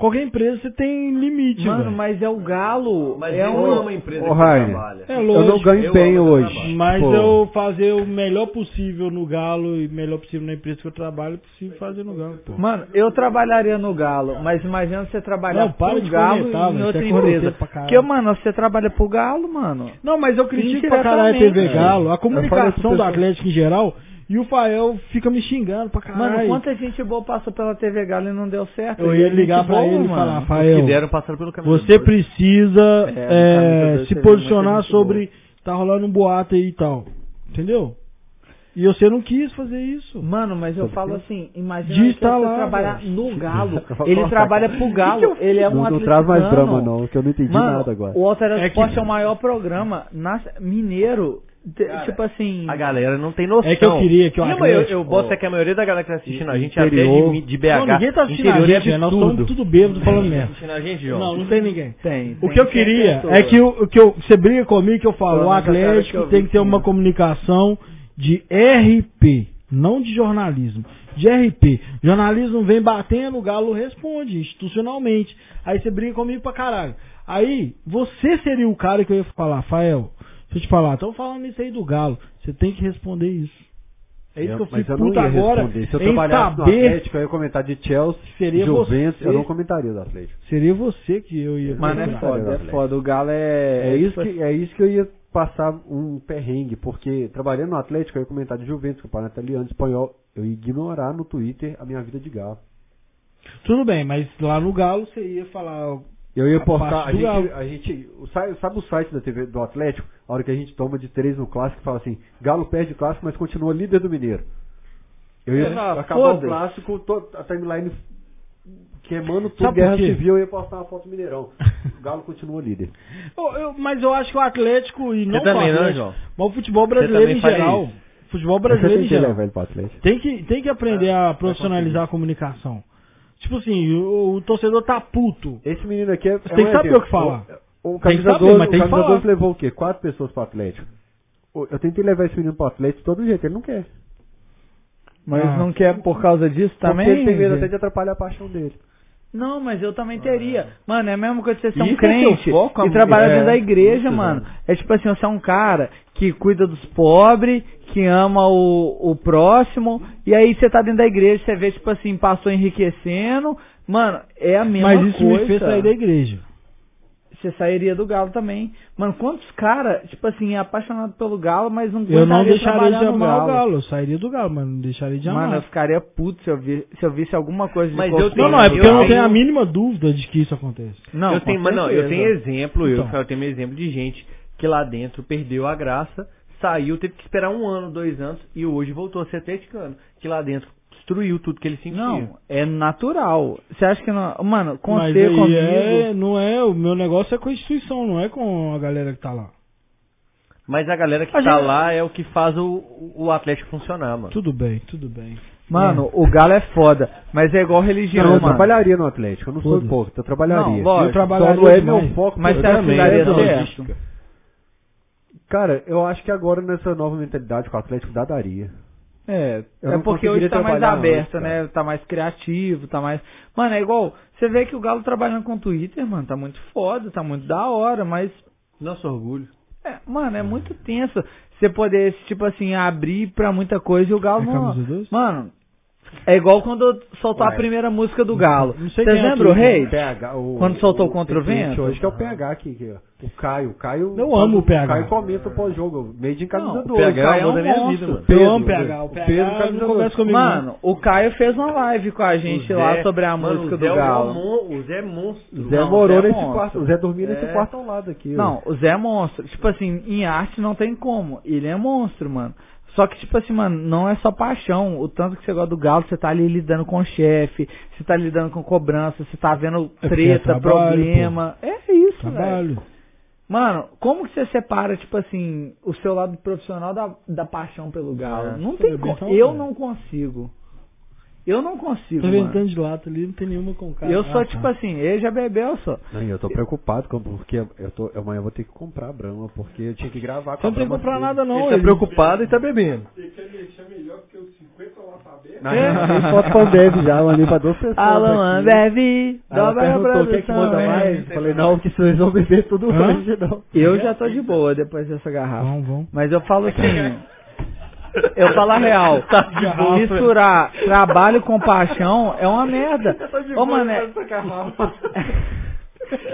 Qualquer empresa você tem limite, mano, velho. mas é o Galo. Mas é eu um... amo a empresa Ô, que eu Rainer, trabalho. É Eu não lógico. ganho eu bem amo meu hoje. trabalho. Mas Pô. eu fazer o melhor possível no Galo e melhor possível na empresa que eu trabalho, possível fazer no Galo, pô. Mano, eu trabalharia no Galo, mas imagina você trabalhar Não, para pro de Galo cornetar, em velho, outra você é corneteiro empresa. pra caralho. Porque, mano, você trabalha pro Galo, mano. Não, mas eu critico pra Indiretamente. caralho a TV Galo, É. a Eu falo isso comunicação do pra- Atlético em geral, e o Fael fica me xingando pra caralho. Mano, quanta gente boa passou pela TV Galo e não deu certo. eu E ia gente ligar pra boa, ele e mano. falar, Que Fael, deram passaram pelo caminho. você precisa É, eh, muita doce, se muita posicionar gente sobre tá rolando um boato aí e tal. Entendeu? E você não quis fazer isso. Mano, mas eu Sabe falo o quê? assim, imagina Diz que tá você lá, trabalhar mano. no Galo. Fala, Ele fala, trabalha cara. pro Que que Galo, eu ele é fiz? um Não- não atleticano. traz mais drama, não, que eu não entendi Mano, nada agora. o Alterado É que- Esporte é o maior programa nas... mineiro, de- Cara, tipo assim... A galera não tem noção. É que eu queria que o Não, mas eu, Atlético- eu boto é que a maioria da galera que tá assistindo a gente é Interior. até de, de BH. não, ninguém tá assistindo a interior gente, é né? nós absurdo. É. Tá estamos tudo bêbado falando merda. assistindo a gente, ó. Não, não tem ninguém. Tem, tem O que eu queria é que, o, o que eu, você briga comigo que eu falo, Pelo o menos a cara que é. Atlético eu vi, tem que ter sim. uma comunicação de RP. não de jornalismo, de RP. Jornalismo vem batendo, o Galo responde institucionalmente. Aí você briga comigo pra caralho. Aí você seria o cara que eu ia falar, Fael, deixa eu te falar, estão falando isso aí do Galo, você tem que responder isso. É isso Eu- que eu mas fico eu não puto ia agora responder. Se eu em trabalhasse no saber, Atlético, eu ia comentar de Chelsea, Seria Juventus, você. eu não comentaria do Atlético. seria você que eu ia Mano, Não, é não, procurar. não, foda, é não. foda. O Galo é. É isso, que, é isso que eu ia passar um perrengue, porque trabalhando no Atlético, eu ia comentar de Juventus, campeonato italiano, espanhol, eu ia ignorar no Twitter a minha vida de galo. Tudo bem, mas lá no Galo você ia falar, Eu ia A postar, parte a do gente, Galo. a gente- o sa- sabe o site da TV do Atlético? A hora que a gente toma de três no clássico, fala assim, Galo perde o clássico, mas continua líder do Mineiro. Eu É, ia Exato, acabar o foda-se. clássico, to- a timeline queimando tudo, Sabe por guerra quê? civil, eu ia postar uma foto do Mineirão. O Galo continua líder. Eu- eu- mas eu acho que o Atlético e não também, o né, Atlético, João? mas o futebol brasileiro também em faria geral, isso. futebol Mas Você brasileiro tem em que geral, levar ele pro Atlético. tem que tem que É, aprender a tá profissionalizar a comunicação. Tipo assim, o, o torcedor tá puto. Esse menino aqui é. é tem que um saber exemplo. o que falar. O, o Tem que camisa saber, 12 mas o tem que camisa falar. 12 levou o quê? Quatro pessoas pro Atlético. O- Eu tentei levar esse menino pro Atlético de todo jeito, ele não quer. Mas Ah. não quer por causa disso também? Porque ele tem é. medo até de atrapalhar a paixão dele. Não, mas eu também teria. Mano, é a mesma coisa que você ser um Isso é seu crente foco, e amor? trabalhar dentro É, da igreja, isso, mano. velho. É tipo assim, você é um cara que cuida dos pobres, que ama o, o próximo, e aí você tá dentro da igreja, você vê, tipo assim, passou enriquecendo. Mano, é a mesma Mas coisa. isso me fez sair da igreja. Você sairia do Galo também. Mano, quantos caras, tipo assim, é apaixonado pelo Galo, mas não Eu não aguentaria deixaria trabalhar de no amar o Galo, eu sairia do Galo, mas não deixaria de amar. Mano, eu ficaria puto se eu, vi- se eu visse alguma coisa de Mas eu corrupção. tenho- não, não, é porque eu não eu- tenho a mínima dúvida de que isso acontece. Não, eu tenho, com mas não, certeza. eu tenho exemplo, eu, Então. eu tenho exemplo de gente que lá dentro perdeu a graça, saiu, teve que esperar um ano, dois anos e hoje voltou a ser atleticano, que lá dentro destruiu tudo que ele sentiu. Não, é natural. Você acha que não. Mano, com mas você aí comigo. é, não é, o meu negócio é com a instituição, não é com a galera que tá lá. Mas a galera que A tá gente- lá é o que faz o, o Atlético funcionar, mano. Tudo bem, tudo bem. Mano, o galo é foda. Mas é igual religião, Não, eu mano. trabalharia no Atlético, eu não sou Foda-se. hipócrita, eu trabalharia. Não, lógico, eu trabalharia Só não é meu demais. foco, Mas eu você acha que também, daria não. certo? Cara, eu acho que agora nessa nova mentalidade que o Atlético dá, daria. É, Eu é não porque conseguiria hoje tá mais trabalhar aberto, antes, cara. né? Tá mais criativo, tá mais. Mano, é igual. Você vê que o Galo trabalhando com o Twitter, mano, tá muito foda, tá muito da hora, mas. Nosso orgulho. é, mano, é muito tenso. Você poder, tipo assim, abrir pra muita coisa e o Galo É não. camisa doce? Mano, é igual quando soltou a Ué. primeira música do Galo. Não sei Vocês quem é lembram o que- Rei? PH, o- Quando soltou contra o tem gente vento? Hoje que é o PH aqui, que, ó, o Caio. O Caio Eu amo o PH. Caio comenta o pós-jogo, meio de camisa Não, o 12. PH é um Caio um o amor da minha monstro. vida, mano. Pedro, Eu amo o PH, Então, o Pedro, PH não camisa 12. conversa comigo. né? Mano, o Caio fez uma live com a gente O lá Zé- sobre a mano, música o Zé é do um Galo. mon- O Zé é monstro. Zé Não, o morou Zé é nesse monstro. quarto, o Zé dormiu nesse É. quarto ao lado aqui. ó. Não, o Zé é monstro. Tipo assim, em arte não tem como. Ele é monstro, mano. Só que, tipo assim, mano, não é só paixão. O tanto que você gosta do Galo, você tá ali lidando com o chefe, você tá lidando com cobrança, você tá vendo É porque treta, é trabalho, problema. É isso, velho. Trabalho. Mano, como que você separa, tipo assim, o seu lado profissional da, da paixão pelo Galo? É, não você tem vê como. bem, Eu né? não consigo. Eu não consigo, Tá mano. ventando de lata ali, não tem nenhuma com cara. Eu Ah, sou, tá. tipo assim, ele já bebeu só. Não, e eu tô preocupado, com- porque eu tô, amanhã eu vou ter que comprar a Brahma, porque eu tinha que gravar com Você a não tem que Brahma comprar cedo. nada, não. Ele tá preocupado e tá bebendo. Ele quer mexer melhor porque os 50 lá tá aberto. Não, eu mandei É, foto pra Ambev já, eu mandei pra duas pessoas. Alô, aqui. bebe, Aí Ela dobra a perguntou o que é que produção, manda hein? mais. Eu falei, não, que vocês vão beber tudo Hã? hoje, não. Eu já tô de boa depois dessa garrafa. Vamos, vamos. Mas eu falo assim, eu falo a real. Tá Misturar trabalho com paixão é uma merda. Ô, mano, é-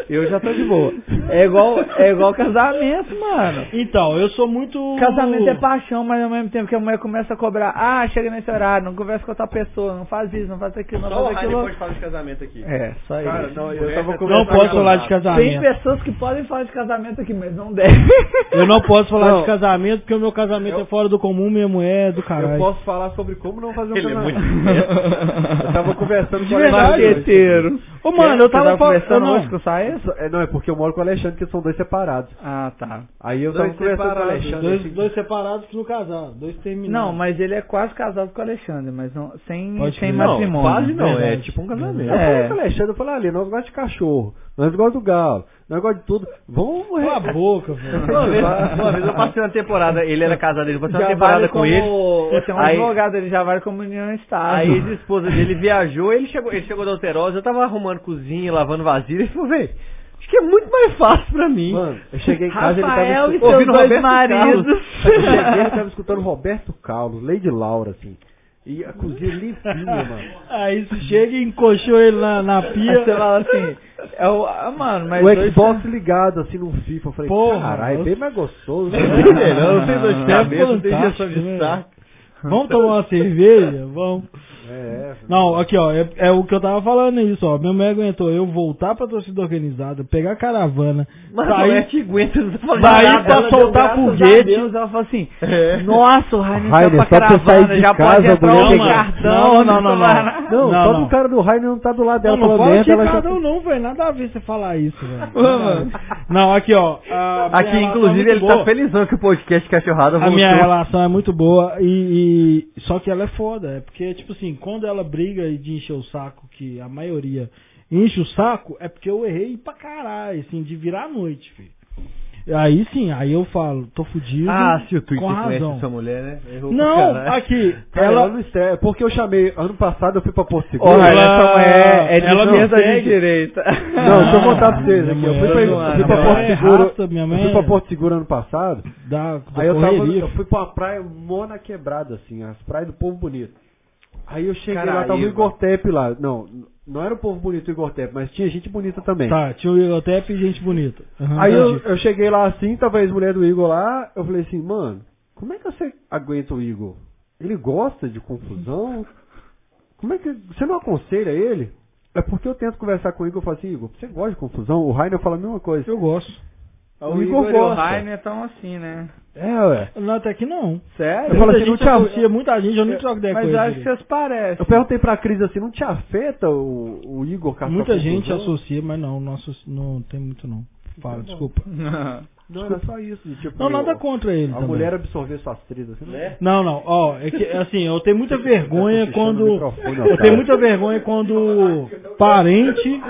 eu já tô de boa. É igual, é igual casamento, mano. Então, eu sou muito. Casamento é paixão, mas ao mesmo tempo que a mulher começa a cobrar, ah, chega nesse horário, não conversa com outra pessoa, não faz isso, não faz aquilo, não Só o faz Harry aquilo. pode falar de casamento aqui. É, só isso. Cara, não, eu é tava com- Não posso falar de Tem casamento. pessoas que podem falar de casamento aqui, mas não devem. Eu não posso falar Não. de casamento porque o meu casamento Eu- é fora do comum, minha mulher é do Eu caralho. posso falar sobre como não fazer um Ele é casamento. muito. Eu tava conversando com o Alexandre. Marqueteiro. Ô, mano, eu tava falando- conversando eu não- hoje com o Saez? É, não, é porque eu moro com o Alexandre, que são dois separados. Ah, tá. Aí eu Então, tava Dois conversando com o separados, Alexandre. assim, Dois, dois separados que não casaram, dois terminaram. Não, mas ele é quase casado com o Alexandre, mas não, sem, Pode sem crer. Não, matrimônio. quase não, é Verdade. tipo um Eu casamento. É. falei com o Alexandre, eu falei, ali, nós gostamos de cachorro. nós gosta do Galo, nós gosta de tudo. Vamos Cala a boca, velho. Uma vez, uma vez eu passei uma temporada, ele era casado, ele passou uma Já temporada vale com como... ele. Você é um Aí- advogado, ele já vale como união estável. Aí a esposa dele viajou, ele chegou, ele chegou da Alterosa, eu tava arrumando cozinha, lavando vasilha, ele falou, véi, acho que é muito mais fácil pra mim. Mano, eu cheguei em casa Rafael ele e tava seus Ouvindo dois Roberto maridos. Eu cheguei, ele tava escutando Roberto Carlos, Lady Laura, assim. E a cozinha limpinha, mano. Aí você chega e encoxou ele na, na pia. Aí você fala assim, é o, ah, mano, mas o dois- tá- Xbox ligado, assim, no FIFA. Eu falei, Porra, caralho, é nossa. bem mais gostoso. né? Não, não tem dor de É cabeça, não tem fantástico, injeção de né? saco. Vamos tomar uma cerveja? Vamos. é, é. Não, aqui ó, é, é o que eu tava falando isso, ó. Minha mulher aguentou eu voltar pra torcida organizada, pegar a caravana, Mas a mulher sair, te aguenta, não tá falando de sair nada. É. pra soltar Graças a foguete. é Deus, ela fala assim, nossa, o Rainer saiu Rainer, pra só pra você sair caravana, de já pode casa, a entrar mulher um tem que- cartão. Não, não, não, não. vai- Não, Não, só não. do cara do Rainer não tá do lado dela. Não, não pela fala dentro, que tá ela já... não, não, velho. Nada a ver você falar isso, velho. Ô, mano. Não, aqui, ó. a minha Aqui, relação inclusive, é ele muito tá boa. felizão que o podcast Cachorrada A voltou. minha relação é muito boa e, e- Só que ela é foda. É porque, tipo assim, quando ela briga e de encher o saco, que a maioria enche o saco, é porque eu errei pra caralho, assim, de virar a noite, filho. Aí sim, aí eu falo, tô fudido. Ah, se o Twitter com conhece razão. essa mulher, né? Errou pra Não, caralho. aqui, Cara, ela ela não estreia. Porque eu chamei, ano passado eu fui pra Porto Seguro. Olha, Ela- essa mulher é de ela me esquerda de segue. direita. Não, deixa eu contar pra vocês aqui. Minha Eu fui pra, mulher- eu fui minha pra Porto mulher é Seguro. rasta, minha eu mãe fui pra é- Porto Seguro ano passado. da, da Aí eu, tava, correria. eu fui pra uma praia mona quebrada, assim, as praias do povo bonito. Aí eu cheguei lá, Caralho, tava o mano. Igor Tepe lá. Não, não era o povo bonito o Igor Tepe, mas tinha gente bonita também. Tá, tinha o Igotep e gente bonita. Aham, Aí eu, entendi. eu cheguei lá assim, tava a ex-mulher do Igor lá, eu falei assim, mano, como é que você aguenta o Igor? Ele gosta de confusão? Como é que. Você não aconselha ele? É porque eu tento conversar com o Igor e falo assim, Igor, você gosta de confusão? O Rainer fala a mesma coisa. eu gosto. O Igor e o Rainer estão assim, né? É, ué. Não, até que não. Sério? Eu falo Muita assim, não gente te af- associa, muita gente, eu não troco ideia com Mas ele. eu acho que vocês parecem. Eu perguntei pra Cris assim, não te afeta o, o Igor caçar Muita gente confusão? associa, mas não, não, associa- não tem muito não. Tá Fala, desculpa. Não, era só isso. de Tipo, Não, nada contra ele. A também. mulher absorver suas trilhas. Assim, né? Não, não, ó, é que, assim, eu tenho muita vergonha Tá cochichando quando. no microfone, Eu otário. tenho muita vergonha quando parente,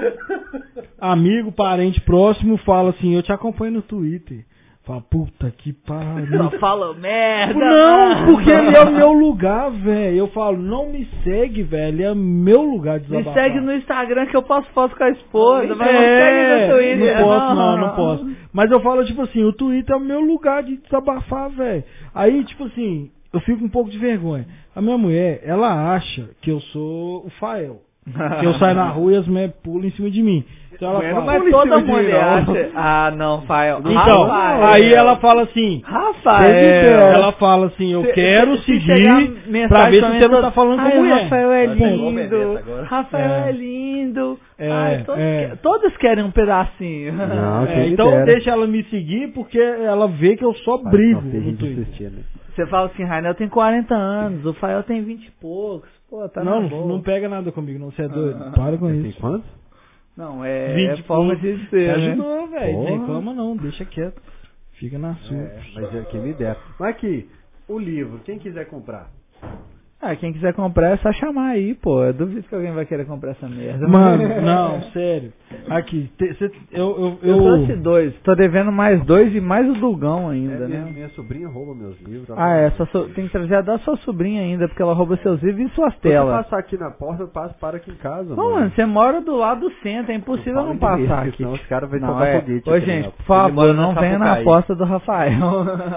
amigo, parente próximo fala assim: eu te acompanho no Twitter. Fala, puta que pariu. Tipo, Só fala merda. Não, mano. porque ele é o meu lugar, velho. Eu falo, não me segue, velho. Ele é meu lugar de Me desabafar. segue no Instagram que eu posto foto com a esposa, mas É, não segue no Twitter. Não posso, não, não posso. Mas eu falo, tipo assim, o Twitter é o meu lugar de desabafar, velho. Aí, tipo assim, eu fico um pouco de vergonha. A minha mulher, ela acha que eu sou o Fael. Que eu saio na rua e as mulheres pulam em cima de mim. Então ela Mas fala, Mas toda mulher acha. Ah, não, Fael. Então, Rafael. aí ela fala assim. Rafael. Ela fala assim, eu então, Se- quero se- se chegar seguir mensagem pra ver se também você não toda- tá falando Ai, com mulher. Rafael é Vai, pegou lindo. Bendetta agora. Rafael é, É. lindo. É, Ai, todos, é. que- todos querem um pedacinho. Não, É, quem então me dera. deixa ela me seguir porque ela vê que eu só Mas brigo não, tem no gente Twitter. assistindo, né? Você fala assim, Rainel tem 40 anos, o Fael tem 20 e poucos. Pô, tá não, na boa. não pega nada comigo, não, você é doido. Ah. Para com Você Tem isso. quantos? Não, é, 20 é forma pontos. de ser, né? Ajudou, velho. Não Porra. reclama não, deixa quieto. Fica na sua. É, mas é quem me dera. Mas aqui, o livro, quem quiser comprar. Ah, quem quiser comprar é só chamar aí, pô. Eu duvido que alguém vai querer comprar essa merda. Mano, não, sério. Aqui, te- cê- eu, eu, Eu trouxe eu, dois. Tô devendo mais dois e mais o Dugão ainda, É, minha, né? minha sobrinha rouba meus livros. ela Ah, é. rouba. sua so- Tem que trazer a da sua sobrinha ainda, porque ela rouba seus livros e suas Se eu telas. passar aqui na porta, eu passo para aqui em casa. Não, mano, você mora do lado do centro. É impossível Fala não inglês, passar aqui. Senão os caras vão Não, tocar é. foguete. Ô, aqui, gente, né? por Ele mora favor, na não venha na Sapucaí. aposta do Rafael.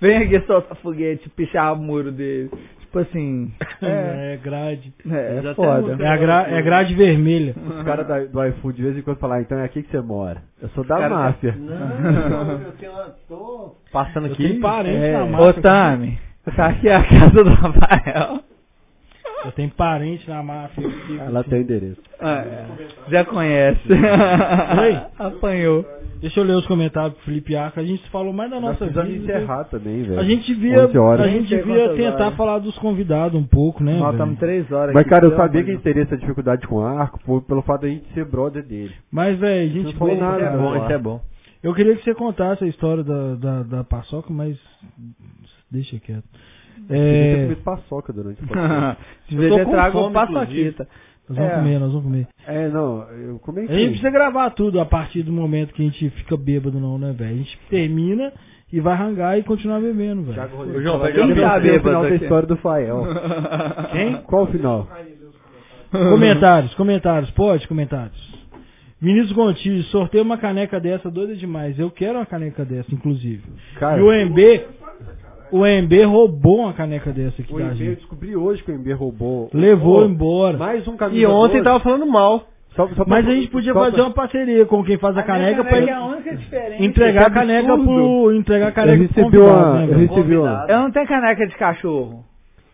Vem aqui soltar foguete, pichar o muro dele. Tipo assim. É, é, grade. é, Mas até foda. É, a gra- é grade vermelha. Os caras da- do iFood de vez em quando falam, ah, então é aqui que você mora. Eu sou da Cara, máfia. Não, eu tenho uma... Tô passando Eu aqui. tenho parente É. na Ô, massa. Tami, tá aqui a casa do Rafael. Eu tenho parente na máfia. eu fico Ela assim. tem o endereço. Ah, é. já conhece. Apanhou. Deixa eu ler os comentários do Felipe Arca. A gente falou mais da Nós nossa precisamos vida. né? encerrar é também, velho. A gente devia, 11 horas. a gente Nem sei devia quantas tentar horas. falar dos convidados um pouco, né? velho? Faltamos três horas Mas, aqui, cara, eu pelo sabia amor que de ele teria essa dificuldade com arco por- pelo fato de a gente ser brother dele. Mas, velho, gente, Não falou boa, nada, cara. não. Bom, isso é bom. Eu queria que você contasse a história da, da, da paçoca, mas deixa quieto. Ele É, fez paçoca durante o podcast. Deus. Se vê, tô eu com trago fome, um paçoquita. Nós vamos É. comer, nós vamos comer. É, não, eu comi A gente aqui. precisa gravar tudo a partir do momento que a gente fica bêbado, não, né, velho? A gente termina e vai rangar e continuar bebendo, velho. Thiago Rodrigues. Ô, João, Fala vai que eu jogar não bem. sei o final da Aqui. história do Fael. Quem? Qual o final? Comentários, comentários, pode, comentários. Vinícius Gontijo, sorteio uma caneca dessa, doida demais. Eu quero uma caneca dessa, inclusive. Cara, e o MB, o MB roubou uma caneca dessa aqui o da MB, eu gente. descobri hoje que o MB roubou. Levou Ô, embora. Mas, Mais um caminho. E ontem tava falando mal. a gente podia fazer um uma parceria com quem faz a, caneca, pra é a única diferença. entregar a Isso é caneca absurdo. pro. Entregar a Eu caneca pro recebi convidado, uma, né, eu velho? recebi uma, Convidado. Eu não tenho caneca de cachorro.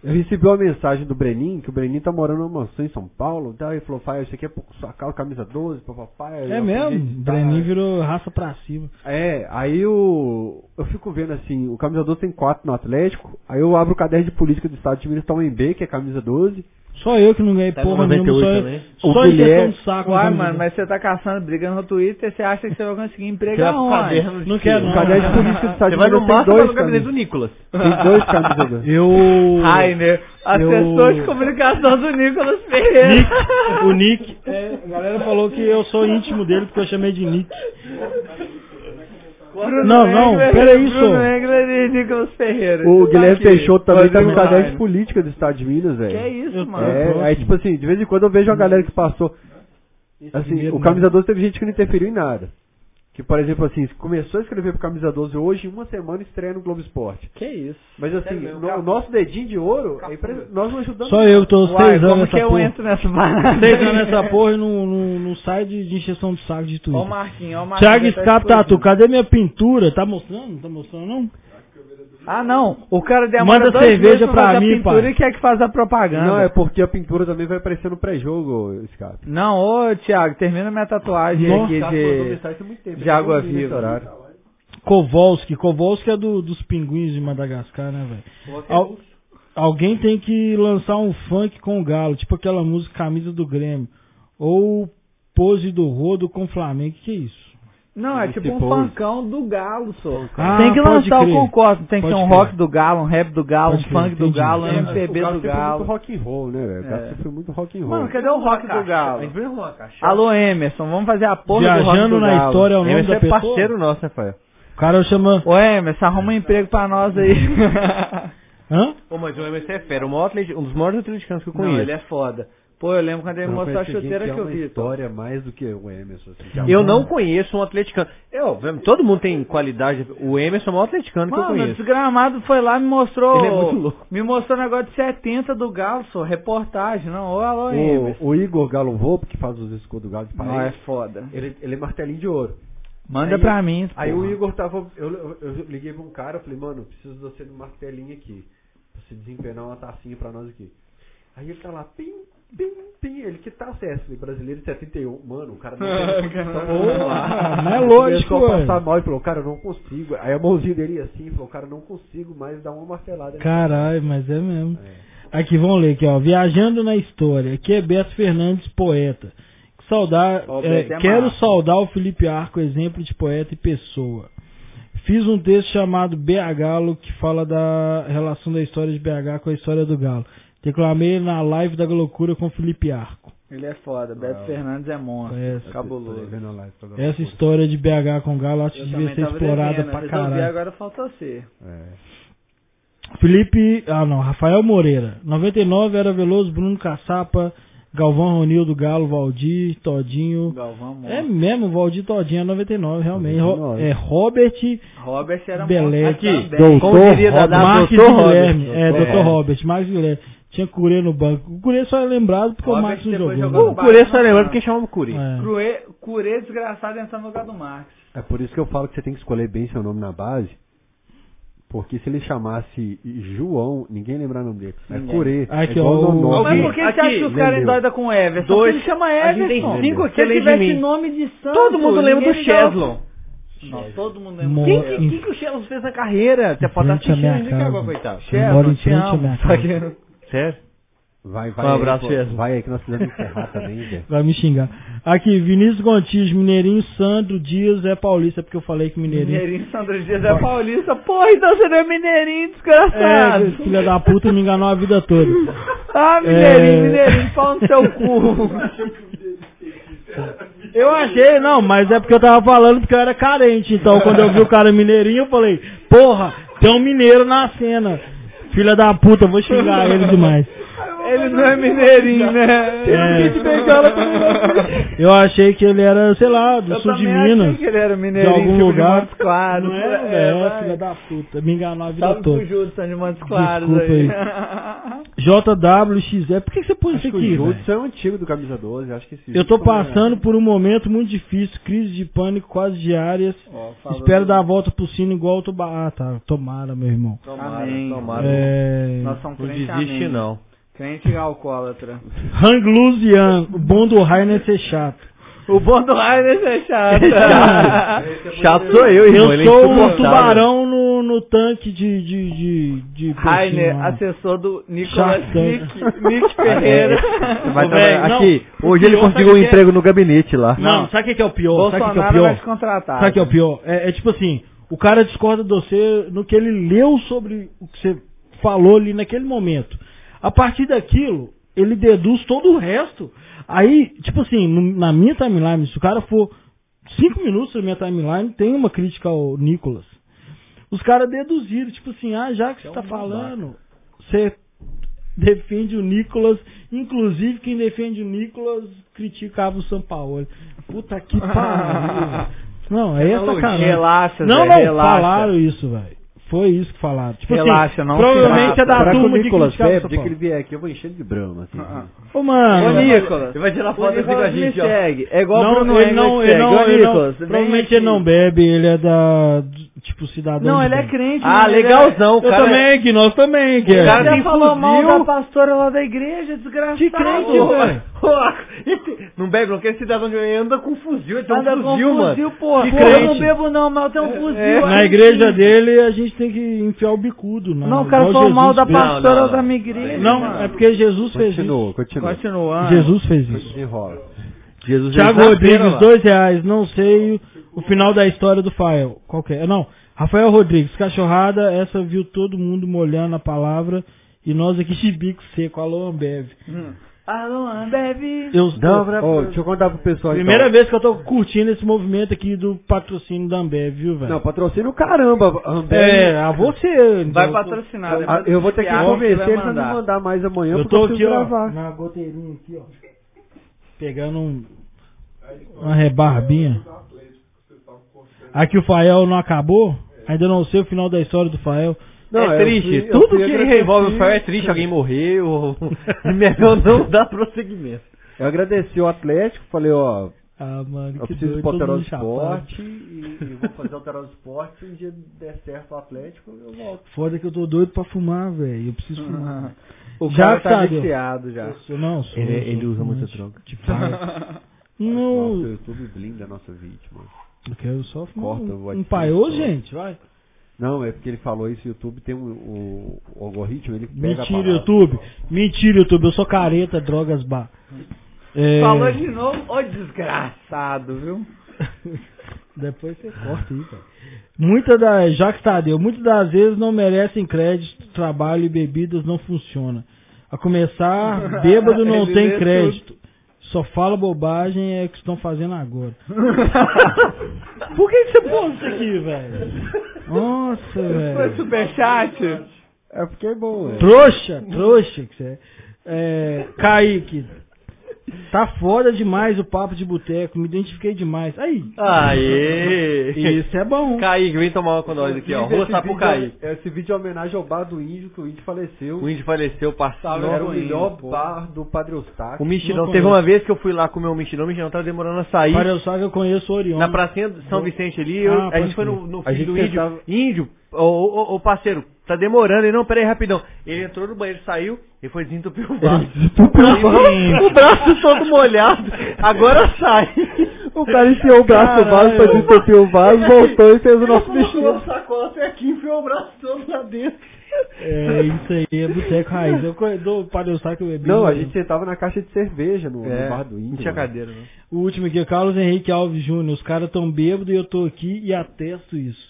eu recebi uma mensagem do Brenin, que o Brenin tá morando numa mansão em São Paulo, tá? ele falou, Fael, isso aqui é pro sua casa, camisa 12, papai. É mesmo? tá- Brenin virou raça pra cima. É, aí eu, eu fico vendo assim, o camisa 12 tem 4 no Atlético, aí eu abro o caderno de política do estado de Minas Taumbé, que é camisa 12. Só eu que não ganhei Tá porra no nenhuma. 98 Só, também. eu- O só ele é Guilherme- um saco. Uai, né, mano, velho? mas você tá caçando briga no Twitter, você acha que você vai conseguir empregar Aquela onde? um caderno é de- Não quero, O não. caderno de política do estado de Você vai no Minas tem máximo dois vai no gabinete do camisas. Nicolas. Tem dois camisas 12. Eu. Rainer, assessor de comunicação do é Nicolas Ferreira. Nick, o Nick, é, a galera falou que eu sou íntimo dele porque eu chamei de Nick. Bruno Não, não, Engler, peraí, Bruno só. Engler e Nicolas Ferreira. O Tá Guilherme aqui. Peixoto também tá no Rodrigo caderno de Rainer. política do estado de Minas, velho. Que isso, Eu- mano. É, aí tipo assim, de vez em quando eu vejo uma galera que passou. Assim, primeiro o não. né? camisa 12 teve gente que não interferiu em nada. Que, por exemplo, assim, começou a escrever pro camisa 12 hoje, em uma semana estreia no Globo Esporte. Que isso. Mas assim, no- o nosso dedinho de ouro, é impre- nós não ajudamos. Só eu que tô Uai, seis anos como que nessa eu porra. entro nessa parada? Seis anos nessa porra e não, não, não sai de, de injeção de saco de Ó o tudo. Marquinhos, ó o Marquinhos. Thiago já tá Scap Tatu, explodindo. cadê minha pintura? Tá mostrando? Não tá mostrando, não? Ah, não. O cara demora Manda dois cerveja meses pra fazer a mim, pintura pai. e quer que faz a propaganda. Não, é porque a pintura também vai aparecer no pré-jogo, Scarpa. Não, ô, Thiago, termina minha tatuagem Nossa, aqui de... de água viva. né? Kowalski. Kowalski é do, dos pinguins de Madagascar, né, velho? Al- alguém tem que lançar um funk com o Galo, tipo aquela música Camisa do Grêmio. Ou Pose do Rodo com Flamengo. Que que é isso? Não, é Esse tipo um pose. pancão do galo, só. Ah, tem que pode lançar o crer. concordo. Tem que Pode ser um crer. rock do galo, um rap do galo, Pode um crer, funk do entendi. Ah, galo, um É, MPB do Muito galo. É. rock and roll, né, velho? O cara sempre foi muito rock and roll. Mano, cadê o um rock do A gente galo? vai arrumar uma caixa. Alô, Emerson, vamos fazer a porra do rock Viajando do na galo. história é o nome Ele da é pessoa. parceiro nosso, Rafael. O cara chama. Ô, Emerson, arruma um emprego pra nós aí. Hã? Ô, mas o MC é fera, o maior atleti- um dos maiores atleticanos que eu Não, conheço. ele é foda. Pô, eu lembro quando ele Não, mostrou a conhece gente chuteira que é eu uma vi. história mais do que o Emerson. assim, que é Eu não conheço um atleticano. Eu, todo mundo tem qualidade. O Emerson é o maior atleticano que eu Mano, o conheço. desgramado foi lá, me mostrou. Ele é muito louco. Me mostrou o negócio de 70 do Galo, só reportagem. Não, ô, alô, Emerson. O, o Igor Galonvo, que faz os escudos do Galo de Não, é Paris, foda. ele, ele é martelinho de ouro. Manda Aí- pra mim. Aí porra. o Igor tava. Eu, eu- eu liguei pra um cara, eu falei, mano, eu preciso de você no martelinho aqui. Pra você desempenar uma tacinha pra nós aqui. Aí ele tá lá, pim, pim, pim. Ele que taça é essa? Falei, brasileiro de 71. Mano, o cara não tem Não Porra! é lógico, Ele começou ué. a passar mal ele falou, cara, eu não consigo. Aí a mãozinha dele ia assim, falou, cara, eu não consigo mais dar uma martelada. Caralho, mas é mesmo. Aqui, vamos ler aqui, ó. Viajando na história. Aqui é Beto Fernandes, poeta. Saudar, Ó, o é, Beto é quero massa. saudar o Felipe Arco, exemplo de poeta e pessoa. Fiz um texto chamado BH Galo, que fala da relação da história de BH com a história do Galo. Declamei na live da loucura com o Felipe Arco. Ele é foda. Beto Fernandes é monstro. Conhece. Tô Cabuloso. vendo a live, tô vendo a Essa loucura. história de BH com o Galo acho que Eu devia também ser tava explorada devendo, né? pra resolvi, caralho. agora falta você. É. Felipe, ah não, Rafael Moreira. 99 era Veloso, Bruno Caçapa, Galvão Ronildo, Galo, Valdir, Todinho. Galvão, monstro. É mesmo, Valdir Todinho é 99, realmente. Ro- 99. É Robert, Robert era Belé. monstro. Aqui, também. como diria da Marques É, doutor Guilherme. Robert. É, Doutor Dr. Robert, Marques Guilherme. Tinha Curê no banco. O Curê só é lembrado porque Robert o Marques não depois jogou. jogou né? O Curê só lembra porque chamava Curê. É. Cruê, Curê desgraçado entrando no lugar do Marx. É por isso que eu falo que você tem que escolher bem seu nome na base. Porque se ele chamasse João, ninguém lembrar o nome dele. É Ninguém. Curê. Ah, é que igual é o- o nome. Mas Alguém- por que você aqui, acha que os caras entendeu? endoidam com Everson? Dois. Ele chama A gente Everson. tem cinco aqui Se ele além de tivesse mim. nome de é santo... Todo mundo lembra do ninguém dá- Cheslon. Não, todo mundo Mo- lembra do Quem Mo- que, em- quem que o Cheslon fez na carreira? Você em pode estar frente à assistindo minha a gente casa. agora, coitado. Eu Cheslon, moro em te frente à amo. minha Só casa. que- Sério? Vai, vai. Um aí, abraço, pô. Chesno. Vai aí que nós precisamos encerrar também, velho. Vai me xingar. Aqui, Vinícius Gontijo, Mineirinho, Sandro, Dias é paulista, porque eu falei que Mineirinho Mineirinho, Sandro Dias é paulista. Porra, então você não é mineirinho, desgraçado. É, filha da puta me enganou a vida toda. Ah, Mineirinho, Mineirinho, pau no seu cu. Eu achei, não, mas é porque eu tava falando porque eu era carente. Então, quando eu vi o cara mineirinho, eu falei, porra, tem um mineiro na cena. Filha da puta, eu vou xingar ele demais. Ele não é mineirinho, né? É. Ele bengala pra mim. Eu achei que ele era, sei lá, do Eu sul de também achei Minas. que ele era mineirinho, De algum tipo de lugar. Montes Claros. Não é, velho, vai. filha da puta. Me enganou a vida Salve pro toda. Judson de Montes Claros Desculpa aí. JWXE, por que que você pôs Acho isso que aqui, o velho? Judson é um antigo do Camisa 12, acho que esse Eu tô Judson é- passando por um momento muito difícil, crise de pânico quase diárias. Ó, falando- Espero dar a volta pro sino igual o Tubarão. Ah, tá. Tomara, meu irmão. Tomara, Amém. tomara. É... Nós somos Não crente desiste, amém. não. Crente alcoólatra. Hanglusian, o bom do Rainer é ser chato. O bom do Rainer é chato. É Chato sou eu, irmão. Eu ele é sou um insuportável. tubarão no, no tanque de. de, de, de peixinho Rainer, lá. assessor do Nicolas Chato. Nick, Nick Ferreira. é, Você vai Ô, trabalhar- velho, não. Aqui, hoje ele Pior conseguiu um que é- emprego no gabinete lá. Mano, sabe o que que é o pior? Sabe o que que é o Bolsonaro vai te pior? contratar. Sabe o que é o pior? É, é tipo assim: o cara discorda de você no que ele leu sobre o que você falou ali naquele momento. A partir daquilo, ele deduz todo o resto. Aí, tipo assim, no- na minha timeline, se o cara for cinco minutos na minha timeline, tem uma crítica ao Nicolas. Os caras deduziram, tipo assim, ah, já que você tá falando, você defende o Nicolas, inclusive quem defende o Nicolas criticava o Sampaoli. Puta que pariu. Não, aí é sacanagem. Relaxa, não, velho, não, relaxa. falaram isso, velho. Foi isso que falaram. Tipo assim, Relaxa, não se Provavelmente é mata. da Será que o turma que Nicolas criticava o Pepe, São dia que ele Paulo. vier aqui, eu vou encher ele de brama, assim. Ô, Ô, mano. Nicolas. Ele vai tirar O foto aqui com a Nicolas me gente, ó. segue. É igual o Não, Bruno ele não, Engler ele segue. não, Ô, ele não- Nicolas, vem provavelmente aqui. ele não bebe, ele é da, tipo, cidadão Não, de ele é bem. crente. Ah, mas ele é- legalzão, o Eu cara. também, que nós também, que é. O cara Cara, já tem falou mal fuzil. da pastora lá da igreja, desgraçado. Que crente, velho. Não bebe, não. Aquele cidadão de anda com fuzil. Ele tem um Anda com fuzil, mano. fuzil, porra. Que Porra, eu crente. não bebo não, mas eu tenho um fuzil. Na Aí, igreja dele a gente tem que enfiar o bicudo, né? Não, o cara Igual falou Jesus mal da fez. Não, pastora não, não. da minha igreja. Não, mano. é porque Jesus fez Continua, Não. continua. isso. Continuando. Jesus fez isso. Desenrola. Jesus Thiago Jesus na feira, Rodrigues, lá. dois reais, não sei o- o final da história do Fael. Qual que é? Não, Rafael Rodrigues, cachorrada, essa viu todo mundo molhando a palavra e nós aqui de bico seco, alô Ambev. Hum. Alô, Ambev. Eu, Dobra, Ô, deixa eu contar pro pessoal um primeira então. vez que eu tô curtindo esse movimento aqui do patrocínio da Ambev, viu, Não, velho? patrocínio caramba. Ambev. É, a você. Vai então, patrocinar. Ah, depois eu vou ter que Thiago convencer vai eles a me mandar. mandar mais amanhã Eu porque eu tô aqui, preciso ó, gravar. na goteirinha aqui, ó. Pegando um, uma rebarbinha. Aqui o Fael não acabou? Ainda não sei o final da história do Fael. Não, é eu triste. fui- eu Tudo fui que agradecido. envolve o Fael é triste. Alguém morreu. Melhor não dar prosseguimento. Eu agradeci o Atlético, falei, ó, Ah, mano, eu que preciso doido, ir pro todo Alterosa mundo chapado. Esporte e, e vou fazer o Alterosa Esporte. Se um dia der certo o Atlético, eu volto. Foda que eu tô doido pra fumar, velho. Eu preciso fumar. O Já cara tá sabe. viciado já. Eu sou- não, sou, Ele- sou ele usa muita fumante droga. De paz. Nossa, o não, YouTube blinda a nossa vítima. eu quero só fumar Corta, um, vai um te paiô, fuder. gente, vai. Não, é porque ele falou isso, o YouTube tem um, o, o algoritmo, ele pega a Mentira, palavra. YouTube. Mentira, YouTube. Eu sou careta, drogas, bar. É... Falou de novo, ô desgraçado, viu? Depois você corta aí, cara. Muita da, Jacques Tadeu, muitas das vezes não merecem crédito, trabalho e bebidas não funciona. A começar, bêbado não Ele lê tem tudo. crédito. Só fala bobagem é o que estão fazendo agora. Por que, que você pôs isso aqui, velho? Nossa, Foi velho. superchat? É porque é bom, é. Trouxa, trouxa que você é. é. Kaique, tá foda demais o papo de boteco, me identifiquei demais. Aí, Aê! isso é bom. Kaique, vem tomar uma com nós aqui, ó. Rua Esse vídeo- Sapucaí. Esse vídeo é homenagem ao bar do índio, que o índio faleceu. O índio faleceu, parceiro. Era Não, o índio, melhor pô. bar do Padre Eustáquio. O mexidão. Não Teve conheço. uma vez que eu fui lá comer um mexidão. O mexidão tava demorando a sair. Para eu só que eu conheço o Orion. Na pracinha de São Vicente ali, eu- Ah, a pode gente foi no, crer. no A filho gente do índio. tentava- Índio, ô, ô, ô, parceiro, tá demorando. Ele, não, peraí, rapidão. Ele entrou no banheiro, saiu e foi desentupir o vaso. o braço todo molhado. Agora sai. O cara enfiou o braço no vaso pra desentupir o vaso, voltou e fez o nosso Colocou bichinho. a sacola até aqui, enfiou o braço todo lá dentro. É, isso aí é boteco raiz. Eu co- dou para eu que eu bebi. Não, a né? gente sentava na caixa de cerveja no, no É, bar do índio. Não tinha mano. cadeira, não. O último aqui, é Carlos Henrique Alves Júnior. Os caras tão bêbados e eu tô aqui e atesto isso.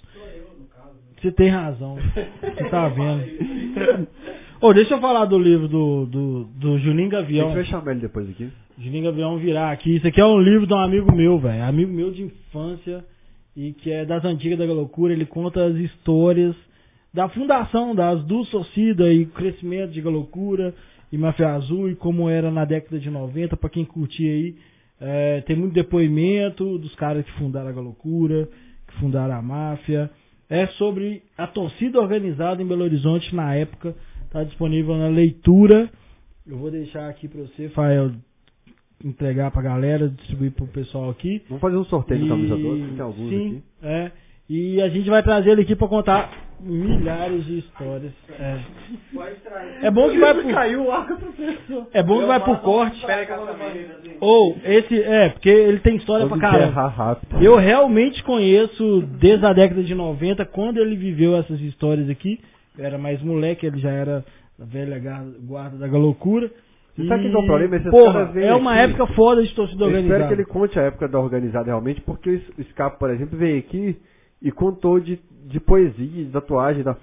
Você tem razão. Você tá vendo. Ô, deixa eu falar do livro do, do, do Juninho A Gavião. gente vai chamar ele depois aqui. Juninho Gavião virar aqui. Isso aqui é um livro de um amigo meu, velho. Amigo meu de infância e que é das antigas da loucura. Ele conta as histórias da fundação das duas torcidas e o crescimento de loucura e Mafia Azul e como era na década de 90, pra quem curtir aí. É, tem muito depoimento dos caras que fundaram a loucura, que fundaram a máfia. É sobre a torcida organizada em Belo Horizonte na época. Tá disponível na leitura. Eu vou deixar aqui pra você, Fael, entregar pra galera, distribuir pro pessoal aqui. Vamos fazer um sorteio E- no camisa 12, que tem alguns sim, aqui. é. E a gente vai trazer ele aqui pra contar milhares de histórias. É, é bom que vai pro... Caiu o arco, professor. É bom que vai pro corte. Espera que ela vai. Ou, esse... É, porque ele tem história pra Vamos caramba. enterrar rápido. Eu realmente conheço desde a década de 90, quando ele viveu essas histórias aqui. Eu era mais moleque, ele já era da velha gar- guarda da loucura. Você sabe que tem um problema? Esses Porra, caras vêm é uma aqui- época foda de torcida Eu organizada. espero que ele conte a época da organizada realmente, porque o Es- o Scapa, por exemplo, veio aqui e contou de, de poesia, de tatuagem. Da...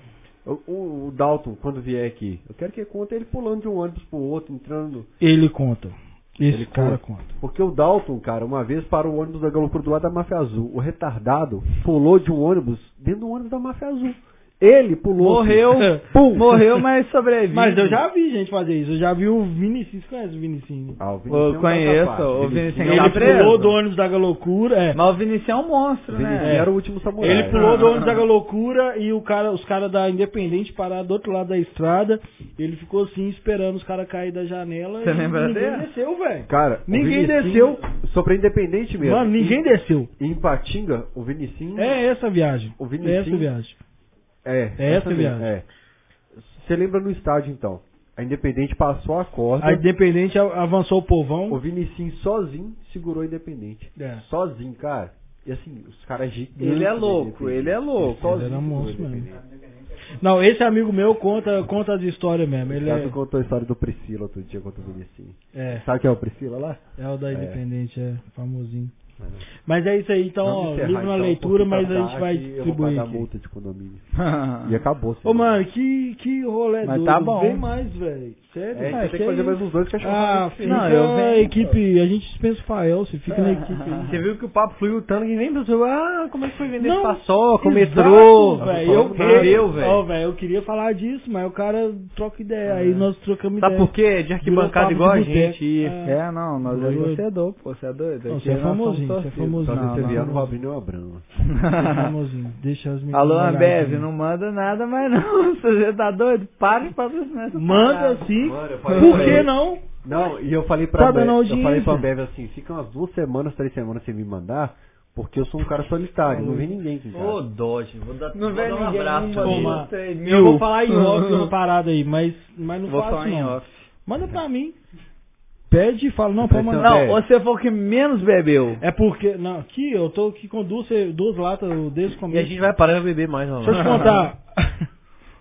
O, o- o Dalton, quando vier aqui, eu quero que ele conte ele pulando de um ônibus pro outro, entrando. Ele conta. Esse Ele cara conta. conta. Porque o Dalton, cara, uma vez parou o ônibus da Galocura do lado da Máfia Azul. O retardado pulou de um ônibus dentro do ônibus da Máfia Azul. Ele pulou. Morreu, Pum. morreu, mas sobrevive. Mas eu já vi gente fazer isso. Eu já vi o Vinicius. Conhece o Vinicius? Ah, o Eu Vinicius conheço, é um o capaz. Vinicius Ele tá preso. pulou do ônibus da loucura. É. Mas o Vinicius é um monstro, Vinicius né? era o último samurai. Ele pulou do Ah. ônibus da loucura e o cara, os caras da Independente pararam do outro lado da estrada. Ele ficou assim esperando os caras cair da janela. Você e lembra ninguém dele? desceu, velho. Cara, o Ninguém Vinicius- desceu. Só pra independente mesmo. Mano, ninguém desceu. Em Patinga, o Vinicinho. É essa a viagem. O é Vinicius- essa a viagem. é, essa mesmo, viagem. É. Você lembra no estádio então? A Independente passou a corda. A Independente a- avançou o O povão. Vinicinho sozinho segurou a Independente. um- É. Sozinho, cara. E assim, os caras gigantes. Ele é da louco, Independente. ele é louco. Sozinho Ele era segurou a monstro mesmo. Independente. Não, esse amigo meu conta, conta as histórias mesmo. O Ele Tato é, contou a história do Priscila outro dia contra o Vinicinho. é, Sabe quem é o Priscila lá? é o da É. Uhum. Independente, é, famosinho. Mas é isso aí, então, Vamos ó, encerrar, livro na então, leitura, porque mas a tá gente vai tarde, Eu distribuir vou pagar aqui. multa de condomínio. É. E acabou. Ô, senhor. mano, que, que rolê Mas doido. tá bom. Vem mais, velho. Sério? É, você Ah, tem que que fazer isso. mais uns dois cachorros. Ah, fica Não, eu a venho. equipe, a gente dispensa o Fael, você fica na equipe. aí. Você viu que o papo fluiu tanto que nem pensou, ah, como é que foi vender Não, esse paçoca, o Exato, metrô. velho, eu, Quereu, eu- velho. Ó, velho, eu queria falar disso, mas o cara troca ideia, aí nós trocamos Sabe ideia. por quê? De arquibancada Virou igual papo a de gente. boteco. isso. É. É, não, nós é Doido. torcedor, pô, você é doido. Não, Aqui você é nós somos famosinho, você é torcidos. famosinho. Só Não, se você não, vier, não. não vai abrir nenhuma brama. Famosinho, Deixa as meninas Alô, olharem. Ambev, não manda nada mais não. Você tá doido? Para de patrocinar essa parada. Manda sim. Mano, eu falei Por pra que ele. não? Não, e eu falei pra Tá Ambev, dando eu audiência. falei pra Ambev assim, fica umas duas semanas, três semanas sem me mandar, porque eu sou um cara solitário, não vem ninguém aqui em casa. Ô, Dodge, vou dar, Não vou vem dar um ninguém, abraço não pra mandou. ele. Toma. três mil. Eu vou falar em off uma parada aí, mas, mas não Vou faço falar em não. off. Manda pra mim. Pede e fala, não, pode mandar. Não, Ambev. você foi o que menos bebeu. É porque, não, aqui eu tô aqui com duas, duas latas desde o E a começo. gente vai parar de beber mais, não. né? Deixa eu te contar.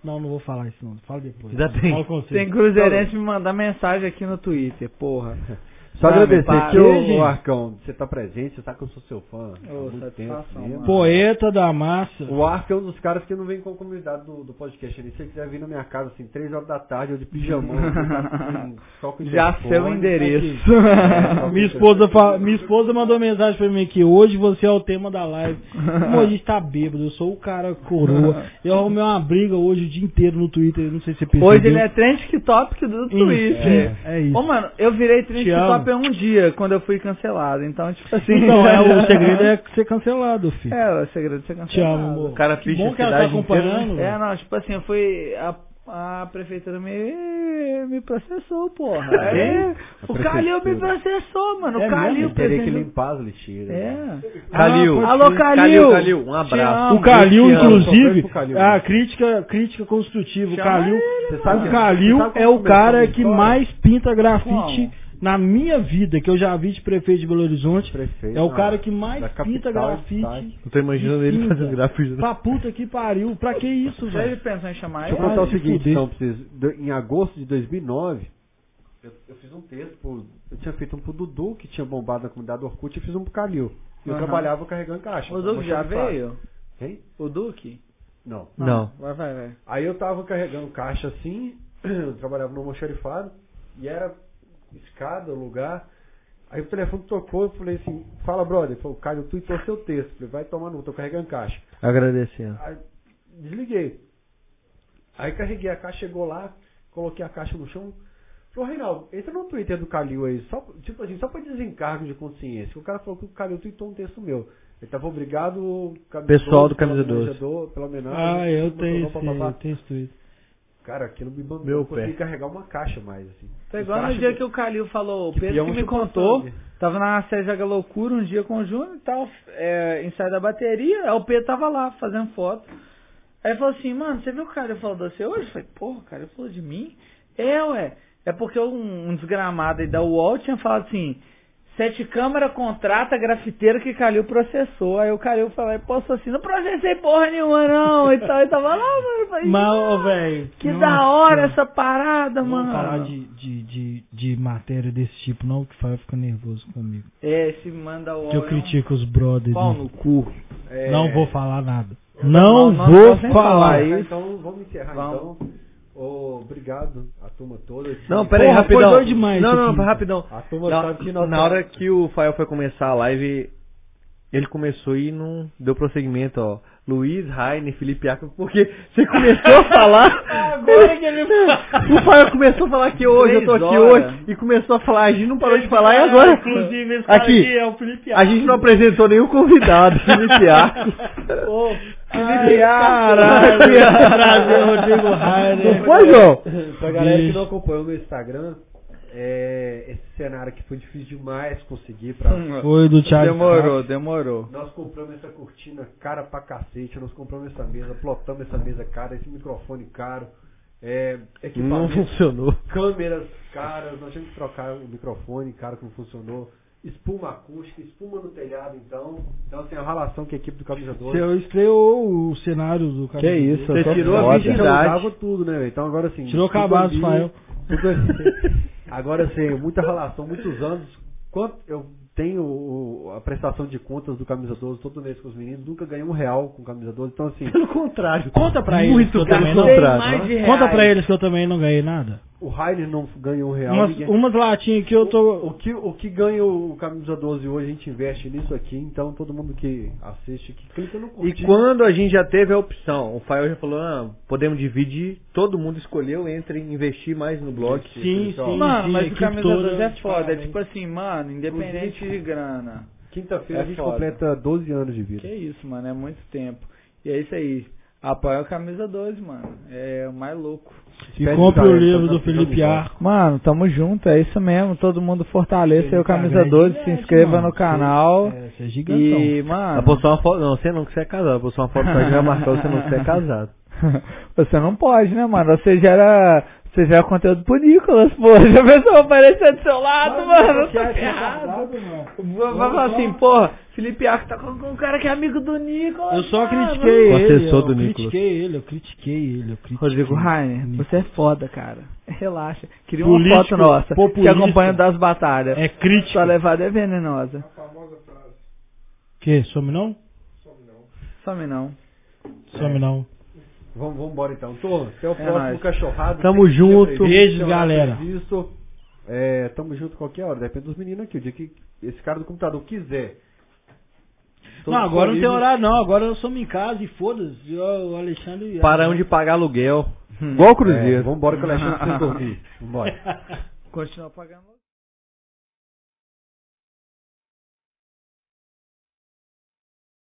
Não, não vou falar isso não, fala depois. Já tem. Fala com você. Tem cruzeirense me mandar mensagem aqui no Twitter, porra. Só Não, me agradecer para. que Ei, gente. o Arcão, você tá presente, você sabe que eu sou seu fã. há Ô, muito satisfação, tempo mesmo. mano. é Poeta da massa. O Arco é um dos caras que não vem com a comunidade do, do podcast. Ele, se você quiser vir na minha casa, assim, três horas da tarde, eu de pijamão, assim, só com o Já telefone. sei o endereço. É, Minha esposa, fa- minha esposa mandou mensagem pra mim aqui. Hoje você é o tema da live. Como a gente tá bêbado, eu sou o cara coroa. Eu arrumei uma briga hoje o dia inteiro no Twitter. Não sei se você percebeu. Hoje ele é trend topic do Isso, Twitter. É, é isso. Ô, mano, eu virei trend Te amo. top um dia, quando eu fui cancelado. Então, tipo assim... Então, é, o segredo é ser cancelado, filho. É, o segredo é ser cancelado. Te amo, amor. O cara Que ficha bom a que ela tá cidade inteira, né? acompanhando. É, não, tipo assim, foi. A, a prefeitura me, me processou, porra. É, o A Calil me prefeitura. processou, mano. É o Calil, Eu teria que presidente- limpar as lixeiras. É. Ah, Calil. Alô, Calil. Calil, Calil, um abraço. O Calil, Cristiano, sofreu inclusive, pro Calil. a crítica, crítica construtiva. O Chama Calil, Você sabe o que- Calil você sabe como é o começou cara essa que história? mais pinta grafite Como? na minha vida, que eu já vi de prefeito de Belo Horizonte. Prefeito, É o ah, cara que mais da pinta capital, grafite. cidade. Eu tô imaginando ele fazendo gráfico. Pra puta que pariu. Pra que isso, Já ele velho? pensou em chamar Deixa eu ele? Vai contar o se seguinte, fuder. então, pra vocês. Do- Em agosto de 2009, eu, eu fiz um texto, pro- eu tinha feito um pro Dudu, que tinha bombado na comunidade do Orkut, e fiz um pro Calil. E eu Aham. trabalhava carregando caixa. O pra Duque já mostrar pra- veio? Hein? O Duque? Não. Não. Vai, vai, vai. Aí eu tava carregando caixa assim, eu trabalhava no almoxarifado e era escada, lugar. Aí o telefone tocou, eu falei assim, fala brother, Ele falou, cara, eu tweetou seu texto, eu falei, vai tomar no, tô carregando caixa. Agradecendo. Aí, desliguei. Aí carreguei a caixa, chegou lá, coloquei a caixa no chão. Falou, Reinaldo, entra no Twitter do Calil aí, só, tipo assim, só pra desencargo de consciência. O cara falou que o Calil tweetou um texto meu. Ele tava obrigado, Camisa Pessoal do pela Camisa 12. homenagem, Pela homenagem. assim, tipo, Ah, eu tenho esse, papapá, papapá. eu tenho esse tweet. Cara, aquilo me bambou. Meu eu consegui pé. carregar uma caixa mais, assim. Foi Tá igual Os no caras dia acham que o Calil falou, o que Pedro peão que me chupa contou, sangue. tava na série Joga Loucura um dia com o Júnior e tal, é, ensaio da bateria, aí o Pedro tava lá fazendo foto. Aí ele falou assim, mano, você viu o Calil falou de você hoje? Eu falei, porra, o Calil falou de mim? É, ué. É porque um, um desgramado aí da UOL tinha falado assim, sete câmara contrata grafiteiro que Calil processou. Aí o Calil falou, posso assim, não processei porra nenhuma não, e tal, e tava lá, mano. Eu falei, Mas, ô, "Ah, velho, Que nossa. da hora essa parada, Não vou mano. falar de, de, de, de matéria desse tipo, não, que vai ficar nervoso comigo. É, esse manda o Que eu critico os brothers. Pau né? no cu. É, Não vou falar nada. Não não, não, vou não vem falar falar. aí. Então, vamos encerrar, Vamos. então. Ô, obrigado a turma toda. Não, peraí, Porra, foi rapidão. doido demais não, isso não, aqui. rapidão. A turma Na, sabe que tá. nós na hora que o Fael foi começar a live, ele começou e não deu prosseguimento, ó. Luiz, Rainer, Felipe Iaco, porque você começou a falar. Agora é que ele fala. O Fael começou a falar que hoje, eu tô aqui Três horas. hoje, e começou a falar, a gente não parou de falar, e agora? Inclusive, esse Aqui. aqui é o Felipe A gente não apresentou nenhum convidado, Felipe Iaco. Ô, Felipe Caraca, Iaco. Brasil, Rodrigo Rainer. Não foi, João? Pra galera que Bicho. não acompanhou meu Instagram, é, esse cenário que foi difícil demais conseguir pra. Hum. Foi do Thiago. Demorou, demorou. Nós compramos essa cortina cara pra cacete, nós compramos essa mesa, plotamos essa mesa cara, esse microfone caro, é, Não equipamento, funcionou. câmeras caras, nós tivemos que trocar o microfone caro que não funcionou, espuma acústica, espuma no telhado então. Então assim, a relação que a equipe do Camisa 12 Você estreou o cenário do cara. Que isso, Você eu tirou tô tirou a a foda. virgindade. virgindade. usava Tá tudo, né, velho? Então agora assim. Tirou o tudo cabaço, ali, Fael. tudo assim. Agora assim, muita relação, muitos anos. Quanto eu tenho o- a prestação de contas do Camisa 12 todo mês com os meninos, nunca ganhei um real com o Camisa 12. Então assim, Pelo contrário. Conta pra eles que Muito eu pelo também não- contrário. né? Mais de Conta reais. pra eles que eu também não ganhei nada. o Rainer não ganhou um real. É, Umas, ninguém- umas latinhas que eu O tô. que, o que ganha o Camisa 12 hoje, a gente investe nisso aqui, então todo mundo que assiste, que clica no E curtir. quando a gente já teve a opção, o Fael já falou, ah, podemos dividir, todo mundo escolheu entre investir mais no blog. Sim, sim. Mano, mas o equipe camisa toda, 12 é foda. É parabéns. tipo assim, mano, independente de grana. Quinta-feira É a gente foda. completa 12 anos de vida. Que isso, mano, é muito tempo. E é isso aí. Apoia o camisa 12, mano. É o mais louco. E Pede compre pra o ele, livro então do tá Felipe ficando Arco. Mano, tamo junto, é isso mesmo. Todo mundo fortaleça aí o camisa Grande 12, se grande, inscreva mano. no canal. É, você é gigantão. E, Ah, Ela mano, postou uma foto, não, você não que você é casado, ela postou uma foto pra gente, vai marcar você não que você é casado. Você não pode, né, mano? Você gera. Você gera conteúdo pro Nicolas, pô. Já pensou aparecer do seu lado, mano? Tá ferrado. Vai vai falar assim, porra, Felipe Arco tá com com um cara que é amigo do Nicolas. Eu só mano. critiquei Você ele. sou Eu do Nicolas. critiquei ele, eu critiquei ele, eu critiquei. Rodrigo Rainer, você é foda, cara. Relaxa. Queria uma Político, foto nossa. Que populista. acompanha das batalhas. É crítico. Sua levada é venenosa. A famosa frase, Que? Some não? só não. Some não. Some não. Vamos, vamos embora então. Tô, até o próximo nóis. cachorrado. Tamo Tem que ser junto. previsto, É Beijos, tem um galera. previsto. É, tamo junto qualquer hora, depende dos meninos aqui. O dia que esse cara do computador quiser. Tô Não, agora não tem disponível. horário Ah, não, agora eu somos em casa e foda-se, ó, o Alexandre... ah, hum. Paramos de pagar aluguel. Igual o É, Cruzeiro. vambora que eu deixo vocês dormir. Vambora. Continua pagando.